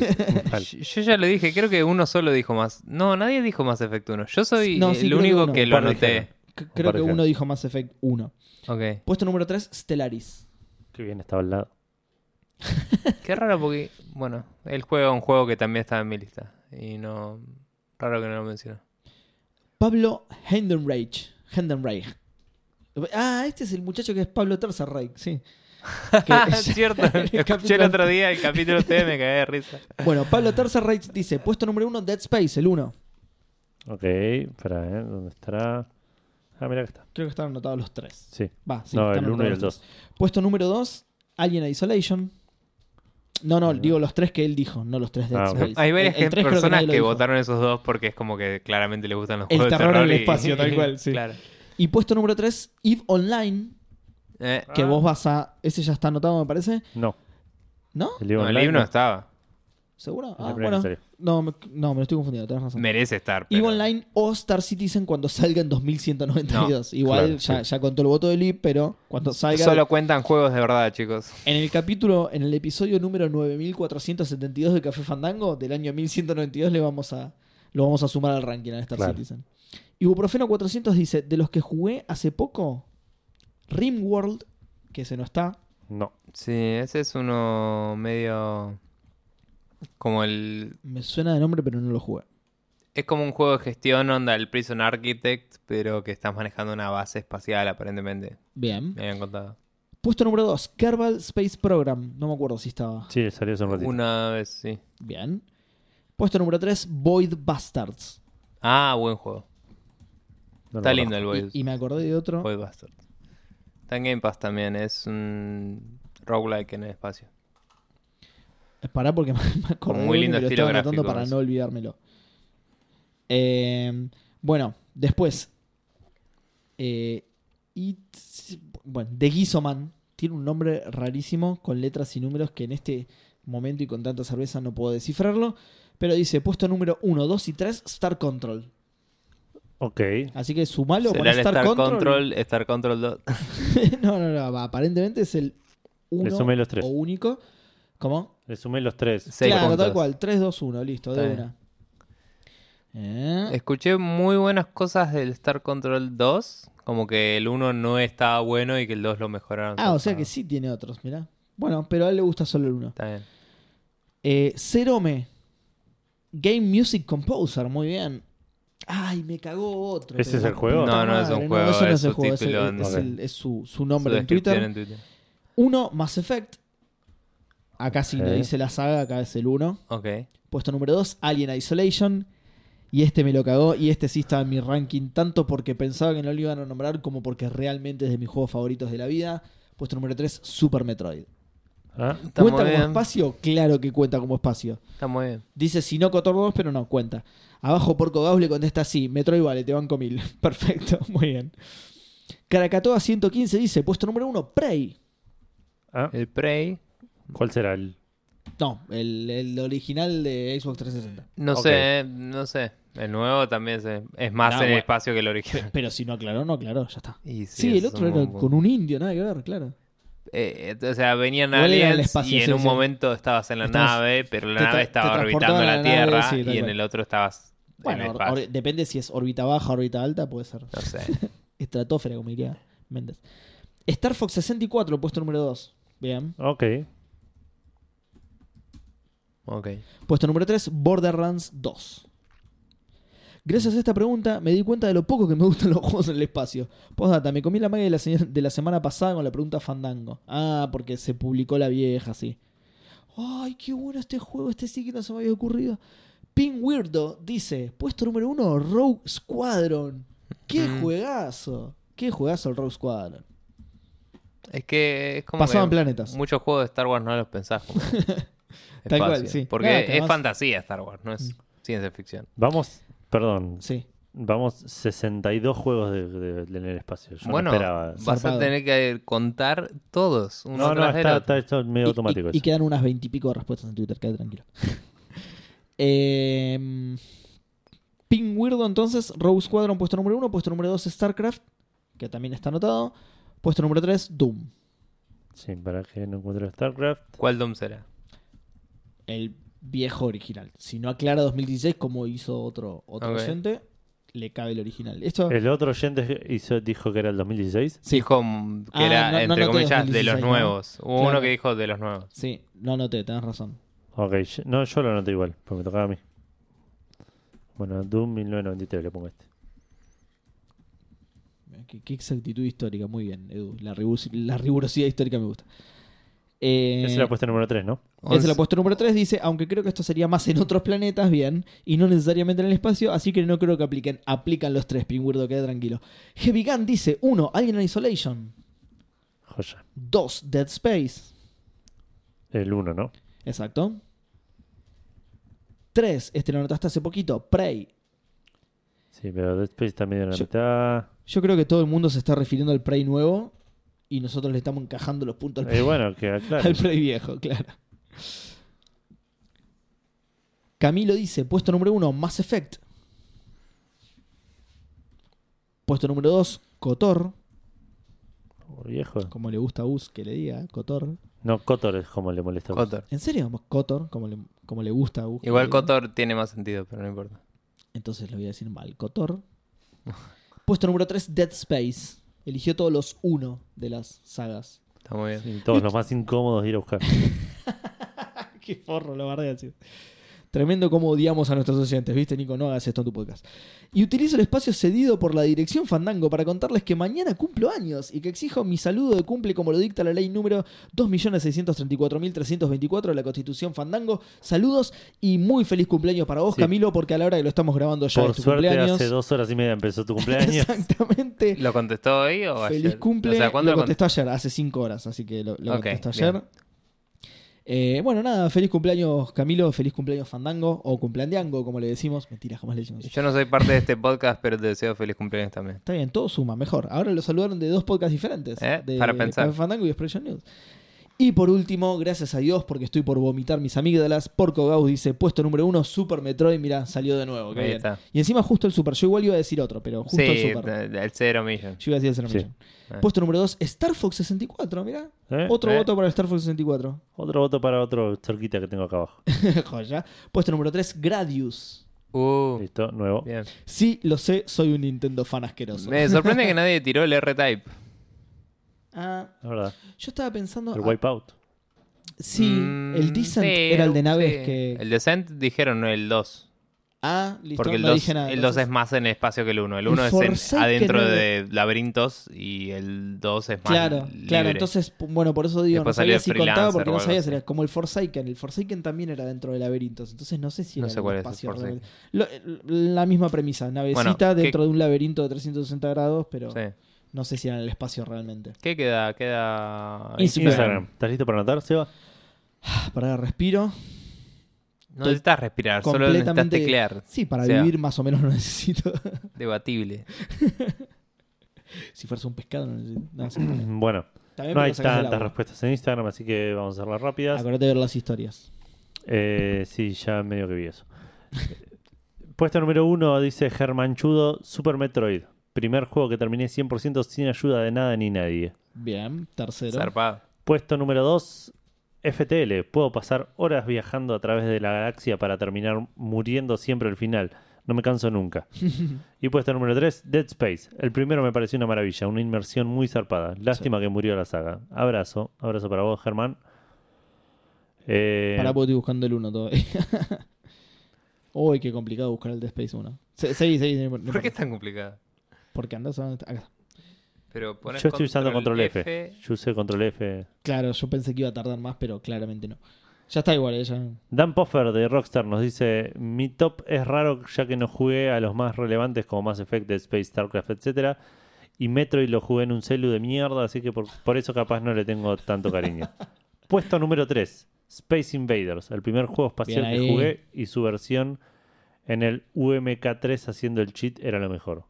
mal. Yo- Yo ya lo dije, creo que uno solo dijo más. No, nadie dijo más Effect 1. Yo soy No, eh, sí, el creo que único uno. que Un lo par anoté. dijeron. C- Un creo par que dijeron. uno dijo Mass Effect 1. Ok. Puesto número 3, Stellaris. Qué bien estaba al lado. Qué raro porque, bueno, él juega un juego que también estaba en mi lista. Y no. Raro que no lo mencionó. Pablo Hendenreich. Hendenreich. Ah, este es el muchacho que es Pablo Tercerreich, sí. Que- es cierto. el Escuché el capítulo- otro día el capítulo ustedes me cagué de risa. Bueno, Pablo Tercerreich dice, puesto número 1, Dead Space, el 1. Ok, espera, ¿eh? ¿Dónde estará? Ah, mira, acá está. Creo que están anotados los tres. Sí. Va, sí, no, están el 1 y anotados el los tres. 2. Puesto número 2, Alien Isolation. No, no, Ah. digo los tres que él dijo, no los tres de Ah, Dead ok. Space. Hay varias El- el gen- tres creo personas nadie lo que dijo. votaron esos dos porque es como que claramente les gustan los El juegos de terror terror. en el y- espacio, tal cual, sí. Claro. Y puesto número 3, Eve Online, Eh, que Ah. vos vas a... Ese ya está anotado, me parece. No, ¿No? el no, libro el online libro no. no estaba. ¿Seguro? la Ah, primera bueno. que salió. No, me, no, me lo estoy confundiendo, tenés razón. Merece estar. EVE pero- Online o Star Citizen cuando salga en 2192. Igual claro, ya, sí. ya contó el voto del IP, pero cuando salga... Solo cuentan juegos de verdad, chicos. En el capítulo, en el episodio número 9472 de Café Fandango del año 1192 le vamos a lo vamos a sumar al ranking a Star Claro. Citizen. Ibuprofeno 400 dice, de los que jugué hace poco, Rimworld, que se no está, No, Sí, ese es uno medio. Como el. me suena de nombre pero no lo jugué. Es como un juego de gestión, onda el Prison Architect, pero que estás manejando una base espacial, aparentemente. Bien. Me habían contado. Puesto número 2, Kerbal Space Program, no me acuerdo si estaba. sí, salió hace un ratito. Una vez, sí. Bien. Puesto número 3, Void Bastards. Ah, buen juego. No lo Está conozco. lindo el Void. Y, y me acordé de otro. Void Bastard. Está en Game Pass también, es un roguelike en el espacio. Pará porque me me acordé Con muy de uno y lindo me lo estilo estaba anotando gráfico, para es. no olvidármelo. Eh, bueno, después. Eh, It's- bueno, The Guisoman. Tiene un nombre rarísimo con letras y números que en este momento y con tanta cerveza no puedo descifrarlo. Pero dice puesto número 1, 2 y 3, Star Control. Ok, Así que sumalo con Será el Star, Control. Ah. Star Control 2. no, no, no. va, Aparentemente es el uno sumé los tres. o único. ¿Cómo? le sumé los tres. Seis claro, puntos. tal cual. 3, 2, 1, listo, Está de bien. una. Eh, Escuché muy buenas cosas del Star Control 2. Como que el 1 no estaba bueno y que el 2 lo mejoraron. Ah, o sea que sí tiene otros, mirá. Bueno, pero a él le gusta solo el uno. Está bien. Eh, Cerome. Game Music Composer, muy bien. Ay, me cagó otro. ¿Ese pero es la el juego? No, puta no es un madre, juego, eso no es es el su juego, es, el- título en- es el- Ok. es su, su nombre Su en Twitter. descripción en Twitter. Uno, Mass Effect. Acá sí lo Ok. dice la saga, acá es el uno. Ok. Puesto número 2, Alien Isolation. Y este me lo cagó. Y este sí estaba en mi ranking, tanto porque pensaba que no lo iban a nombrar, como porque realmente es de mis juegos favoritos de la vida. Puesto número 3, Super Metroid. Ah, Está muy ¿Cuenta como bien. espacio? Claro que cuenta como espacio. Está muy bien. Dice si no Cotor 2, pero no, cuenta. Abajo Porco Gaus le contesta sí, Metroid vale, te banco mil. Perfecto, muy bien. Caracatoa 115 dice, puesto número 1, Prey. Eh, ah, El Prey. ¿Cuál será el...? No, el, el original de Xbox 360. No Ok. sé, eh, no sé. El nuevo también se- es más No, en el Ah, bueno. espacio que el original. Pero si no aclaró, no aclaró, ya está. Y Sí, eso es el otro un era buen- con un indio, nada que ver, claro. Eh, eh, o sea, venían Igual era el aliens espacio, y en sí, un sí. momento estabas en la Estabas- nave, pero la te tra- nave te estaba transportaban orbitando a la, la nave, Tierra sí, tal y en cual. el otro estabas en el Bueno, espacio. or- depende si es órbita baja, órbita alta, puede ser No sé. estratosfera, como diría Méndez. Star Fox 64, puesto número 2. Bien. Ok, Ok. Puesto número 3, Borderlands 2. Gracias a esta pregunta me di cuenta de lo poco que me gustan los juegos en el espacio. Postdata, me comí la magia de la, se- de la semana pasada con la pregunta Fandango. Ah, porque se publicó la vieja, sí. Ay, qué bueno este juego, este sí que no se me había ocurrido. Pin Weirdo dice, puesto número 1, Rogue Squadron. Qué Mm. juegazo. Qué juegazo el Rogue Squadron. Es que es como Pasaban que planetas. muchos juegos de Star Wars no los pensás como Tal cual, espacio. sí. Porque Nada, Mm. que es más- fantasía Star Wars, no es ciencia ficción. vamos, perdón, Sí. Vamos 62 juegos de, de- de- en el espacio. Yo bueno, no esperaba. vas Zarpado. a tener que contar todos. Uno No, no, tras del está, está, otro. está medio Y- automático y, y eso. quedan unas veintipico de respuestas en Twitter, quédate tranquilo. eh, Ping Weirdo, entonces, Rogue Squadron, puesto número 1, puesto número 2, StarCraft, que también está anotado. Puesto número 3, Doom. Sí, para que no encuentre StarCraft. ¿Cuál Doom será? el viejo original. Si no aclara 2016, como hizo otro, otro Ok. oyente, le cabe el original. Esto. El otro oyente hizo, dijo que era el 2016. Sí. Dijo mm, que Ah, era, no- no entre noté comillas, de 2016, los ¿no? nuevos. Hubo Claro. uno que dijo de los nuevos. Sí, no noté, tenés razón. Ok, yo- no, yo lo anoté igual, porque me tocaba a mí. Bueno, Doom 1993 le pongo este. Qué, qué exactitud histórica, muy bien, Edu. La, rigu- la rigurosidad histórica me gusta. Eh, Esa es la apuesta número 3, ¿no? esa es la puesto número 3. Dice: Aunque creo que esto sería más en otros planetas, bien, y no necesariamente en el espacio, así que no creo que apliquen. Aplican los tres, Pingüirdo, queda tranquilo. Heavy Gun dice: 1. Alien Isolation. Joya. 2. Dead Space. El 1, ¿no? Exacto. 3. Este lo notaste hace poquito. Prey. Sí, pero Dead Space está medio en la Yo- mitad. Yo creo que todo el mundo se está refiriendo al Prey nuevo y nosotros le estamos encajando los puntos al Prey, Eh, bueno, que claro. al Prey viejo, claro. Camilo dice, puesto número 1, Mass Effect. Puesto número 2, Cotor. Viejo. Como le gusta a Us que le diga, Cotor. No, Cotor es como le molesta. a vos. Cotor. ¿En serio? Cotor, como le, como le gusta a Us. que Igual le diga. Cotor tiene más sentido, pero no importa. Entonces lo voy a decir mal. Cotor. Puesto número 3, Dead Space. Eligió todos los uno de las sagas. Está muy bien. Y todos los más incómodos de ir a buscar. Qué forro, la verdad. sí. Tremendo cómo odiamos a nuestros oyentes, ¿viste, Nico? No hagas esto en tu podcast. Y utilizo el espacio cedido por la dirección Fandango para contarles que mañana cumplo años y que exijo mi saludo de cumple como lo dicta la ley número 2.634.324 de la Constitución Fandango. Saludos y muy feliz cumpleaños para vos, Sí. Camilo, porque a la hora que lo estamos grabando ya Por es tu suerte, cumpleaños. hace dos horas y media empezó tu cumpleaños. Exactamente. ¿Lo contestó hoy o ayer? Feliz cumple. O sea, ¿cuándo lo lo cont- contestó ayer, hace 5 horas, así que lo, lo Ok, contestó bien. ayer. Eh, bueno, nada, feliz cumpleaños Camilo, feliz cumpleaños Fandango o cumpleandiango, como le decimos. Mentira, jamás le decimos. Yo no soy parte de este podcast, pero te deseo feliz cumpleaños también. Está bien, todo suma, mejor. Ahora lo saludaron de dos podcasts diferentes. Eh, de para pensar. Café Fandango y Expression News. Y por último, gracias a Dios, porque estoy por vomitar mis amígdalas, Porco Gauss dice, puesto número uno, Super Metroid, mira, salió de nuevo. qué Ahí bien. está. Y encima justo el Super, yo igual iba a decir otro, pero justo sí, el Super. el, Zero Million. Yo iba a decir el Zero Sí. Mission. Ah. Puesto número 2, Star Fox 64, mira. ¿Eh? Otro eh. voto para el Star Fox 64. Otro voto para otro cerquita que tengo acá abajo. Joya. Puesto número 3, Gradius. Uh, Listo, nuevo. bien. Sí, lo sé, soy un Nintendo fan asqueroso. Me sorprende que nadie tiró el R-Type. Ah, La verdad. yo estaba pensando. El ah, Wipeout. sí, Mm, el Descent sí, era el de naves sí. que. El Descent dijeron el 2. Ah, listo, Porque el no 2, dije nada. el 2 es entonces. más en el espacio que el 1. El El 1 es en- Forsaken adentro era- de laberintos y el 2 es más. Claro, claro, libre. entonces, p- bueno, por eso digo, Después no salió sabía si contaba Freelancer porque o no algo sabía así. si era como el Forsaken. El Forsaken también era dentro de laberintos, entonces no sé si era No sé un cuál es el espacio Forsaken. real. Lo- l- la misma premisa, navecita ¿qué- dentro de un laberinto de 360 grados, pero Sí. no sé si era en el espacio realmente. ¿Qué queda? Queda. Instagram. Instagram. ¿Estás listo para anotar, Seba? Para Ah, respiro, No necesitas respirar, solo necesitas completamente. teclear. sí, para O sea, vivir más o menos no necesito. Debatible. Si fuese un pescado, no necesito. No, sí. Bueno, También no Mm. me hay lo sacás del tantas agua. respuestas en Instagram, así que vamos a hacerlas rápidas. Acordate de ver las historias. Eh, sí, ya medio que vi eso. Puesto número uno dice Germán Chudo, Super Metroid. Primer juego que terminé 100% sin ayuda de nada ni nadie. Bien, tercero. Zarpado. Puesto número 2, FTL. Puedo pasar horas viajando a través de la galaxia para terminar muriendo siempre al final. No me canso nunca. y puesto número 3, Dead Space. El primero me pareció una maravilla, una inmersión muy zarpada. Lástima que murió la saga. Abrazo, abrazo para vos, Germán. Eh, Pará, porque estoy buscando el 1 todavía. Uy, qué complicado buscar el de Space 1. Se- Seguí, seguí. no importa. ¿Por qué es tan complicado? Porque andás a... Acá Ah, está. Pero yo pones estoy usando control F. F. Yo usé control F. Claro, yo pensé que iba a tardar más, pero claramente no. Ya está igual, ella. Dan Poffer de Rockstar nos dice: Mi top es raro ya que no jugué a los más relevantes como Mass Effect, Dead Space, StarCraft, etc. Y Metroid lo jugué en un celu de mierda, así que por, por eso capaz no le tengo tanto cariño. Puesto número 3, Space Invaders, el primer juego espacial Bien que ahí. jugué y su versión en el UMK3 haciendo el cheat era lo mejor.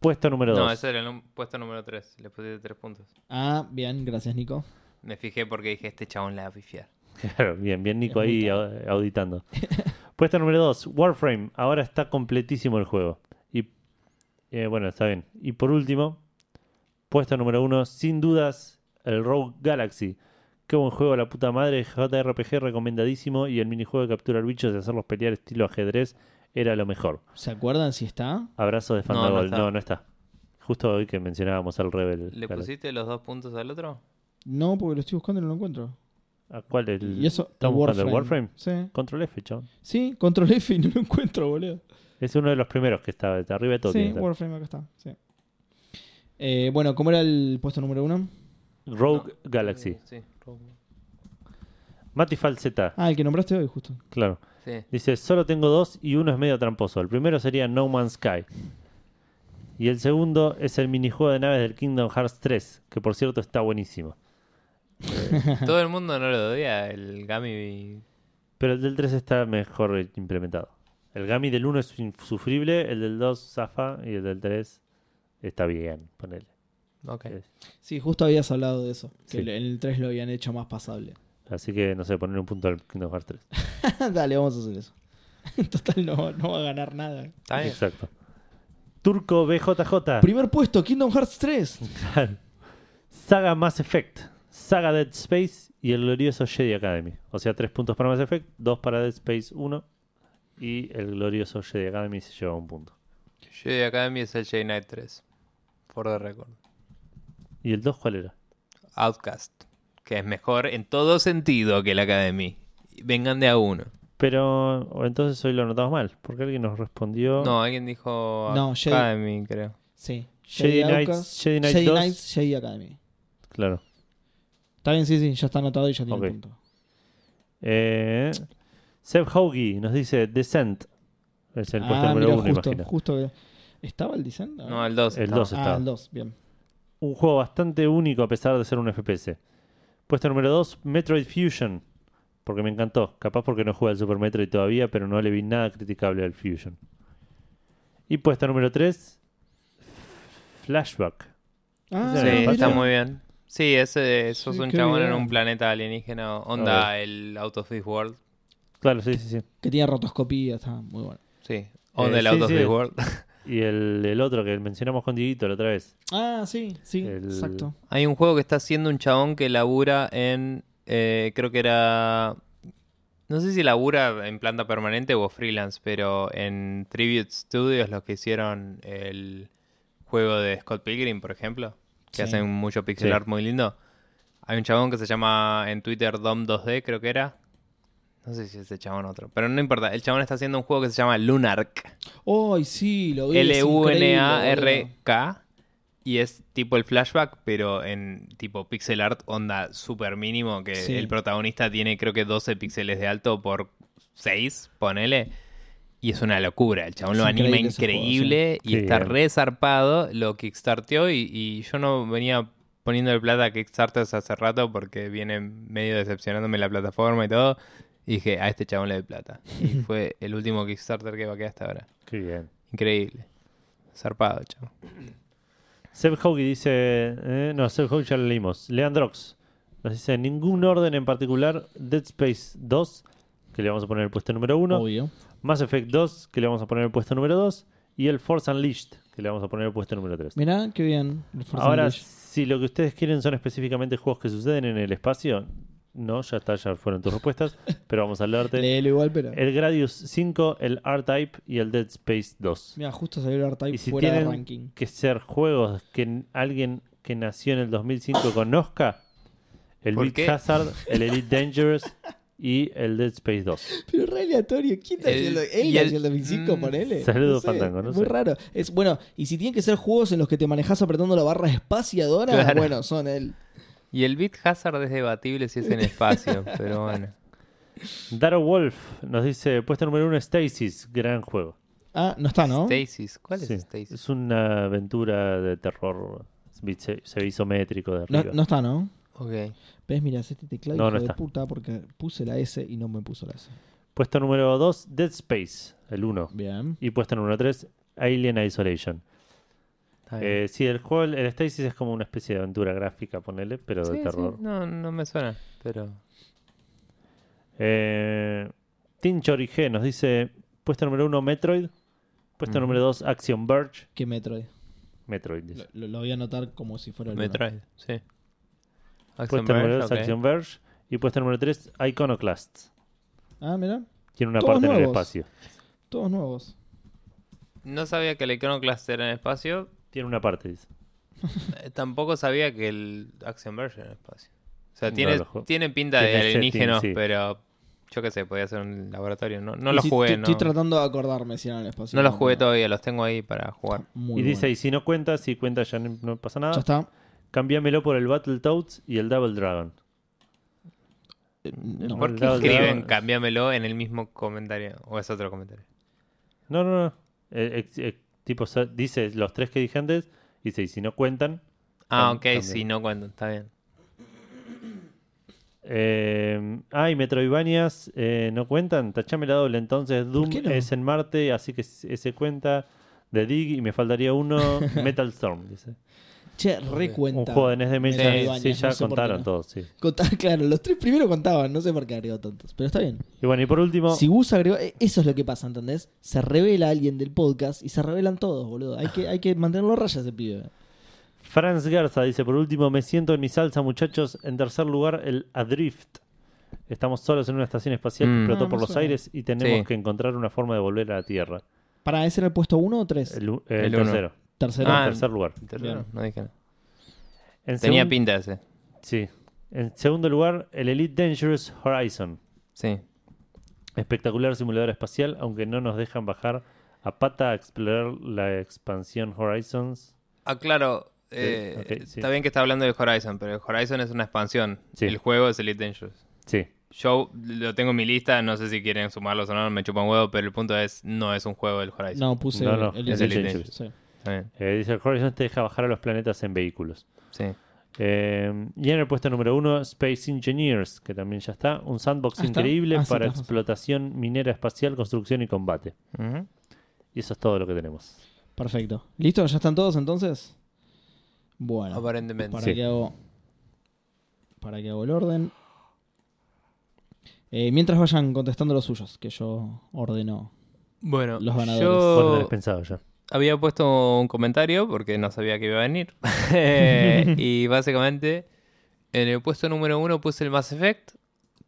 Puesto número 2. No, ese era el num- puesto número 3. Le pusiste 3 puntos. Ah, bien, gracias, Nico. Me fijé porque dije, este chabón la va a pifiar. Claro, bien, bien Nico Es ahí au- auditando. Puesta número 2, Warframe. Ahora está completísimo el juego. Y eh, bueno, está bien. Y por último, puesta número 1, sin dudas, el Rogue Galaxy. Qué buen juego, la puta madre. JRPG recomendadísimo. Y el minijuego de capturar bichos y hacerlos pelear estilo ajedrez era lo mejor. ¿Se acuerdan si está? Abrazo de No, no Fandagol. No, está. no, está. Justo hoy que mencionábamos al Rebel. ¿Le Galaxy. pusiste los dos puntos al otro? No, porque lo estoy buscando y no lo encuentro. ¿A cuál? El... Y eso, ¿Estamos buscando el Warframe? Sí. Control F, chabón. Sí, control F y no lo encuentro, boludo. Es uno de los primeros que está está arriba de todo. tiene Sí, que estar. Warframe acá está. Sí. Eh, bueno, ¿cómo era el puesto número uno? Rogue No. Galaxy. Sí, Rogue. Mati Falseta, Ah, el que nombraste hoy, justo. claro. Sí. Dice, solo tengo dos y uno es medio tramposo. El primero sería No Man's Sky. Y el segundo es el minijuego de naves del Kingdom Hearts 3, que por cierto está buenísimo. Todo el mundo no lo odia, el Gami. Pero el del 3 está mejor implementado. El Gami del 1 es insufrible, el del 2 zafa y el del 3 está bien, ponele. Ok. Es- Sí, justo habías hablado de eso. Sí. Que en el 3 lo habían hecho más pasable. Así que, no sé, poner un punto al Kingdom Hearts 3. Dale, vamos a hacer eso. Total, no, no va a ganar nada. Está bien. Exacto. Turco BJJ. Primer puesto, Kingdom Hearts 3. Claro. Saga Mass Effect, Saga Dead Space y el glorioso Jedi Academy. O sea, tres puntos para Mass Effect, dos para Dead Space 1 y el glorioso Jedi Academy se lleva un punto. Jedi Academy es el Jedi Knight 3. For the record. ¿Y el 2 cuál era? Outcast. Que es mejor en todo sentido que el Academy. Vengan de a uno. Pero o entonces hoy lo notamos mal, porque alguien nos respondió No, alguien dijo No, Jedi- Academy, creo. Sí. Ah, Jedi Knights, Outcast, Jedi Knight 2. Knights, Jedi Academy. Claro. Está bien, sí, sí, ya está anotado y ya tiene Ok. punto. Eh, Seb Hoagie nos dice Descent. Es el puesto ah, número mira, 1, justo, imagino. justo que- ¿Estaba el Descent? A No, ver. el 2. El 2 Ah, estaba. el 2, bien. un juego bastante único a pesar de ser un FPS. Puesto número 2, Metroid Fusion. Porque me encantó. Capaz porque no jugué al Super Metroid todavía, pero no le vi nada criticable al Fusion. Y puesto número 3, Flashback. Ah, Sí, mira. está muy bien. Sí, ese, sos Sí, un qué chabón en bien. un planeta alienígena. Onda, el Out of This World. Claro, sí, sí, sí. Que tiene rotoscopía, está muy bueno. Sí. Onda, el sí, Out of sí. This World. Y el, el otro que mencionamos con Dieguito la otra vez. Ah, sí, sí, El- exacto. Hay un juego que está haciendo un chabón que labura en. eh, creo que era. No sé si labura en planta permanente o freelance, pero en Tribute Studios, los que hicieron el juego de Scott Pilgrim, por ejemplo, que Sí. hacen mucho pixel Sí. art muy lindo. Hay un chabón que se llama en Twitter Dom2D, creo que era. No sé si ese chabón otro, pero no importa. El chabón está haciendo un juego que se llama Lunark. ¡Ay, sí! Lo vi. es increíble, boludo. L-U-N-A-R-K. Y es tipo el flashback, pero en tipo pixel art onda super mínimo, que Sí. el protagonista tiene creo que 12 píxeles de alto por 6, ponele. Y es una locura, el chabón Es lo anima increíble ese juego, increíble y Sí, está bien. re zarpado, lo kickstarteó y, y yo no venía poniendo el plata a Kickstarter hace rato porque viene medio decepcionándome la plataforma y todo. Y dije, a este chabón le doy plata. Y fue el último Kickstarter que va a quedar hasta ahora. Qué bien. Increíble. Zarpado, chavo. Seb Hoagie dice. eh, no, Seb Hoagie ya lo leímos. Leandrox nos dice: ningún orden en particular. Dead Space 2, que le vamos a poner el puesto número 1. Obvio. Mass Effect 2, que le vamos a poner el puesto número 2, y el Force Unleashed, que le vamos a poner el puesto número 3. Mirá, qué bien. el Forza Ahora, Unleashed. si lo que ustedes quieren son específicamente juegos que suceden en el espacio, no, ya está, ya fueron tus respuestas, pero vamos a leerte. Léelo igual, pero... El Gradius 5, el R-Type y el Dead Space 2. Mira, justo salió el R-Type Y si fuera de tienen- ranking. Que ser juegos que n- alguien que nació en el 2005 conozca, el ¿Por Beat qué? Hazard, el Elite Dangerous y el Dead Space 2. Pero es re aleatorio. ¿Quién está El- haciendo? Él y el- nació en el 2005, Mm. ponele. Saludo, Fandango, no es Muy sé. raro. Es, bueno, y si tienen que ser juegos en los que te manejás apretando la barra espaciadora, Claro. bueno, son él. Y el Beat Hazard es debatible si es en espacio, pero bueno. Daro Wolf nos dice, puesto número 1, Stasis, gran juego. Ah, no está, ¿no? Stasis. ¿Cuál Sí, es Stasis? Es una aventura de terror se- se isométrico de No, arriba. no está, ¿no? Ok. ¿Ves? Mira, este teclado No, hijo no de está. puta porque puse la S y no me puso la S. Puesto número 2, Dead Space, el 1. Bien. Y puesto número 3, Alien Isolation. Está bien. Eh, sí, el juego, el Stasis es como una especie de aventura gráfica, ponele, pero Sí, de sí, terror. No, no me suena, pero... Eh, Tincho Origé nos dice: puesto número 1, Metroid. Puesto Ujú. número 2, Action Verge. ¿Qué Metroid? Metroid. dice. Lo, lo- lo voy a anotar como si fuera el uno. Metroid, sí. Action Puesto número Verge, 2, ok. Action Verge. Y puesto número 3, Iconoclasts. Ah, mira. Tiene una Todos parte en el nuevos. espacio. Todos nuevos. No sabía que el Iconoclast era en espacio. Tiene una parte, dice. eh, Tampoco sabía que el Action Verge era en espacio. O sea, No, tiene, lo ju- tiene pinta de tiene setting, alienígenos, sí. pero yo qué sé, podía ser un laboratorio. No, no Y lo si- jugué, estoy- no, Estoy tratando de acordarme si era en el espacio. no lo jugué todavía, los tengo ahí para jugar. Muy y dice: bueno. y si no cuenta, si cuenta ya no, no pasa Ya nada. está. Cambiámelo por el Battletoads y el Double Dragon. Eh, no. ¿Por qué Double escriben Dragon- cambiámelo en el mismo comentario? ¿O es otro comentario? No, no, no. Eh, ex- eh, tipo, sa- dice los tres que dije antes. Dice, y si no cuentan. Ah, Cam- ok, cambian. sí, no cuento, está bien. Eh, ah, y Metroidvanias eh, no cuentan. Tachame la doble. Entonces, Doom qué no? es en Marte, así que s- ese cuenta. De Dig y me faltaría uno. Metal Storm, dice. Che, recuenta. Un juego de NES de Mesa. Metroidvanias, Sí, ya no sé por qué contaron no. todos, sí. Contá- claro, los tres primeros contaban, no sé por qué agregó tantos, pero está bien. Y bueno, y por último. Si Gus agregó, eh, eso es lo que pasa, ¿entendés? Se revela alguien del podcast y se revelan todos, boludo. Hay que, hay que mantenerlo a raya ese pibe. Franz Garza dice, por último, me siento en mi salsa, muchachos. En tercer lugar, el Adrift. Estamos solos en una estación espacial que Mm. explotó Ah, por me los suena. aires y tenemos Sí. que encontrar una forma de volver a la Tierra. ¿Para ese era el puesto 1 o 3? El, u- eh, el El uno. tercero. Tercero. No, Ah, tercer lugar. Tercero, no dije nada. En Tenía segun- pinta ese, Sí. En segundo lugar, el Elite Dangerous Horizon. sí. Espectacular simulador espacial, aunque no nos dejan bajar a pata a explorar la expansión Horizons. Ah, claro. eh, ok, sí. Está bien que está hablando del Horizon, pero el Horizon es una expansión. Sí. El juego es Elite Dangerous. Sí. Yo lo tengo en mi lista, no sé si quieren sumarlos o no, me chupan huevo, pero el punto es, no es un juego del Horizon. No, puse No, no, el es Elite Elite Dangerous. Sí. Está bien, Eh, dice, el Horizon te deja bajar a los planetas en vehículos. Sí. Eh, y en el puesto número uno, Space Engineers, que también ya está. Un sandbox Ah, está. increíble Ah, sí, para está. explotación minera espacial, construcción y combate. Ujú. Y eso es todo lo que tenemos. Perfecto. ¿Listo? ¿Ya están todos entonces? Bueno. Aparentemente. Para Sí. que hago. Para que hago el orden. Eh, mientras vayan contestando los suyos, que yo ordeno. Bueno, Los ganadores. yo Vos lo tenés pensado ya. había puesto un comentario porque no sabía que iba a venir. Eh, y básicamente, en el puesto número uno puse el Mass Effect.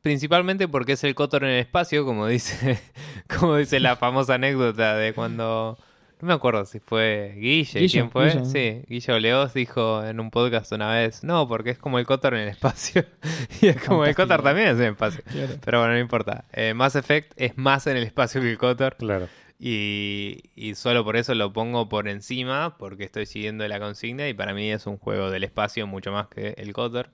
Principalmente porque es el Cotor en el espacio, como dice, como dice la famosa anécdota de cuando. No me acuerdo si fue Guille, Guillo, ¿quién fue? Guillo. Sí, Guille Oleos dijo en un podcast una vez, no, porque es como el Cotor en el espacio. y es como el Fantástico. Cotor también es en el espacio. Claro. Pero bueno, no importa. Eh, Mass Effect es más en el espacio que el Cotor. Claro. Y, y solo por eso lo pongo por encima, porque estoy siguiendo la consigna y para mí es un juego del espacio mucho más que el Cotor.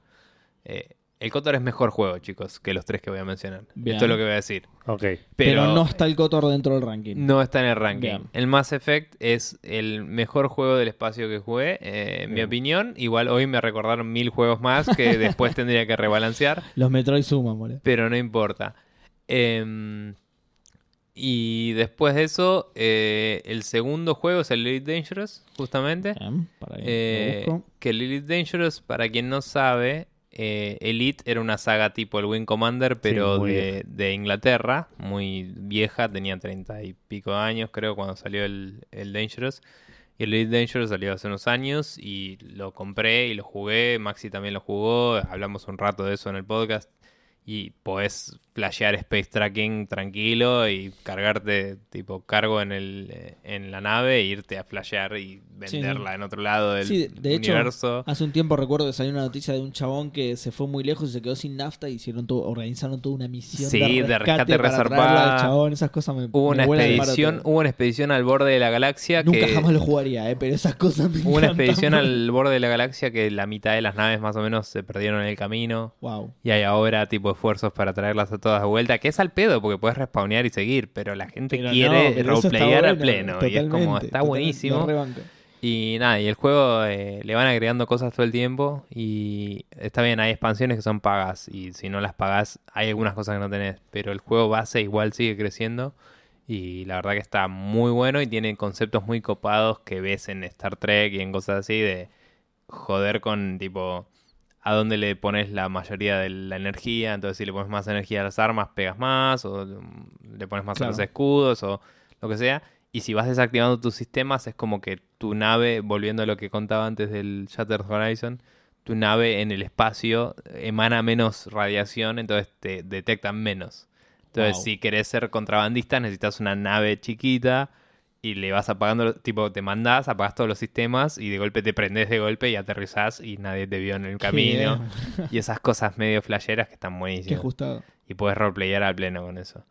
Eh, el Cotor es mejor juego, chicos, que los tres que voy a mencionar. Bien. Esto es lo que voy a decir. Ok. Pero, Pero, no está el Cotor dentro del ranking. no está en el ranking. Bien. El Mass Effect es el mejor juego del espacio que jugué, eh, en mi Bien. opinión. Igual hoy me recordaron mil juegos más que después tendría que rebalancear Los Metroid suman, boludo. pero no importa. Em, y después de eso, eh, el segundo juego es el Lilith Dangerous, justamente. Bien, para que Ah, lo Eh, busco. que Lilith Dangerous, para quien no sabe, eh, Elite era una saga tipo el Wing Commander, pero muy de, de Inglaterra, muy vieja, tenía treinta y pico años, creo, cuando salió el, el Dangerous. Y el Elite Dangerous salió hace unos años y lo compré y lo jugué. Maxi también lo jugó. Hablamos un rato de eso en el podcast. Y podés flashear space tracking tranquilo y cargarte tipo cargo en, el, eh, en la nave e irte a flashear y Sí, sí. venderla en otro lado del Sí, de- de hecho, ah, universo. Hace un tiempo recuerdo que salió una noticia de un chabón que se fue muy lejos y se quedó sin nafta y hicieron todo, organizaron toda una misión Sí, de rescate, de rescate para resarpada. traerlo al chabón, esas cosas me hubo una me vuelan el expedición, barato. hubo una expedición al borde de la galaxia Nunca que jamás lo jugaría, eh, pero esas cosas me hubo una encantan. expedición al borde de la galaxia que la mitad de las naves más o menos se perdieron en el camino. Wow. Y hay ahora tipo esfuerzos para traerlas a todas de vuelta, que es al pedo, porque puedes respawnear y seguir, pero la gente Pero no, quiere pero eso está roleplayar a bueno, pleno. Y es como, totalmente, está totalmente, buenísimo. lo rebanco. Y nada, y el juego eh, le van agregando cosas todo el tiempo. Y está bien, hay expansiones que son pagas. Y si no las pagas, hay algunas cosas que no tenés. Pero el juego base igual sigue creciendo. Y la verdad que está muy bueno y tiene conceptos muy copados que ves en Star Trek y en cosas así de joder con tipo a dónde le pones la mayoría de la energía. Entonces si le pones más energía a las armas, pegas más, o mm, le pones más a Claro. los escudos, o lo que sea. Y si vas desactivando tus sistemas, es como que tu nave, volviendo a lo que contaba antes del Shattered Horizon, tu nave en el espacio emana menos radiación, entonces te detectan menos. Entonces, Wow. si querés ser contrabandista, necesitas una nave chiquita y le vas apagando, lo- tipo, te mandás, apagás todos los sistemas y de golpe te prendés de golpe y aterrizás y nadie te vio en el camino. Y esas cosas medio flasheras que están Qué, qué buenísimas. ajustado. Y puedes roleplayar al pleno con eso.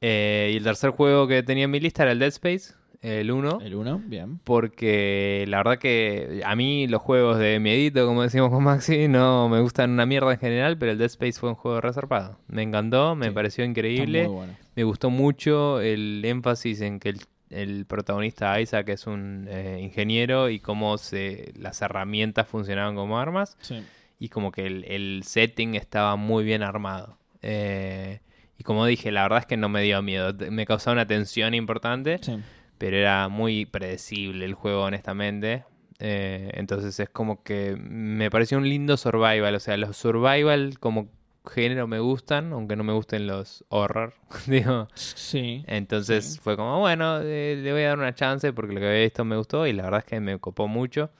Eh, y el tercer juego que tenía en mi lista era el Dead Space, el 1. El 1, bien. Porque la verdad que a mí los juegos de miedito, como decimos con Maxi, no me gustan una mierda en general, pero el Dead Space fue un juego reservado. Me encantó, me Sí. pareció Está increíble. muy bueno. Me gustó mucho el énfasis en que el, el protagonista Isaac es un eh, ingeniero y cómo se, las herramientas funcionaban como armas Sí. y como que el, el setting estaba muy bien armado. Eh, y como dije, la verdad es que no me dio miedo, te- me causaba una tensión importante, Sí. pero era muy predecible el juego honestamente. Eh, entonces es como que me pareció un lindo survival, o sea, los survival como género me gustan, aunque no me gusten los horror, digo. Sí. Entonces Sí. fue como, bueno, eh, le voy a dar una chance porque lo que había visto me gustó y la verdad es que me copó mucho.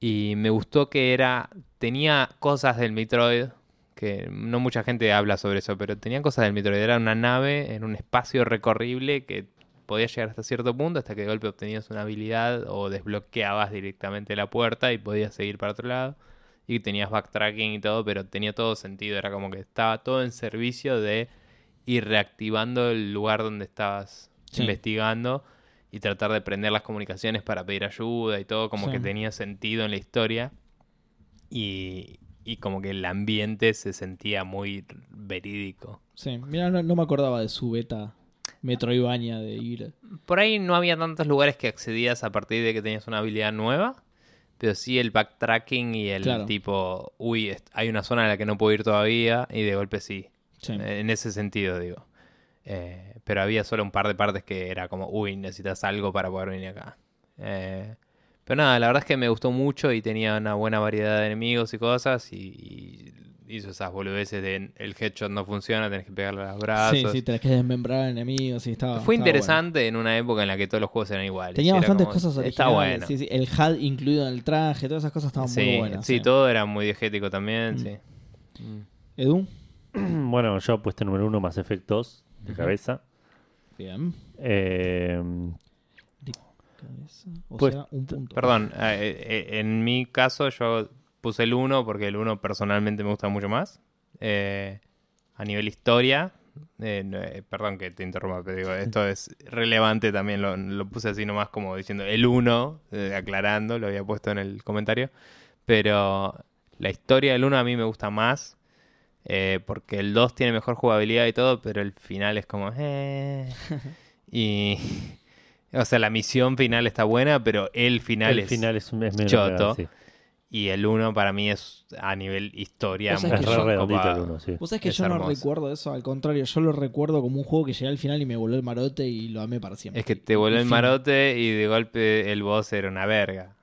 Y me gustó que era, tenía cosas del Metroid, que no mucha gente habla sobre eso, pero tenía cosas del Metroid. Era una nave en un espacio recorrible que podía llegar hasta cierto punto, hasta que de golpe obtenías una habilidad o desbloqueabas directamente la puerta y podías seguir para otro lado. Y tenías backtracking y todo, pero tenía todo sentido. Era como que estaba todo en servicio de ir reactivando el lugar donde estabas Sí. investigando y tratar de prender las comunicaciones para pedir ayuda y todo, como Sí. que tenía sentido en la historia. Y, y como que el ambiente se sentía muy verídico. Sí. Mira, no, no me acordaba de su beta Metroidvania de ir. Por ahí no había tantos lugares que accedías a partir de que tenías una habilidad nueva, pero sí el backtracking y el Claro. tipo, uy, est- hay una zona a la que no puedo ir todavía y de golpe sí. eh, Sí. En ese sentido, digo. Eh, pero había solo un par de partes que era como, uy, necesitas algo para poder venir acá. Eh, pero nada, la verdad es que me gustó mucho y tenía una buena variedad de enemigos y cosas. Y, y hizo esas boludeces de el headshot no funciona, tenés que pegarle a los brazos. Sí, sí, tenés que desmembrar enemigos y Fue estaba. Ah, estaba bueno. interesante en una época en la que todos los juegos eran iguales. Tenía Era bastantes como, cosas originales. Está bueno. sí, sí. El HUD incluido en el traje, todas esas cosas estaban muy Sí, buenas. sí, todo era muy diegético también, Mm. sí. Mm. Edu, Bueno, yo apuesto número uno más Effect 2 de Ujú. cabeza. bien. Eh, Cabeza. O Pues, sea, un punto. Perdón, eh, eh, en mi caso yo puse el 1 porque el 1 personalmente me gusta mucho más. Eh, a nivel historia, eh, no, eh, perdón que te interrumpa, pero digo, esto es relevante también, lo, lo puse así nomás como diciendo el 1, eh, aclarando, lo había puesto en el comentario, pero la historia del 1 a mí me gusta más. eh, porque el 2 tiene mejor jugabilidad y todo, pero el final es como... eh, y... O sea, la misión final está buena, pero el final el es... final es, un- es medio choto. cagado, sí. Y el 1 para mí es a nivel historia. Vos Es sabés muy que yo- re redondito el copado. uno, sí. Vos sabés que Es yo no hermoso. recuerdo eso, al contrario, yo lo recuerdo como un juego que llegué al final y me voló el marote y lo amé para siempre. Es que te voló Y el fin. marote y de golpe el boss era una verga.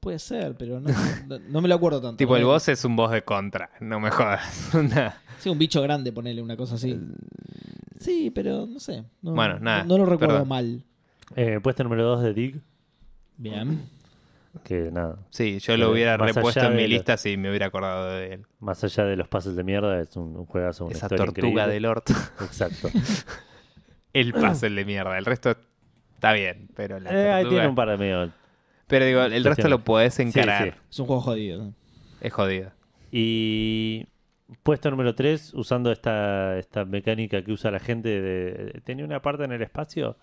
Puede ser, pero no, no- no me lo acuerdo tanto. Tipo, el Ponele- boss es un boss de contra, no me jodas. Nada. Sí, un bicho grande, ponele una cosa así. Sí, pero no sé. No, Eh, Bueno, nada, No, no lo recuerdo perdón. mal. Eh, puesto número 2 de Dig, Bien. que nada, Sí, yo lo Eh, hubiera más repuesto allá en mi de la- lista si me hubiera acordado de él. más allá de los pases de mierda, es un, un juegazo. Una Esa historia tortuga increíble. del orto. Exacto. El puzzle de mierda. El resto está bien, pero la Eh, ahí tortuga- tiene un par de medio. Pero digo, el resto lo podés sí. encarar. Es un juego jodido. ¿no? Es jodido. Y puesto número 3, usando esta, esta mecánica que usa la gente de... ¿Tenía una parte en el espacio?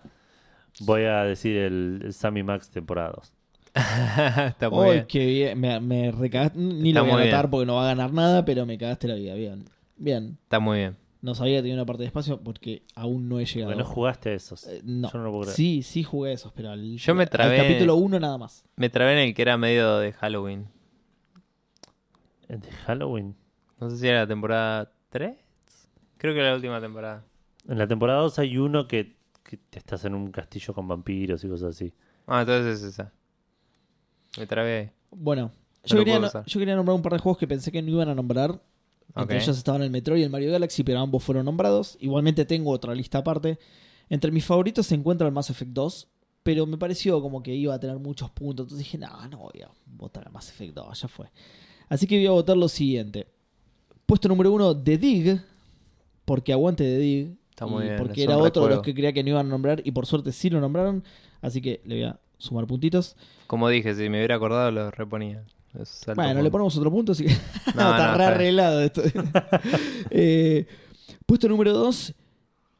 Voy a decir el, el Sammy Max temporada 2. está muy Ay, bien. qué bien. Me, me recagaste. Ni Está lo voy muy a anotar bien. porque no va a ganar nada, pero me cagaste la vida. Bien. Bien. Está muy bien. No sabía que tenía una parte de espacio porque aún no he llegado. Porque no jugaste a esos. Eh, no. Yo no lo puedo creer. Sí, sí jugué esos, pero al, Yo me al trabé. capítulo 1 nada más. Me trabé en el que era medio de Halloween. El de Halloween. No sé si era la temporada 3. Creo que era la última temporada. En la temporada 2 hay uno que, que te estás en un castillo con vampiros y cosas así. Ah, entonces es esa. Me trabé ahí. Bueno, No yo lo quería, puedo no- pasar. yo quería nombrar un par de juegos que pensé que no iban a nombrar. Entre Ok. ellos estaban el Metro y el Mario Galaxy, pero ambos fueron nombrados. Igualmente tengo otra lista aparte. Entre mis favoritos se encuentra el Mass Effect 2, pero me pareció como que iba a tener muchos puntos. Entonces dije, no, no voy a votar al Mass Effect 2, ya fue. Así que voy a votar lo siguiente. Puesto número uno, The Dig, porque aguante The Dig. Está muy y bien, Porque es un era otro de recuerdo. los que creía que no iban a nombrar y por suerte sí lo nombraron. Así que le voy a sumar puntitos. Como dije, si me hubiera acordado lo reponía. Es alto Bueno, punto. le ponemos otro punto, así que No, está no, re está arreglado esto. Eh, puesto número 2,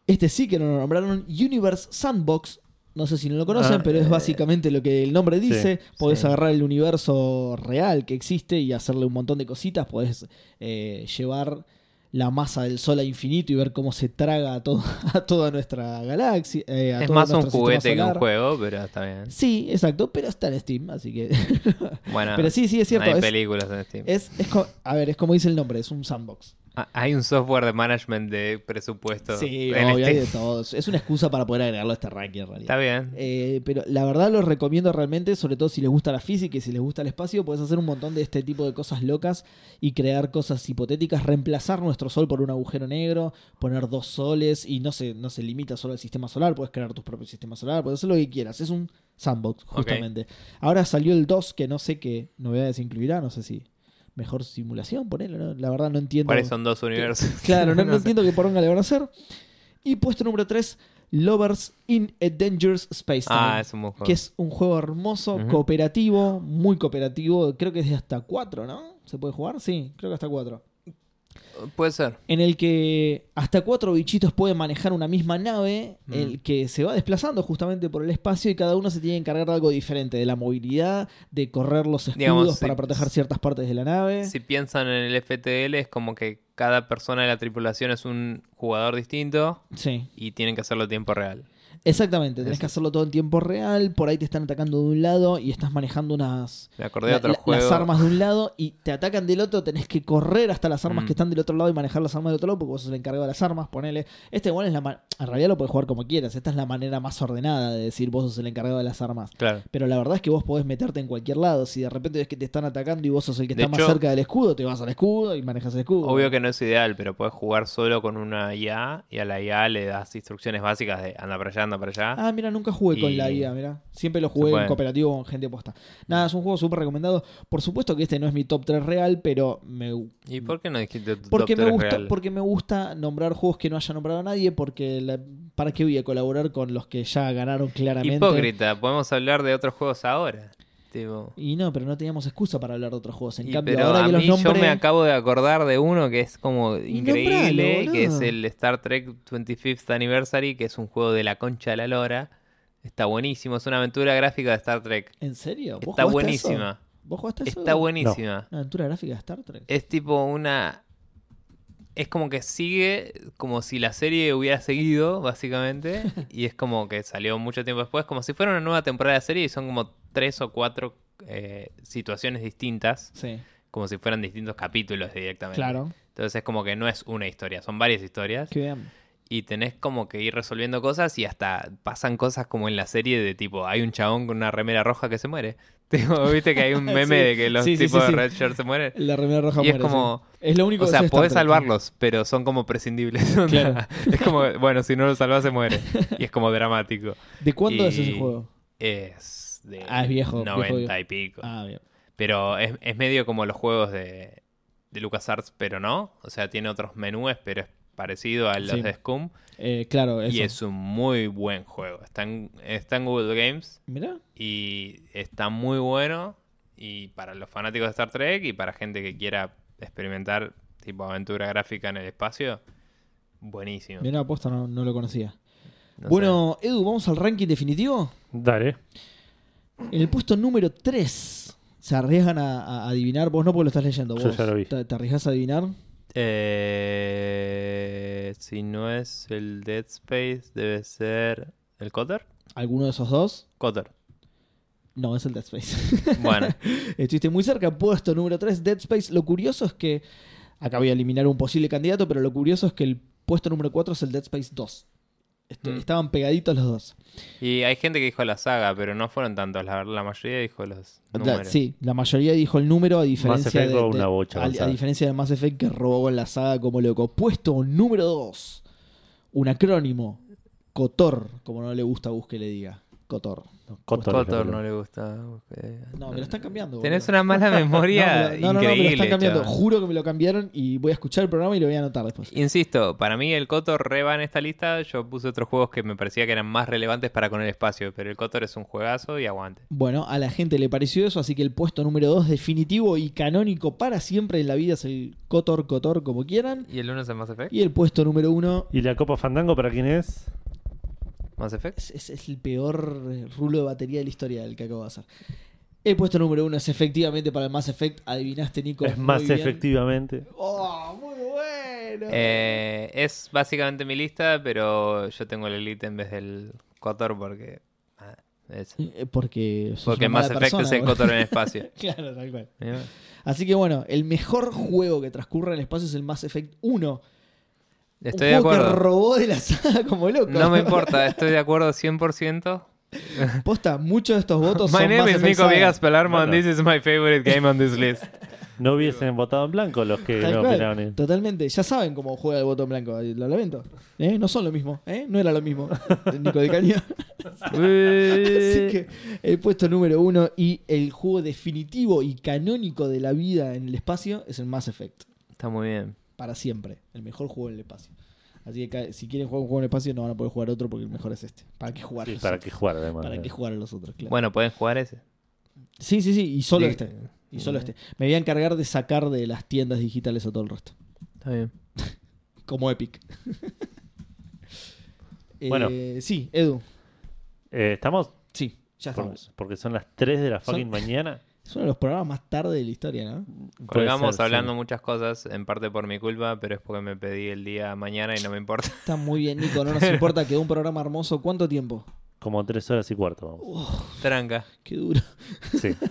este sí que lo nombraron Universe Sandbox. No sé si no lo conocen, Ah, pero es eh, básicamente lo que el nombre dice. podés sí. agarrar el universo real que existe y hacerle un montón de cositas. Podés eh, llevar la masa del sol a infinito y ver cómo se traga a, todo- a toda nuestra galaxia. eh, a Es todo más un nuestro sistema juguete que un solar. juego, pero está bien. Sí, exacto, pero está en Steam, así que... Bueno, pero sí, sí, es cierto. hay es- películas este en Steam. es, es co- a ver, es como dice el nombre, es un sandbox. Ah, Hay un software de management de presupuesto. Sí, en este- obvio, hay Steam. de todos. Es una excusa para poder agregarlo a este ranking en realidad. Está bien. Eh, pero la verdad los recomiendo realmente, sobre todo si les gusta la física y si les gusta el espacio, puedes hacer un montón de este tipo de cosas locas y crear cosas hipotéticas, reemplazar nuestro sol por un agujero negro, poner dos soles y no se, no se limita solo al sistema solar, puedes crear tus propios sistemas solar, puedes hacer lo que quieras, es un sandbox justamente. Ahora salió el 2 que no sé qué novedades incluirá, no sé si mejor simulación, ponelo, ¿no? la verdad no entiendo. ¿Cuáles son dos universos? Claro, no, no sé. entiendo qué poronga le van a hacer. Y puesto número 3, Lovers in a Dangerous Space. Ah, también, es un buen juego. que es un juego hermoso, Ujú. cooperativo, muy cooperativo. Creo que es de hasta 4, ¿no? ¿Se puede jugar? Sí, creo que hasta 4. Puede ser. En el que hasta cuatro bichitos pueden manejar una misma nave, Mm. el que se va desplazando justamente por el espacio y cada uno se tiene que encargar de algo diferente, de la movilidad, de correr los escudos Digamos, sí. para proteger ciertas partes de la nave. Si piensan en el FTL, es como que cada persona de la tripulación es un jugador distinto sí. y tienen que hacerlo a tiempo real. Exactamente, tenés Eso. que hacerlo todo en tiempo real, por ahí te están atacando de un lado y estás manejando unas Me acordé de la- otro la- juego. las armas de un lado y te atacan del otro, tenés que correr hasta las armas Mm. que están del otro lado y manejar las armas del otro lado porque vos sos el encargado de las armas, ponele. Este igual es la ma- en realidad lo puedes jugar como quieras, esta es la manera más ordenada de decir vos sos el encargado de las armas. Claro. Pero la verdad es que vos podés meterte en cualquier lado, si de repente ves que te están atacando y vos sos el que De está más hecho- cerca del escudo, te vas al escudo y manejas el escudo. Obvio que no es ideal, pero puedes jugar solo con una IA y a la IA le das instrucciones básicas de anda para allá, anda para allá. Ah, mira, nunca jugué Y- con la IA, mira. Siempre lo Se jugué puede. en cooperativo con gente posta. Nada, es un juego súper recomendado. Por supuesto que este no es mi top 3 real, pero me ¿Y por qué no dijiste tu porque top me tres gusta real? porque me gusta nombrar juegos que no haya nombrado a nadie porque la- para qué voy a colaborar con los que ya ganaron claramente. Hipócrita, podemos hablar de otros juegos ahora. Tipo. Y no, pero no teníamos excusa para hablar de otros juegos. En Y cambio, pero ahora a que los mí yo nombré, me acabo de acordar de uno que es como increíble, nombralo, que es boludo. el Star Trek 25th Anniversary, que es un juego de la concha de la lora. Está buenísimo, es una aventura gráfica de Star Trek. ¿En serio? ¿Vos Está jugaste buenísima. eso? ¿Vos jugaste eso? Está buenísima. Una aventura gráfica de Star Trek. Es tipo una... Es como que sigue como si la serie hubiera seguido, básicamente. y es como que salió mucho tiempo después, como si fuera una nueva temporada de serie y son como tres o cuatro eh, situaciones distintas, Sí, como si fueran distintos capítulos directamente. claro. Entonces es como que no es una historia, son varias historias. Qué bien. Y tenés como que ir resolviendo cosas y hasta pasan cosas como en la serie de tipo, hay un chabón con una remera roja que se muere. Tipo, Viste que hay un meme Sí. de que los Sí, sí, tipos sí, de sí. Red Shirt se mueren. La remera roja Y es muere, como- sí. Es lo único O que sea, sé de Star podés Trek. salvarlos, pero son como prescindibles. onda. Es como, bueno, si no los salvás se muere. Y es como dramático. ¿De cuándo es ese Y- juego? Es de Ah, es viejo, viejo, 90 viejo. y pico. Ah, bien. Pero es, es medio como los juegos de, de LucasArts, pero no. O sea, tiene otros menús, pero es parecido a los Sí. de Scum. Eh, claro, eso. Y es un muy buen juego. Está en, está en Google Games Mirá, y está muy bueno. Y para los fanáticos de Star Trek y para gente que quiera experimentar tipo aventura gráfica en el espacio, buenísimo. mirá, aposta, no, no lo conocía. No bueno, Edu, ¿vamos al ranking definitivo? Dale. En el puesto número 3. ¿Se arriesgan a, a adivinar? Vos no porque lo estás leyendo. Yo Vos ya lo vi. ¿Te, te arriesgas a adivinar? Eh, si no es el Dead Space, debe ser el Cotter. ¿Alguno de esos dos? Cotter. No, es el Dead Space. Bueno, Estuviste muy cerca, puesto número 3, Dead Space. Lo curioso es que. Acá voy a eliminar un posible candidato, pero lo curioso es que el puesto número 4 es el Dead Space 2. Estu- Mm. Estaban pegaditos los dos. y hay gente que dijo la saga, pero no fueron tantos. La, la mayoría dijo los Ah, La- números. sí, la mayoría dijo el número a diferencia Effect de, o de- una bocha a- a, avanzada. diferencia de Mass Effect que robó en la saga como loco. Puesto número 2. Un acrónimo. Cotor, como no le gusta a Bus que le diga. Cotor. No, Cotor. Cotor no le gusta. eh. No, me lo están cambiando. Tenés boludo. una mala memoria No, me lo- no, no, no, me lo increíble. están cambiando. chaval. Juro que me lo cambiaron y voy a escuchar el programa y lo voy a anotar después. Insisto, para mí el Cotor reba en esta lista. Yo puse otros juegos que me parecía que eran más relevantes para con el espacio, pero el Cotor es un juegazo y aguante. Bueno, a la gente le pareció eso, así que el puesto número 2 definitivo y canónico para siempre en la vida es el Cotor, Cotor, como quieran. ¿Y el lunes es Mass Effect? Y el puesto número 1 ¿Y la Copa Fandango para quién es? ¿Mass Effect? es, es- es el peor eh, rulo de batería de la historia del que acabo de hacer. El puesto número 1 es efectivamente para el Mass Effect. Adivinaste, Nico. Es muy más bien. efectivamente. ¡Oh, muy bueno! Eh, es básicamente mi lista, pero yo tengo el Elite en vez del Cotor porque. ah, es- Eh, Porque, sos porque una mala Mass Effect es persona, el boludo. Cotor en espacio. Claro, tal cual. ¿Eh? Así que bueno, el mejor juego que transcurre en el espacio es el Mass Effect 1. Estoy un de juego que acuerdo. robó de la saga como loco. No me importa, estoy de acuerdo 100%. Posta, muchos de estos votos My son Mass name is Effect Nico saga. Viegas Palermo, and Bueno. this is my favorite game on this list. No hubiesen votado en blanco los que Tal no cual, opinaron. Totalmente, ya saben cómo juega el botón blanco, lo lamento. ¿Eh? No son lo mismo, ¿eh? no era lo mismo, Nico de Caña. Eh. Así que el puesto número uno y el juego definitivo y canónico de la vida en el espacio es el Mass Effect. Está muy bien. Para siempre, el mejor juego en el espacio. Así que ca- si quieren jugar un juego en el espacio no van a poder jugar otro porque el mejor es este. ¿Para qué jugar? Sí, los para otros? qué jugar, además. ¿Para qué jugar a los otros? Claro. Bueno, pueden jugar ese. Sí, sí, sí, y solo Sí. este. Y solo Bien. este. Me voy a encargar de sacar de las tiendas digitales a todo el resto. Está bien. Como Epic. Eh, Bueno. sí, Edu. Eh, ¿Estamos? Sí, ya Por- estamos. porque son las 3 de la Son- fucking mañana. Es uno de los programas más tarde de la historia, ¿no? Puede Colgamos ser, hablando sí. muchas cosas, en parte por mi culpa, pero es porque me pedí el día mañana y no me importa. Está muy bien, Nico. No nos importa. Quedó un programa hermoso. ¿Cuánto tiempo? Como 3 horas y cuarto, vamos. Tranca. Qué duro. Uh. Sí.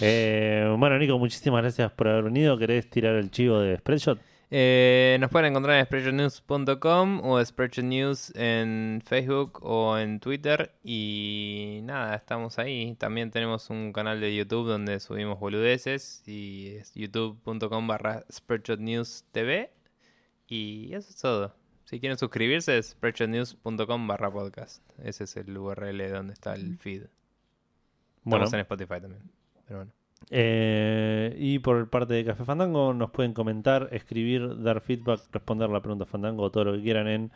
Eh, bueno, Nico, muchísimas gracias por haber venido. ¿Querés tirar el chivo de Spreadshot? Eh, nos pueden encontrar en spreadshotnews.com o spreadshotnews en Facebook o en Twitter. Y nada, estamos ahí. También tenemos un canal de YouTube donde subimos boludeces y es youtube.com barra spreadshotnews TV. Y eso es todo. Si quieren suscribirse es spreadshotnews.com barra podcast. Ese es el URL donde está el feed. Bueno, Estamos en Spotify también. Pero bueno. eh, y por parte de Café Fandango, nos pueden comentar, escribir, dar feedback, responder la pregunta Fandango o todo lo que quieran en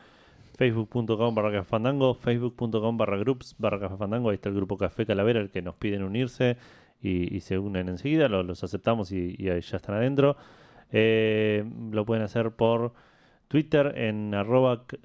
facebook.com barra Café Fandango, facebook.com barra groups barra Café Fandango. Ahí está el grupo Café Calavera, el que nos piden unirse y, y se unen enseguida. lo- los aceptamos y, y ahí ya están adentro. Eh, lo pueden hacer por Twitter en arroba c-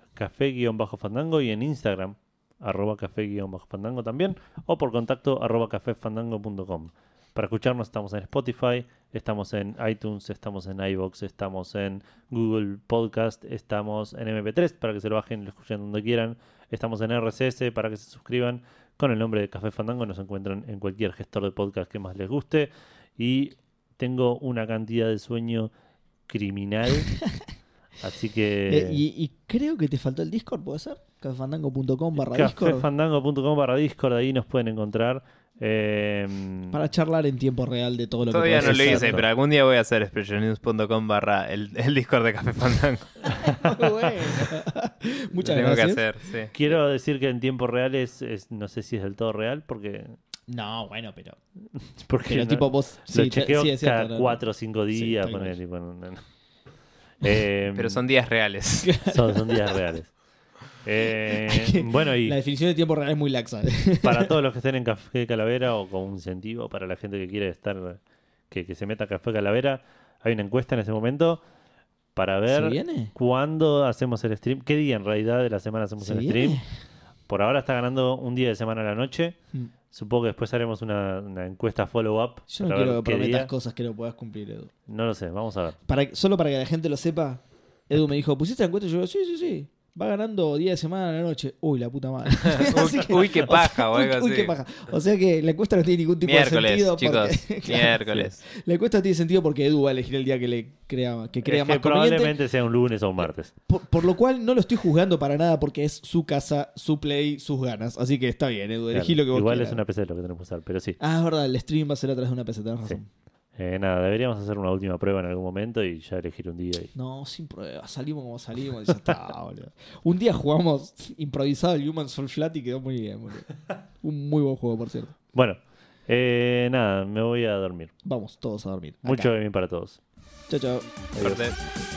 café-fandango y en Instagram arroba café-fandango también o por contacto arroba cafefandango.com. Para escucharnos estamos en Spotify, estamos en iTunes, estamos en iBox, estamos en Google Podcast, estamos en MP3 para que se lo bajen y lo escuchen donde quieran, estamos en RSS para que se suscriban con el nombre de Café Fandango, nos encuentran en cualquier gestor de podcast que más les guste y tengo una cantidad de sueño criminal, así que... Eh, y, y creo que te faltó el Discord, ¿puede ser? Cafefandango.com barra Discord. cafefandango.com barra Discord, ahí nos pueden encontrar. eh, Para charlar en tiempo real de todo lo Todavía que no podés lo hacer. hice, pero algún día voy a hacer spreadshotnews.com barra el, el Discord de Café Fandango. Muy bueno. Muchas Lo tengo gracias. que hacer, sí. Quiero decir que en tiempo real es, es- no sé si es del todo real, porque, No, bueno, pero. porque Pero no- tipo vos. lo te- chequeo sí, es cierto, cada no, no. cuatro o cinco Sí, días. tal cual. ponele, tipo, no, no, no. Eh, Pero son días reales. son- son días reales. Eh, que- bueno, y La definición de tiempo real es muy laxa. para todos los que estén en Café Calavera o con un incentivo para la gente que quiere estar, que, que se meta a Café Calavera, hay una encuesta en ese momento para ver ¿Se viene? cuándo hacemos el stream, qué día en realidad de la semana hacemos ¿Se el viene? stream. Por ahora está ganando un día de semana a la noche. Mm. Supongo que después haremos una, una encuesta follow-up. Yo para ver no quiero que qué prometas día. cosas que no puedas cumplir, Edu. No lo sé, vamos a ver. Para, que- solo para que la gente lo sepa, Edu me dijo, ¿pusiste la encuesta? Y yo, sí, sí, sí. Va ganando día de semana a la noche. Uy, la puta madre. Así que- uy, qué o sea, paja, o uy, algo uy, así. qué paja. O sea que la encuesta no tiene ningún tipo de Miércoles, sentido. chicos. porque- claro, Miércoles. la encuesta tiene sentido porque Edu va a elegir el día que le crea, que crea Es más que conveniente. probablemente sea un lunes o un martes. Por, por lo cual no lo estoy juzgando para nada porque es su casa, su play, sus ganas. Así que está bien, Edu. Elegí Claro. lo que vos Igual quieras. es una PC lo que tenemos que usar, pero sí. Ah, es verdad, el stream va a ser atrás de una PC, tenés razón. Eh, nada, deberíamos hacer una última prueba en algún momento y ya elegir un día. y- No, sin pruebas. Salimos como salimos y ya está, boludo. Un día jugamos improvisado el Human Soul Flat y quedó muy bien, boludo. Un muy buen juego, por cierto. Bueno, eh, nada, me voy a dormir. Vamos todos a dormir. Mucho bien para todos. Chao, chao. Cortés.